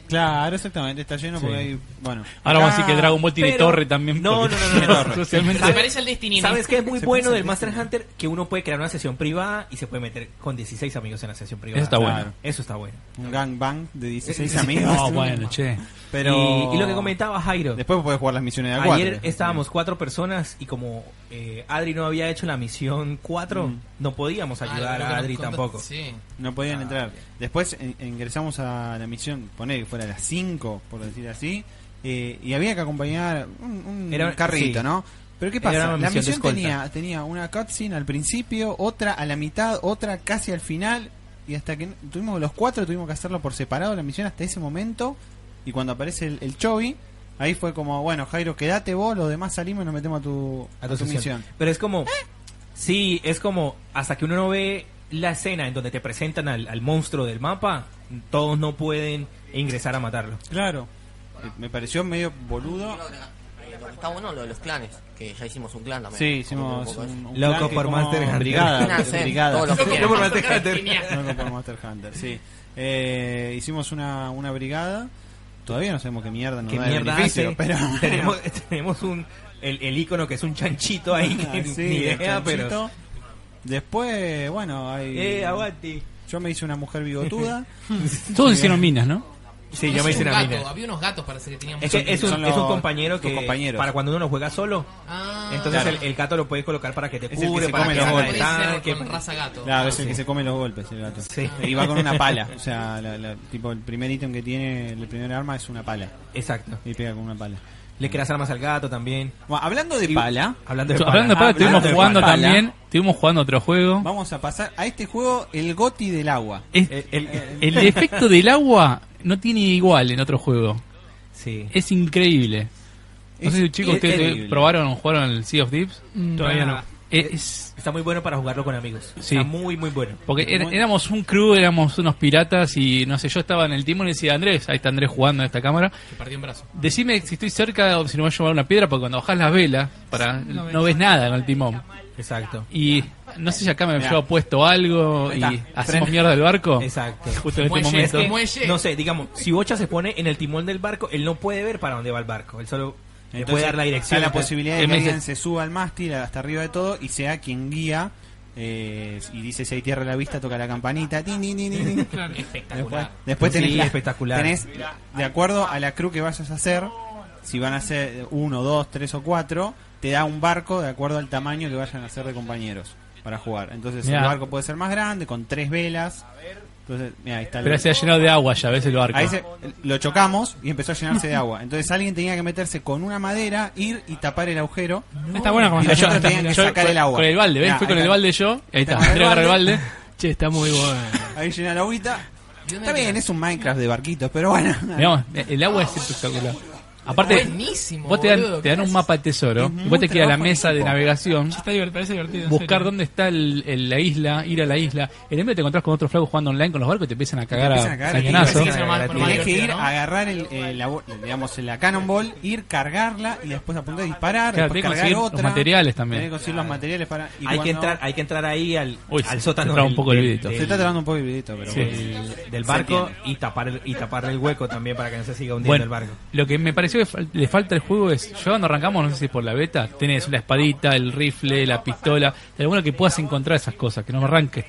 H: Claro, exactamente, está lleno porque
B: Sí.
H: hay... Bueno.
B: Ahora vamos a decir
H: Acá-
B: que Dragon Ball tiene
J: Pero-
B: torre también.
J: No, no,
B: porque-
J: no, no, no, no.
B: Socialmente-
A: Se parece al Destiny. ¿no?
J: ¿Sabes qué es muy
H: Se
J: bueno
H: parece
J: del
H: al
J: Master Hunter? Que uno puede crear una sesión privada y se puede meter con 16 amigos en la sesión privada.
B: Eso está bueno.
J: Claro. Eso está bueno.
H: Un gangbang de 16
J: Eh,
H: amigos.
B: No, bueno, che.
H: Pero...
J: Y, y lo que comentaba Jairo,
H: Después podés jugar las misiones de a
J: ayer
H: cuatro.
J: estábamos cuatro personas y como eh, Adri no había hecho la misión 4, no podíamos
A: Ah,
J: ayudar
A: lo que
J: a
A: nos
J: Adri
A: contó-
J: tampoco.
A: Sí.
H: Mm.
A: Ah,
H: No podían entrar. Después en- ingresamos a la misión, poner que fuera a las 5, por decir así, eh, y había que acompañar un, un
J: Era-
H: carrito,
J: sí.
H: ¿no? Pero ¿qué
J: Era una
H: pasa? La
J: misión de
H: misión
J: escolta.
H: tenía, tenía una cutscene al principio, otra a la mitad, otra casi al final. Y hasta que no- tuvimos los cuatro, tuvimos que hacerlo por separado la misión hasta ese momento. Y cuando aparece el, el Chovy, ahí fue como, bueno, Jairo, quedate vos, los demás salimos y nos metemos a tu, a tu misión.
J: Pero es como. Sí, es como. Hasta que uno no ve la escena en donde te presentan al, al monstruo del mapa, todos no pueden ingresar a matarlo.
H: Claro. Eh, Me pareció medio boludo.
F: Está bueno lo de los clanes, que ya hicimos un clan también.
H: Sí, hicimos un, un
J: Loco
H: plan que
J: por
H: como
J: Master Hunter.
H: Brigada,
J: Nacer,
H: brigada.
J: todos los Loco que por quieran. Master Hunter.
H: Loco por Master Hunter, sí. Eh, hicimos una, una brigada. Todavía no sabemos qué mierda nos
J: ¿Qué
H: da de
J: mierda
H: beneficio,
J: hace?
H: pero
J: tenemos, tenemos un. El, el icono que es un chanchito ahí, que
H: Ah, Sí,
J: ni idea,
H: el chanchito.
J: pero.
H: Después, bueno, hay
J: Eh, aguante.
H: Yo me hice una mujer bigotuda.
B: Todos hicieron minas, ¿no?
J: Sí,
A: Había
J: yo me hice
A: un
J: una
A: gato,
J: mina.
A: Había unos gatos, parece que teníamos.
J: Es, que es un,
H: son
J: es un
H: los-
J: compañero
H: los
J: que
H: compañeros.
J: para cuando uno lo juega solo.
A: Ah.
J: entonces
H: Claro.
J: el, el gato lo puedes colocar para que te
H: Es el que
J: cure,
H: se
J: para
H: come
J: que
H: los
J: haga
H: golpes.
J: ataque.
A: Puede ser con raza gato.
H: Claro, es el
J: Ah, Sí.
H: que se come los golpes, el gato.
J: Sí.
H: Y va con una pala. O sea, la- la- tipo, el primer ítem que tiene, el primer arma es una pala.
J: Exacto.
H: Y pega con una pala.
J: Le creas armas al gato también.
H: Bueno, hablando de pala.
J: Hablando de
B: Hablando de pala,
J: Ah,
B: estuvimos
J: hablando de
B: jugando
J: pala.
B: también. Estuvimos jugando otro juego.
H: Vamos a pasar a este juego, el goti del agua. Eh,
B: Es-
J: Eh,
B: El efecto del agua no tiene igual en otro juego.
J: Sí.
B: Es increíble. No
J: Es
B: sé si chicos ustedes
J: increíble.
B: probaron o jugaron el Sea of Thieves.
J: Mm, Todavía no.
B: Es-
J: Está muy bueno para jugarlo con amigos.
B: Sí.
J: Está muy, muy bueno.
B: porque er- éramos un crew, éramos unos piratas y no sé, yo estaba en el timón y decía Andrés, ahí está Andrés jugando en esta cámara.
A: Que partió un brazo.
B: Decime si estoy cerca o si no voy a llevar una piedra, porque cuando bajas las velas, para,
A: No
B: no, ves
A: ves.
B: nada en el timón.
J: Exacto.
B: Y no sé si acá me
J: Mirá.
B: llevo puesto algo y
J: Ahí está.
B: hacemos
J: Frena.
B: mierda el barco.
J: Exacto.
B: Justo en este
J: Muelle,
B: momento.
J: es que, No sé, digamos, si Bocha se pone en el timón del barco, él no puede ver para dónde va el barco. Él solo le
H: Entonces,
J: puede dar la dirección.
H: Está la posibilidad de
J: Él
H: que
J: me dice,
H: alguien se suba al mástil hasta arriba de todo y sea quien guía. eh, y dice si hay tierra a la vista, toca la campanita. tin, tin, tin, tin, tin. Después,
A: Espectacular.
H: después
J: Sí,
H: tenés, la-
J: espectacular.
H: tenés, de acuerdo a la crew que vayas a hacer, si van a ser uno, dos, tres o cuatro, te da un barco de acuerdo al tamaño que vayan a hacer de compañeros para jugar. Entonces
B: Mirá.
H: el barco puede ser más grande, con tres velas. Entonces, mirá, ahí está el-
B: Pero se ha llenado de agua ya, ves el barco.
H: Ahí se- lo chocamos y empezó a llenarse de agua. Entonces alguien tenía que meterse con una madera, ir y tapar el agujero.
C: Está bueno como
H: Y
C: está
H: los otros
C: hecho.
H: tenían que
C: Yo-
H: sacar el agua.
B: Con el balde, ¿ves?
H: Ya,
B: Fue
H: ahí
B: con el
H: está.
B: balde yo. Ahí está,
H: Con el
B: Andrés agarra el balde.
C: Che, está muy bueno.
H: Ahí llena la agüita. Está bien, es un Minecraft de barquitos, pero bueno.
B: Mirá, el agua es espectacular. Aparte,
A: Buenísimo,
B: vos te dan,
A: boludo,
B: te dan un mapa de tesoro, y vos te queda la mesa de navegación,
C: Está divertido, parece divertido. en
B: buscar
C: serio.
B: dónde está el- el- la isla, ir a la isla. En medio te encontrás con otros flacos jugando online con los barcos y te empiezan a cagar
H: Empiezan
B: a,
H: a cagar a tiros,
B: cañonazo.
H: empiezan a cagar a tiros. Tenés que ir
A: ¿no?
H: a agarrar el, eh, la, bo- digamos, la cannonball, ir cargarla y después apuntar y disparar.
B: Claro,
H: después
B: tenés que
H: cargar
B: conseguir los
H: otra.
B: materiales también.
H: Tenés que conseguir los materiales para. y
J: hay, que
H: cuando-
J: entrar, hay que entrar ahí al,
B: Uy,
J: al
B: se-
J: sótano.
B: se traba un
J: del-
B: poco el
J: del-
B: vidito.
J: del-
H: Se está trabando un poco el vidito, pero.
B: Sí.
H: bueno.
J: del, del
H: Se
J: barco
H: entiende.
J: y tapar el, y tapar el hueco también para que no se siga hundiendo
B: Bueno,
J: el barco.
B: lo que me pareció que fal- le falta al juego es, yo cuando arrancamos, no sé si es por la beta, tenés la espadita, el rifle, la pistola, de alguna que puedas encontrar esas cosas, que no me arranques.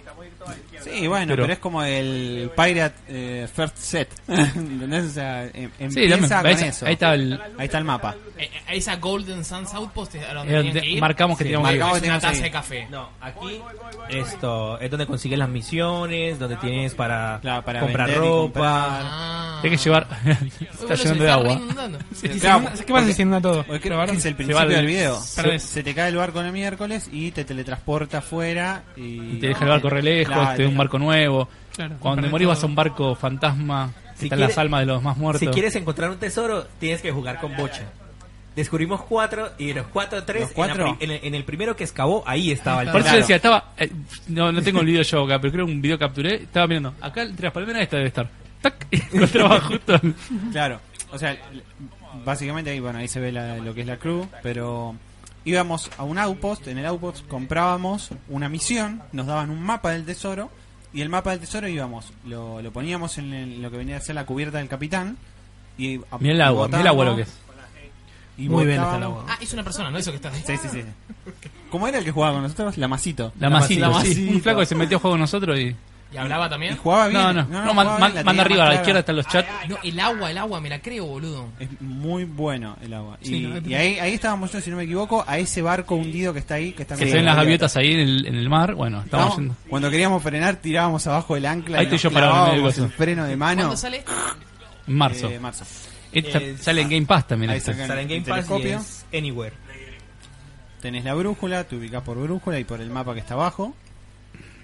H: Sí, bueno,
B: Pero-
H: pero, es como el Pirate eh, First Set. ¿Entendés? O sea, em-
B: Sí,
H: empieza
B: dame-
H: con
B: ahí-
H: eso.
B: ahí está el-
H: Ahí está el mapa.
A: Eh, eh, Esa Golden Suns Outpost es a donde
B: Eh,
A: tenían
B: de-
A: que ir.
B: marcamos que
A: Sí,
B: teníamos que ir.
A: marcamos
B: Marcamos
A: una
B: que
A: taza
B: teníamos
A: de café.
J: No, aquí Esto es donde consigues las misiones, donde tienes para,
H: para
J: comprar
H: vender y
J: ropa.
B: Tenés que llevar... está llenando de agua.
C: Sí, sí,
H: Claro,
C: sí, ¿Qué pasa si se inunda todo?
H: Porque
C: Probar-
H: es el
B: va
H: principio
B: el-
H: del video.
B: se-
H: Se, se te cae el barco el miércoles y te teletransporta afuera. Y,
B: Y te deja el barco re lejos,
H: Claro,
B: te da un barco nuevo.
C: Claro,
B: Cuando te
C: perdés
B: morís
C: todo.
B: vas a un barco fantasma, que
J: Si
B: están
J: quiere-
B: las almas de los más muertos.
J: Si quieres encontrar un tesoro, tienes que jugar con bocha. Descubrimos cuatro y de los cuatro, tres.
H: ¿Los cuatro?
J: En, la pri- en el, en el primero que excavó, ahí estaba el
B: Por eso
J: tesoro.
B: decía, estaba... eh, no, no tengo el video yo acá, pero creo que un video capturé. Estaba mirando, acá entre las palmeras esta debe estar. ¡Tac! Encontraba justo... el-
H: Claro, o sea, l- básicamente ahí, bueno, ahí se ve la- lo que es la crew, pero íbamos a un outpost, en el outpost comprábamos una misión, nos daban un mapa del tesoro y el mapa del tesoro íbamos, lo, lo poníamos en el- lo que venía a ser la cubierta del capitán y ap-
B: Mirá el agua, mirá el agua lo que es.
H: y
J: Muy bien está el
H: botábamos-
A: Ah, es una persona, no eso que está ahí.
H: Sí, sí, sí. ¿Cómo era el que jugaba con nosotros? La masito.
B: La masita, sí. Un
H: Masito.
B: flaco que se metió a juego con nosotros y...
A: ¿Y hablaba también?
H: Y jugaba bien.
B: No, no, no, man-
H: jugaba
B: man-
H: bien, la
B: manda
H: tenía
B: arriba, a
H: más
B: la
H: clara.
B: izquierda están los chats.
A: No, el agua, el agua, me la creo, boludo.
H: Es muy bueno el agua.
C: Sí,
H: y
C: no, es-
H: y ahí, ahí estábamos yo, si no me equivoco, a ese barco hundido que está ahí. Que, está
B: Que
H: con
B: se ven las
H: gaviotas.
B: gaviotas ahí en el, en el mar. Bueno, estamos
H: Estábamos-
B: yendo.
H: Cuando queríamos frenar, tirábamos abajo el ancla.
B: Ahí
H: y
B: estoy
H: nos
B: yo parado en medio del
H: clavábamos
B: coso.
H: el freno de mano.
A: ¿Cuándo sale? ah,
B: En marzo.
H: Eh, marzo.
B: Esta- sale en Game Pass también.
H: ahí
B: esta.
H: sacan
J: Sale en
H: el
J: Game Pass y
H: telescopio.
J: es Anywhere.
H: Tenés la brújula, te ubicás por brújula y por el mapa que está abajo.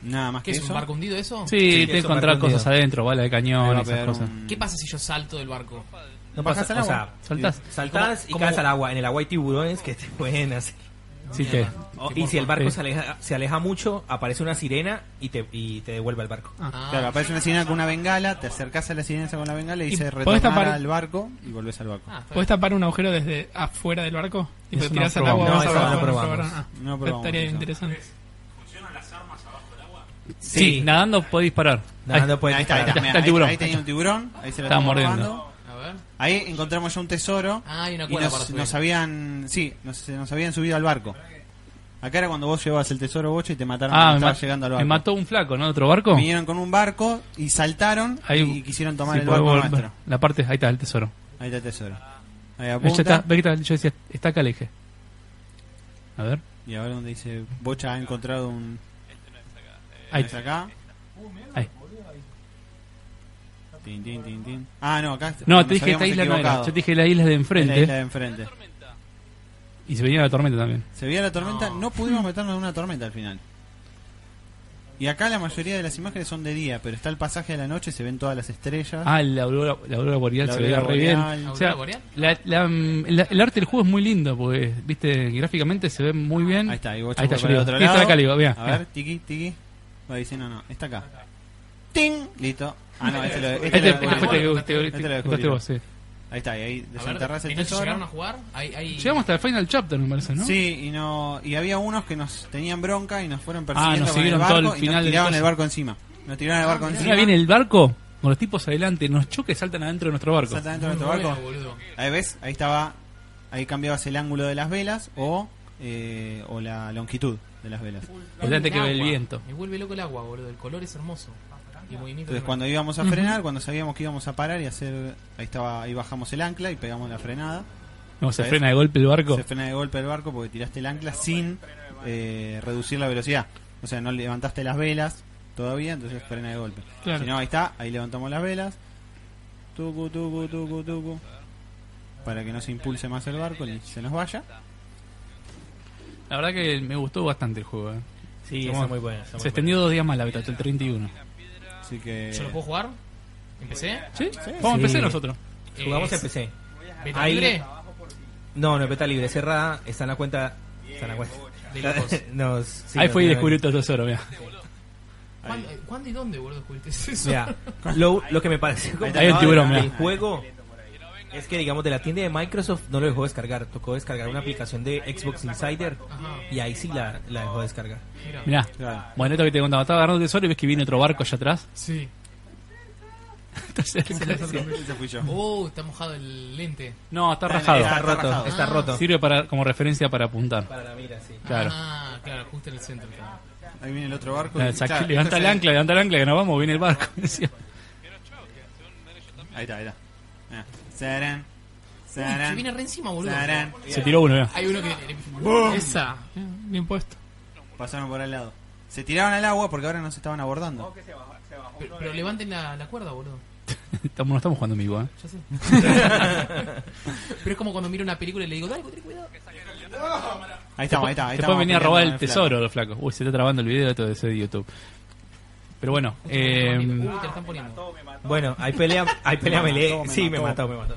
H: Nada más
A: ¿Qué
H: que
A: es, un
H: eso.
A: barco hundido eso?
B: Sí, te
H: es un
B: encontrás
H: barco
B: cosas
H: hundido.
B: adentro, bala de cañón,
H: Ahí va a
B: esas
H: pegar
B: cosas.
H: un-
A: ¿Qué pasa si yo salto del barco?
J: No pasa, o sea,
B: Saltás.
J: saltás y
A: ¿Cómo-
J: caes al agua. En el agua hay tiburones que te pueden hacer.
B: Sí, te-
J: O-
B: te
J: y si el barco
B: sí.
J: se aleja, se aleja mucho, aparece una sirena y te, y te devuelve al barco.
H: Ah. Claro, aparece una sirena con una bengala, te acercás a la sirena con la bengala y
C: Y
H: dice
C: podés
H: retornar
C: tapar-
H: al barco y volvés al
A: Ah,
H: barco.
C: ¿Puedes tapar un agujero desde afuera del barco? Y
A: pues
H: Eso
C: te tirás
H: no
C: al agua.
H: probamos.
C: vas
H: No,
C: a
H: eso
C: probar,
H: no
C: vas a
H: probamos.
C: probar. Ah,
H: No probamos
C: Estaría
H: eso.
C: interesante.
B: Sí, nadando podés disparar.
J: Nadando
B: Ahí-
J: podés
B: ahí está,
J: disparar.
B: Ahí está,
J: Mira,
B: está el
J: ahí-
B: tiburón.
H: Ahí tenía un tiburón, ahí se lo estaba
B: Estaba mordiendo.
A: A ver.
H: Ahí encontramos ya un tesoro.
A: Ah, hay una
H: y
A: cuerda para
H: nos,
A: subir.
H: nos habían, sí, nos, se nos habían subido al barco. Acá era cuando vos llevabas el tesoro bocho y te mataron
B: Ah,
H: cuando
B: me,
H: estabas
B: ma-
H: llegando al
B: me
H: barco.
B: mató un flaco, ¿no? ¿Otro barco?
H: Vinieron con un barco y saltaron
B: Ahí-
H: y quisieron tomar
B: sí,
H: el
B: podés
H: barco
B: volver-
H: nuestro.
B: La parte, ahí está, el tesoro.
H: Ahí está el tesoro. Ahí
B: Ya está,
H: apunta.
B: ve que está- yo decía, está acá el eje. A ver.
H: Y ahora donde dice Bocha ha encontrado un.
B: Ahí.
H: ¿Es acá?
B: Ahí.
H: Tin, tin, tin, tin. Ah, no, acá.
B: No,
H: nos
B: te dije esta
H: habíamos
B: isla no era.
H: equivocado.
B: Yo te dije las islas de
H: Es La
B: enfrente.
H: isla de enfrente.
B: Y se venía la tormenta también.
H: Se veía la tormenta, no, pudimos meternos en una tormenta al final. Y acá la mayoría de las imágenes son de día, pero está el pasaje de la noche, se ven todas las estrellas.
B: Ah, la aurora, la aurora boreal
H: La
B: se veía
H: aurora
B: re bien.
H: boreal.
B: O sea,
H: ¿Aurora boreal?
B: la- la, mm, la- el arte del juego es muy lindo porque, viste, gráficamente se ve muy bien.
H: Ah, Ahí está, y vos
B: ahí está,
H: chupás Pues
B: yo
H: para el
B: digo,
H: otro
B: sí, está
H: lado.
B: acá, le digo, mira,
H: A ver, tiki, tiki. Va diciendo, no, no, está acá. ¡Ting! Listo. Ah, no, este lo
B: Este-
H: este lo-
B: este fue el que vos-
H: este lo
B: te- te-
H: descubrí.
B: contaste vos, sí.
H: Ahí está, y ahí
A: A ver,
H: desenterrás el
A: ¿entonces
H: tesoro.
A: llegaron a jugar? Hay, hay...
B: Llegamos hasta el final chapter, me parece, ¿no?
H: Sí, y no y había unos que nos tenían bronca y nos fueron persiguiendo
B: Ah, nos
H: con
B: siguieron
H: el barco
B: todo el
H: y
B: final
H: nos
B: del
H: tiraban
B: coso.
H: el barco encima. Nos tiraron el barco
B: Ahora
H: encima.
B: Ah, viene el barco con los tipos adelante, nos choca y saltan adentro de nuestro barco.
H: Saltan dentro de nuestro
A: Muy
H: barco. Ahí ves, ahí estaba, ahí cambiabas el ángulo de las velas o, eh, o la longitud de las velas.
B: Fíjate que ve el
A: agua.
B: viento.
A: Me vuelve loco el agua, boludo. El color es hermoso. Y el movimiento
H: Entonces
A: es
H: cuando íbamos a
A: Ujú.
H: frenar, cuando sabíamos que íbamos a parar y hacer, ahí estaba, ahí bajamos el ancla y pegamos la frenada.
B: No, se
H: ¿Ves?
B: frena de golpe el barco.
H: Se frena de golpe el barco porque tiraste el ancla sin eh, reducir la velocidad. O sea, no levantaste las velas todavía, entonces frena de golpe.
C: Claro.
H: Si no, ahí está, ahí levantamos las velas. Tucu, tucu, tucu, tucu. Para que no se impulse más el barco y se nos vaya.
B: La verdad que me gustó bastante el juego. eh.
J: Sí,
B: Como-
J: está muy bueno, Eh, está muy
B: Se extendió dos días más la beta, hasta el 31.
H: Así que...
A: ¿Yo lo puedo jugar? ¿Empecé?
B: ¿Sí? Vamos a
J: Sí.
B: empezar nosotros.
J: Jugamos
A: Eh,
J: en PC.
A: ¿Beta
J: Ahí-
A: libre?
J: No, no es beta libre, es cerrada, está en la cuenta. Está en la cuenta.
A: De locos.
J: Nos- sí,
B: Ahí
J: nos
B: fue y
J: dieron-
B: descubrí todo el tesoro, mira.
A: ¿Cuándo, eh, cuándo y dónde, boludo, descubriste eso?
J: Ya. Lo, lo que me pareció
B: está. Ahí el tiburón,
J: del
B: mirá.
J: juego es que, digamos, de la tienda de Microsoft no lo dejó descargar. Tocó descargar una aplicación de Xbox Insider y ahí sí la, la dejó descargar.
B: Mirá. Bueno, esto que te contaba, estaba agarrando el tesoro y ves que viene otro barco allá atrás.
A: Sí.
B: Está cerca.
A: Oh, está mojado el lente.
B: No, está rajado.
A: Ah.
B: Sirve para, como referencia para apuntar.
J: Para la mira, sí.
B: Claro.
A: Ah, claro, justo en el centro. está.
H: Ahí viene el otro barco.
B: Eh,
H: y-
B: saqué-
H: claro,
B: levanta el
H: entonces-
B: ancla, levanta el ancla que nos vamos, viene el barco. decía.
H: Ahí está, ahí está. Ah. Sarán, sarán,
A: Uy, se viene re encima, boludo.
H: sarán.
B: Se tiró eh, uno, mirá.
A: Hay uno que.
H: ¡Bum!
C: Esa. Bien puesto.
H: Pasaron por al lado. Se tiraron al agua porque ahora nos estaban
D: Oh,
H: abordando.
A: Pero, pero levanten la, la cuerda, boludo.
B: Estamos, no estamos jugando amigo, ¿eh?
A: Ya sé. pero es como cuando miro una película y le digo, dale, ten cuidado.
H: Ahí estamos, ahí está. Ahí
B: Después venía a robar el
H: peleando con
B: tesoro, los flacos. Uy, se está trabando el video de todo ese de YouTube. Pero bueno,
A: Uy,
B: eh,
A: te lo están poniendo.
J: Bueno, hay pelea, hay pelea
H: Me
J: melee.
H: mató, me
J: sí, me
H: mató.
J: mató, me mató.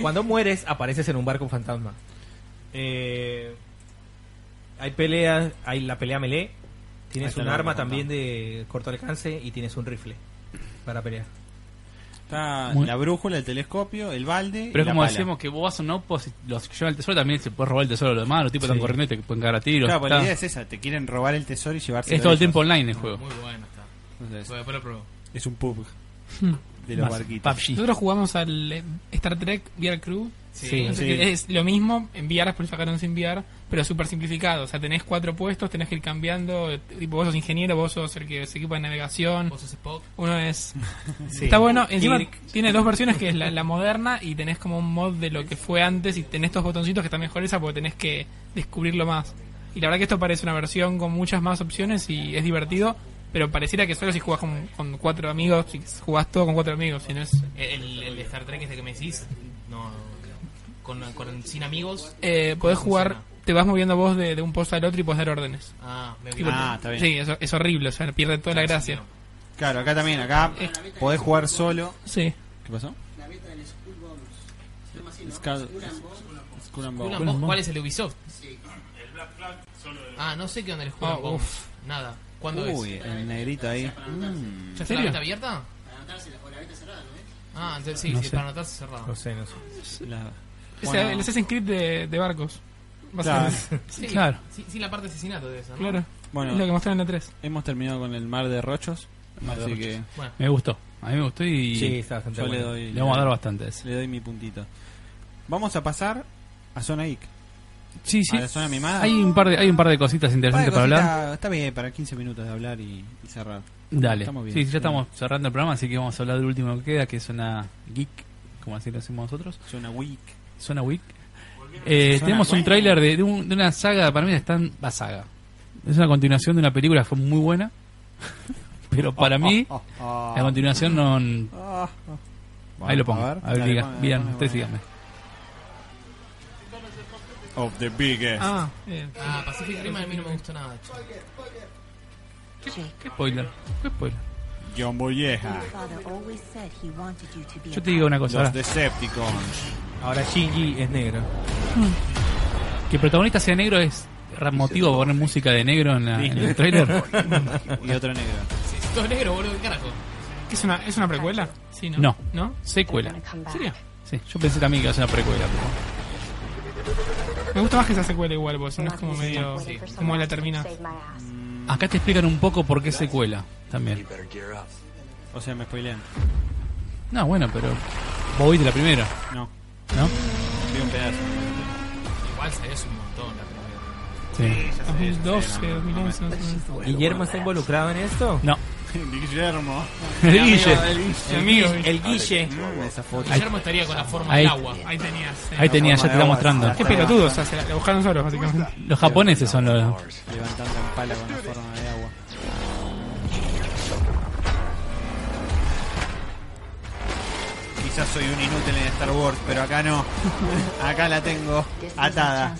J: Cuando mueres, apareces en un barco fantasma. Eh, hay pelea, hay la pelea melee.
H: Ahí
J: Tienes
H: está
J: un
H: el barco
J: arma
H: fantasma.
J: también de corto alcance y tienes un rifle para pelear.
H: Está
B: Muy-
H: Ah, la brújula, el telescopio, el balde. y
B: pero es
H: la
B: como
H: pala.
B: decíamos que vos vas a un outpost y los que llevan el tesoro también se puede robar el tesoro de los demás. Los tipos
J: Sí.
B: están corriendo y te pueden cagar a tiros.
H: Claro, pues la
B: está.
H: idea es esa: te quieren robar el tesoro y llevarse.
B: Es todo el tiempo online el juego.
A: Muy bueno está.
H: Entonces,
A: Bueno, después lo pruebo.
H: es un pub
C: Hmm.
H: de los
B: Más
H: barquitos.
B: PUBG.
C: Nosotros jugamos al eh, Star Trek VR Crew.
A: Sí.
C: Entonces,
H: Sí.
C: que Es lo mismo, enviar las lo sacaron sin enviar, pero súper simplificado. O sea, tenés cuatro puestos, tenés que ir cambiando. eh, Tipo, vos sos ingeniero, vos sos el que se equipa de navegación.
A: Vos sos Spock.
C: Uno es.
J: Sí.
C: Está bueno. Encima
J: Kirk.
C: tiene dos versiones, que es la, la moderna y tenés como un mod de lo que fue antes y tenés estos botoncitos que están mejor esa porque tenés que descubrirlo más. Y la verdad que esto parece una versión con muchas más opciones y es divertido, pero pareciera que solo si jugás con, con cuatro amigos, si jugás todo con cuatro amigos, si no es...
A: El, el de Star Trek este que me decís. No. no. Con, con, sin amigos.
C: Eh, podés
A: ¿Cómo
C: jugar,
A: funciona?
C: te vas moviendo vos de, de un post al otro y puedes dar órdenes.
F: Ah, me
C: Tipo,
H: Ah, está bien. Ah,
C: Sí, eso es horrible, o sea, pierde toda la gracia.
H: Claro, acá también, acá podés jugar solo.
C: Sí.
H: ¿Qué pasó?
D: La beta del Skull Bones. Se llama así, ¿no?
H: Skull-
D: Skull and Bones.
H: Skull and
A: Skull and
H: Bones.
A: Bones, Oh, ¿Cuál es el de Ubisoft?
D: Sí.
A: El Black Flag solo Ah, no sé qué onda el Skull
H: Ah,
A: and Bones.
H: uf.
A: Nada. ¿Cuándo es?
C: eh,
H: Uy, el negrito ahí. Mm.
A: ¿Ya está la beta abierta?
D: Para anotarse, o la beta cerrada, ¿no es?
A: Ah, entonces sí,
H: No
A: sí,
H: sé.
A: para anotarse cerrado.
J: No sé, no sé.
H: La-
C: Es
H: Bueno.
C: el Assassin's Creed de, de barcos. básicamente.
A: Sí, Sí, sí, la parte de asesinato debe ser, ¿no?
C: Claro.
H: Bueno.
C: Es lo que mostraron en la 3.
H: Hemos terminado con el mar de rochos.
B: Mar de
H: así
B: rochos.
H: que.
A: Bueno.
B: Me gustó. A mí me gustó y
H: Sí, está bastante
B: yo le,
H: bueno.
B: doy- le vamos a dar bastante.
H: Le doy mi puntito. Vamos a pasar a Zona Geek.
B: Sí, sí.
H: A la zona mimada.
B: Hay un par de, hay un par de cositas interesantes para hablar.
H: Está bien, para 15 minutos de hablar y, y cerrar.
B: Dale.
H: Estamos bien.
B: Sí, ya estamos cerrando el programa, así que vamos a hablar del último que queda, que es una geek, como así lo hacemos nosotros.
H: Zona Geek.
B: Zona geek. Eh,
H: Zona
B: tenemos un
H: geek.
B: tráiler de, de un- de una saga, para mí está en la saga. Es una continuación de una película que fue muy buena, pero para mí
H: Oh,
B: la continuación no... Ahí lo pongo.
H: a ver.
B: a ver,
H: Dale,
B: diga-
H: ponle,
B: bien,
H: ponle,
B: usted
H: ponle.
B: sígame.
H: Of the biggest.
C: Ah, bien.
A: Ah, Pacific Rim a mí no me gustó nada. che.
B: Spoiler. ¿Qué spoiler?
H: John Boyeja.
B: Yo te digo una cosa.
H: Los
B: ahora.
H: Decepticons.
J: Ahora Shinji es negro.
B: Que el protagonista sea negro es ra- motivo para poner música de negro en, la- en el tráiler.
H: y otro negro.
A: Sí, sí, todo negro, boludo, qué carajo.
C: ¿Qué es una, es una precuela? Sí, ¿no?
B: No.
C: ¿No?
B: Secuela.
C: ¿En serio?
B: Sí, yo pensé también que iba a ser una precuela. pero-
C: Me gusta más que esa secuela igual, vos. No es como medio. Como la termina.
B: Mm. Acá te explican un poco por qué secuela también.
H: O sea, me spoilean.
B: No, bueno, pero vos viste la primera.
H: No.
B: ¿No?
H: Vi un pedazo.
A: Igual salió hace un montón la primera.
B: Sí.
E: eh,
C: 2012, 2011. no sé.
J: ¿Guillermo está involucrado en esto?
B: No.
H: Guillermo.
B: El Guille.
J: El
C: amigo.
J: Guille. El Guille.
H: Mm, esa foto.
A: Guillermo estaría con la forma
B: ahí-
A: del agua.
C: Ahí tenías. eh.
B: Ahí tenía, ya te está mostrando.
C: Qué pelotudos, o sea, se la- la buscaron solos, básicamente.
B: Los japoneses son los...
H: Levantando en pala con la forma de agua. Quizás soy un inútil en Star Wars, pero acá no. acá la tengo atada.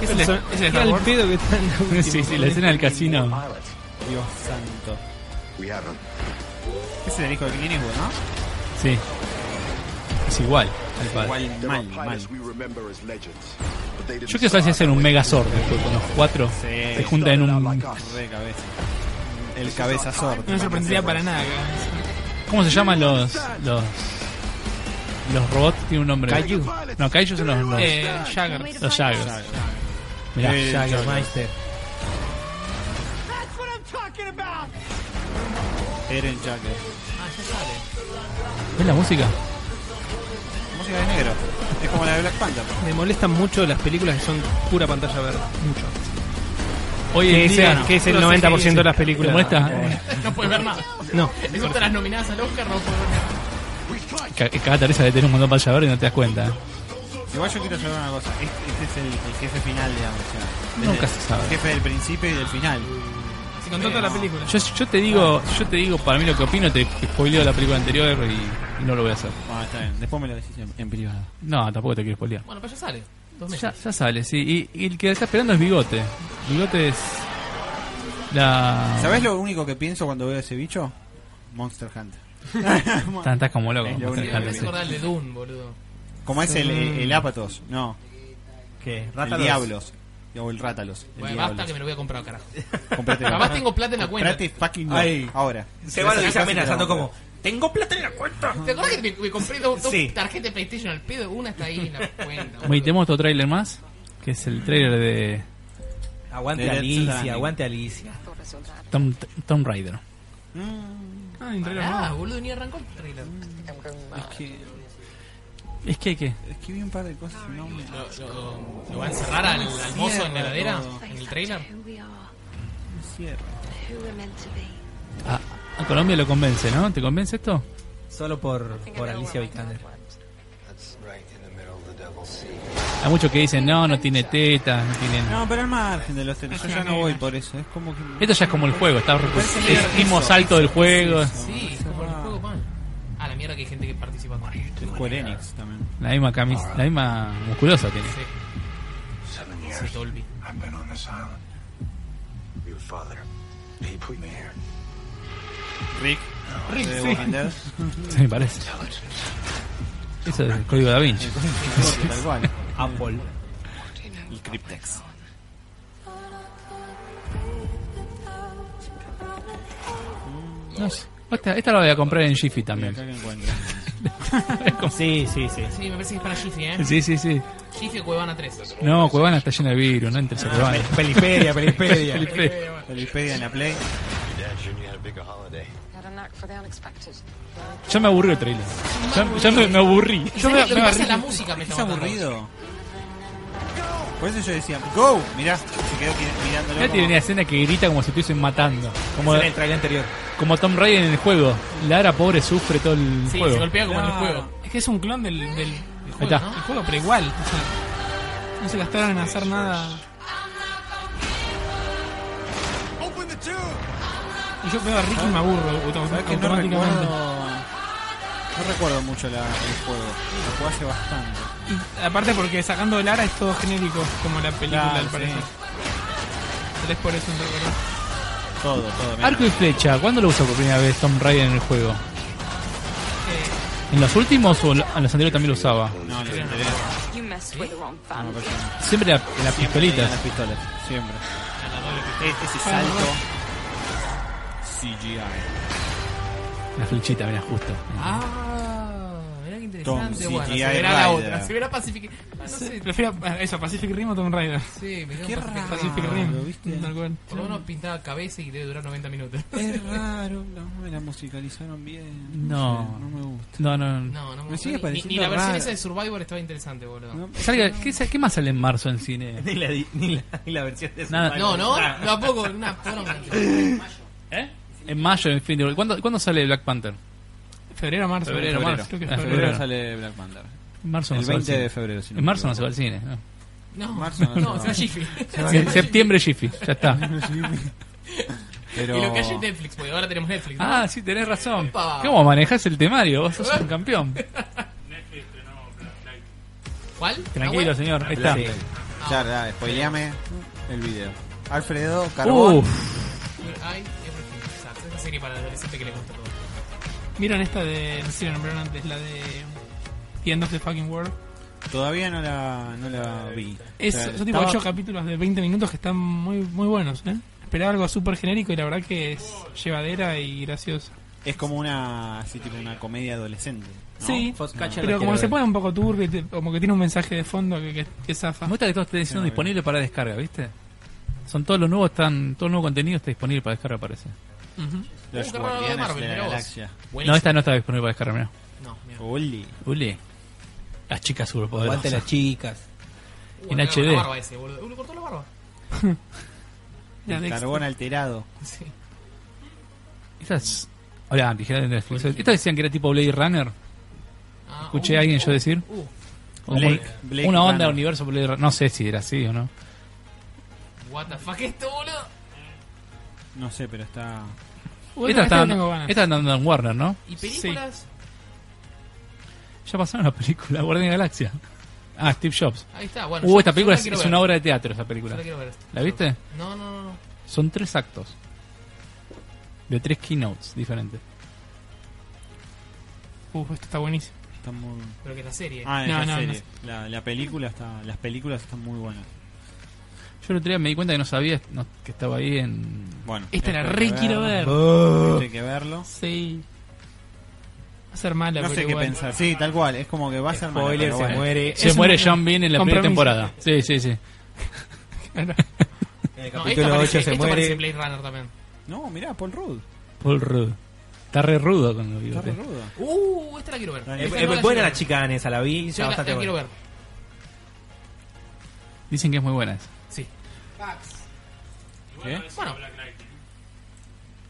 C: ¿Es el, es el Star
E: el
C: Wars?
E: pedo que está
B: Sí, sí, la escena del casino.
H: Dios santo. Ese es el hijo de Clint Eastwood, ¿no?
B: Sí. Es igual al padre.
H: Igual mal, mal.
B: Yo quiero saber si hacen un Megazord después con los cuatro.
H: Sí.
B: Se juntan en un...
H: Re cabeza. El cabeza sordo.
C: No me sorprendería para nada. ¿eh? que-
B: ¿Cómo se llaman los los los robots? Tiene un nombre.
J: Kaiju.
B: No, Kaiju son los los,
C: Eh, Jagger.
B: los Jaggers. Mirá,
H: Eh,
J: Jagermeister.
H: Eren Jacker.
C: Ah,
B: ¿Ves la música?
H: Música de negro. Es como la de Black Panther.
E: Me molestan mucho las películas que son pura pantalla verde. Mucho.
B: Hoy
E: Que
B: en
E: es,
B: día no.
E: que es el
B: Puro
E: 90% de
B: CGI.
E: las películas.
B: ¿Te molesta?
E: Eh,
A: No puedes ver nada.
E: No.
A: Excepto las nominadas al Oscar, no puedes ver nada.
B: Ca- Cada Teresa le tenés un montón para llevar y no te das cuenta.
H: Igual yo quiero saber una cosa. Este, este es el, el jefe final, digamos. o sea, desde
B: Nunca
H: el-
B: se sabe.
H: El jefe del principio y del final.
C: Se contó toda la película.
B: Yo, yo te digo, yo te digo para mí lo que opino, te spoileo la película anterior y, y no lo voy a hacer.
H: Bueno, está bien. Después me lo decís en, en privado.
B: No, tampoco te quiero spoilear.
A: Bueno, pero ya sale. Dos meses.
B: Ya, ya sale, sí. Y, y el que está esperando es Bigote. Bigote es la
H: ¿Sabés lo único que pienso cuando veo ese bicho? Monster Hunter.
B: Tan- estás como loco.
H: Es lo
B: Monster
H: único
A: Me
B: Hunter,
A: hice
B: sí.
A: acordar el de Dune, boludo.
H: Como es el, el, el Apatos. No,
J: ¿Qué?
H: el
J: Rátalos.
H: Diablos. O el Rátalos. El
A: Bueno,
H: Diablos.
A: basta que me lo voy a comprar, carajo.
H: Comprátelo.
A: Además tengo plata en la cuenta.
H: Comprate fucking no.
J: Ay.
H: Ahora.
J: Se va lo dice amenazando como... Tengo plata en la cuenta.
A: ¿Te acordás que me, me compré dos, dos
J: Sí.
A: tarjetas de PlayStation al pedo? Una está ahí en la cuenta. boludo.
B: Bueno, y tenemos otro tráiler más, que es el tráiler de
J: Aguante
H: De Dead Stranding.
J: Alicia, aguante Alicia.
B: Tom- Tomb Raider.
C: Ah, entre los
A: Ah,
C: dos.
A: boludo, ni arrancó el trailer.
H: Es que,
B: Es que que
H: es que vi un par de cosas. No, me-
A: ¿Lo, lo, lo va a encerrar al, al mozo en la heladera? ¿En el trailer?
B: a, a Colombia lo convence, ¿no? ¿Te convence esto?
J: Solo por, por Alicia Vikander.
B: Hay muchos que dicen, no, no tiene tetas, no tiene...
H: no, pero al margen de los tenis. Yo ya no voy por eso. Es como que.
B: Esto ya es como el juego, está
H: Parece
B: es
H: medio
B: el mismo
H: eso,
B: salto del juego,
A: Sí, es como el juego pan. Ah, la mierda que hay gente que participa con
H: Square Enix también.
B: la misma camisa, la misma musculosa tiene.
A: se te olvide.
M: I've been on this island. Your father, he put me here.
H: Rick. Eh,
M: Rick,
H: de
M: sí.
H: Walking Dead.
B: Sí, me parece. Eso es el código da Vinci.
H: El código, tal cual.
B: Apple.
H: Y Cryptex.
B: No sé. Esta, esta la voy a comprar en Jiffy también.
H: Acá que encuentro.
B: sí, sí, sí.
A: Sí, me parece que es para Jiffy, ¿eh?
B: Sí, sí, sí.
A: Jiffy o Cuevana 3.
B: No, Cuevana está llena de virus, no entres a
H: Ah,
B: Cuevana.
H: Pel- Pelipedia, Pelipedia.
B: Pelipedia.
H: Pelipedia en la Play.
B: Ya me aburrió el trailer. Ya, ya me, me aburrí. Yo me,
A: Lo que
B: me
A: pasa es
B: aburrí.
A: la música me
H: Es
A: está matando.
H: aburrido. Por eso yo decía, ¡Go! Mirá, se quedó qui- mirándolo.
B: Ya tiene una escena que grita como si estuviesen matando. Como
H: Escena del tráiler anterior.
B: Como Tom Raider en el juego. Lara, pobre, sufre todo el
A: Sí,
B: juego.
A: se golpea como en el
C: Ah,
A: juego.
C: Es que es un clon del, del, del juego,
B: está.
C: ¿no? El juego, pero igual. o sea, no se gastaron en hacer nada. Y yo veo a Ricky y me aburro autom-
H: ¿Sabes que no
C: automáticamente.
H: recuerdo, no recuerdo mucho la- el juego. Lo jugué hace bastante.
C: Y aparte porque sacando Lara es todo genérico, como la película
H: Claro,
C: al parecer.
H: sí.
C: Tal vez por eso no recuerdo.
H: Todo, todo. mira.
B: Arco y flecha, ¿cuándo lo usó por primera vez Tom Raider en el juego? ¿En los últimos o en los anteriores también lo usaba?
H: No, los anteriores.
N: You messed with the wrong
H: No,
N: family.
H: pero yo no.
B: Siempre la- las
H: Siempre
B: pistolitas.
H: tenía Las pistolas, siempre. E- ese
C: Ah,
H: salto. CGI.
B: La flechita, mira, justo.
A: Ah, mirá qué interesante.
H: Tom,
A: bueno, se
H: CGI
A: verá la
H: Rider.
A: otra. Se verá Pacific. Ah, no sé.
C: Prefiero ah, eso, Pacific Rim o Tomb Raider.
A: Sí, me quedo
H: Qué
A: en Pacific
H: raro.
A: Rim.
C: Pacific
H: ¿lo
C: Rim,
H: viste?
C: tal cual.
A: Por lo menos pintaba cabeza y debe durar 90 minutos.
H: Es raro, no me la musicalizaron bien.
B: No.
H: sé, no me gusta.
B: No, no, no.
A: No, no me
H: Me sigue
A: gustó ni- ni,
H: pareciendo
A: la versión
H: raro.
A: esa de Survivor estaba interesante, boludo. No,
H: No,
B: Salga- ¿qué, sa- qué más sale en marzo en cine?
J: Ni la, di- ni la, ni la versión de
B: Nada.
A: no,
H: Ah.
J: Survivor.
A: no,
J: Nada.
A: tampoco. Una poronga.
B: ¿Eh? En mayo, en fin. de- ¿Cuándo, ¿Cuándo sale Black Panther?
C: Febrero, marzo.
B: Febrero,
C: creo
B: marzo.
C: que es
B: Ah,
C: febrero.
B: febrero.
H: sale Black Panther.
B: En marzo no
H: El
B: se va al
H: 20
B: cine.
H: de febrero, si no
B: en
H: me
B: marzo no se va al
H: equivoco.
B: cine. no.
A: No,
H: Marzo no,
A: no,
H: no.
A: se va Jiffy. Se va
B: En
A: Jiffy.
B: septiembre Jiffy, ya está.
H: Pero...
A: Y lo que hay es Netflix, porque ahora tenemos Netflix. ¿no?
B: Ah, sí, tenés razón.
A: Epa.
B: ¿Cómo manejás el temario? Vos sos un campeón.
A: ¿Cuál?
B: Tranquilo,
A: ¿Ah, bueno?
B: señor. Ahí está.
H: Sí. Ya, ya, spoileame el video. Alfredo, Carbón.
B: Uf,
A: Ay, everything. Exacto. Esa serie para adolescente que le gusta todo.
C: ¿Vieron esta de. No sé si la nombraron antes, la de. The End of the Fucking World.
H: Todavía no la, no la vi.
C: Es,
H: O sea,
C: son tipo
H: estaba-
C: 8 capítulos de 20 minutos que están muy, muy buenos, ¿eh? Esperaba algo súper genérico y la verdad que es llevadera y graciosa.
H: Es como una, así, tipo una comedia adolescente. ¿no?
C: Sí,
J: Foxcatcher
C: pero
J: la
C: como
J: quiero
C: se
J: ver.
C: pone un poco turbio, y te- como que tiene un mensaje de fondo que, que, que zafa.
B: me gusta que todo esté diciendo
H: No, bien.
B: disponible para descarga, ¿viste? Son todos los nuevos, están, todo el nuevo contenido está disponible para descarga, parece.
C: Ujú.
H: Los
A: Uh, qué raro lo de
H: Guardianes
A: Marvel,
H: de la
A: mirá vos.
H: Galaxia.
B: No,
A: Buenísimo.
B: esta no está disponible para descarga, mirá.
A: No, mira.
H: Uli.
B: Uli. Las chicas
J: Aguante las
B: superpoderosas.
J: chicas.
A: Uh,
B: en
A: le
B: HD.
A: agarró La barba ese, boludo. Uh, le cortó la barba.
C: La
H: El
C: de
H: carbón alterado.
A: Sí.
B: Estas. Hola, dijeron de Netflix. Estas decían que era tipo Blade Runner.
A: Ah,
B: Escuché
A: uh,
B: a alguien
A: uh,
B: yo decir.
A: uh,
B: Como
H: Blake- Blake
B: una onda
H: Runner.
B: de universo Blade Runner. No sé si era así o no.
A: What the fuck esto, boludo.
H: No sé, pero está.
B: Estas
C: Bueno, esta
B: están,
C: tengo ganas.
B: estas están en Warner, ¿no?
A: ¿Y películas?
B: Ya pasaron la película Guardian de la Galaxia. Ah, Steve Jobs.
A: Ahí está, bueno.
B: Uh,
A: yo-
B: esta
A: yo
B: película
A: la
B: es,
A: quiero
B: es
A: ver.
B: una obra de teatro, esa
A: Yo
B: película.
A: la quiero ver.
B: ¿La viste?
A: No, no, no, no.
B: Son tres actos. De tres keynotes diferentes.
C: Uh, esto está buenísimo.
H: está muy...
A: Pero que la serie.
H: Ah,
C: No,
H: no,
C: no,
H: serie. La, la película está, las películas están muy buenas.
B: Yo el otro día me di cuenta que no sabía no, que estaba ahí en.
H: Bueno,
C: Esta la
H: esto hay
C: Este re
H: que
C: quiero
H: verlo,
C: ver.
H: esto Hay que verlo.
C: Sí. Va a ser mala,
H: No sé
C: pero
H: qué
C: igual.
H: pensar. Sí, tal cual. Es como que va a ser mala,
J: Spoiler,
H: pero
J: se
H: bueno.
J: muere.
B: Se
C: Es
B: muere
C: una-
B: John Bean en la primera
C: compromiso.
B: temporada. Sí, sí, sí.
C: Claro.
J: En el capítulo
A: No, esta
J: 8
A: parece,
J: se
A: esta
J: muere.
A: parece Blade Runner también.
H: No, mirá, Paul Rudd.
B: Paul Rudd. Está re rudo con los
H: Está re
B: bigotes.
H: rudo.
A: Uh, esta la quiero ver.
H: Está
J: Es,
A: Esta
J: es
A: no
J: buena
A: la quiero
J: la
A: ver.
J: chica en esa, la vi.
A: Yo
J: Está
A: la, la
J: bastante
A: quiero
J: buena.
A: ver.
B: Dicen que es muy buena esa.
A: Sí.
H: ¿Qué?
A: Bueno,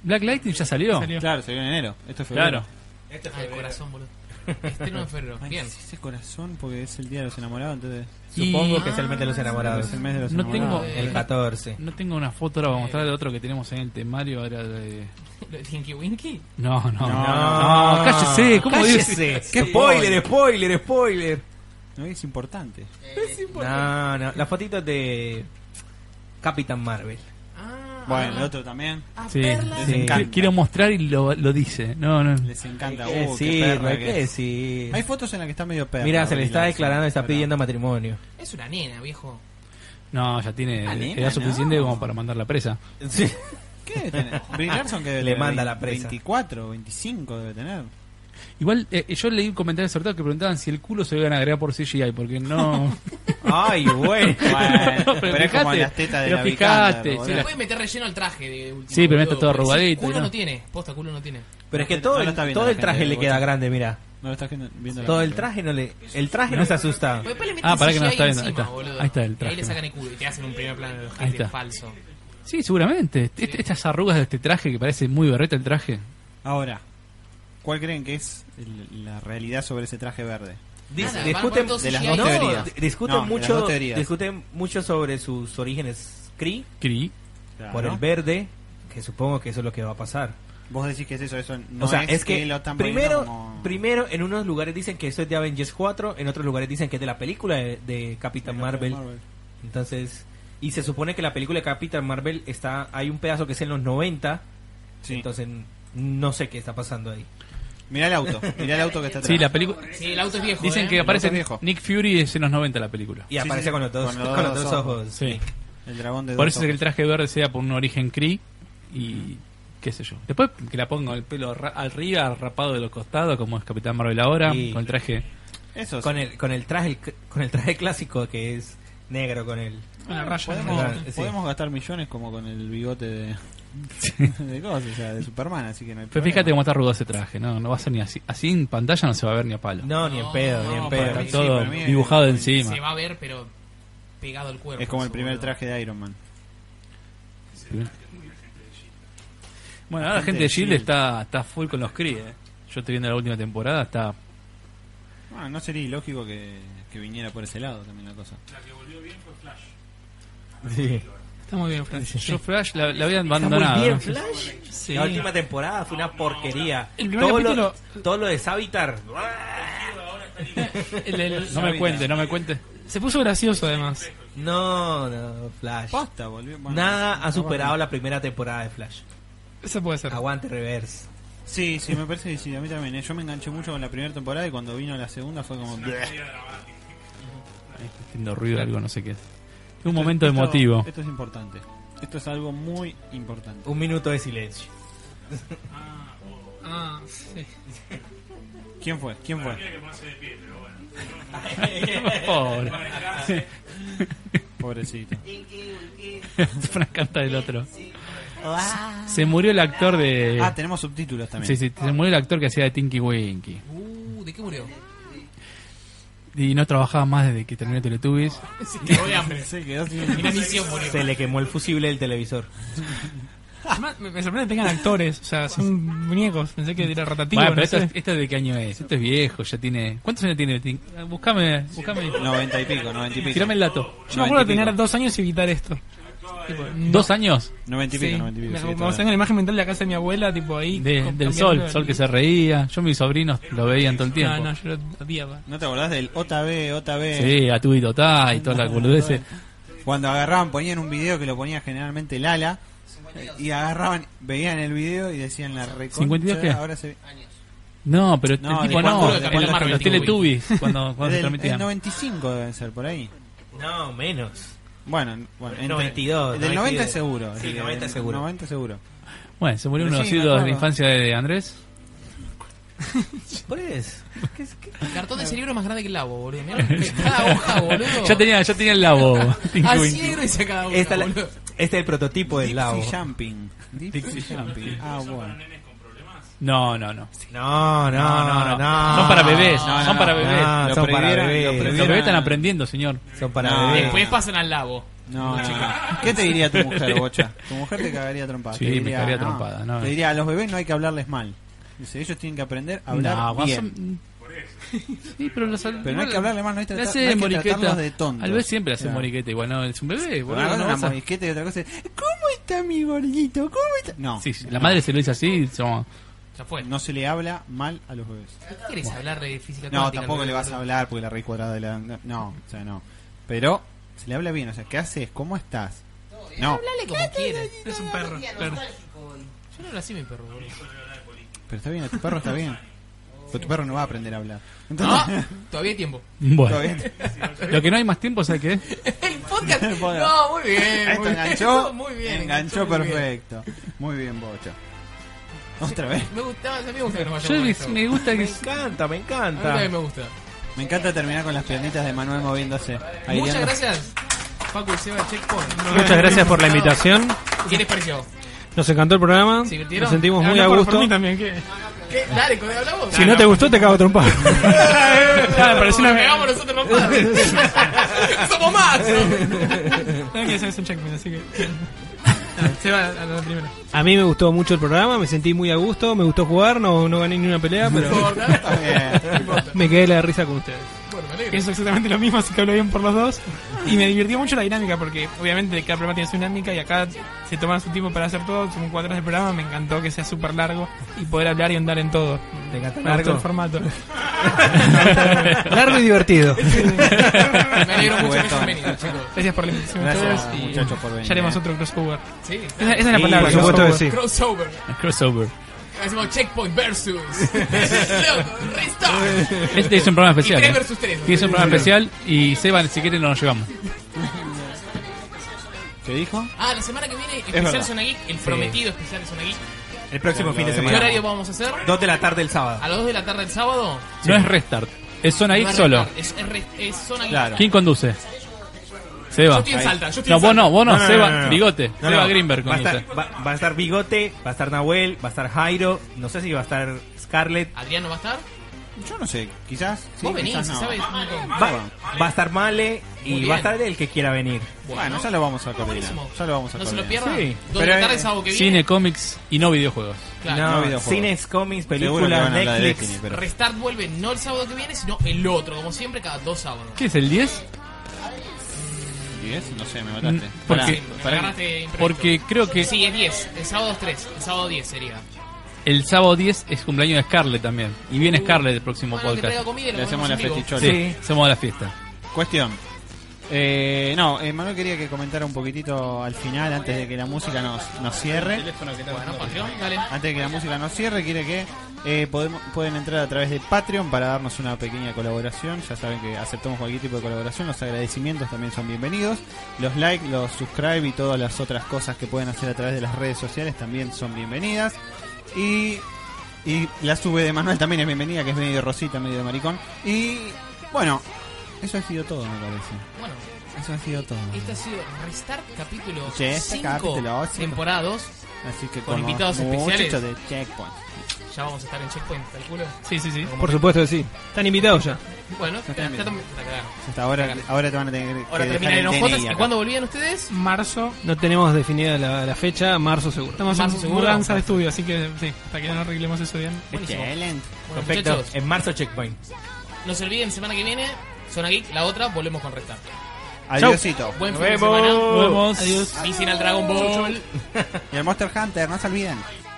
B: Black Lightning ya salió.
C: Salió.
H: Claro, salió en enero. Esto es febrero.
B: Claro.
A: ah, el corazón, boludo. Este
H: Este
A: Estreno en febrero.
H: Ay,
A: Bien.
H: sí, ese corazón porque es el día de los enamorados, entonces.
J: Supongo
B: Y-
J: que es
C: Ah,
J: el mes de los enamorados.
H: Es el mes de los
B: No
H: enamorados.
B: tengo-
J: El 14.
B: No tengo una foto ahora para
H: Eh.
B: mostrar de otro que tenemos en el temario. Era de...
A: ¿Lo de Tinky Winky?
B: No, no, no,
H: No,
B: no, cállese, ¿cómo
J: cállese.
B: dice?
J: Spoiler, spoiler, spoiler.
H: No, es importante.
J: Es No, no, la fotito es de Capitán Marvel.
H: Bueno, el otro también.
B: Sí,
H: Les
B: sí.
H: encanta.
B: Quiero mostrar y lo, lo dice. No, no.
H: Les encanta.
J: Hay que
H: Uh, qué
J: decirlo,
H: perra
J: hay
H: que
J: que
H: es.
J: decir.
H: Hay fotos en las que está medio perra.
J: Mira, se le
H: Brie
J: está
H: Larson,
J: declarando, está
H: pero-
J: pidiendo matrimonio.
A: Es una nena, viejo.
B: No, ya tiene
A: Ah, nena,
B: edad suficiente como para mandarla presa.
J: Sí.
H: ¿Qué debe tener? Brie Larson que debe
B: Le
H: tener
B: manda la
H: 20,
B: presa.
H: 24, 25 debe tener.
B: Igual, eh, yo leí un comentario del sorteo que preguntaban si el culo se lo iban a agregar por CGI, porque no.
J: Ay, bueno.
H: pero es como las tetas de
B: pero
H: la
B: fijate,
A: Se
B: sí,
A: le
B: la-
A: puede meter relleno al traje de última,
B: Sí, pero
A: boludo,
B: está todo
A: porque si
B: arrugadito y
A: Culo no.
B: no.
A: tiene, posta culo no tiene.
J: Pero es que todo, el- todo el traje le queda grande, mira.
H: No lo estás viendo
A: la
J: Todo el
A: gente.
J: traje no le. El traje no se asusta.
A: Después le meten
B: Ah, pará que no
A: CGI
B: está viendo,
A: encima,
B: ahí está.
A: boludo.
B: Ahí está el
A: Y ahí
B: traje.
A: le sacan el culo y te hacen un primer plano de los
B: Ahí está.
A: falso.
B: Sí, seguramente. Est- Estas arrugas de este traje que parece muy berreta el traje.
H: Ahora, ¿cuál creen que es el- la realidad sobre ese traje verde?
J: Dis-
H: Nada,
J: discuten
H: van- van de las dos
J: no,
H: teorías.
J: di- discuten
H: No, de las
J: mucho
H: dos teorías.
J: discuten mucho sobre sus orígenes Cree
B: Cree.
J: por
H: Claro.
J: el verde que supongo que eso es lo que va a pasar
H: Vos decís que es eso, eso no
J: o sea
H: es
J: es, que,
H: que lo están poniendo
J: primero
H: como-
J: primero en unos lugares dicen que eso es de Avengers 4 en otros lugares dicen que es de la película de, de Capitán Marvel.
H: Marvel.
J: entonces y se supone que la película de Capitán Marvel está hay un pedazo que es en los 90 entonces no sé qué está pasando ahí
H: Mirá el auto, mirá el auto que está
B: Sí, la película.
A: Sí, el auto es viejo.
B: Dicen
A: ¿eh?
B: que aparece
A: El auto es
B: Nick Fury es en los 90 la película.
J: Y Sí, aparece sí, con los dos- con los con los dos dos ojos. ojos.
B: Sí.
H: El dragón de
B: Por
H: dos
B: eso es que el
H: ojos.
B: traje verde sea por un origen Cree y qué sé yo. Después que la pongo el pelo ra- arriba, rapado de los costados, como es Capitán Marvel ahora,
J: Y-
B: con el traje.
H: Eso
J: con el con el traje con el traje clásico que es negro con el
H: Ah, podemos, podemos gastar millones como con el bigote de, de cosas, o sea, de Superman, así que no hay
B: Pero
H: problema.
B: fíjate cómo está arrugado ese traje, no, no va a ser ni así. Así en pantalla no se va a ver ni a palo.
J: No, ni en pedo, ni
B: pedo.
J: en pedo.
B: Está todo dibujado encima.
A: Se va a ver, pero pegado al cuerpo.
H: Es como el
A: eso,
H: primer
A: boludo.
H: traje de Iron Man.
B: Bueno, ahora la gente de Chile está, está full con los Cree. eh. Yo estoy viendo la última temporada, está.
H: Bueno, no sería ilógico que, que viniera por ese lado también la cosa.
L: La que volvió bien fue Flash.
C: Está muy bien, Flash.
B: Yo Flash la, la había
J: Está muy
B: abandonado.
J: bien,
B: ¿no?
J: Flash.
C: Sí.
J: La última temporada fue una porquería.
C: El primer
J: todo,
C: capítulo-
J: lo, todo lo de Savitar.
C: El- el-
B: No me cuente, no me cuente.
C: Se puso gracioso eh. además.
J: No, no, Flash.
H: Posta, volvió. bueno,
J: Nada ha
H: aguante.
J: superado la primera temporada de Flash.
C: Eso puede ser.
J: Aguante reverse.
H: Sí, sí, me parece que sí, a mí también. eh. Yo me enganché mucho con la primera temporada y cuando vino la segunda fue como...
B: Haciendo ruido algo, no sé qué. Fue Un momento emotivo.
H: Esto es importante. Esto es algo muy importante.
J: Un minuto de silencio.
C: Ah, sí.
H: ¿Quién fue? ¿Quién fue?
B: Pobre.
H: Pobrecito.
B: Fue una canta del otro.
J: Ah.
B: Se murió el actor de.
H: Ah, tenemos subtítulos también.
B: Sí, sí, se murió el actor que hacía de Tinky Winky.
A: Uh, ¿de qué murió?
B: Y no trabajaba más desde que terminó Teletubbies.
A: Se quedó de hambre.
H: Se quedó sin...
A: Inanición murió.
J: Se le quemó el fusible del televisor.
C: Además, me, me sorprende que tengan actores. O sea, son muñecos. Pensé que era rotativo.
B: Bueno, pero
C: no
B: esto,
C: sé.
B: es- esto es de qué año es. Esto es viejo, ya tiene. ¿Cuántos años tiene? Tin- eh, Buscame, buscame.
H: 90 y pico, 90 y pico.
B: Tirame el dato.
C: Yo me acuerdo de tener dos años y evitar esto. Tipo, no.
B: ¿Dos años?
H: 90 y
C: Sí.
H: pico, 90 y pico.
C: Me-
H: sí,
C: me-
H: está
C: me- tengo la imagen mental de la casa de mi abuela, tipo
B: De-
C: ahí. con-
B: del
C: cambiando
B: sol,
C: el-
B: sol que se reía. Yo, mis sobrinos lo veían todo el
C: No,
B: tiempo.
C: no, yo lo odiaba.
H: ¿No te acordás del OTB, OTB?
B: Sí, a tu y Totá y toda la boludez.
H: Cuando agarraban, ponían un video que lo ponía generalmente Lala. eh, Y agarraban, veían el video y decían la reconcha.
B: 52 qué?
H: Ahora se...
B: No, pero
H: No,
B: el tipo
H: de cuando-
B: no.
H: de cuando-
B: el- Los Teletubbies, cuando,
H: Es
B: cuando se
H: del- El
B: transmitían.
H: 95 deben ser, por ahí.
J: No, menos.
H: Bueno, bueno entre-
J: 92,
H: Del 90 es
J: 92.
H: seguro.
J: Sí,
H: así que
J: 90 es seguro.
H: 90 seguro.
B: Bueno, se murió
H: Pero
B: uno de
H: sí,
B: los
H: me
B: ídolos de la
H: acuerdo.
B: infancia de Andrés.
J: Por eso. ¿Qué es- qué-
A: El cartón de cerebro es más grande que el labo, boludo. Mirá,
H: Ah,
A: cada hoja, boludo.
B: ya, tenía, ya tenía el labo. Tinky
A: Así
B: Winky.
A: negro y se cada hoja,
J: Esta la-
A: boludo.
J: este es el prototipo del labo.
H: Dixie Jumping. Dixie Jumping. Ah, bueno.
B: No, no, no.
J: No, no, no, no,
B: Son para bebés.
J: No, no,
B: son para
J: no,
B: bebés.
J: no,
H: Lo
J: son para
H: prohibieron, lo
J: bebés.
B: Los
H: prohibieron.
B: bebés están aprendiendo, señor.
J: Son para
H: No,
J: bebés.
A: Después pasan al labo.
H: No, no, no. ¿Qué te diría tu mujer, bocha? Tu mujer te cagaría trompada.
B: Sí,
H: te
B: me
H: diría,
B: cagaría
H: no.
B: trompada, no. eh".
H: Te diría, a los bebés no hay que hablarles mal. Dice, ellos tienen que aprender a hablar
B: No,
H: bien.
B: Sí, pero, los-
H: Pero no hay que hablarle más, no hay, que
B: Le
H: tratar-
B: hace
H: no hay que
B: moriqueta.
H: tratarlos de tontos.
B: Al vez siempre hace
H: Claro.
B: moriqueta, igual no, es un bebé.
H: Pero
B: boludo,
H: una cosa
B: no
H: es
B: vas
H: una
B: a-
H: moriqueta y otra cosa es, ¿cómo está mi gordito? ¿Cómo está? No.
B: Sí, sí, la madre se lo dice así. somos-
A: Ya fue.
H: No se le habla mal a los bebés.
A: ¿Qué querés hablar de física
H: No,
A: cuántica,
H: tampoco
A: Alberto?
H: le vas a hablar porque la raíz cuadrada de la. No, o sea, no. Pero se le habla bien, o sea, ¿qué haces? ¿Cómo estás? No,
A: Háblale como quieras.
C: Es un perro.
A: Yo no hablo así, mi perro, boludo.
H: pero está bien, a tu perro está bien. Pero tu perro no va a aprender a hablar.
A: No, todavía hay tiempo.
B: Bueno.
H: Todavía hay
B: Lo que no hay más tiempo, ¿sabes qué?
A: El podcast.
H: El podcast.
A: No, muy bien.
H: Esto
A: muy bien.
H: enganchó.
A: Estuvo muy bien.
H: Enganchó
A: muy bien.
H: perfecto. Muy bien, Bocha. Otra vez.
A: Me gustaba, a mí me gusta que nos vayamos
H: Yo
A: con
H: me-
A: esto.
H: me gusta que-
A: Me
J: encanta, me
A: encanta. A mí también me gusta.
H: Me encanta terminar con las piernitas de Manuel moviéndose.
A: Muchas
H: Aireando.
A: gracias, Paco y Seba Checkpoint.
E: Muchas gracias por la invitación.
A: ¿Qué les pareció?
E: Nos encantó el programa.
A: ¿Se divirtieron?
H: Ah,
E: Nos sentimos muy
A: Hablá
E: a
A: por-
E: gusto.
A: por mí
C: también, ¿qué?
A: ¿Qué? Dale, con- hablamos.
E: Si no te gustó, te cago trompado.
C: Nada, pareció una-
A: Pegamos nosotros, papá. Somos más.
C: Tengo que hacer un checkpoint, así que. Se va a la primera.
E: A mí me gustó mucho el programa, me sentí muy a gusto, me gustó jugar, no, no gané ni una pelea, pero me quedé la risa con ustedes.
C: Pienso exactamente lo mismo, así que hablo bien por los dos. Y me divirtió mucho la dinámica, porque obviamente cada programa tiene su dinámica y acá se toman su tiempo para hacer todo. Son cuatro horas de programa, me encantó que sea súper largo y poder hablar y andar en todo.
E: Te encantó.
C: Largo el formato.
E: Largo y divertido.
C: me alegro mucho que
E: Bueno.
C: hayan venido, chicos. Gracias por la invitación. a
E: Gracias,
C: todos y
E: muchachos, por venir,
C: Ya haremos
E: eh.
C: otro crossover.
A: Sí.
C: Esa, esa es la
E: Sí,
C: palabra.
E: por supuesto que sí.
A: Crossover.
B: Crossover.
A: Hacemos Checkpoint versus. Loco, Restart.
B: Este es un programa especial.
A: Y tres
B: ¿eh?
A: versus tres.
B: Sí, es un programa especial y Seba, si quieren, nos lo llevamos.
H: ¿Qué dijo?
A: Ah, la semana que viene,
B: verdad.
A: especial Zona Geek, el
B: Sí.
A: prometido especial de Zona Geek.
J: El próximo fin de
A: ¿Qué
J: semana.
A: horario vamos a hacer?
J: 2 de la tarde el sábado.
A: ¿A las 2 de la tarde el sábado?
B: No es restart, es zona
A: No
B: Geek
A: es
B: solo.
A: restart, Es, es rest- es Zona Geek.
B: ¿Quién conduce? Seba.
A: Yo estoy en Salta, yo estoy
B: no,
A: en
B: vos
A: Salta.
B: no, vos no,
J: No, no,
B: Seba,
J: no, no, no.
B: Bigote,
J: No,
B: Seba
J: no,
B: Grimberg
J: va a,
B: conduce.
J: estar, va- va a estar Bigote, va a estar Nahuel, va a estar Jairo, no sé si va a estar Scarlett.
A: ¿Adriano va a estar?
H: Yo no sé, quizás. sí,
A: vos venís,
H: quizás no.
A: ¿sabes?
J: Va, va a estar Male
A: Muy
J: y
A: bien.
J: va a estar el que quiera venir.
H: Bueno, ya lo vamos a coordinar. Ya lo vamos a
A: No se lo
H: coordinar.
A: pierdan.
J: Sí.
A: Dos de la
J: Pero,
A: tarde
J: eh,
A: el sábado que viene.
B: Cine, cómics y no videojuegos.
A: Claro.
J: No,
H: videojuegos.
J: cines, cómics,
H: Seguro que
J: películas,
H: van a hablar de
J: Netflix.
H: Destiny, pero-
A: Restart vuelve no el sábado que viene, sino el otro, como siempre, cada dos sábados.
B: ¿Qué es el 10?
H: ¿Diez? No sé, me mataste.
B: Porque-
A: Sí, me
B: Pará.
A: agarraste imprevisto.
B: Porque creo que-
A: Sí, es 10. El sábado es 3. El sábado 10 sería.
B: El sábado 10 es cumpleaños de Scarlett también. Y viene Scarlett el próximo
A: Uh. Bueno, que traiga
B: podcast.
A: comida y lo Le hacemos
H: ponemos la en vivo.
B: festichola.
H: festichola.
B: Sí,
H: Sí.
B: hacemos la fiesta.
H: Cuestión. Eh, no, eh, Manuel quería que comentara un poquitito al final, antes de que la música nos, nos cierre.
A: Bueno, Patreon, dale.
H: Antes de que la música nos cierre, quiere que eh, podemos, pueden entrar a través de Patreon para darnos una pequeña colaboración. Ya saben que aceptamos cualquier tipo de colaboración. Los agradecimientos también son bienvenidos. Los like, los subscribe y todas las otras cosas que pueden hacer a través de las redes sociales también son bienvenidas. Y, y la sube de Manuel también es bienvenida, que es medio rosita, medio de maricón. Y bueno, eso ha sido todo, me parece.
A: Bueno,
H: Eso ha sido todo.
A: este ha sido Restart capítulo
H: Sí, este capítulo
A: 5
H: cinco.
A: temporadas.
H: Así que
A: con
H: con los
A: invitados especiales.
H: muchachos de Checkpoint.
A: Ya vamos a estar en Checkpoint, calculo.
C: Sí, sí, sí.
E: Por supuesto que sí. Están invitados ya.
A: Bueno,
H: Ya está
A: ya- ya
H: bien.
A: estamos- la cagaron.
H: Hasta ahora, ahora te van a tener que
A: Ahora
H: dejar
A: terminan en
H: el
A: OJ.
H: DNI
A: ¿Y
H: acá.
A: cuándo volvían ustedes?
C: Marzo.
E: No tenemos definida la, la fecha, marzo seguro.
C: Estamos
A: Marzo
C: en
A: seguro.
C: mudanza de estudio, así que sí, hasta que no arreglemos eso bien.
A: Buenísimo.
H: Este, Excelente.
A: Bueno,
J: Perfecto.
A: muchachos,
J: En marzo checkpoint.
A: no se olviden, semana que viene, Zona Geek, la otra, volvemos con Restart.
H: Adiósito.
A: Buen
H: Nos
A: fin de
H: vemos.
A: semana.
H: Nos vemos.
A: Adiós. Dicen al Dragon Ball.
H: Y el Monster Hunter, no se olviden.